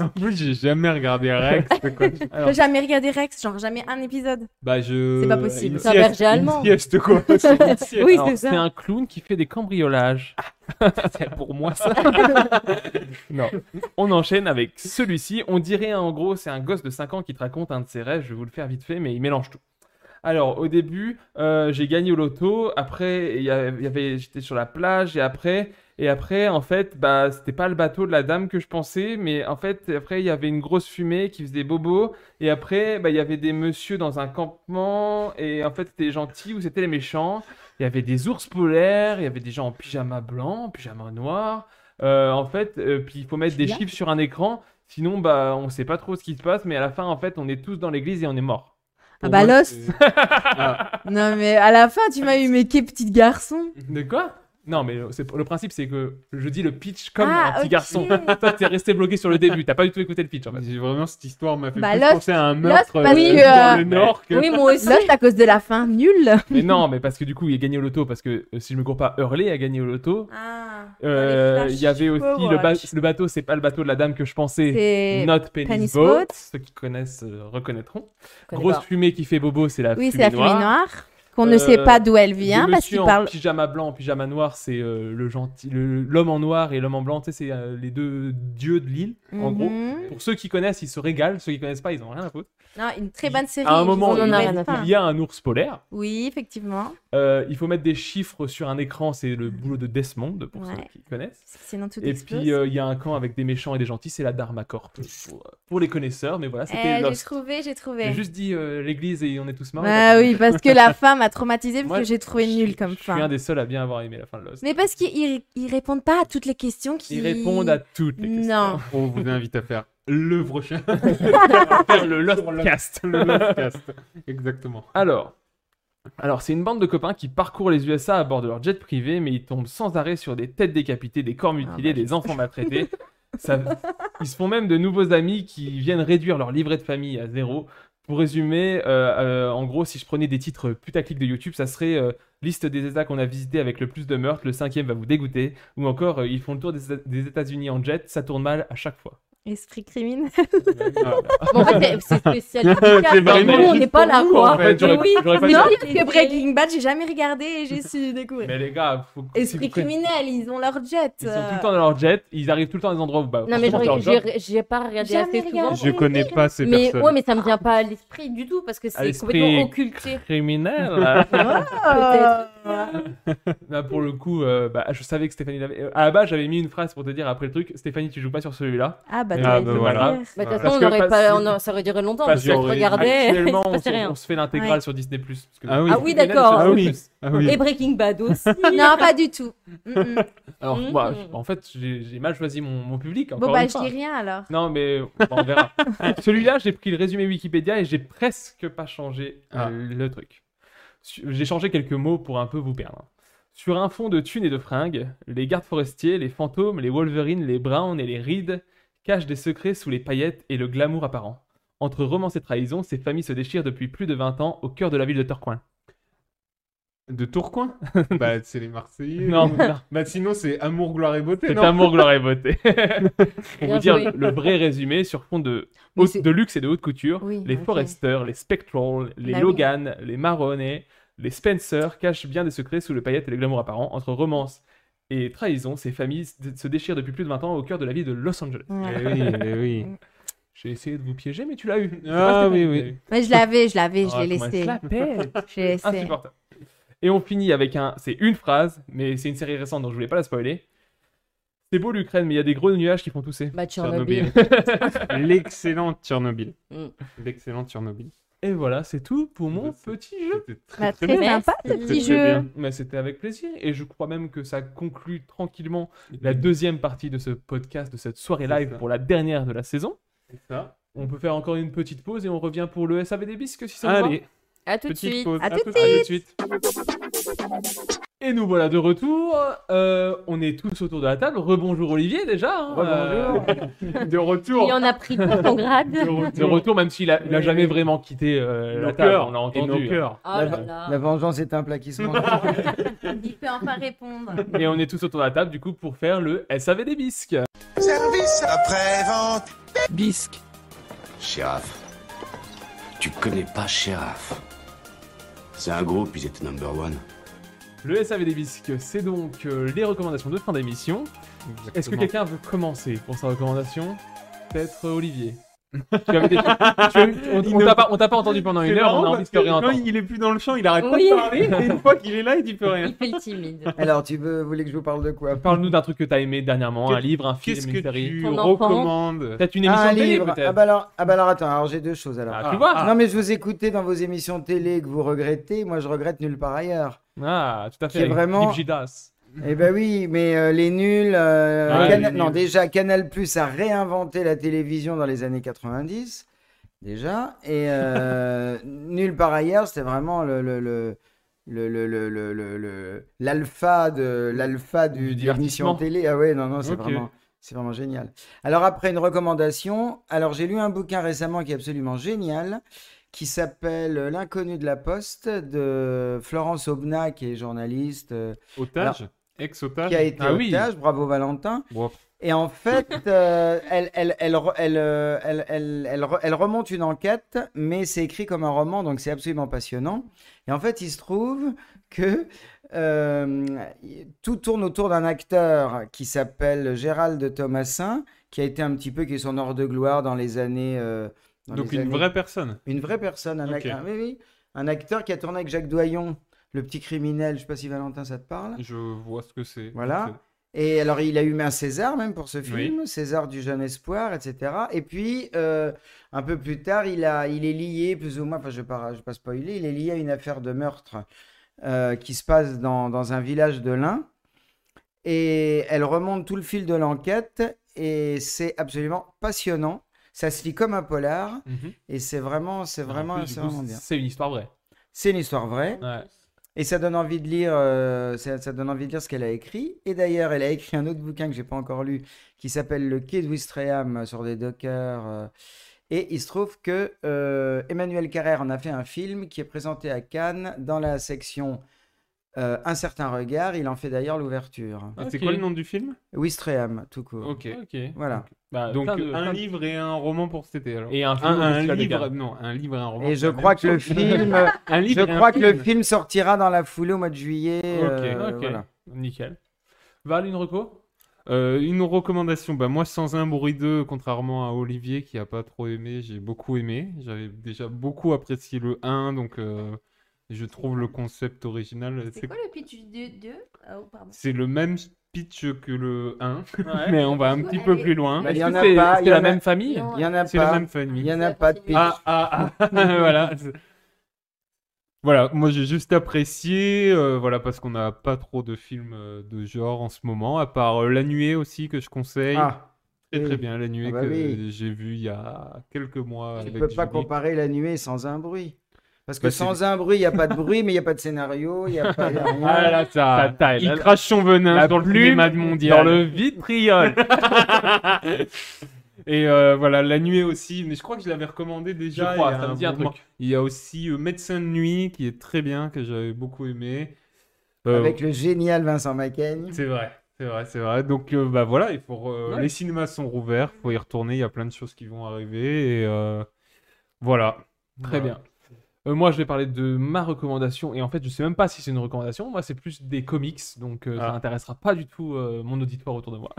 Speaker 8: En plus, j'ai jamais regardé Rex. c'est quoi.
Speaker 14: J'ai jamais regardé Rex, genre jamais un épisode.
Speaker 8: Bah, je.
Speaker 14: C'est pas possible.
Speaker 8: Une
Speaker 14: C'est un
Speaker 8: sieste-
Speaker 14: berger allemand.
Speaker 8: Une sieste, quoi. C'est une sieste.
Speaker 14: Oui,
Speaker 7: alors,
Speaker 14: c'est ça.
Speaker 7: c'est un clown qui fait des cambriolages. c'est pour moi ça. non. On enchaîne avec celui-ci. On dirait en gros, c'est un gosse de 5 ans qui te raconte un de ses rêves. Je vais vous le faire vite fait, mais il mélange tout. Alors, au début, euh, j'ai gagné au loto. Après, il y a- il y avait, j'étais sur la plage. Et après, et après, en fait, bah, c'était pas le bateau de la dame que je pensais. Mais en fait, après, il y avait une grosse fumée qui faisait des bobos. Et après, bah, il y avait des messieurs dans un campement. Et en fait, c'était les gentils ou c'était les méchants. Il y avait des ours polaires. Il y avait des gens en pyjama blanc, en pyjama noir. Euh, en fait, euh, puis il faut mettre des
Speaker 8: Là.
Speaker 7: chiffres sur un écran. Sinon, bah, on sait pas trop ce qui se passe. Mais à la fin, en fait, on est tous dans l'église et on est mort.
Speaker 14: Ah bah
Speaker 7: Ah,
Speaker 14: Lost. Non mais à la fin, tu m'as eu mais quel petit garçon.
Speaker 7: De quoi Non, mais c'est- le principe, c'est que je dis le pitch comme
Speaker 14: Ah,
Speaker 7: un petit
Speaker 14: ok.
Speaker 7: garçon. Toi, t'es resté bloqué sur le début. T'as pas du tout écouté le pitch, en fait.
Speaker 8: Vraiment, cette histoire m'a fait
Speaker 14: Bah,
Speaker 8: plus
Speaker 14: Lost-
Speaker 8: penser à un
Speaker 14: Lost,
Speaker 8: meurtre
Speaker 14: parce
Speaker 8: euh,
Speaker 14: que,
Speaker 8: dans le
Speaker 14: euh,
Speaker 8: Nord que...
Speaker 14: Lost à cause de la fin, nul.
Speaker 7: Mais non, mais parce que du coup, il a gagné au loto. Parce que euh, si je me cours pas, Hurley a gagné au loto.
Speaker 14: Ah,
Speaker 7: Euh,
Speaker 14: dans les
Speaker 7: il y avait aussi
Speaker 14: flashs,
Speaker 7: le, ba-
Speaker 14: watch.
Speaker 7: le bateau, c'est pas le bateau de la dame que je pensais.
Speaker 14: C'est
Speaker 7: Not Penny's,
Speaker 14: Penny's
Speaker 7: boat.
Speaker 14: Boat.
Speaker 7: Ceux qui connaissent euh, reconnaîtront.
Speaker 14: connais
Speaker 7: Grosse
Speaker 14: pas.
Speaker 7: fumée qui fait bobo, c'est la
Speaker 14: Oui, c'est la
Speaker 7: fumée noire. Euh,
Speaker 14: fumée noire, qu'on ne sait pas d'où elle vient,
Speaker 7: le
Speaker 14: parce qu'il
Speaker 7: monsieur en
Speaker 14: parle-
Speaker 7: Pyjama blanc, en pyjama noir, c'est euh, le gentil, le- l'homme en noir et l'homme en blanc. Tu sais, c'est euh, les deux dieux de l'île. En gros,
Speaker 14: Mhm.
Speaker 7: pour ceux qui connaissent, ils se régalent. Ceux qui connaissent pas, ils ont rien à foutre.
Speaker 14: Non, une très bonne série.
Speaker 7: À un moment,
Speaker 14: ils en ont
Speaker 7: il-
Speaker 14: même pas.
Speaker 7: il y a un ours polaire.
Speaker 14: Oui, effectivement.
Speaker 7: Euh, il faut mettre des chiffres sur un écran, c'est le boulot de Desmond, pour ceux
Speaker 14: Ouais.
Speaker 7: qui connaissent.
Speaker 14: Parce que sinon, tout
Speaker 7: et
Speaker 14: explose.
Speaker 7: puis, euh, il y a un camp avec des méchants et des gentils, c'est la Dharma Corp. Pour, pour les connaisseurs, mais voilà, c'était
Speaker 14: Eh, j'ai
Speaker 7: Lost.
Speaker 14: trouvé, j'ai
Speaker 7: J'ai
Speaker 14: trouvé.
Speaker 7: juste dit euh, l'église et on est tous morts.
Speaker 14: Bah oui, parce que la fin m'a traumatisée
Speaker 7: Moi,
Speaker 14: parce que j'ai trouvé nul comme
Speaker 7: Je suis
Speaker 14: fin.
Speaker 7: un des seuls à bien avoir aimé la fin de Lost.
Speaker 14: Mais parce qu'ils ils- ils répondent pas à toutes les questions qui.
Speaker 7: Ils répondent à toutes les questions.
Speaker 14: Non.
Speaker 8: On vous invite à faire le prochain.
Speaker 7: Faire le Lost
Speaker 8: Sur le-
Speaker 7: Cast.
Speaker 8: le Lost Cast. Exactement.
Speaker 7: Alors, alors c'est une bande de copains qui parcourent les USA à bord de leur jet privé, mais ils tombent sans arrêt sur des têtes décapitées, des corps mutilés, des enfants maltraités. Ça- ils se font même de nouveaux amis qui viennent réduire leur livret de famille à zéro. Pour résumer, euh, euh, en gros, si je prenais des titres putaclic de YouTube, ça serait euh, liste des États qu'on a visités avec le plus de meurtres, le cinquième va vous dégoûter, ou encore euh, ils font le tour des, des États-Unis en jet, ça tourne mal à chaque fois.
Speaker 14: Esprit criminel.
Speaker 13: Bon, en fait, c'est- c'est spécial.
Speaker 7: C'est vraiment
Speaker 13: Nous, on
Speaker 7: juste
Speaker 13: n'est pas
Speaker 7: pour
Speaker 13: là,
Speaker 7: nous,
Speaker 13: quoi.
Speaker 7: en fait, j'aurais-
Speaker 13: Oui,
Speaker 7: j'aurais pas dit-
Speaker 13: mais
Speaker 14: Non,
Speaker 13: oui,
Speaker 14: parce que Breaking Bad, j'ai jamais regardé et j'ai su découvrir.
Speaker 7: Mais les gars, faut que- si
Speaker 14: Esprit
Speaker 7: vous prenez-
Speaker 14: criminel, ils ont leur jet.
Speaker 7: Ils sont
Speaker 14: euh.
Speaker 7: tout le temps dans leur jet, ils arrivent tout le temps dans des endroits où bah,
Speaker 13: Non, mais
Speaker 7: forcément,
Speaker 13: j'aurais-
Speaker 7: c'est leur job.
Speaker 13: j'ai j'ai pas regardé
Speaker 14: Jamais
Speaker 13: assez souvent.
Speaker 14: regardé. Je
Speaker 8: connais pas ces
Speaker 13: mais,
Speaker 8: personnes.
Speaker 13: Ouais, mais ça me vient pas à l'esprit du tout parce que
Speaker 7: À
Speaker 13: c'est
Speaker 7: l'esprit
Speaker 13: complètement occulté.
Speaker 7: criminel.
Speaker 13: Peut-être.
Speaker 7: Là, pour le coup, euh, bah, je savais que Stéphanie l'avait. euh, À la base, j'avais mis une phrase pour te dire après le truc Stéphanie, tu joues pas sur celui-là.
Speaker 14: Ah, bah,
Speaker 7: Mais
Speaker 14: t'aurais
Speaker 7: bon,
Speaker 14: dû
Speaker 7: c'est
Speaker 14: me
Speaker 7: pas
Speaker 14: dire.
Speaker 7: grave.
Speaker 13: Bah, de toute
Speaker 7: Parce
Speaker 13: façon, on
Speaker 7: que
Speaker 13: aurait
Speaker 7: parce-
Speaker 13: pas, on a- ça aurait duré longtemps
Speaker 7: parce
Speaker 13: parce que
Speaker 7: que
Speaker 13: regardait.
Speaker 7: Actuellement,
Speaker 13: il se
Speaker 7: on
Speaker 13: passait
Speaker 7: se,
Speaker 13: rien.
Speaker 7: on se fait l'intégrale
Speaker 13: Ouais.
Speaker 7: sur Disney. Parce que
Speaker 8: Ah oui.
Speaker 13: Ah oui,
Speaker 7: Criminel,
Speaker 13: d'accord.
Speaker 7: c'est
Speaker 13: Ah
Speaker 7: sur
Speaker 13: oui.
Speaker 7: Netflix.
Speaker 13: Et Breaking Bad aussi.
Speaker 14: Non, pas du tout. Mm-mm.
Speaker 7: Alors,
Speaker 13: Mmh.
Speaker 14: Mm.
Speaker 7: moi, je- en fait, j'ai j'ai mal choisi mon, mon public.
Speaker 14: Bon,
Speaker 7: Encore
Speaker 14: bah,
Speaker 7: une
Speaker 14: je
Speaker 7: fois.
Speaker 14: dis rien alors.
Speaker 7: Non, mais bah, on verra. Celui-là, j'ai pris le résumé Wikipédia et j'ai presque pas changé euh, le truc. Su- J'ai changé quelques mots pour un peu vous perdre. Sur un fond de thunes et de fringues, les gardes forestiers, les fantômes, les Wolverines, les Browns et les Reed cachent des secrets sous les paillettes et le glamour apparent. Entre romance et trahison, ces familles se déchirent depuis plus de 20 ans au cœur de la ville de Torcoing.
Speaker 8: De Tourcoing Bah, c'est les Marseillais.
Speaker 7: Non, non.
Speaker 8: Bah, sinon, c'est Amour, Gloire et Beauté.
Speaker 7: C'est
Speaker 8: non
Speaker 7: amour, gloire et beauté. Pour
Speaker 8: Bien
Speaker 7: vous dire
Speaker 8: joué.
Speaker 7: le vrai résumé sur fond de,
Speaker 8: Mais
Speaker 7: haute-
Speaker 8: c'est-
Speaker 7: de luxe et de haute couture,
Speaker 8: Oui,
Speaker 7: les
Speaker 8: ok.
Speaker 7: Forrester, les Spectral, les
Speaker 8: Bah oui.
Speaker 7: Logan, les Maroney, les Spencer cachent bien des secrets sous le paillette et le glamour apparent. Entre romance et trahison, ces familles se- se déchirent depuis plus de 20 ans au cœur de la ville de Los Angeles.
Speaker 14: Ouais.
Speaker 8: Eh oui, eh oui.
Speaker 7: J'ai essayé de vous piéger, mais tu l'as eu. C'est
Speaker 8: Ah
Speaker 7: pas Stéphanie
Speaker 8: oui,
Speaker 7: qui
Speaker 8: oui.
Speaker 7: l'a eu.
Speaker 14: Mais je l'avais, je l'avais, je
Speaker 7: Ah,
Speaker 14: l'ai
Speaker 7: comment elle
Speaker 14: laissé.
Speaker 7: se Ah, la pète.
Speaker 14: Je l'ai laissé.
Speaker 7: Insupportable. Et on finit avec un. C'est une phrase, mais c'est une série récente donc je voulais pas la spoiler. C'est beau l'Ukraine, mais il y a des gros nuages qui font tousser.
Speaker 13: Bah,
Speaker 8: Tchernobyl. L'excellent Tchernobyl.
Speaker 13: Mm.
Speaker 8: L'excellent Tchernobyl.
Speaker 7: Et voilà, c'est tout pour mon petit jeu.
Speaker 14: Bah, très très bien. sympa, ce
Speaker 7: C'était
Speaker 14: petit
Speaker 7: très
Speaker 14: jeu.
Speaker 7: bien. Mais c'était avec plaisir. Et je crois même que ça conclut tranquillement la deuxième partie de ce podcast, de cette soirée
Speaker 8: C'est
Speaker 7: live
Speaker 8: ça.
Speaker 7: pour la dernière de la saison.
Speaker 8: C'est ça.
Speaker 7: On peut faire encore une petite pause et on revient pour le SAV des bisques si ça vous
Speaker 8: Allez.
Speaker 7: va.
Speaker 13: À tout de
Speaker 7: Petite
Speaker 13: suite.
Speaker 7: pause.
Speaker 13: À tout de
Speaker 7: tout de suite. Et nous voilà de retour. Euh, on est tous autour de la table. Rebonjour Olivier déjà. hein. Euh, de retour.
Speaker 13: Il en a pris pour son grade.
Speaker 7: De retour, même s'il a, il a jamais vraiment quitté euh,
Speaker 9: Nos
Speaker 7: la table,
Speaker 9: cœurs
Speaker 7: on l'a
Speaker 9: et
Speaker 7: entendu.
Speaker 9: nos cœurs.
Speaker 13: Oh là là.
Speaker 9: La vengeance est un plat qui se mange.
Speaker 14: Il peut enfin répondre.
Speaker 7: Et on est tous autour de la table du coup pour faire le SAV des bisques.
Speaker 1: Service après-vente.
Speaker 6: bisque,
Speaker 16: Sheriff. Tu connais pas Sheriff. C'est un groupe, ils étaient number one.
Speaker 7: Le SAV des bisques, c'est donc euh, les recommandations de fin d'émission. Est-ce que quelqu'un veut commencer pour sa recommandation Peut-être euh, Olivier. tu avais des- tu avais- on- on t'a pas, on t'a pas entendu pendant une
Speaker 8: C'est
Speaker 7: heure, on a
Speaker 8: marrant
Speaker 7: envie de
Speaker 8: parce
Speaker 7: te
Speaker 8: que quand
Speaker 7: réentendre.
Speaker 8: il est plus dans le champ, il arrête
Speaker 13: Oui.
Speaker 8: pas de parler. Et une fois qu'il est là, il dit plus rien.
Speaker 13: Il fait le timide.
Speaker 9: Alors, tu veux, voulez que je vous parle de quoi
Speaker 7: Parle-nous d'un truc que t'as aimé dernièrement, un
Speaker 8: Qu'est-
Speaker 7: livre, un film,
Speaker 8: qu'est-ce
Speaker 7: une
Speaker 8: que
Speaker 7: série.
Speaker 8: tu Ton enfant. recommandes
Speaker 7: Peut-être une émission
Speaker 9: ah, un
Speaker 7: de télé,
Speaker 9: livre.
Speaker 7: peut-être.
Speaker 9: Ah bah, alors, ah bah alors attends, alors j'ai deux choses alors.
Speaker 7: Ah, tu vois.
Speaker 9: Non mais je vous écoutais dans vos émissions télé que vous regrettez, moi je regrette nulle part ailleurs.
Speaker 7: Ah, tout à
Speaker 9: Qui
Speaker 7: fait.
Speaker 9: est
Speaker 7: avec
Speaker 9: vraiment-
Speaker 7: Deep Gidas.
Speaker 9: Eh ben oui, mais euh, les nuls. euh,
Speaker 7: Ah,
Speaker 9: Cana-
Speaker 7: les
Speaker 9: Non,
Speaker 7: nuls.
Speaker 9: déjà, Canal Plus a réinventé la télévision dans les années 90. Déjà. Et euh, nul par ailleurs, c'était vraiment le, le- le- le, le, le, le, le- le- l'alpha de l'alpha du, du émission télé. Ah ouais, non, non, c'est
Speaker 17: Ok.
Speaker 9: vraiment. C'est vraiment génial. Alors après une recommandation, alors j'ai lu un bouquin récemment qui est absolument génial, qui s'appelle euh, L'inconnu de la poste de Florence Obna, qui est journaliste. euh,
Speaker 7: Otage
Speaker 9: alors,
Speaker 7: Ex-otage
Speaker 9: qui a été
Speaker 7: Ah oui.
Speaker 9: otage, bravo Valentin.
Speaker 7: Bon.
Speaker 9: Et en fait, euh, elle, elle, elle, re- elle, euh, elle, elle- elle re- elle remonte une enquête, mais c'est écrit comme un roman, donc c'est absolument passionnant. Et en fait, il se trouve que euh, tout tourne autour d'un acteur qui s'appelle Gérald Thomasin, qui a été un petit peu, qui est son hors de gloire dans les années. euh, dans
Speaker 7: Donc
Speaker 9: les
Speaker 7: une
Speaker 9: années-
Speaker 7: vraie personne.
Speaker 9: Une vraie personne, un, ac-
Speaker 7: Ok.
Speaker 9: un- oui, oui. Un acteur qui a tourné avec Jacques Doyon, le petit criminel. Je sais pas si Valentin, ça te parle.
Speaker 7: Je vois ce que c'est.
Speaker 9: Voilà. Et alors, il a eu un César même pour ce film, César du jeune espoir, etc. Et puis, euh, un peu plus tard, il, a, il est lié, plus ou moins, enfin, je ne vais pas je vais pas spoiler, il est lié à une affaire de meurtre euh, qui se passe dans, dans un village de l'Ain. Et elle remonte tout le fil de l'enquête et c'est absolument passionnant. Ça se lit comme un polar
Speaker 8: Mhm.
Speaker 9: et c'est Ah, vraiment, c'est vraiment,
Speaker 8: Bah,
Speaker 9: hein.
Speaker 8: Du
Speaker 9: c'est
Speaker 8: coup,
Speaker 9: vraiment bien.
Speaker 8: C'est une histoire vraie.
Speaker 9: C'est une histoire vraie. Et ça donne envie de lire, euh, ça, ça donne envie de lire ce qu'elle a écrit. Et d'ailleurs, elle a écrit un autre bouquin que j'ai pas encore lu, qui s'appelle Le Quai de Wistreham euh, sur des dockers. euh. et il se trouve que euh, Emmanuel Carrère en a fait un film qui est présenté à Cannes dans la section euh, Un certain regard. Il en fait d'ailleurs l'ouverture.
Speaker 7: Ah, c'est Ok. quoi le nom du film
Speaker 9: Wistreham, tout court.
Speaker 7: Ok. Bah,
Speaker 9: Voilà.
Speaker 7: Donc
Speaker 10: euh,
Speaker 7: euh, un livre et un roman pour cet été alors.
Speaker 8: Et un film au
Speaker 7: un
Speaker 8: Festival de
Speaker 7: livre
Speaker 8: Cannes.
Speaker 7: non un livre et un roman.
Speaker 9: Et
Speaker 7: c'est
Speaker 9: je
Speaker 7: la même
Speaker 9: crois que le
Speaker 7: chose.
Speaker 9: film,
Speaker 7: un livre
Speaker 9: je
Speaker 7: et un
Speaker 9: crois que le
Speaker 7: film.
Speaker 9: film sortira dans la foulée au mois de juillet. euh,
Speaker 7: Ok, ok.
Speaker 9: voilà.
Speaker 8: Nickel. Val, une reco
Speaker 7: Euh, une recommandation, bah moi sans un bruit deux, contrairement à Olivier qui a pas trop aimé, j'ai beaucoup aimé. J'avais déjà beaucoup apprécié le 1, donc euh, je trouve le concept original.
Speaker 13: C'est quoi le pitch du 2 oh, pardon.
Speaker 7: C'est le même pitch que le 1,
Speaker 13: Ouais.
Speaker 7: mais on va un petit peu
Speaker 13: Elle est-
Speaker 7: plus loin.
Speaker 9: Bah, il y en a pas. il y en a- Il y en a
Speaker 7: C'est la
Speaker 9: pas.
Speaker 7: même famille.
Speaker 9: Il y en a pas de pitch.
Speaker 7: Ah, ah, ah, voilà. Voilà, moi j'ai juste apprécié, euh, voilà, parce qu'on n'a pas trop de films euh, de genre en ce moment, à part euh, La Nuée aussi que je conseille.
Speaker 9: Ah,
Speaker 7: très
Speaker 9: oui.
Speaker 7: très bien, La Nuée
Speaker 9: Ah bah
Speaker 7: que
Speaker 9: oui.
Speaker 7: j'ai vu il y a quelques mois.
Speaker 9: Tu
Speaker 7: avec
Speaker 9: peux pas
Speaker 7: Julie.
Speaker 9: comparer la nuée sans un bruit. Parce que
Speaker 7: Bah, c'est-
Speaker 9: sans un bruit, il n'y a pas de bruit, mais il n'y a pas de scénario, il n'y a pas y a rien.
Speaker 7: Ah là, ça,
Speaker 8: Ça taille.
Speaker 7: il
Speaker 8: La-
Speaker 7: crache son venin
Speaker 8: la
Speaker 7: sur le
Speaker 8: plume
Speaker 7: climat de mondial.
Speaker 8: dans le vitriol.
Speaker 7: Et euh, voilà, La Nuée aussi, mais je crois que je l'avais recommandé déjà.
Speaker 8: Je crois,
Speaker 7: il y a
Speaker 8: ça me dit un
Speaker 7: moment.
Speaker 8: truc.
Speaker 7: Il y a aussi euh, Médecin de nuit qui est très bien, que j'avais beaucoup aimé. Euh,
Speaker 9: Avec le génial Vincent Macaigne.
Speaker 7: C'est vrai, c'est vrai, c'est vrai. Donc euh, bah voilà, il faut, euh,
Speaker 9: Ouais.
Speaker 7: les cinémas sont rouverts, faut y retourner, il y a plein de choses qui vont arriver et euh, voilà.
Speaker 8: Très
Speaker 7: Voilà.
Speaker 8: bien. Euh, moi, je vais parler de ma recommandation. Et en fait, je sais même pas si c'est une recommandation. Moi, c'est plus des comics. Donc, euh, ça n'intéressera pas du tout euh, mon auditoire autour de moi.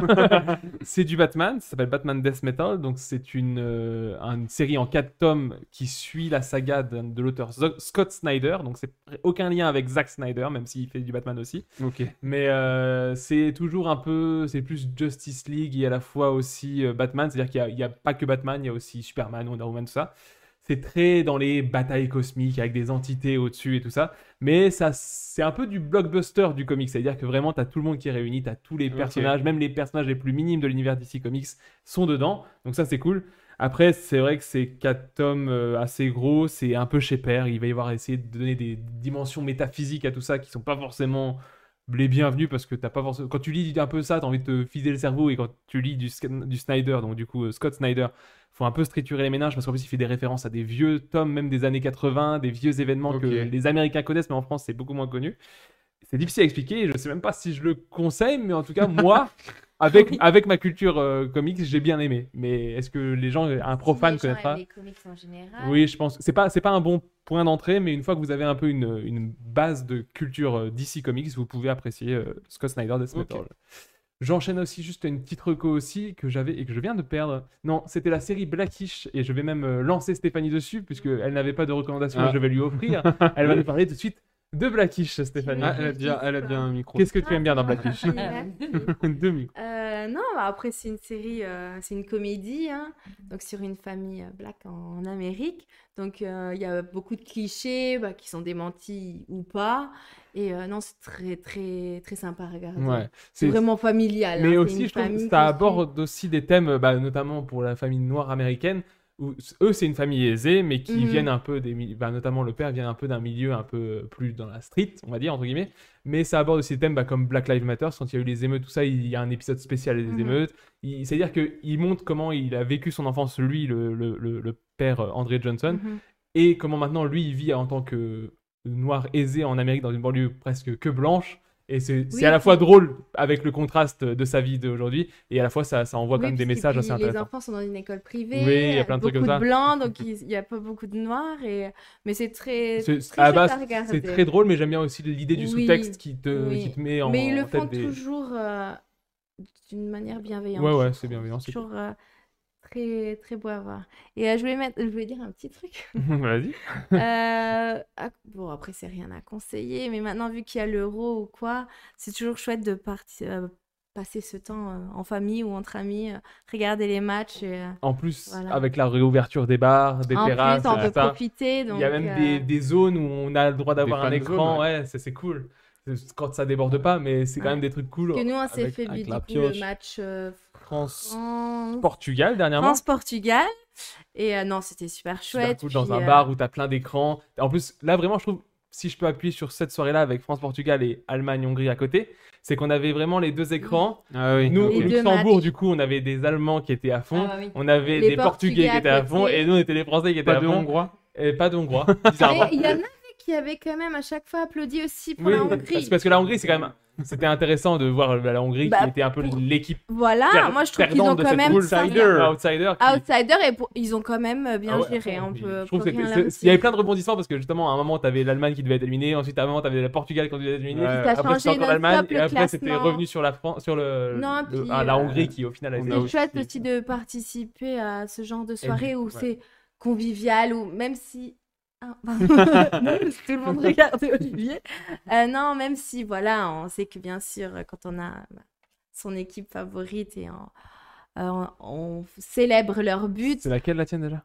Speaker 8: c'est du Batman. Ça s'appelle Batman Death Metal. Donc, c'est une, euh, une série en 4 tomes qui suit la saga de, de l'auteur Zo- Scott Snyder. Donc, c'est aucun lien avec Zack Snyder, même s'il fait du Batman aussi.
Speaker 7: Ok.
Speaker 8: Mais euh, c'est toujours un peu, c'est plus Justice League et à la fois aussi euh, Batman, c'est-à-dire qu'il n'y a, pas que Batman, il y a aussi Superman, Wonder Woman, tout ça. C'est très dans les batailles cosmiques avec des entités au-dessus et tout ça. Mais ça, c'est un peu du blockbuster du comic, c'est-à-dire que vraiment, tu as tout le monde qui est réuni, tu as tous les
Speaker 7: Ok.
Speaker 8: personnages, même les personnages les plus minimes de l'univers DC Comics sont dedans. Donc ça, c'est cool. Après, c'est vrai que c'est quatre tomes euh, assez gros, c'est un peu chez père. Il va y avoir essayer de donner des dimensions métaphysiques à tout ça qui sont pas forcément les bienvenus parce que t'as pas forcément quand tu lis un peu ça t'as envie de te fider le cerveau et quand tu lis du, Sc- du Snyder donc du coup euh, Scott Snyder faut un peu se triturer les ménages parce qu'en plus il fait des références à des vieux tomes même des années 80 des vieux événements que les Américains connaissent mais en France c'est beaucoup moins connu c'est difficile à expliquer et je sais même pas si je le conseille mais en tout cas moi avec avec ma culture euh, comics j'ai bien aimé mais est-ce que les gens un profane
Speaker 13: Les gens aiment
Speaker 8: connaîtra
Speaker 13: Les comics en général.
Speaker 8: Ah. oui, je pense. C'est pas, c'est pas un bon point d'entrée, mais une fois que vous avez un peu une, une base de culture euh, DC Comics, vous pouvez apprécier euh, Scott Snyder Death
Speaker 7: Ok.
Speaker 8: Metal. J'enchaîne aussi juste une petite reco aussi que j'avais et que je viens de perdre. Non, c'était la série Blackish et je vais même euh, lancer Stéphanie dessus puisque elle n'avait pas de recommandation
Speaker 7: Ah.
Speaker 8: et je vais lui offrir. elle va nous parler tout de suite de Blackish, Stéphanie.
Speaker 7: Ah, elle a déjà- elle a déjà un micro.
Speaker 8: Qu'est-ce que tu aimes bien dans Blackish
Speaker 14: Il a deux micros.
Speaker 7: Deux micros.
Speaker 14: Euh, non, bah, après c'est une série, euh, c'est une comédie, hein, donc sur une famille euh, black en, en Amérique. Donc euh, il y a beaucoup de clichés bah, qui sont démentis ou pas. Et euh, non, c'est très très très sympa à regarder.
Speaker 8: Ouais,
Speaker 14: c'est
Speaker 8: c'est-
Speaker 14: vraiment familial. hein,
Speaker 8: Mais
Speaker 14: c'est
Speaker 8: aussi,
Speaker 14: une
Speaker 8: je trouve que
Speaker 14: famille
Speaker 8: ça
Speaker 14: qui-
Speaker 8: aborde aussi des thèmes, euh, bah, notamment pour la famille noire américaine,
Speaker 7: où c- eux, c'est une famille aisée, mais qui
Speaker 10: Mhm.
Speaker 7: viennent un peu des. mi- bah, notamment le père vient un peu d'un milieu un peu euh, plus dans la street, on va dire, entre guillemets. Mais ça aborde aussi des thèmes bah, comme Black Lives Matter, quand il y a eu les émeutes, tout ça, il y a un épisode spécial des
Speaker 10: Mhm.
Speaker 7: émeutes. Il- C'est-à-dire qu'il montre comment il a vécu son enfance, lui, le, le- le- le père euh, André Johnson,
Speaker 10: Mhm.
Speaker 7: et comment maintenant lui il vit en tant que noir aisé en Amérique dans une banlieue presque que blanche. Et c'est c'est
Speaker 13: Oui,
Speaker 7: à la
Speaker 13: puis-
Speaker 7: fois drôle avec le contraste de sa vie d'aujourd'hui, et à la fois ça, ça envoie
Speaker 14: Oui,
Speaker 7: quand même des
Speaker 14: puisque
Speaker 7: messages
Speaker 14: puis
Speaker 7: assez
Speaker 14: Les
Speaker 7: intéressants.
Speaker 14: enfants sont dans une école privée.
Speaker 7: Oui, il y a plein de
Speaker 14: beaucoup
Speaker 7: trucs comme ça.
Speaker 14: de blancs, donc il n'y a pas beaucoup de noirs. Et... Mais c'est très.
Speaker 7: C'est-
Speaker 14: très
Speaker 7: à la
Speaker 14: chouette à
Speaker 7: base,
Speaker 14: regarder.
Speaker 7: c'est très drôle, mais j'aime bien aussi l'idée du
Speaker 14: Oui,
Speaker 7: sous-texte qui, te,
Speaker 14: oui.
Speaker 7: qui te met en,
Speaker 14: Mais ils le
Speaker 7: en tête
Speaker 14: font
Speaker 7: des.
Speaker 14: toujours euh, d'une manière bienveillante.
Speaker 7: Ouais, ouais,
Speaker 14: je
Speaker 7: c'est
Speaker 14: trouve.
Speaker 7: bienveillant, c'est
Speaker 14: toujours euh, très, très beau à voir. Et euh, je, voulais mettre... je voulais dire un petit truc.
Speaker 7: Vas-y.
Speaker 14: Euh, ah, bon, après, c'est rien à conseiller, mais maintenant, vu qu'il y a l'euro ou quoi, c'est toujours chouette de parti- euh, passer ce temps euh, en famille ou entre amis, euh, regarder les matchs. et, euh,
Speaker 7: En plus,
Speaker 14: voilà.
Speaker 7: avec la réouverture des bars, des
Speaker 14: En plus,
Speaker 7: terrasses,
Speaker 14: on
Speaker 7: tout
Speaker 14: peut
Speaker 7: ça,
Speaker 14: profiter,
Speaker 7: il y a
Speaker 14: donc,
Speaker 7: même des,
Speaker 14: euh,
Speaker 7: des zones où on a le droit d'avoir un
Speaker 8: fan
Speaker 7: écran.
Speaker 8: zones,
Speaker 7: ouais, ça, c'est cool. C'est- Quand ça déborde pas, mais c'est quand même des trucs cool.
Speaker 14: Parce que nous, on s'est
Speaker 7: avec-
Speaker 14: fait
Speaker 7: avec
Speaker 14: du
Speaker 7: la
Speaker 14: coup, le
Speaker 7: pioche.
Speaker 14: match euh,
Speaker 7: France-
Speaker 14: France-
Speaker 7: Portugal dernièrement.
Speaker 14: France-Portugal. Et euh, non, c'était super
Speaker 7: super
Speaker 14: chouette.
Speaker 7: cool dans
Speaker 14: puis,
Speaker 7: un
Speaker 14: euh,
Speaker 7: bar où t'as plein d'écrans. En plus, là vraiment, je trouve, si je peux appuyer sur cette soirée-là avec France-Portugal et Allemagne-Hongrie à côté, c'est qu'on avait vraiment les deux écrans.
Speaker 8: Ah
Speaker 7: Nous,
Speaker 14: Les
Speaker 7: au
Speaker 14: deux
Speaker 7: Luxembourg, du coup, on avait des Allemands qui étaient à fond,
Speaker 14: Ah bah oui.
Speaker 7: on avait
Speaker 14: Les
Speaker 7: des Portugais,
Speaker 14: Portugais
Speaker 7: qui
Speaker 14: à
Speaker 7: étaient à fond,
Speaker 14: côté.
Speaker 7: et nous, on était les Français qui étaient
Speaker 8: Pas
Speaker 7: à
Speaker 8: de
Speaker 7: fond.
Speaker 8: Hongrois
Speaker 7: Et pas de Hongrois,
Speaker 14: Mais
Speaker 7: bizarrement.
Speaker 14: il y en avait qui avaient quand même à chaque fois applaudi aussi pour
Speaker 7: Oui,
Speaker 14: la
Speaker 7: parce,
Speaker 14: Hongrie.
Speaker 7: parce que la Hongrie, c'est quand même. C'était intéressant de voir la Hongrie
Speaker 14: Bah,
Speaker 7: qui était un peu l'équipe.
Speaker 14: Voilà,
Speaker 7: per-
Speaker 14: moi, je trouve qu'ils
Speaker 7: perdante
Speaker 14: ont
Speaker 7: de
Speaker 14: quand
Speaker 7: cette
Speaker 14: même
Speaker 7: poule.
Speaker 14: ça.
Speaker 7: Outsider. Outsider qui-
Speaker 14: Outsider, et pour- ils ont quand même euh, bien
Speaker 7: Ah ouais,
Speaker 14: géré. On peut,
Speaker 7: Je trouve
Speaker 14: peut
Speaker 7: que
Speaker 14: rien
Speaker 7: c'était-
Speaker 14: leur dire.
Speaker 7: c'est- il y avait plein de rebondissements parce que justement à un moment t'avais l'Allemagne qui devait être éliminée, ensuite à un moment t'avais le Portugal qui devait être éliminé,
Speaker 14: Ouais. Ça a
Speaker 7: après c'était
Speaker 14: changé
Speaker 7: encore l'Allemagne
Speaker 14: non-stop
Speaker 7: et
Speaker 14: le
Speaker 7: après c'était
Speaker 14: classement.
Speaker 7: revenu sur la France, sur le,
Speaker 14: Non,
Speaker 7: le-
Speaker 14: puis,
Speaker 7: ah, la
Speaker 14: euh,
Speaker 7: Hongrie qui au final a été
Speaker 14: C'est chouette aussi de participer à ce genre de soirée où
Speaker 7: ouais.
Speaker 14: c'est convivial, ou même si. Ah, pardon. tout le monde regarde Olivier. Euh, non, même si, voilà, on sait que bien sûr, quand on a bah, son équipe favorite et on, euh, on- on célèbre leur but,
Speaker 7: C'est laquelle la tienne déjà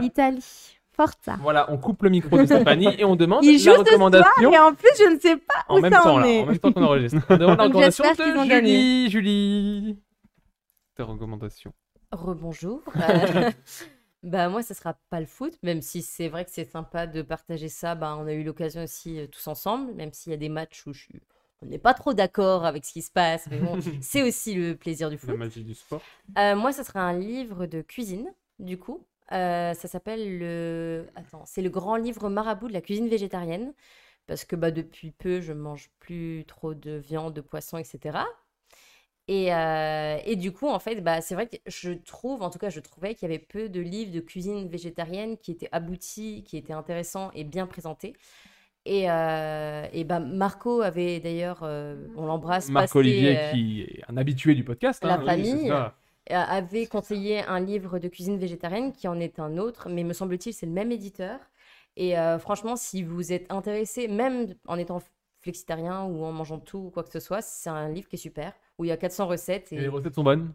Speaker 14: l'Italie. Forza.
Speaker 7: Voilà, on coupe le micro de Stéphanie et on demande
Speaker 14: Ils jouent
Speaker 7: la
Speaker 14: ce soir
Speaker 7: recommandation
Speaker 14: et en plus, je ne sais pas
Speaker 7: en
Speaker 14: où
Speaker 7: même
Speaker 14: ça
Speaker 7: temps
Speaker 14: en
Speaker 7: là,
Speaker 14: est.
Speaker 7: en même temps qu'on enregistre. On demande la
Speaker 14: Donc,
Speaker 7: recommandation
Speaker 14: j'espère qu'ils ont
Speaker 7: de
Speaker 14: gagné.
Speaker 7: Julie, Julie.
Speaker 8: Tes recommandations.
Speaker 13: Rebonjour. Euh, bah moi, ça sera pas le foot, même si c'est vrai que c'est sympa de partager ça. Bah, on a eu l'occasion aussi euh, tous ensemble, même s'il y a des matchs où je suis- on n'est pas trop d'accord avec ce qui se passe, mais bon, c'est aussi le plaisir du
Speaker 8: La
Speaker 13: foot.
Speaker 8: magie du sport.
Speaker 13: Euh, moi, ça sera un livre de cuisine, du coup. Euh, ça s'appelle le. Attends, c'est le grand livre marabout de la cuisine végétarienne. Parce que bah, depuis peu, je mange plus trop de viande, de poisson, etc. Et, euh, et du coup, en fait, bah, c'est vrai que je trouve, en tout cas, je trouvais qu'il y avait peu de livres de cuisine végétarienne qui étaient aboutis, qui étaient intéressants et bien présentés. Et, euh, et bah, Marco avait d'ailleurs, euh, on l'embrasse,
Speaker 7: Marc
Speaker 13: passé,
Speaker 7: Olivier
Speaker 13: euh,
Speaker 7: qui est un habitué du podcast.
Speaker 13: la
Speaker 7: hein, oui, c'est
Speaker 13: famille
Speaker 7: ça.
Speaker 13: euh, avait conseillé un livre de cuisine végétarienne qui en est un autre, mais me semble-t-il, c'est le même éditeur. Et euh, franchement, si vous êtes intéressé, même en étant flexitarien ou en mangeant tout ou quoi que ce soit, c'est un livre qui est super, où il y a 400 recettes.
Speaker 7: Et
Speaker 13: Et...
Speaker 7: les recettes sont bonnes.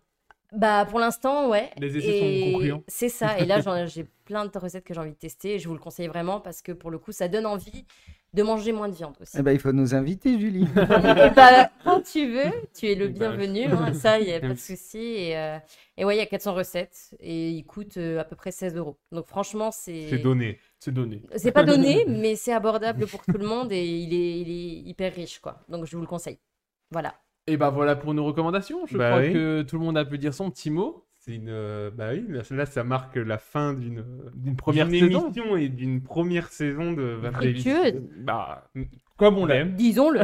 Speaker 13: Bah, pour l'instant, ouais.
Speaker 7: Les essais sont
Speaker 13: Et
Speaker 7: concluants.
Speaker 13: C'est ça. Et là, j'en- j'ai plein de recettes que j'ai envie de tester. Et je vous le conseille vraiment parce que pour le coup, ça donne envie de manger moins de viande aussi.
Speaker 9: Eh ben, il faut nous inviter, Julie.
Speaker 13: Et bah, quand tu veux, tu es le
Speaker 9: Eh ben,
Speaker 13: bienvenu.
Speaker 9: je-
Speaker 13: hein, ça, il n'y a pas de
Speaker 9: Merci.
Speaker 13: souci. Et, euh, et ouais, il y a 400 recettes et il coûte euh, à peu près 16 euros. Donc, franchement, c'est.
Speaker 7: C'est donné. C'est donné.
Speaker 13: C'est pas donné, mais c'est abordable pour tout le monde et il est, il est hyper riche, quoi. Donc, je vous le conseille. Voilà.
Speaker 7: Et bah voilà pour nos recommandations. Je
Speaker 8: Bah
Speaker 7: crois
Speaker 8: oui.
Speaker 7: que tout le monde a pu dire son petit mot.
Speaker 8: C'est une. euh, bah oui, là, là, ça marque la fin d'une
Speaker 7: d'une première saison.
Speaker 8: émission et d'une première saison de Vampire
Speaker 13: Fructueuse.
Speaker 8: Davis. Bah, comme on l'aime.
Speaker 13: Disons-le.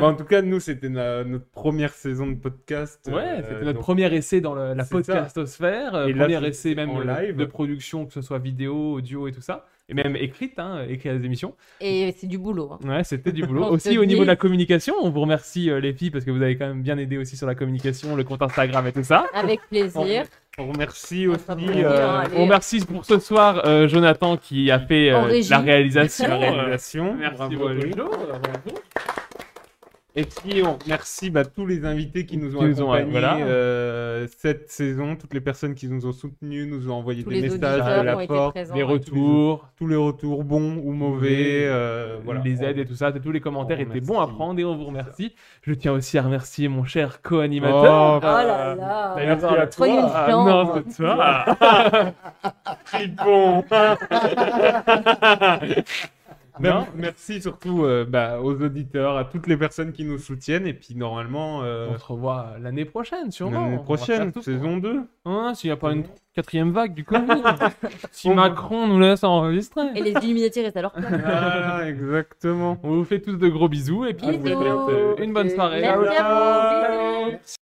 Speaker 8: Bah, en tout cas, nous, c'était na- notre première saison de podcast.
Speaker 7: Ouais,
Speaker 8: euh,
Speaker 7: c'était notre
Speaker 8: donc-
Speaker 7: premier essai dans le- la
Speaker 8: C'est ça.
Speaker 7: podcastosphère, euh,
Speaker 8: Et là,
Speaker 7: premier
Speaker 8: c'est-
Speaker 7: essai même
Speaker 8: en
Speaker 7: euh,
Speaker 8: live.
Speaker 7: de production, que ce soit vidéo, audio et tout ça, et même écrite, hein, écrire les émissions.
Speaker 13: Et c'est du boulot. hein.
Speaker 7: Ouais, c'était du boulot.
Speaker 13: On se
Speaker 7: aussi au niveau
Speaker 13: dit-
Speaker 7: de la communication, on vous remercie euh, les filles parce que vous avez quand même bien aidé aussi sur la communication, le compte Instagram et tout ça.
Speaker 13: Avec plaisir.
Speaker 8: On remercie aussi.
Speaker 13: plaisir,
Speaker 7: euh,
Speaker 13: allez.
Speaker 7: on remercie pour ce soir euh, Jonathan qui a fait
Speaker 8: En
Speaker 7: euh,
Speaker 8: régie.
Speaker 7: la réalisation.
Speaker 8: La réalisation.
Speaker 7: Merci euh,
Speaker 8: Bravo à
Speaker 7: beaucoup.
Speaker 8: lui.
Speaker 7: Joe. Bravo.
Speaker 8: Et puis on remercie bah, tous les invités qui nous ont
Speaker 7: Qui nous ont-
Speaker 8: accompagnés
Speaker 7: voilà.
Speaker 8: euh, cette saison, toutes les personnes qui nous ont soutenus, nous ont envoyé
Speaker 7: Tous
Speaker 8: des
Speaker 7: les
Speaker 8: messages
Speaker 7: auditeurs
Speaker 8: de
Speaker 7: ont
Speaker 8: la
Speaker 7: été
Speaker 8: porte,
Speaker 7: présents. Les retours.
Speaker 8: tous les retours bons ou mauvais,
Speaker 7: Les-
Speaker 8: euh, voilà.
Speaker 7: les aides et tout ça, tous les commentaires étaient bons à prendre et on vous remercie. Je tiens aussi à remercier mon cher co-animateur.
Speaker 8: Oh, Oh là
Speaker 13: là.
Speaker 7: D'ailleurs,
Speaker 13: Attends,
Speaker 7: c'est à
Speaker 13: trop nul
Speaker 7: toi. Ah,
Speaker 13: plan.
Speaker 7: non, c'est toi.
Speaker 8: Ah,
Speaker 7: Tripon.
Speaker 8: Mer-
Speaker 7: Non.
Speaker 8: Merci surtout euh, bah, aux auditeurs, à toutes les personnes qui nous soutiennent. Et puis normalement. euh,
Speaker 7: On se revoit l'année prochaine, sûrement.
Speaker 8: L'année prochaine, saison 2.
Speaker 7: Hein, S'il n'y a pas une quatrième vague du Covid. si Macron nous laisse enregistrer.
Speaker 13: Et les Illuminati restent alors
Speaker 8: Voilà, exactement. Ah,
Speaker 7: On vous fait tous de gros bisous et puis on vous
Speaker 13: Bisous.
Speaker 7: souhaite une bonne soirée.
Speaker 13: Merci à vous. Bisous.